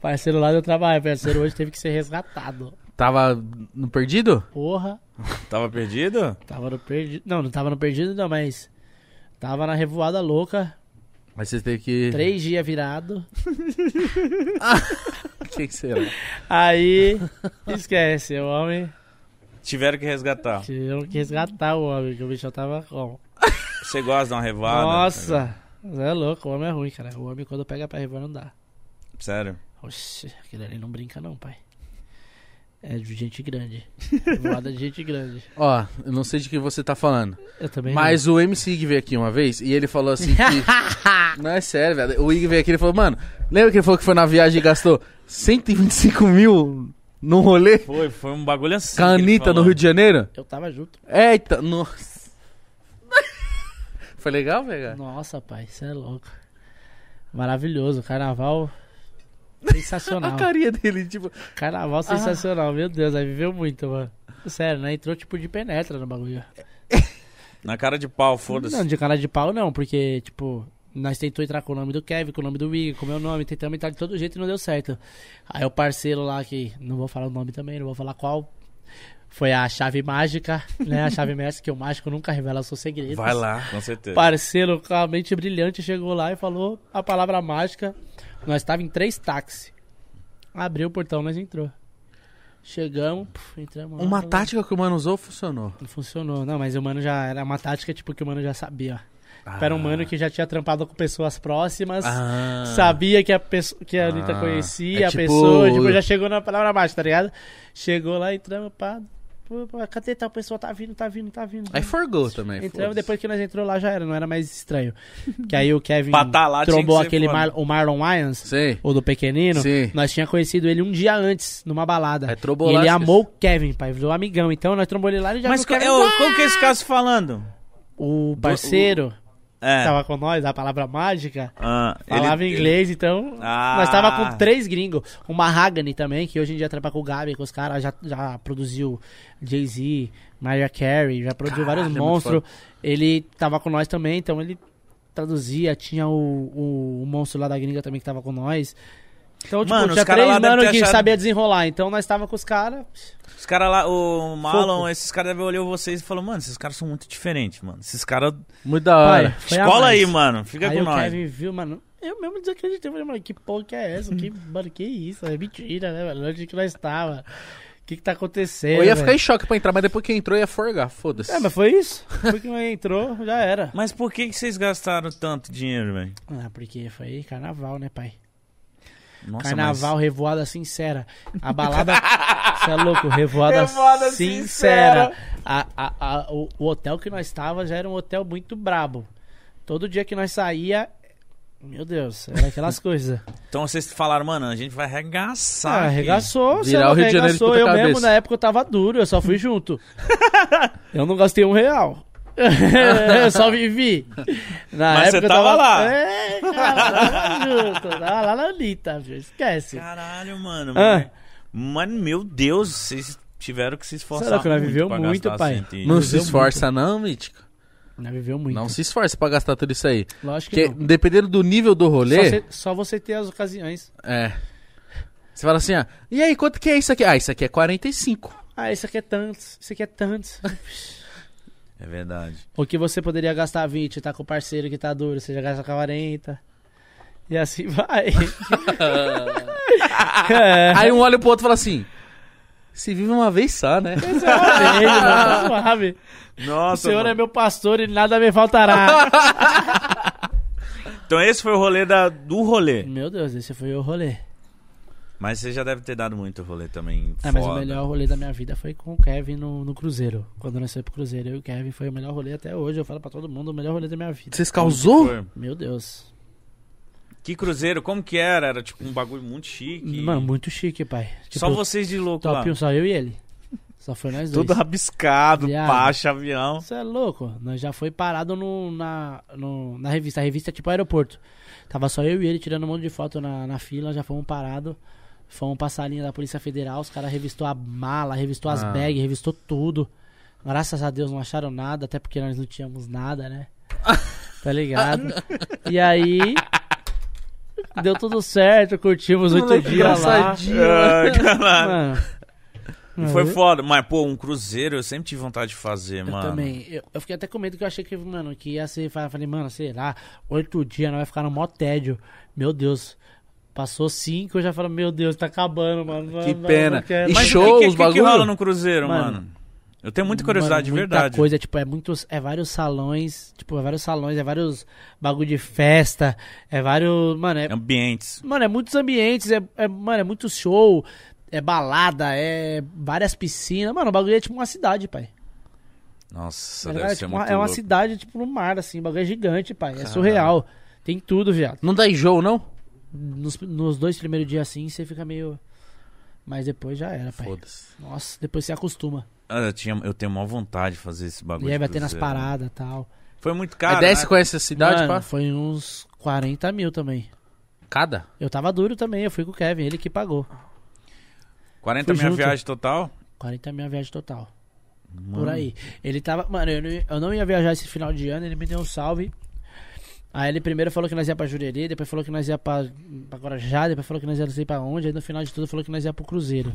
[SPEAKER 2] Parceiro lá eu trabalho, parceiro hoje teve que ser resgatado.
[SPEAKER 3] Tava no perdido?
[SPEAKER 2] Porra.
[SPEAKER 1] Tava perdido?
[SPEAKER 2] Tava no perdido. Não, não tava no perdido, não, mas. Tava na revoada louca.
[SPEAKER 3] Mas você tem que.
[SPEAKER 2] Três dias virado.
[SPEAKER 3] Quem será?
[SPEAKER 2] Aí. Esquece, o homem.
[SPEAKER 1] Tiveram que resgatar.
[SPEAKER 2] Tivemos que resgatar o homem, que o bicho tava como.
[SPEAKER 1] Você gosta de uma revada?
[SPEAKER 2] Nossa! Você é louco, o homem é ruim, cara. O homem quando pega pra revoar não dá.
[SPEAKER 1] Sério?
[SPEAKER 2] Oxi, aquele ali não brinca não, pai. É de gente grande. Revoada de gente grande.
[SPEAKER 3] Ó, eu não sei de que você tá falando.
[SPEAKER 2] Eu também.
[SPEAKER 3] Mas o MC Ig veio aqui uma vez e ele falou assim que. não é sério, velho. O Ig veio aqui e ele falou, mano, lembra que ele falou que foi na viagem e gastou 125 mil num rolê?
[SPEAKER 1] Foi, foi um bagulho assim.
[SPEAKER 3] Com a Anitta no Rio de Janeiro?
[SPEAKER 2] Eu tava junto.
[SPEAKER 3] Eita, nossa. É, então, Foi legal, velho?
[SPEAKER 2] Nossa, pai, você é louco. Maravilhoso, carnaval sensacional.
[SPEAKER 3] A carinha dele, tipo.
[SPEAKER 2] Carnaval sensacional, meu Deus, aí viveu muito, mano. Sério, né? Entrou tipo de penetra no bagulho.
[SPEAKER 1] Na cara de pau, foda-se.
[SPEAKER 2] Não, de cara de pau não, porque, tipo, nós tentou entrar com o nome do Kevin, com o nome do Wig, com o meu nome, tentamos entrar de todo jeito e não deu certo. Aí o parceiro lá, que não vou falar o nome também, não vou falar qual, foi a chave mágica, né? A chave mestre, que o mágico nunca revela seus segredos.
[SPEAKER 1] Vai lá, com certeza.
[SPEAKER 2] É. Parceiro com a mente brilhante chegou lá e falou a palavra mágica. Nós estava em três táxis. Abriu o portão, nós entrou. Chegamos, puf, entramos lá.
[SPEAKER 3] Uma
[SPEAKER 2] falou-
[SPEAKER 3] tática que o mano usou funcionou.
[SPEAKER 2] Não funcionou. Não, mas o mano já. Era uma tática tipo que o mano já sabia. Era um mano que já tinha trampado com pessoas próximas.
[SPEAKER 3] Ah.
[SPEAKER 2] Sabia que a, pesso- que a Anitta
[SPEAKER 3] Ah,
[SPEAKER 2] conhecia
[SPEAKER 3] é
[SPEAKER 2] a
[SPEAKER 3] tipo-
[SPEAKER 2] pessoa. Tipo, já chegou na palavra mágica, tá ligado? Chegou lá, entramos, pá. pô, pô, Cadê tal pessoa? Tá vindo, tá vindo, tá vindo.
[SPEAKER 3] Aí forgou também.
[SPEAKER 2] Entramos,
[SPEAKER 3] foda-se.
[SPEAKER 2] depois que nós entrou lá já era, não era mais estranho. Que aí o Kevin
[SPEAKER 1] Pra tá lá, tinha
[SPEAKER 2] trombou
[SPEAKER 1] que ser
[SPEAKER 2] aquele
[SPEAKER 1] foda.
[SPEAKER 2] Mar- o Marlon Wayans,
[SPEAKER 3] Sei.
[SPEAKER 2] o do pequenino.
[SPEAKER 3] Sim.
[SPEAKER 2] Nós tinha conconhecido ele um dia antes, numa balada.
[SPEAKER 3] É, trombou
[SPEAKER 2] e
[SPEAKER 3] lá,
[SPEAKER 2] ele
[SPEAKER 3] esquece.
[SPEAKER 2] amou o Kevin, pai, virou amigão. Então nós trombou ele lá e já
[SPEAKER 1] Mas
[SPEAKER 2] viu o Kevin.
[SPEAKER 1] eu, como que é esse cara se falando?
[SPEAKER 2] O parceiro
[SPEAKER 1] É.
[SPEAKER 2] que tava com nós, a palavra mágica,
[SPEAKER 1] Ah, ele-
[SPEAKER 2] Tá. falava inglês, então
[SPEAKER 1] Ah.
[SPEAKER 2] nós tava com três gringos. Uma Hagani também, que hoje em dia trabalha com o Gabi, com os caras, já, já produziu Jay-Z, Mariah Carey, já produziu
[SPEAKER 3] Caralho,
[SPEAKER 2] vários
[SPEAKER 3] é muito
[SPEAKER 2] monstros. Ele tava com nós também, então ele traduzia, tinha o, o, o monstro lá da gringa também que tava com nós. Então, tipo,
[SPEAKER 1] Mano, os
[SPEAKER 2] tinha
[SPEAKER 1] cara
[SPEAKER 2] três
[SPEAKER 1] lá devem
[SPEAKER 2] mano
[SPEAKER 1] ter
[SPEAKER 2] que
[SPEAKER 1] achado-
[SPEAKER 2] sabia desenrolar. Então nós tava com os caras.
[SPEAKER 1] Os caras lá, o Marlon,
[SPEAKER 2] Fofo.
[SPEAKER 1] esses caras devem olhar vocês e falar, mano, esses caras são muito diferentes, mano. Esses caras.
[SPEAKER 3] Muito da hora.
[SPEAKER 2] Pai, foi a
[SPEAKER 1] Escola
[SPEAKER 2] mais.
[SPEAKER 1] aí, mano. Fica
[SPEAKER 2] aí
[SPEAKER 1] com
[SPEAKER 2] o
[SPEAKER 1] nós.
[SPEAKER 2] Kevin viu, mano. Eu mesmo desacreditei. Falei, mano, que porra que é essa? Que, mano, que isso? É mentira, né, velho? Onde que nós tava? O que que tá acontecendo?
[SPEAKER 3] Eu ia
[SPEAKER 2] velho?
[SPEAKER 3] ficar em choque pra entrar, mas depois que entrou, ia forgar. Foda-se.
[SPEAKER 2] É, mas foi isso. Foi que nós entrou, já era.
[SPEAKER 1] Mas por que, que vocês gastaram tanto dinheiro, velho?
[SPEAKER 2] Ah, porque foi carnaval, né, pai?
[SPEAKER 1] Nossa,
[SPEAKER 2] carnaval, revoada sincera. A balada. Você é louco, revoada,
[SPEAKER 1] Revoada
[SPEAKER 2] sincera.
[SPEAKER 1] sincera.
[SPEAKER 2] A- a- a- o, o hotel que nós tava já era um hotel muito brabo. Todo dia que nós saía. Meu Deus, era aquelas coisas.
[SPEAKER 1] mas- Então vocês falaram, mano, a gente vai arregaçar.
[SPEAKER 2] Ah,
[SPEAKER 1] aqui.
[SPEAKER 2] arregaçou, você
[SPEAKER 3] Virar
[SPEAKER 2] não
[SPEAKER 3] o Rio de Janeiro de
[SPEAKER 2] arregaçou.
[SPEAKER 3] ponta
[SPEAKER 2] Eu
[SPEAKER 3] cabeça.
[SPEAKER 2] mesmo, na época, eu tava duro, eu só fui junto. eu não gastei um real. eu só vivi. Na
[SPEAKER 1] Mas você
[SPEAKER 2] época, eu
[SPEAKER 1] tava lá.
[SPEAKER 2] É, cara, eu tava junto. eu Tava lá na Anitta, viu? esquece.
[SPEAKER 1] Caralho, mano.
[SPEAKER 2] Ah.
[SPEAKER 1] Mas, meu Deus, vocês tiveram que se esforçar.
[SPEAKER 2] Será que nós
[SPEAKER 1] muito
[SPEAKER 2] viveu
[SPEAKER 1] pra
[SPEAKER 2] muito,
[SPEAKER 1] gastar
[SPEAKER 2] pai?
[SPEAKER 1] 120.
[SPEAKER 3] Não
[SPEAKER 2] Viveu
[SPEAKER 3] se esforça, não, Mítico.
[SPEAKER 2] Não viveu é muito.
[SPEAKER 3] Não se esforça pra gastar tudo isso aí.
[SPEAKER 2] Lógico que
[SPEAKER 3] Porque
[SPEAKER 2] não.
[SPEAKER 3] dependendo do nível do
[SPEAKER 2] Só,
[SPEAKER 3] rolê.
[SPEAKER 2] você- só você ter as ocasiões.
[SPEAKER 3] É. Você fala assim, ó. E aí, quanto que é isso aqui? Ah, isso aqui é 45.
[SPEAKER 2] Ah, isso aqui é tantos, isso aqui é tantos.
[SPEAKER 1] É verdade.
[SPEAKER 2] o que você poderia gastar 20, tá com o parceiro que tá duro, você já gasta 40. E assim vai. é.
[SPEAKER 3] Aí um olha pro outro e fala assim. Se vive uma vez só, né?
[SPEAKER 2] Ele, mano, suave. O
[SPEAKER 1] Nossa,
[SPEAKER 2] é Senhor
[SPEAKER 1] mano.
[SPEAKER 2] é meu pastor e nada me faltará.
[SPEAKER 1] Então esse foi o rolê da, do rolê.
[SPEAKER 2] meu Deus, esse foi o rolê.
[SPEAKER 1] Mas você já deve ter dado muito rolê também. foda.
[SPEAKER 2] Ah, mas o melhor rolê da minha vida foi com o Kevin no, no Cruzeiro. Quando nós saímos pro Cruzeiro, eu e o Kevin foi o melhor rolê até hoje. Eu falo pra todo mundo, o melhor rolê da minha vida.
[SPEAKER 3] Vocês causou?
[SPEAKER 1] Foi.
[SPEAKER 2] Meu Deus.
[SPEAKER 1] Que cruzeiro, como que era? Era tipo um bagulho muito chique.
[SPEAKER 2] Mano, muito chique, pai. Tipo,
[SPEAKER 1] Só vocês de louco lá.
[SPEAKER 2] top 1, só eu e ele. Só foi nós dois.
[SPEAKER 1] Tudo rabiscado,
[SPEAKER 2] Viado.
[SPEAKER 1] pá, avião.
[SPEAKER 2] Você é louco. Nós já foi parado no, na, no- na revista. A revista é tipo aeroporto. Tava só eu e ele tirando um monte de foto na, na fila, já fomos parado. Fomos passar a linha da Polícia Federal, os caras revistou a mala, revistou as
[SPEAKER 3] Ah.
[SPEAKER 2] bags, revistou tudo. Graças a Deus não acharam nada, até porque nós não tínhamos nada, né? Tá ligado?
[SPEAKER 3] Ah,
[SPEAKER 2] E aí. Deu tudo certo, curtimos oito
[SPEAKER 3] Moleque
[SPEAKER 2] dias lá. É.
[SPEAKER 3] engraçadinho.
[SPEAKER 1] Ah, caralho.
[SPEAKER 2] Mano,
[SPEAKER 1] E Foi foda. Mas, pô, um cruzeiro eu sempre tive vontade de fazer,
[SPEAKER 2] Uhum. Eu
[SPEAKER 1] mano.
[SPEAKER 2] também. Eu, eu fiquei até com medo que eu achei que, mano, que ia ser. fa- Falei, mano, sei lá, oito dias, nós vai ficar no mó tédio. Meu Deus. Passou cinco, eu já falo, meu Deus, tá acabando, mano. Não,
[SPEAKER 3] Que
[SPEAKER 2] não,
[SPEAKER 3] pena.
[SPEAKER 2] não quero.
[SPEAKER 3] E
[SPEAKER 1] Mas
[SPEAKER 3] show,
[SPEAKER 1] o que, que,
[SPEAKER 3] os
[SPEAKER 1] que, que
[SPEAKER 3] bagulho?
[SPEAKER 1] rola num cruzeiro,
[SPEAKER 2] Mano.
[SPEAKER 1] mano? Eu tenho muita curiosidade,
[SPEAKER 2] Mano,
[SPEAKER 1] de
[SPEAKER 2] muita
[SPEAKER 1] verdade.
[SPEAKER 2] coisa, tipo, é muitos, é vários salões, tipo, é vários salões, é vários bagulho de festa, é vários, mano, é,
[SPEAKER 1] Ambientes.
[SPEAKER 2] mano, é muitos ambientes, é, é- mano, é muito show, é balada, é várias piscinas, mano, o bagulho é tipo uma cidade, pai.
[SPEAKER 1] Nossa,
[SPEAKER 2] Tá
[SPEAKER 1] deve
[SPEAKER 2] ligado?
[SPEAKER 1] ser
[SPEAKER 2] Tipo,
[SPEAKER 1] muito
[SPEAKER 2] uma- é uma
[SPEAKER 1] louco.
[SPEAKER 2] cidade, tipo, no mar, assim, o bagulho é gigante, pai. É surreal. Tem tudo, viado.
[SPEAKER 3] Não dá enjoo, não?
[SPEAKER 2] Nos, nos dois primeiros dias assim, você fica meio. Mas depois já era, pai.
[SPEAKER 3] Foda-se.
[SPEAKER 2] Nossa, depois você acostuma.
[SPEAKER 1] Ah, Eu, tinha, eu tenho maior vontade de fazer esse bagulho.
[SPEAKER 2] e aí
[SPEAKER 1] de
[SPEAKER 2] vai ter nas
[SPEAKER 1] cruzeiro.
[SPEAKER 2] paradas e tal.
[SPEAKER 1] Foi muito caro.
[SPEAKER 3] é 10
[SPEAKER 1] né?
[SPEAKER 3] você conhece a cidade,
[SPEAKER 2] Mano,
[SPEAKER 3] pá?
[SPEAKER 2] foi uns 40 mil também.
[SPEAKER 3] Cada?
[SPEAKER 2] Eu tava duro também, eu fui com o Kevin, ele que pagou.
[SPEAKER 1] 40
[SPEAKER 2] Fui
[SPEAKER 1] mil a
[SPEAKER 2] junto.
[SPEAKER 1] viagem total?
[SPEAKER 2] 40 mil a viagem total. Por aí. Ele tava. Mano, eu não, ia- eu não ia viajar esse final de ano, ele me deu um salve. Aí ele primeiro falou que nós ia pra Jurerê, depois falou que nós ia pra, pra Guarajá, depois falou que nós ia não sei pra onde, aí no final de tudo falou que nós ia pro Cruzeiro.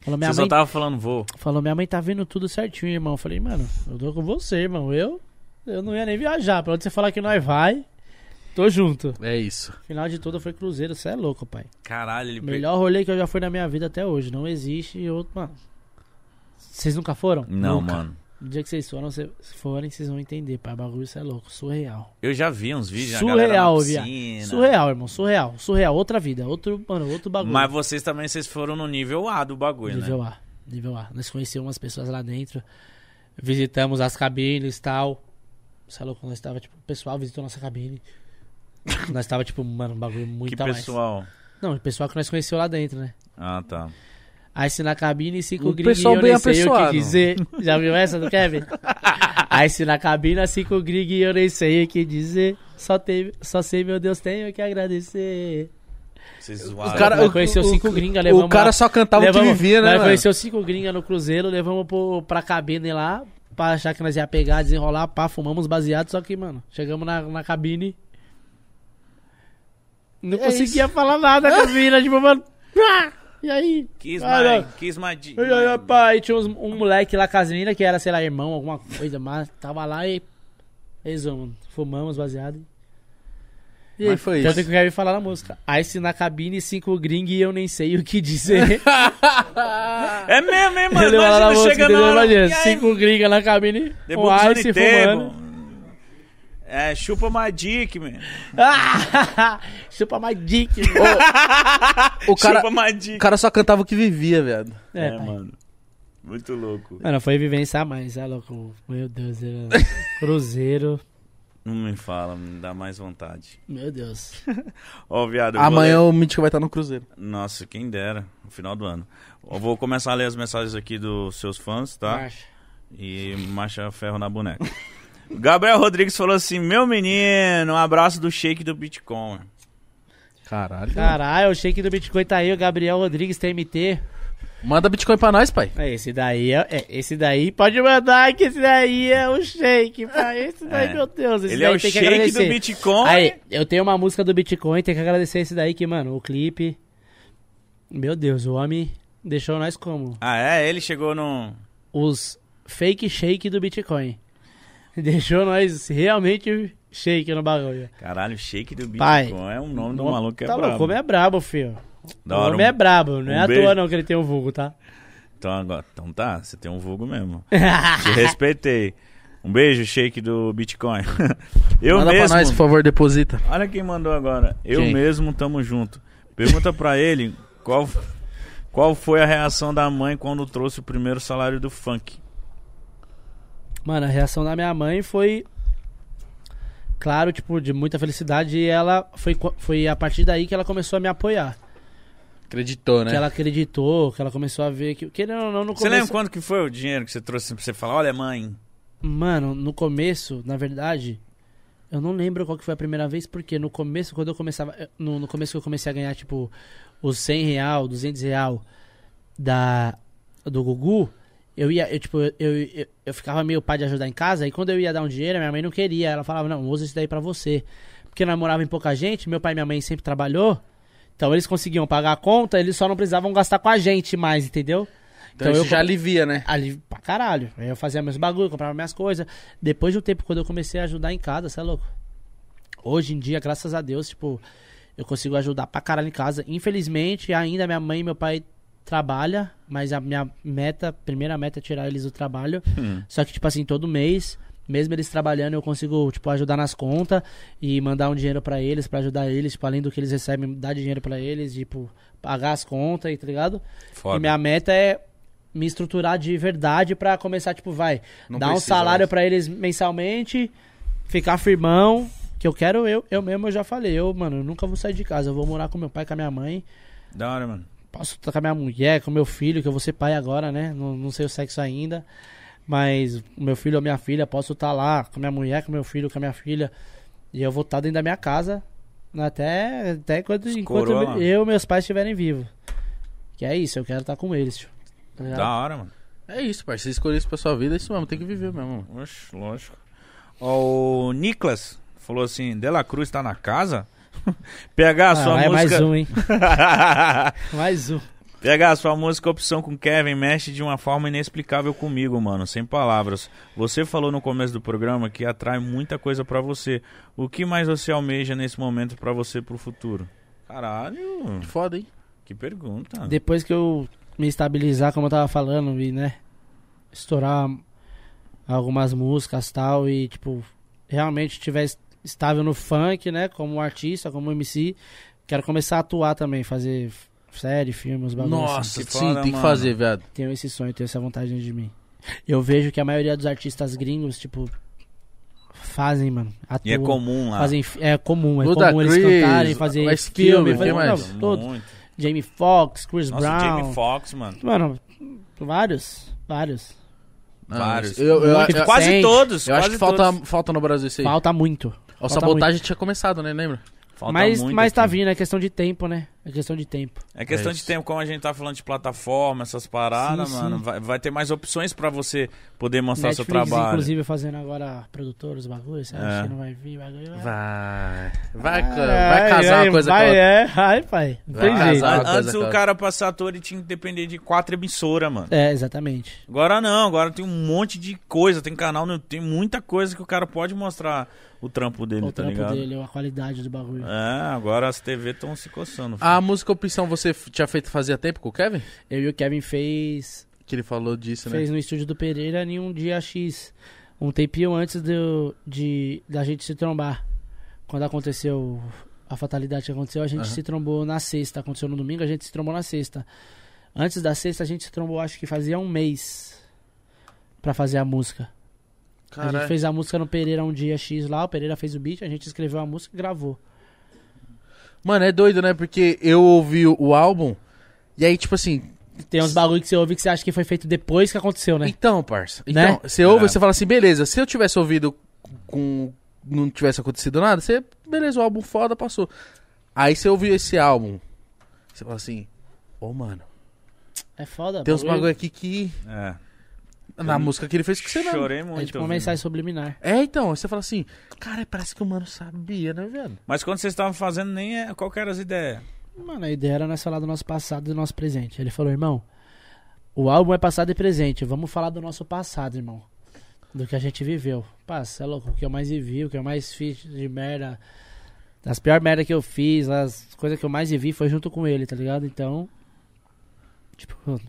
[SPEAKER 2] Falou, minha
[SPEAKER 1] Hum. Você só tá
[SPEAKER 2] mãe
[SPEAKER 1] tava falando voo.
[SPEAKER 2] Falou, minha mãe tá vendo tudo certinho, irmão. Eu falei, mano, eu tô com você, irmão. Eu, eu não ia nem viajar. Pra onde você falar que nós vai, tô junto.
[SPEAKER 3] É isso.
[SPEAKER 2] Final de tudo foi Cruzeiro, você é louco, pai.
[SPEAKER 1] Caralho, ele
[SPEAKER 2] Melhor rolê que eu já fui na minha vida até hoje. Não existe outro, mano. Vocês nunca foram?
[SPEAKER 1] pe- Não,
[SPEAKER 2] Nunca.
[SPEAKER 1] mano.
[SPEAKER 2] No dia que vocês foram, cê- se forem, vocês vão entender, pai. O bagulho isso é louco, surreal.
[SPEAKER 1] Eu já vi uns vídeos a
[SPEAKER 2] Surreal,
[SPEAKER 1] galera na
[SPEAKER 2] viado.
[SPEAKER 1] piscina.
[SPEAKER 2] Surreal, irmão, surreal. Surreal, outra vida, outro, mano, outro bagulho.
[SPEAKER 1] Mas vocês também vocês foram no nível A do bagulho,
[SPEAKER 2] nível
[SPEAKER 1] né?
[SPEAKER 2] A, nível A. Nós conhecemos umas pessoas lá dentro, visitamos as cabines e tal. Você é louco, nós tava, tipo, o pessoal visitou nossa cabine. nós tava, tipo, mano, um bagulho muito
[SPEAKER 1] Que
[SPEAKER 2] a mais.
[SPEAKER 1] pessoal.
[SPEAKER 2] Não, o pessoal que nós conheceu lá dentro, né?
[SPEAKER 1] Ah, tá.
[SPEAKER 2] Aí se na cabine, se com
[SPEAKER 3] Um
[SPEAKER 2] o gringo,
[SPEAKER 3] pessoal
[SPEAKER 2] eu
[SPEAKER 3] bem
[SPEAKER 2] nem sei o
[SPEAKER 3] apessoado.
[SPEAKER 2] que dizer. Já viu essa do Kevin? Aí se na cabine, assim com o gringo, eu nem sei o que dizer. Só, teve, só sei, meu Deus, tenho que agradecer.
[SPEAKER 1] Vocês zoaram.
[SPEAKER 2] cara- Nós conheceu cinco gringas,
[SPEAKER 3] O
[SPEAKER 2] levamos
[SPEAKER 3] cara
[SPEAKER 2] lá-
[SPEAKER 3] só cantava o que
[SPEAKER 2] Levamos-
[SPEAKER 3] vivia, né?
[SPEAKER 2] Nós
[SPEAKER 3] mano?
[SPEAKER 2] conheceu cinco gringas no cruzeiro, levamos pro, pra cabine lá, pra achar que nós ia pegar, desenrolar, pá, fumamos baseado, só que, mano, chegamos na, na cabine. Não
[SPEAKER 3] É
[SPEAKER 2] conseguia falar nada com a mina, tipo, mano. "Ah, E aí?
[SPEAKER 1] Kiss
[SPEAKER 2] Ah, não.
[SPEAKER 1] my, kiss my di-
[SPEAKER 2] E aí, rapaz, e tinha uns- um moleque lá com as minas, que era, sei lá, irmão, alguma coisa, mas tava lá e. Resumo, fumamos baseado.
[SPEAKER 3] E aí foi
[SPEAKER 2] Tanto que
[SPEAKER 3] isso.
[SPEAKER 2] o Kevin falar na música. Aí se na cabine, cinco gringo e eu nem sei o que dizer.
[SPEAKER 1] É mesmo, hein, mano?
[SPEAKER 2] Ele vai lá na
[SPEAKER 1] Imagina,
[SPEAKER 2] música,
[SPEAKER 1] chega
[SPEAKER 2] entendeu?
[SPEAKER 1] na hora.
[SPEAKER 2] Imagina,
[SPEAKER 1] E aí,
[SPEAKER 2] cinco gringas na cabine,
[SPEAKER 1] The
[SPEAKER 2] um
[SPEAKER 1] Book's
[SPEAKER 2] ice
[SPEAKER 1] on the
[SPEAKER 2] fumando.
[SPEAKER 1] table. É, chupa my dick, man.
[SPEAKER 2] Ah, chupa mais dick. né?
[SPEAKER 3] O cara,
[SPEAKER 1] Chupa my
[SPEAKER 3] o
[SPEAKER 1] dick.
[SPEAKER 3] cara só cantava o que vivia, velho.
[SPEAKER 1] é
[SPEAKER 2] É, pai. mano.
[SPEAKER 1] mano. Muito louco.
[SPEAKER 2] foi vivência a mais, é louco. Meu Deus, era cruzeiro.
[SPEAKER 1] Não me fala, me dá mais vontade.
[SPEAKER 2] Meu Deus.
[SPEAKER 1] Ó, viado. eu vou ler-
[SPEAKER 3] Amanhã o Mítico vai estar no Cruzeiro.
[SPEAKER 1] Nossa, quem dera. No final do ano. Eu vou começar a ler as mensagens aqui dos seus fãs, tá?
[SPEAKER 2] Marcha.
[SPEAKER 1] E marcha ferro na boneca. Gabriel Rodrigues falou assim: Meu menino, um abraço do shake do Bitcoin.
[SPEAKER 3] Caralho.
[SPEAKER 2] Caralho, o shake do Bitcoin tá aí, o Gabriel Rodrigues TMT.
[SPEAKER 3] Manda Bitcoin pra nós, pai.
[SPEAKER 2] É, Esse daí é, é, Esse daí pode mandar, que esse daí é o shake. pai. Esse daí,
[SPEAKER 1] É.
[SPEAKER 2] meu Deus. Esse
[SPEAKER 1] Ele é
[SPEAKER 2] daí
[SPEAKER 1] o
[SPEAKER 2] tem que
[SPEAKER 1] shake do
[SPEAKER 2] agradecer.
[SPEAKER 1] Bitcoin.
[SPEAKER 2] Aí, eu tenho uma música do Bitcoin, tem que agradecer esse daí que, mano, o clipe. Meu Deus, o homem deixou nós como?
[SPEAKER 1] Ah, é? Ele chegou no.
[SPEAKER 2] Os fake shake do Bitcoin. Deixou nós realmente shake no bagulho.
[SPEAKER 1] Caralho, shake do Bitcoin.
[SPEAKER 2] Pai,
[SPEAKER 1] é um nome do
[SPEAKER 2] Mo-
[SPEAKER 1] maluco que é
[SPEAKER 2] tá louco,
[SPEAKER 1] brabo.
[SPEAKER 2] o homem é brabo, filho.
[SPEAKER 1] Da
[SPEAKER 2] o
[SPEAKER 1] hora,
[SPEAKER 2] homem
[SPEAKER 1] um-
[SPEAKER 2] é brabo, não é
[SPEAKER 1] um
[SPEAKER 2] à
[SPEAKER 1] beijo.
[SPEAKER 2] toa não que ele tem um vulgo, tá?
[SPEAKER 1] Então, agora, então tá, você tem um vulgo mesmo. Te respeitei. Um beijo, shake do Bitcoin. Eu
[SPEAKER 3] Manda
[SPEAKER 1] mesmo.
[SPEAKER 3] pra nós, por favor, deposita.
[SPEAKER 1] Olha quem mandou agora. Eu
[SPEAKER 3] Quem?
[SPEAKER 1] mesmo tamo junto. Pergunta pra ele qual, qual foi a reação da mãe quando trouxe o primeiro salário do funk.
[SPEAKER 2] Mano, a reação da minha mãe foi. Claro, tipo, de muita felicidade. E ela foi, co- foi a partir daí que ela começou a me apoiar.
[SPEAKER 3] Acreditou, né?
[SPEAKER 2] Que ela acreditou, que ela começou a ver que. Querendo ou não, no
[SPEAKER 1] Você
[SPEAKER 2] começo.
[SPEAKER 1] lembra quanto que foi o dinheiro que você trouxe pra você falar? Olha, mãe.
[SPEAKER 2] Mano, no começo, na verdade, eu não lembro qual que foi a primeira vez, porque no começo, quando eu começava. eu- No, no começo que eu comecei a ganhar, tipo, os 100 real, 200 real da, do Gugu, eu ia, eu, tipo, eu, eu, eu ficava meio pá de ajudar em casa, e quando eu ia dar um dinheiro, minha mãe não queria. Ela falava, não, usa isso daí pra você. Porque nós morava em pouca gente, meu pai e minha mãe sempre trabalhou. Então eles conseguiam pagar a conta, eles só não precisavam gastar com a gente mais, entendeu?
[SPEAKER 3] Então, isso já alivia, né?
[SPEAKER 2] ali pra caralho. Aí eu fazia meus bagulho, comprava minhas coisas. Depois de um tempo, quando eu comecei a ajudar em casa, você é louco? Hoje em dia, graças a Deus, tipo, eu consigo ajudar pra caralho em casa. Infelizmente, ainda minha mãe e meu pai trabalham, mas a minha meta, primeira meta é tirar eles do trabalho. Só que, tipo assim, todo mês, mesmo eles trabalhando, eu consigo, tipo, ajudar nas contas e mandar um dinheiro pra eles, pra ajudar eles, tipo, além do que eles recebem, dar dinheiro pra eles, tipo, pagar as contas, tá ligado?
[SPEAKER 1] Foda.
[SPEAKER 2] E minha meta é me estruturar de verdade pra começar, tipo, vai,
[SPEAKER 3] Não
[SPEAKER 2] dar um
[SPEAKER 3] precisa né?
[SPEAKER 2] salário
[SPEAKER 3] mais.
[SPEAKER 2] pra eles mensalmente, ficar firmão, que eu quero, eu, eu mesmo, eu já falei, eu, mano, eu nunca vou sair de casa, eu vou morar com meu pai, com a minha mãe,
[SPEAKER 1] Da hora, mano.
[SPEAKER 2] posso estar com a minha mulher, com meu filho, que eu vou ser pai agora, né, não, não sei o sexo ainda, Mas o meu filho ou minha filha, posso estar lá com a minha mulher, com meu filho, com a minha filha. E eu vou estar dentro da minha casa até, até enquanto, enquanto
[SPEAKER 1] Escorou, mano.
[SPEAKER 2] eu e meus pais estiverem vivos. Que é isso, eu quero estar com eles, tio. Tá ligado?
[SPEAKER 1] Da hora, mano.
[SPEAKER 3] É isso, parceiro. Você escolheu isso pra sua vida, é isso mesmo. Tem que viver mesmo. mano.
[SPEAKER 1] Oxe, lógico. Ó, o Nicolas falou assim: Dela Cruz tá na casa? Pegar a
[SPEAKER 2] Ah,
[SPEAKER 1] sua
[SPEAKER 2] vai mais
[SPEAKER 1] música.
[SPEAKER 2] um, hein? Mais um.
[SPEAKER 1] Pegar a sua música opção com Kevin mexe de uma forma inexplicável comigo, mano, sem palavras. Você falou no começo do programa que atrai muita coisa pra você. O que mais você almeja nesse momento pra você pro futuro? Caralho,
[SPEAKER 3] Foda, hein?
[SPEAKER 1] que pergunta.
[SPEAKER 2] Depois que eu me estabilizar, como eu tava falando, e, né? Estourar algumas músicas e tal, e, tipo, realmente estiver es- estável no funk, né? Como artista, como MC, quero começar a atuar também, fazer f- série, filme, uns bagulhos.
[SPEAKER 3] Nossa,
[SPEAKER 1] que
[SPEAKER 3] sim,
[SPEAKER 1] foda,
[SPEAKER 3] tem que
[SPEAKER 1] mano.
[SPEAKER 3] fazer, viado.
[SPEAKER 2] Tenho esse sonho, tenho essa vontade dentro de mim. Eu vejo que a maioria dos artistas gringos, tipo, fazem, mano.
[SPEAKER 1] E
[SPEAKER 2] Atuam.
[SPEAKER 1] é comum lá.
[SPEAKER 2] Fazem, é comum, é
[SPEAKER 3] Luda
[SPEAKER 2] comum eles
[SPEAKER 3] Chris,
[SPEAKER 2] cantarem, fazer
[SPEAKER 3] Ice Cube,
[SPEAKER 2] filme,
[SPEAKER 3] quem
[SPEAKER 2] fazer
[SPEAKER 3] mais?
[SPEAKER 2] não, todo.
[SPEAKER 1] Muito.
[SPEAKER 2] Jamie Foxx, Chris
[SPEAKER 1] Nossa,
[SPEAKER 2] Brown.
[SPEAKER 1] Jamie Foxx, mano.
[SPEAKER 2] Mano, vários, vários.
[SPEAKER 3] Não,
[SPEAKER 1] Vários.
[SPEAKER 3] Eu, eu-
[SPEAKER 2] Muito
[SPEAKER 3] eu-
[SPEAKER 1] Quase
[SPEAKER 2] Sente.
[SPEAKER 1] todos.
[SPEAKER 3] eu
[SPEAKER 1] quase
[SPEAKER 3] acho que falta,
[SPEAKER 1] todos.
[SPEAKER 3] falta no Brasil isso aí.
[SPEAKER 2] Falta muito.
[SPEAKER 3] Ó,
[SPEAKER 2] falta
[SPEAKER 3] sabotagem tinha começado, né? Lembra?
[SPEAKER 1] Falta
[SPEAKER 2] mas
[SPEAKER 1] muito
[SPEAKER 2] mas tá
[SPEAKER 1] aqui.
[SPEAKER 2] vindo, é questão de tempo, né? É questão de tempo.
[SPEAKER 1] É questão
[SPEAKER 3] É
[SPEAKER 1] de
[SPEAKER 3] isso.
[SPEAKER 1] tempo, como a gente tá falando de plataforma, essas paradas,
[SPEAKER 2] Sim,
[SPEAKER 1] mano. Vai, vai ter mais opções pra você poder mostrar
[SPEAKER 2] Netflix,
[SPEAKER 1] seu trabalho.
[SPEAKER 2] inclusive, fazendo agora produtores, bagulho, você
[SPEAKER 1] É.
[SPEAKER 2] acha que não vai vir, bagulho?
[SPEAKER 3] Vai. Vai,
[SPEAKER 2] Ah,
[SPEAKER 3] ca- vai casar
[SPEAKER 2] ai,
[SPEAKER 3] uma coisa
[SPEAKER 2] vai,
[SPEAKER 3] com a outra.
[SPEAKER 2] é, vai, pai. Não
[SPEAKER 1] Vai
[SPEAKER 2] tem
[SPEAKER 1] casar.
[SPEAKER 2] jeito.
[SPEAKER 3] Uma coisa
[SPEAKER 1] Tá Antes
[SPEAKER 3] com a
[SPEAKER 1] o
[SPEAKER 3] outra.
[SPEAKER 1] cara pra ser ator ele tinha que depender de quatro emissoras, mano.
[SPEAKER 2] É, exatamente.
[SPEAKER 1] Agora não, agora tem um monte de coisa, tem canal, no- tem muita coisa que o cara pode mostrar o trampo dele,
[SPEAKER 2] o
[SPEAKER 1] tá
[SPEAKER 2] trampo
[SPEAKER 1] ligado?
[SPEAKER 2] dele, a qualidade do bagulho.
[SPEAKER 1] É, agora as TV estão se coçando.
[SPEAKER 2] Ah,
[SPEAKER 1] filho.
[SPEAKER 3] A música opção você f- tinha feito fazia tempo com o Kevin?
[SPEAKER 2] Eu e o Kevin fez,
[SPEAKER 3] Que ele falou disso, né?
[SPEAKER 2] fez no estúdio do Pereira em um dia X. Um tempinho antes do, de, da gente se trombar. Quando aconteceu a fatalidade que aconteceu, a gente
[SPEAKER 3] Aham.
[SPEAKER 2] se trombou na sexta. Aconteceu no domingo, a gente se trombou na sexta. Antes da sexta, a gente se trombou, acho que fazia um mês pra fazer a música. A gente
[SPEAKER 3] Caralho.
[SPEAKER 2] fez a música no Pereira um dia X lá, o Pereira fez o beat, a gente escreveu a música e gravou.
[SPEAKER 3] Mano, é doido, né? Porque eu ouvi o- o álbum e aí, tipo assim,
[SPEAKER 2] Tem uns bagulho que você ouve que você acha que foi feito depois que aconteceu, né?
[SPEAKER 3] Então, parça.
[SPEAKER 2] Né?
[SPEAKER 3] Então, você ouve
[SPEAKER 1] É.
[SPEAKER 3] e você fala assim, beleza, se eu tivesse ouvido com. não tivesse acontecido nada, você. Beleza, o álbum foda passou. Aí você ouviu esse álbum. Você fala assim, ô mano,
[SPEAKER 2] É foda.
[SPEAKER 3] tem uns bagulho aqui que.
[SPEAKER 1] É.
[SPEAKER 3] Na música que ele fez que você não.
[SPEAKER 1] Chorei muito.
[SPEAKER 2] É tipo uma
[SPEAKER 1] ouvindo.
[SPEAKER 2] mensagem subliminar.
[SPEAKER 3] É, então, aí você fala assim, cara, parece que o mano sabia, né, velho?
[SPEAKER 1] Mas quando vocês estavam fazendo, nem é qual que era as ideias.
[SPEAKER 2] Mano, a ideia era nós falar do nosso passado e do nosso presente. Ele falou, irmão, o álbum é passado e presente. Vamos falar do nosso passado, irmão. Do que a gente viveu. Pá, cê é louco, o que eu mais vivi, o que eu mais fiz de merda. As piores merda que eu fiz, as coisas que eu mais vivi foi junto com ele, tá ligado? Então. Tipo.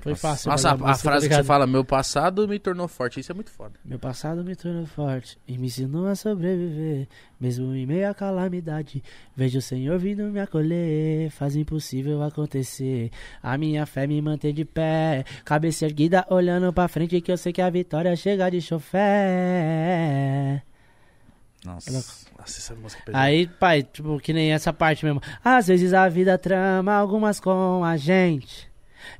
[SPEAKER 2] Foi fácil.
[SPEAKER 3] Nossa, a,
[SPEAKER 2] fazer
[SPEAKER 3] a
[SPEAKER 2] música, tá
[SPEAKER 3] frase que você
[SPEAKER 2] ligado?
[SPEAKER 3] fala, meu passado me tornou forte, isso é muito foda.
[SPEAKER 2] Meu passado me tornou forte e me ensinou a sobreviver. Mesmo em meio à calamidade, vejo o Senhor vindo me acolher. Faz o impossível acontecer. A minha fé me mantém de pé. Cabeça erguida, olhando pra frente, que eu sei que a vitória chega de chofé.
[SPEAKER 1] Nossa.
[SPEAKER 3] Nossa, essa música é pesada.
[SPEAKER 2] Aí, pai, tipo, que nem essa parte mesmo. Às vezes a vida trama algumas com a gente.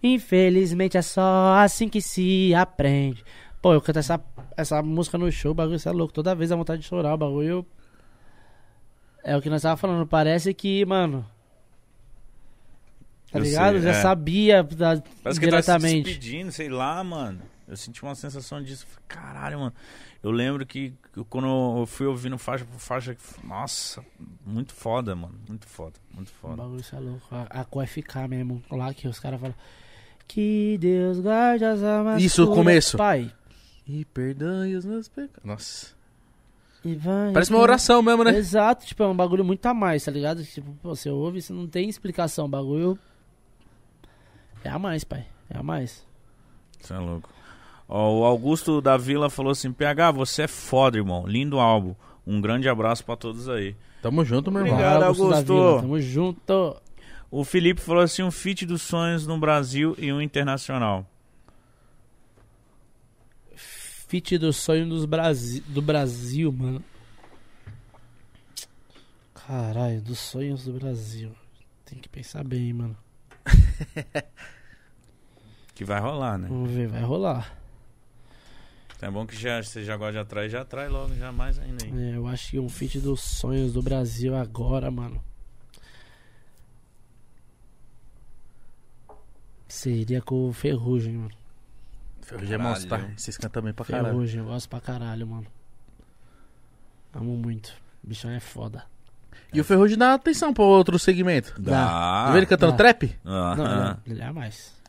[SPEAKER 2] Infelizmente é só assim que se aprende. Pô, eu canto essa, essa música no show, o bagulho cê é louco. Toda vez dá vontade de chorar, o bagulho. É o que nós tava falando. Parece que, mano. Tá
[SPEAKER 1] Eu
[SPEAKER 2] ligado?
[SPEAKER 1] sei,
[SPEAKER 2] Já
[SPEAKER 1] é.
[SPEAKER 2] sabia
[SPEAKER 1] Parece
[SPEAKER 2] da,
[SPEAKER 1] que tá se
[SPEAKER 2] diretamente.
[SPEAKER 1] despedindo, sei lá, mano. Eu senti uma sensação disso. Falei, Caralho, mano. Eu lembro que eu- quando eu fui ouvindo faixa por faixa, nossa, muito foda, mano. Muito foda, muito
[SPEAKER 2] O
[SPEAKER 1] foda.
[SPEAKER 2] bagulho cê é louco. A, a QFK mesmo. Lá que os caras falam. Que Deus guarde as almas.
[SPEAKER 3] Isso, o
[SPEAKER 2] puras",
[SPEAKER 3] começo.
[SPEAKER 2] Pai.
[SPEAKER 3] E perdoe os meus pecados. Nossa.
[SPEAKER 2] E vai-
[SPEAKER 3] Parece uma oração mesmo, né?
[SPEAKER 2] Exato, tipo, é um bagulho muito a mais, tá ligado? Tipo, pô, você ouve, você não tem explicação. O bagulho. É a mais, pai. É a mais.
[SPEAKER 1] Você é louco. Ó, o Augusto da Vila falou assim: PH, você é foda, irmão. Lindo álbum. Um grande abraço pra todos aí.
[SPEAKER 3] Tamo junto, meu irmão.
[SPEAKER 1] Obrigado,
[SPEAKER 2] Fala, da
[SPEAKER 1] Augusto.
[SPEAKER 2] Vila, Tamo junto.
[SPEAKER 1] O Felipe falou assim: um feat dos sonhos no Brasil e um internacional.
[SPEAKER 2] Fit do sonho dos Brasi do Brasil, mano. Caralho, dos sonhos do Brasil. Tem que pensar bem, mano.
[SPEAKER 1] Que vai rolar, né?
[SPEAKER 2] Hum. Vamos ver, vai rolar.
[SPEAKER 1] Então é bom que já, você já gosta de atrai, já atrai logo, já mais ainda. hein?
[SPEAKER 2] É, eu acho que um feat dos sonhos do Brasil agora, mano. Seria com o Ferrugem, mano.
[SPEAKER 3] Ferrugem é
[SPEAKER 1] Caralho.
[SPEAKER 3] monstro, Vocês cantam bem pra caralho.
[SPEAKER 2] Ferrugem, eu gosto pra caralho, mano. Amo muito. O bichão é foda.
[SPEAKER 3] E o Ferrugem dá atenção pro outro segmento.
[SPEAKER 1] Dá. Ah.
[SPEAKER 3] Você vê ele cantando
[SPEAKER 2] dá.
[SPEAKER 3] trap?
[SPEAKER 1] Aham.
[SPEAKER 2] Não, ele é- ele é a mais.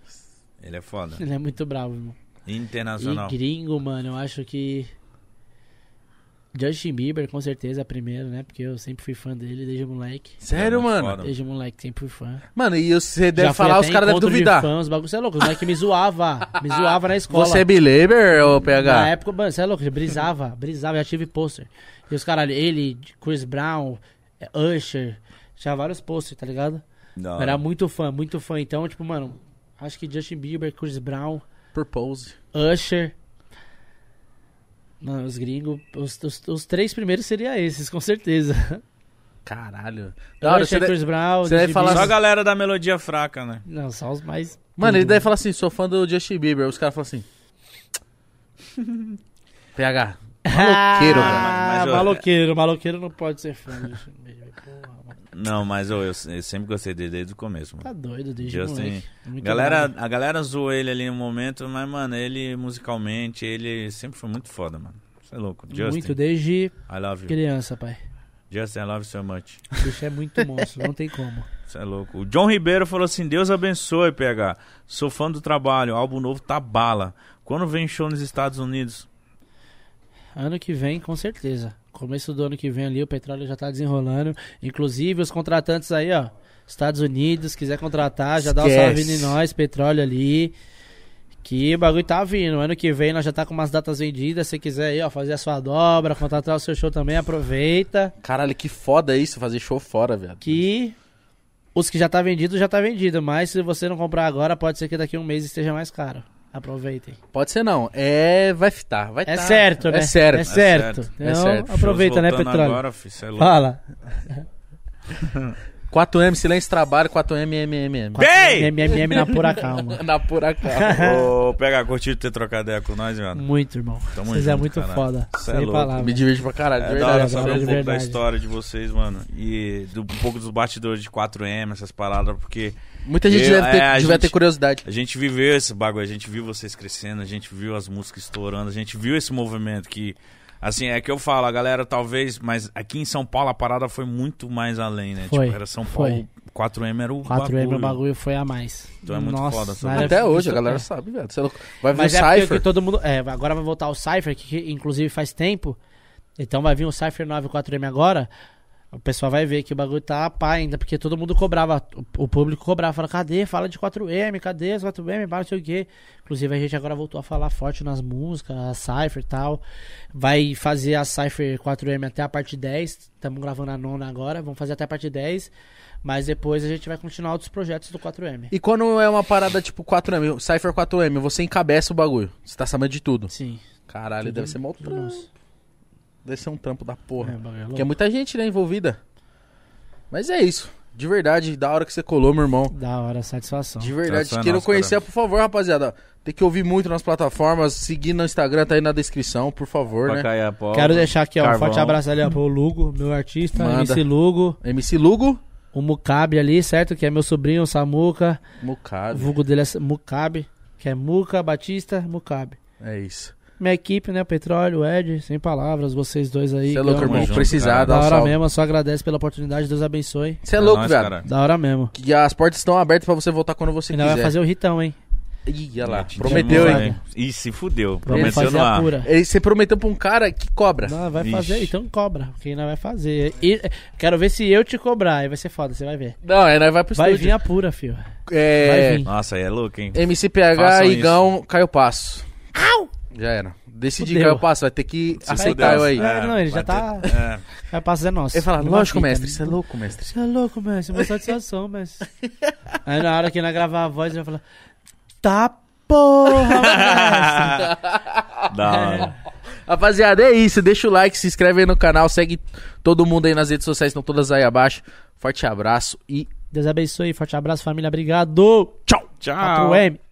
[SPEAKER 1] Ele é foda.
[SPEAKER 2] Ele é muito bravo, irmão.
[SPEAKER 1] Internacional.
[SPEAKER 2] E gringo, mano, eu acho que. Justin Bieber, com certeza, primeiro, né? Porque eu sempre fui fã dele desde moleque.
[SPEAKER 3] Sério,
[SPEAKER 1] É muito
[SPEAKER 3] mano?
[SPEAKER 1] foda.
[SPEAKER 2] Desde moleque, sempre fui fã.
[SPEAKER 3] Mano, e você deve
[SPEAKER 2] Já fui
[SPEAKER 3] falar,
[SPEAKER 2] até
[SPEAKER 3] os caras devem
[SPEAKER 2] encontro de
[SPEAKER 3] duvidar.
[SPEAKER 2] Fã, os bagulho, você é louco, os moleques me zoava. Me zoava na escola.
[SPEAKER 3] Você é believer, ô PH?
[SPEAKER 2] Na época, mano, você é louco, eu brisava, brisava, já tive pôster. E os caralho, ele, Chris Brown, eh, Usher, tinha vários pôster, tá ligado?
[SPEAKER 1] Da
[SPEAKER 3] Ah.
[SPEAKER 1] hora.
[SPEAKER 2] Era muito fã, muito fã. Então, tipo, mano, acho que Justin Bieber, Chris Brown,
[SPEAKER 3] Purpose.
[SPEAKER 2] Usher. Mano, os gringos, os, os- os três primeiros seriam esses, com certeza.
[SPEAKER 3] Caralho. Da hora,
[SPEAKER 2] Usher,
[SPEAKER 3] você deve-
[SPEAKER 2] Chris Brown,
[SPEAKER 3] você
[SPEAKER 2] Justin
[SPEAKER 3] deve falar-
[SPEAKER 1] Só a
[SPEAKER 2] Bieber.
[SPEAKER 1] galera da melodia fraca, né?
[SPEAKER 2] Não, só os mais.
[SPEAKER 3] Mano, ele deve falar assim, sou fã do Justin Bieber. Aí Os caras falam assim... PH. Maloqueiro, cara.
[SPEAKER 2] Ah,
[SPEAKER 1] Mas, ô,
[SPEAKER 2] maloqueiro, maloqueiro não pode ser fã do Justin Bieber. Porra, mano.
[SPEAKER 1] Não, mas ô, eu, eu sempre gostei dele desde o começo, mano.
[SPEAKER 2] Tá doido, desde
[SPEAKER 1] Justin-
[SPEAKER 2] moleque. Muito
[SPEAKER 1] galera,
[SPEAKER 2] bravo.
[SPEAKER 1] a galera zoou ele ali no momento, mas, mano, ele musicalmente, ele sempre foi muito foda, mano. Você é louco. Justin,
[SPEAKER 2] Muito desde
[SPEAKER 1] I love you.
[SPEAKER 2] criança, pai.
[SPEAKER 1] Justin, I love you so much.
[SPEAKER 2] O bicho é muito monstro, não tem como.
[SPEAKER 1] Você é louco. O John Ribeiro falou assim: Deus abençoe, PH. Sou fã do trabalho, álbum novo tá bala. Quando vem show nos Estados Unidos?
[SPEAKER 2] Ano que vem, com certeza. Começo do ano que vem ali, o petróleo já tá desenrolando. Inclusive, os contratantes aí, ó. Estados Unidos, quiser contratar, já dá um
[SPEAKER 3] Esquece.
[SPEAKER 2] salve em nós, petróleo ali. Que o bagulho tá vindo. Ano que vem nós já tá com umas datas vendidas. Se quiser aí, ó, fazer a sua dobra, contratar o seu show também, aproveita.
[SPEAKER 3] Caralho, que foda isso, fazer show fora, velho.
[SPEAKER 2] Que os que já tá vendido, já tá vendido. Mas se você não comprar agora, pode ser que daqui a um mês esteja mais caro. Aproveitem.
[SPEAKER 3] Pode ser não. É... Vai fitar, vai
[SPEAKER 2] É
[SPEAKER 3] tá.
[SPEAKER 2] certo, né?
[SPEAKER 3] É certo.
[SPEAKER 2] É certo.
[SPEAKER 1] certo.
[SPEAKER 2] Então,
[SPEAKER 3] É certo.
[SPEAKER 2] aproveita,
[SPEAKER 1] Shows
[SPEAKER 2] né,
[SPEAKER 1] voltando
[SPEAKER 2] Petróleo?
[SPEAKER 1] Agora, fi, cê é louco.
[SPEAKER 2] Fala.
[SPEAKER 3] 4M, silêncio, trabalho, 4M, MMM.
[SPEAKER 1] Bem!
[SPEAKER 2] MMM na pura calma.
[SPEAKER 3] Na pura cara.
[SPEAKER 1] Ô, PH, curtiu ter trocado ideia com nós, mano?
[SPEAKER 2] Muito, irmão.
[SPEAKER 1] Tamo
[SPEAKER 2] Vocês é
[SPEAKER 1] junto,
[SPEAKER 2] muito
[SPEAKER 1] caralho.
[SPEAKER 2] foda.
[SPEAKER 1] Cê é
[SPEAKER 2] Sem
[SPEAKER 1] louco.
[SPEAKER 2] palavras.
[SPEAKER 3] Me divirte pra caralho,
[SPEAKER 1] É
[SPEAKER 3] de
[SPEAKER 1] da
[SPEAKER 3] verdade.
[SPEAKER 1] hora
[SPEAKER 2] cara,
[SPEAKER 1] saber um
[SPEAKER 2] de
[SPEAKER 1] pouco da
[SPEAKER 2] verdade.
[SPEAKER 1] história de vocês, mano. E do, um pouco dos bastidores de 4M, essas paradas, porque
[SPEAKER 3] Muita gente
[SPEAKER 1] Eu-
[SPEAKER 3] deve, ter,
[SPEAKER 1] é, a
[SPEAKER 3] deve
[SPEAKER 1] gente-
[SPEAKER 3] ter curiosidade.
[SPEAKER 1] a gente viveu esse bagulho, a gente viu vocês crescendo, a gente viu as músicas estourando, a gente viu esse movimento que. Assim, é que eu falo, a galera talvez, mas aqui em São Paulo a parada foi muito mais além, né?
[SPEAKER 2] Foi,
[SPEAKER 1] tipo, era São
[SPEAKER 2] foi.
[SPEAKER 1] Paulo, 4M era o
[SPEAKER 2] 4M,
[SPEAKER 1] bagulho.
[SPEAKER 2] o bagulho foi a mais.
[SPEAKER 1] Então é muito foda essa
[SPEAKER 2] na
[SPEAKER 1] música.
[SPEAKER 3] Até
[SPEAKER 2] época-
[SPEAKER 3] hoje, a galera sabe, velho. Você é louco. Vai ver o
[SPEAKER 2] Mas é porque
[SPEAKER 3] Cypher.
[SPEAKER 2] todo mundo. É, agora vai voltar o Cypher, que, que inclusive faz tempo. Então vai vir o Cypher 9 e 4M agora. O pessoal vai ver que o bagulho tá a pá ainda, porque todo mundo cobrava, o- o público cobrava, fala, cadê? Fala de 4M, cadê as 4M, pá, não sei o quê. Inclusive a gente agora voltou a falar forte nas músicas, a Cypher e tal. Vai fazer a Cypher 4M até a parte 10, estamos gravando a nona agora, vamos fazer até a parte 10, mas depois a gente vai continuar outros projetos do 4M.
[SPEAKER 3] E quando é uma parada tipo 4M, Cypher 4M, você encabeça o bagulho. Você tá sabendo de tudo.
[SPEAKER 2] Sim.
[SPEAKER 3] Caralho, deve ser mó trampo.
[SPEAKER 2] Nossa.
[SPEAKER 3] Deve ser um trampo da porra.
[SPEAKER 2] É, o bagulho é
[SPEAKER 3] Porque é
[SPEAKER 2] louco.
[SPEAKER 3] muita gente, né, envolvida. Mas é isso. De verdade, da hora que você colou, meu irmão.
[SPEAKER 2] Da hora, satisfação.
[SPEAKER 3] De verdade,
[SPEAKER 1] Essa é
[SPEAKER 3] quem não
[SPEAKER 1] nossa,
[SPEAKER 3] conhecer,
[SPEAKER 1] cara.
[SPEAKER 3] por favor, rapaziada. Tem que ouvir muito nas plataformas, seguir no Instagram, tá aí na descrição, por favor, né?
[SPEAKER 1] Pacaia, Paulo.
[SPEAKER 2] Quero deixar aqui, ó, um
[SPEAKER 1] Carvão.
[SPEAKER 2] forte abraço ali, ó, pro Lugo, meu artista,
[SPEAKER 3] Manda.
[SPEAKER 2] MC Lugo,
[SPEAKER 3] MC Lugo,
[SPEAKER 2] o Mucabe ali, certo? Que é meu sobrinho, o Samuca. O
[SPEAKER 3] Mucabe.
[SPEAKER 2] vulgo dele é Mucabe, que é Muca, Batista, Mucabe.
[SPEAKER 3] É isso.
[SPEAKER 2] Minha equipe, né? Petróleo, o Ed, sem palavras, vocês dois aí.
[SPEAKER 3] Você é louco,
[SPEAKER 2] que eu-
[SPEAKER 1] tamo
[SPEAKER 3] irmão.
[SPEAKER 1] junto,
[SPEAKER 3] Precisar,
[SPEAKER 1] cara.
[SPEAKER 3] dá
[SPEAKER 2] Da
[SPEAKER 3] um
[SPEAKER 2] hora
[SPEAKER 3] salve.
[SPEAKER 2] mesmo, eu só agradece pela oportunidade, Deus abençoe.
[SPEAKER 3] Você é louco,
[SPEAKER 1] nóis,
[SPEAKER 3] viado.
[SPEAKER 1] cara.
[SPEAKER 2] Da hora mesmo.
[SPEAKER 3] Que as portas estão abertas pra você voltar quando você
[SPEAKER 2] Ainda
[SPEAKER 3] quiser.
[SPEAKER 2] vai fazer o ritão, hein?
[SPEAKER 3] Ih, olha lá.
[SPEAKER 1] Te
[SPEAKER 3] Prometeu,
[SPEAKER 1] digo,
[SPEAKER 2] demora,
[SPEAKER 3] hein?
[SPEAKER 1] né? Ih, se fudeu.
[SPEAKER 2] Vamos
[SPEAKER 1] Prometeu
[SPEAKER 2] fazer
[SPEAKER 1] no
[SPEAKER 2] a
[SPEAKER 1] ar.
[SPEAKER 2] pura.
[SPEAKER 3] Ele- Você prometeu pra um cara que cobra.
[SPEAKER 2] Não, vai
[SPEAKER 1] Vixe.
[SPEAKER 2] fazer, então cobra. Quem não vai fazer. E- quero ver se eu te cobrar, aí vai ser foda, você vai ver.
[SPEAKER 3] Não, aí nós vai pro
[SPEAKER 2] Vai vir
[SPEAKER 3] estúdio.
[SPEAKER 2] a pura, filho.
[SPEAKER 3] É,
[SPEAKER 2] vai vir.
[SPEAKER 1] Nossa, aí é louco, hein?
[SPEAKER 3] MCPH,
[SPEAKER 1] Façam
[SPEAKER 3] Igão, Caio Passo. Já era. Decidi,
[SPEAKER 2] Fudeu.
[SPEAKER 3] Caio Passo, vai ter que
[SPEAKER 1] Se
[SPEAKER 3] aceitar
[SPEAKER 1] fudeu.
[SPEAKER 3] eu aí.
[SPEAKER 2] É. não, ele
[SPEAKER 1] vai
[SPEAKER 2] já tá-
[SPEAKER 1] ter- é.
[SPEAKER 2] Vai passar é nosso.
[SPEAKER 3] Ele fala,
[SPEAKER 2] Não
[SPEAKER 3] lógico,
[SPEAKER 2] vai vir,
[SPEAKER 3] mestre,
[SPEAKER 2] tá?
[SPEAKER 3] você é louco, mestre.
[SPEAKER 2] Você é louco, mestre. É uma satisfação, mestre. Aí na hora que ele vai gravar a voz, ele vai falar: Tá porra, mestre.
[SPEAKER 1] Da hora.
[SPEAKER 3] Rapaziada, é isso. Deixa o like, se inscreve aí no canal, segue todo mundo aí nas redes sociais, estão todas aí abaixo. Forte abraço e
[SPEAKER 2] Deus abençoe. Forte abraço, família. Obrigado.
[SPEAKER 3] Ah,
[SPEAKER 1] Tchau.
[SPEAKER 2] 4M.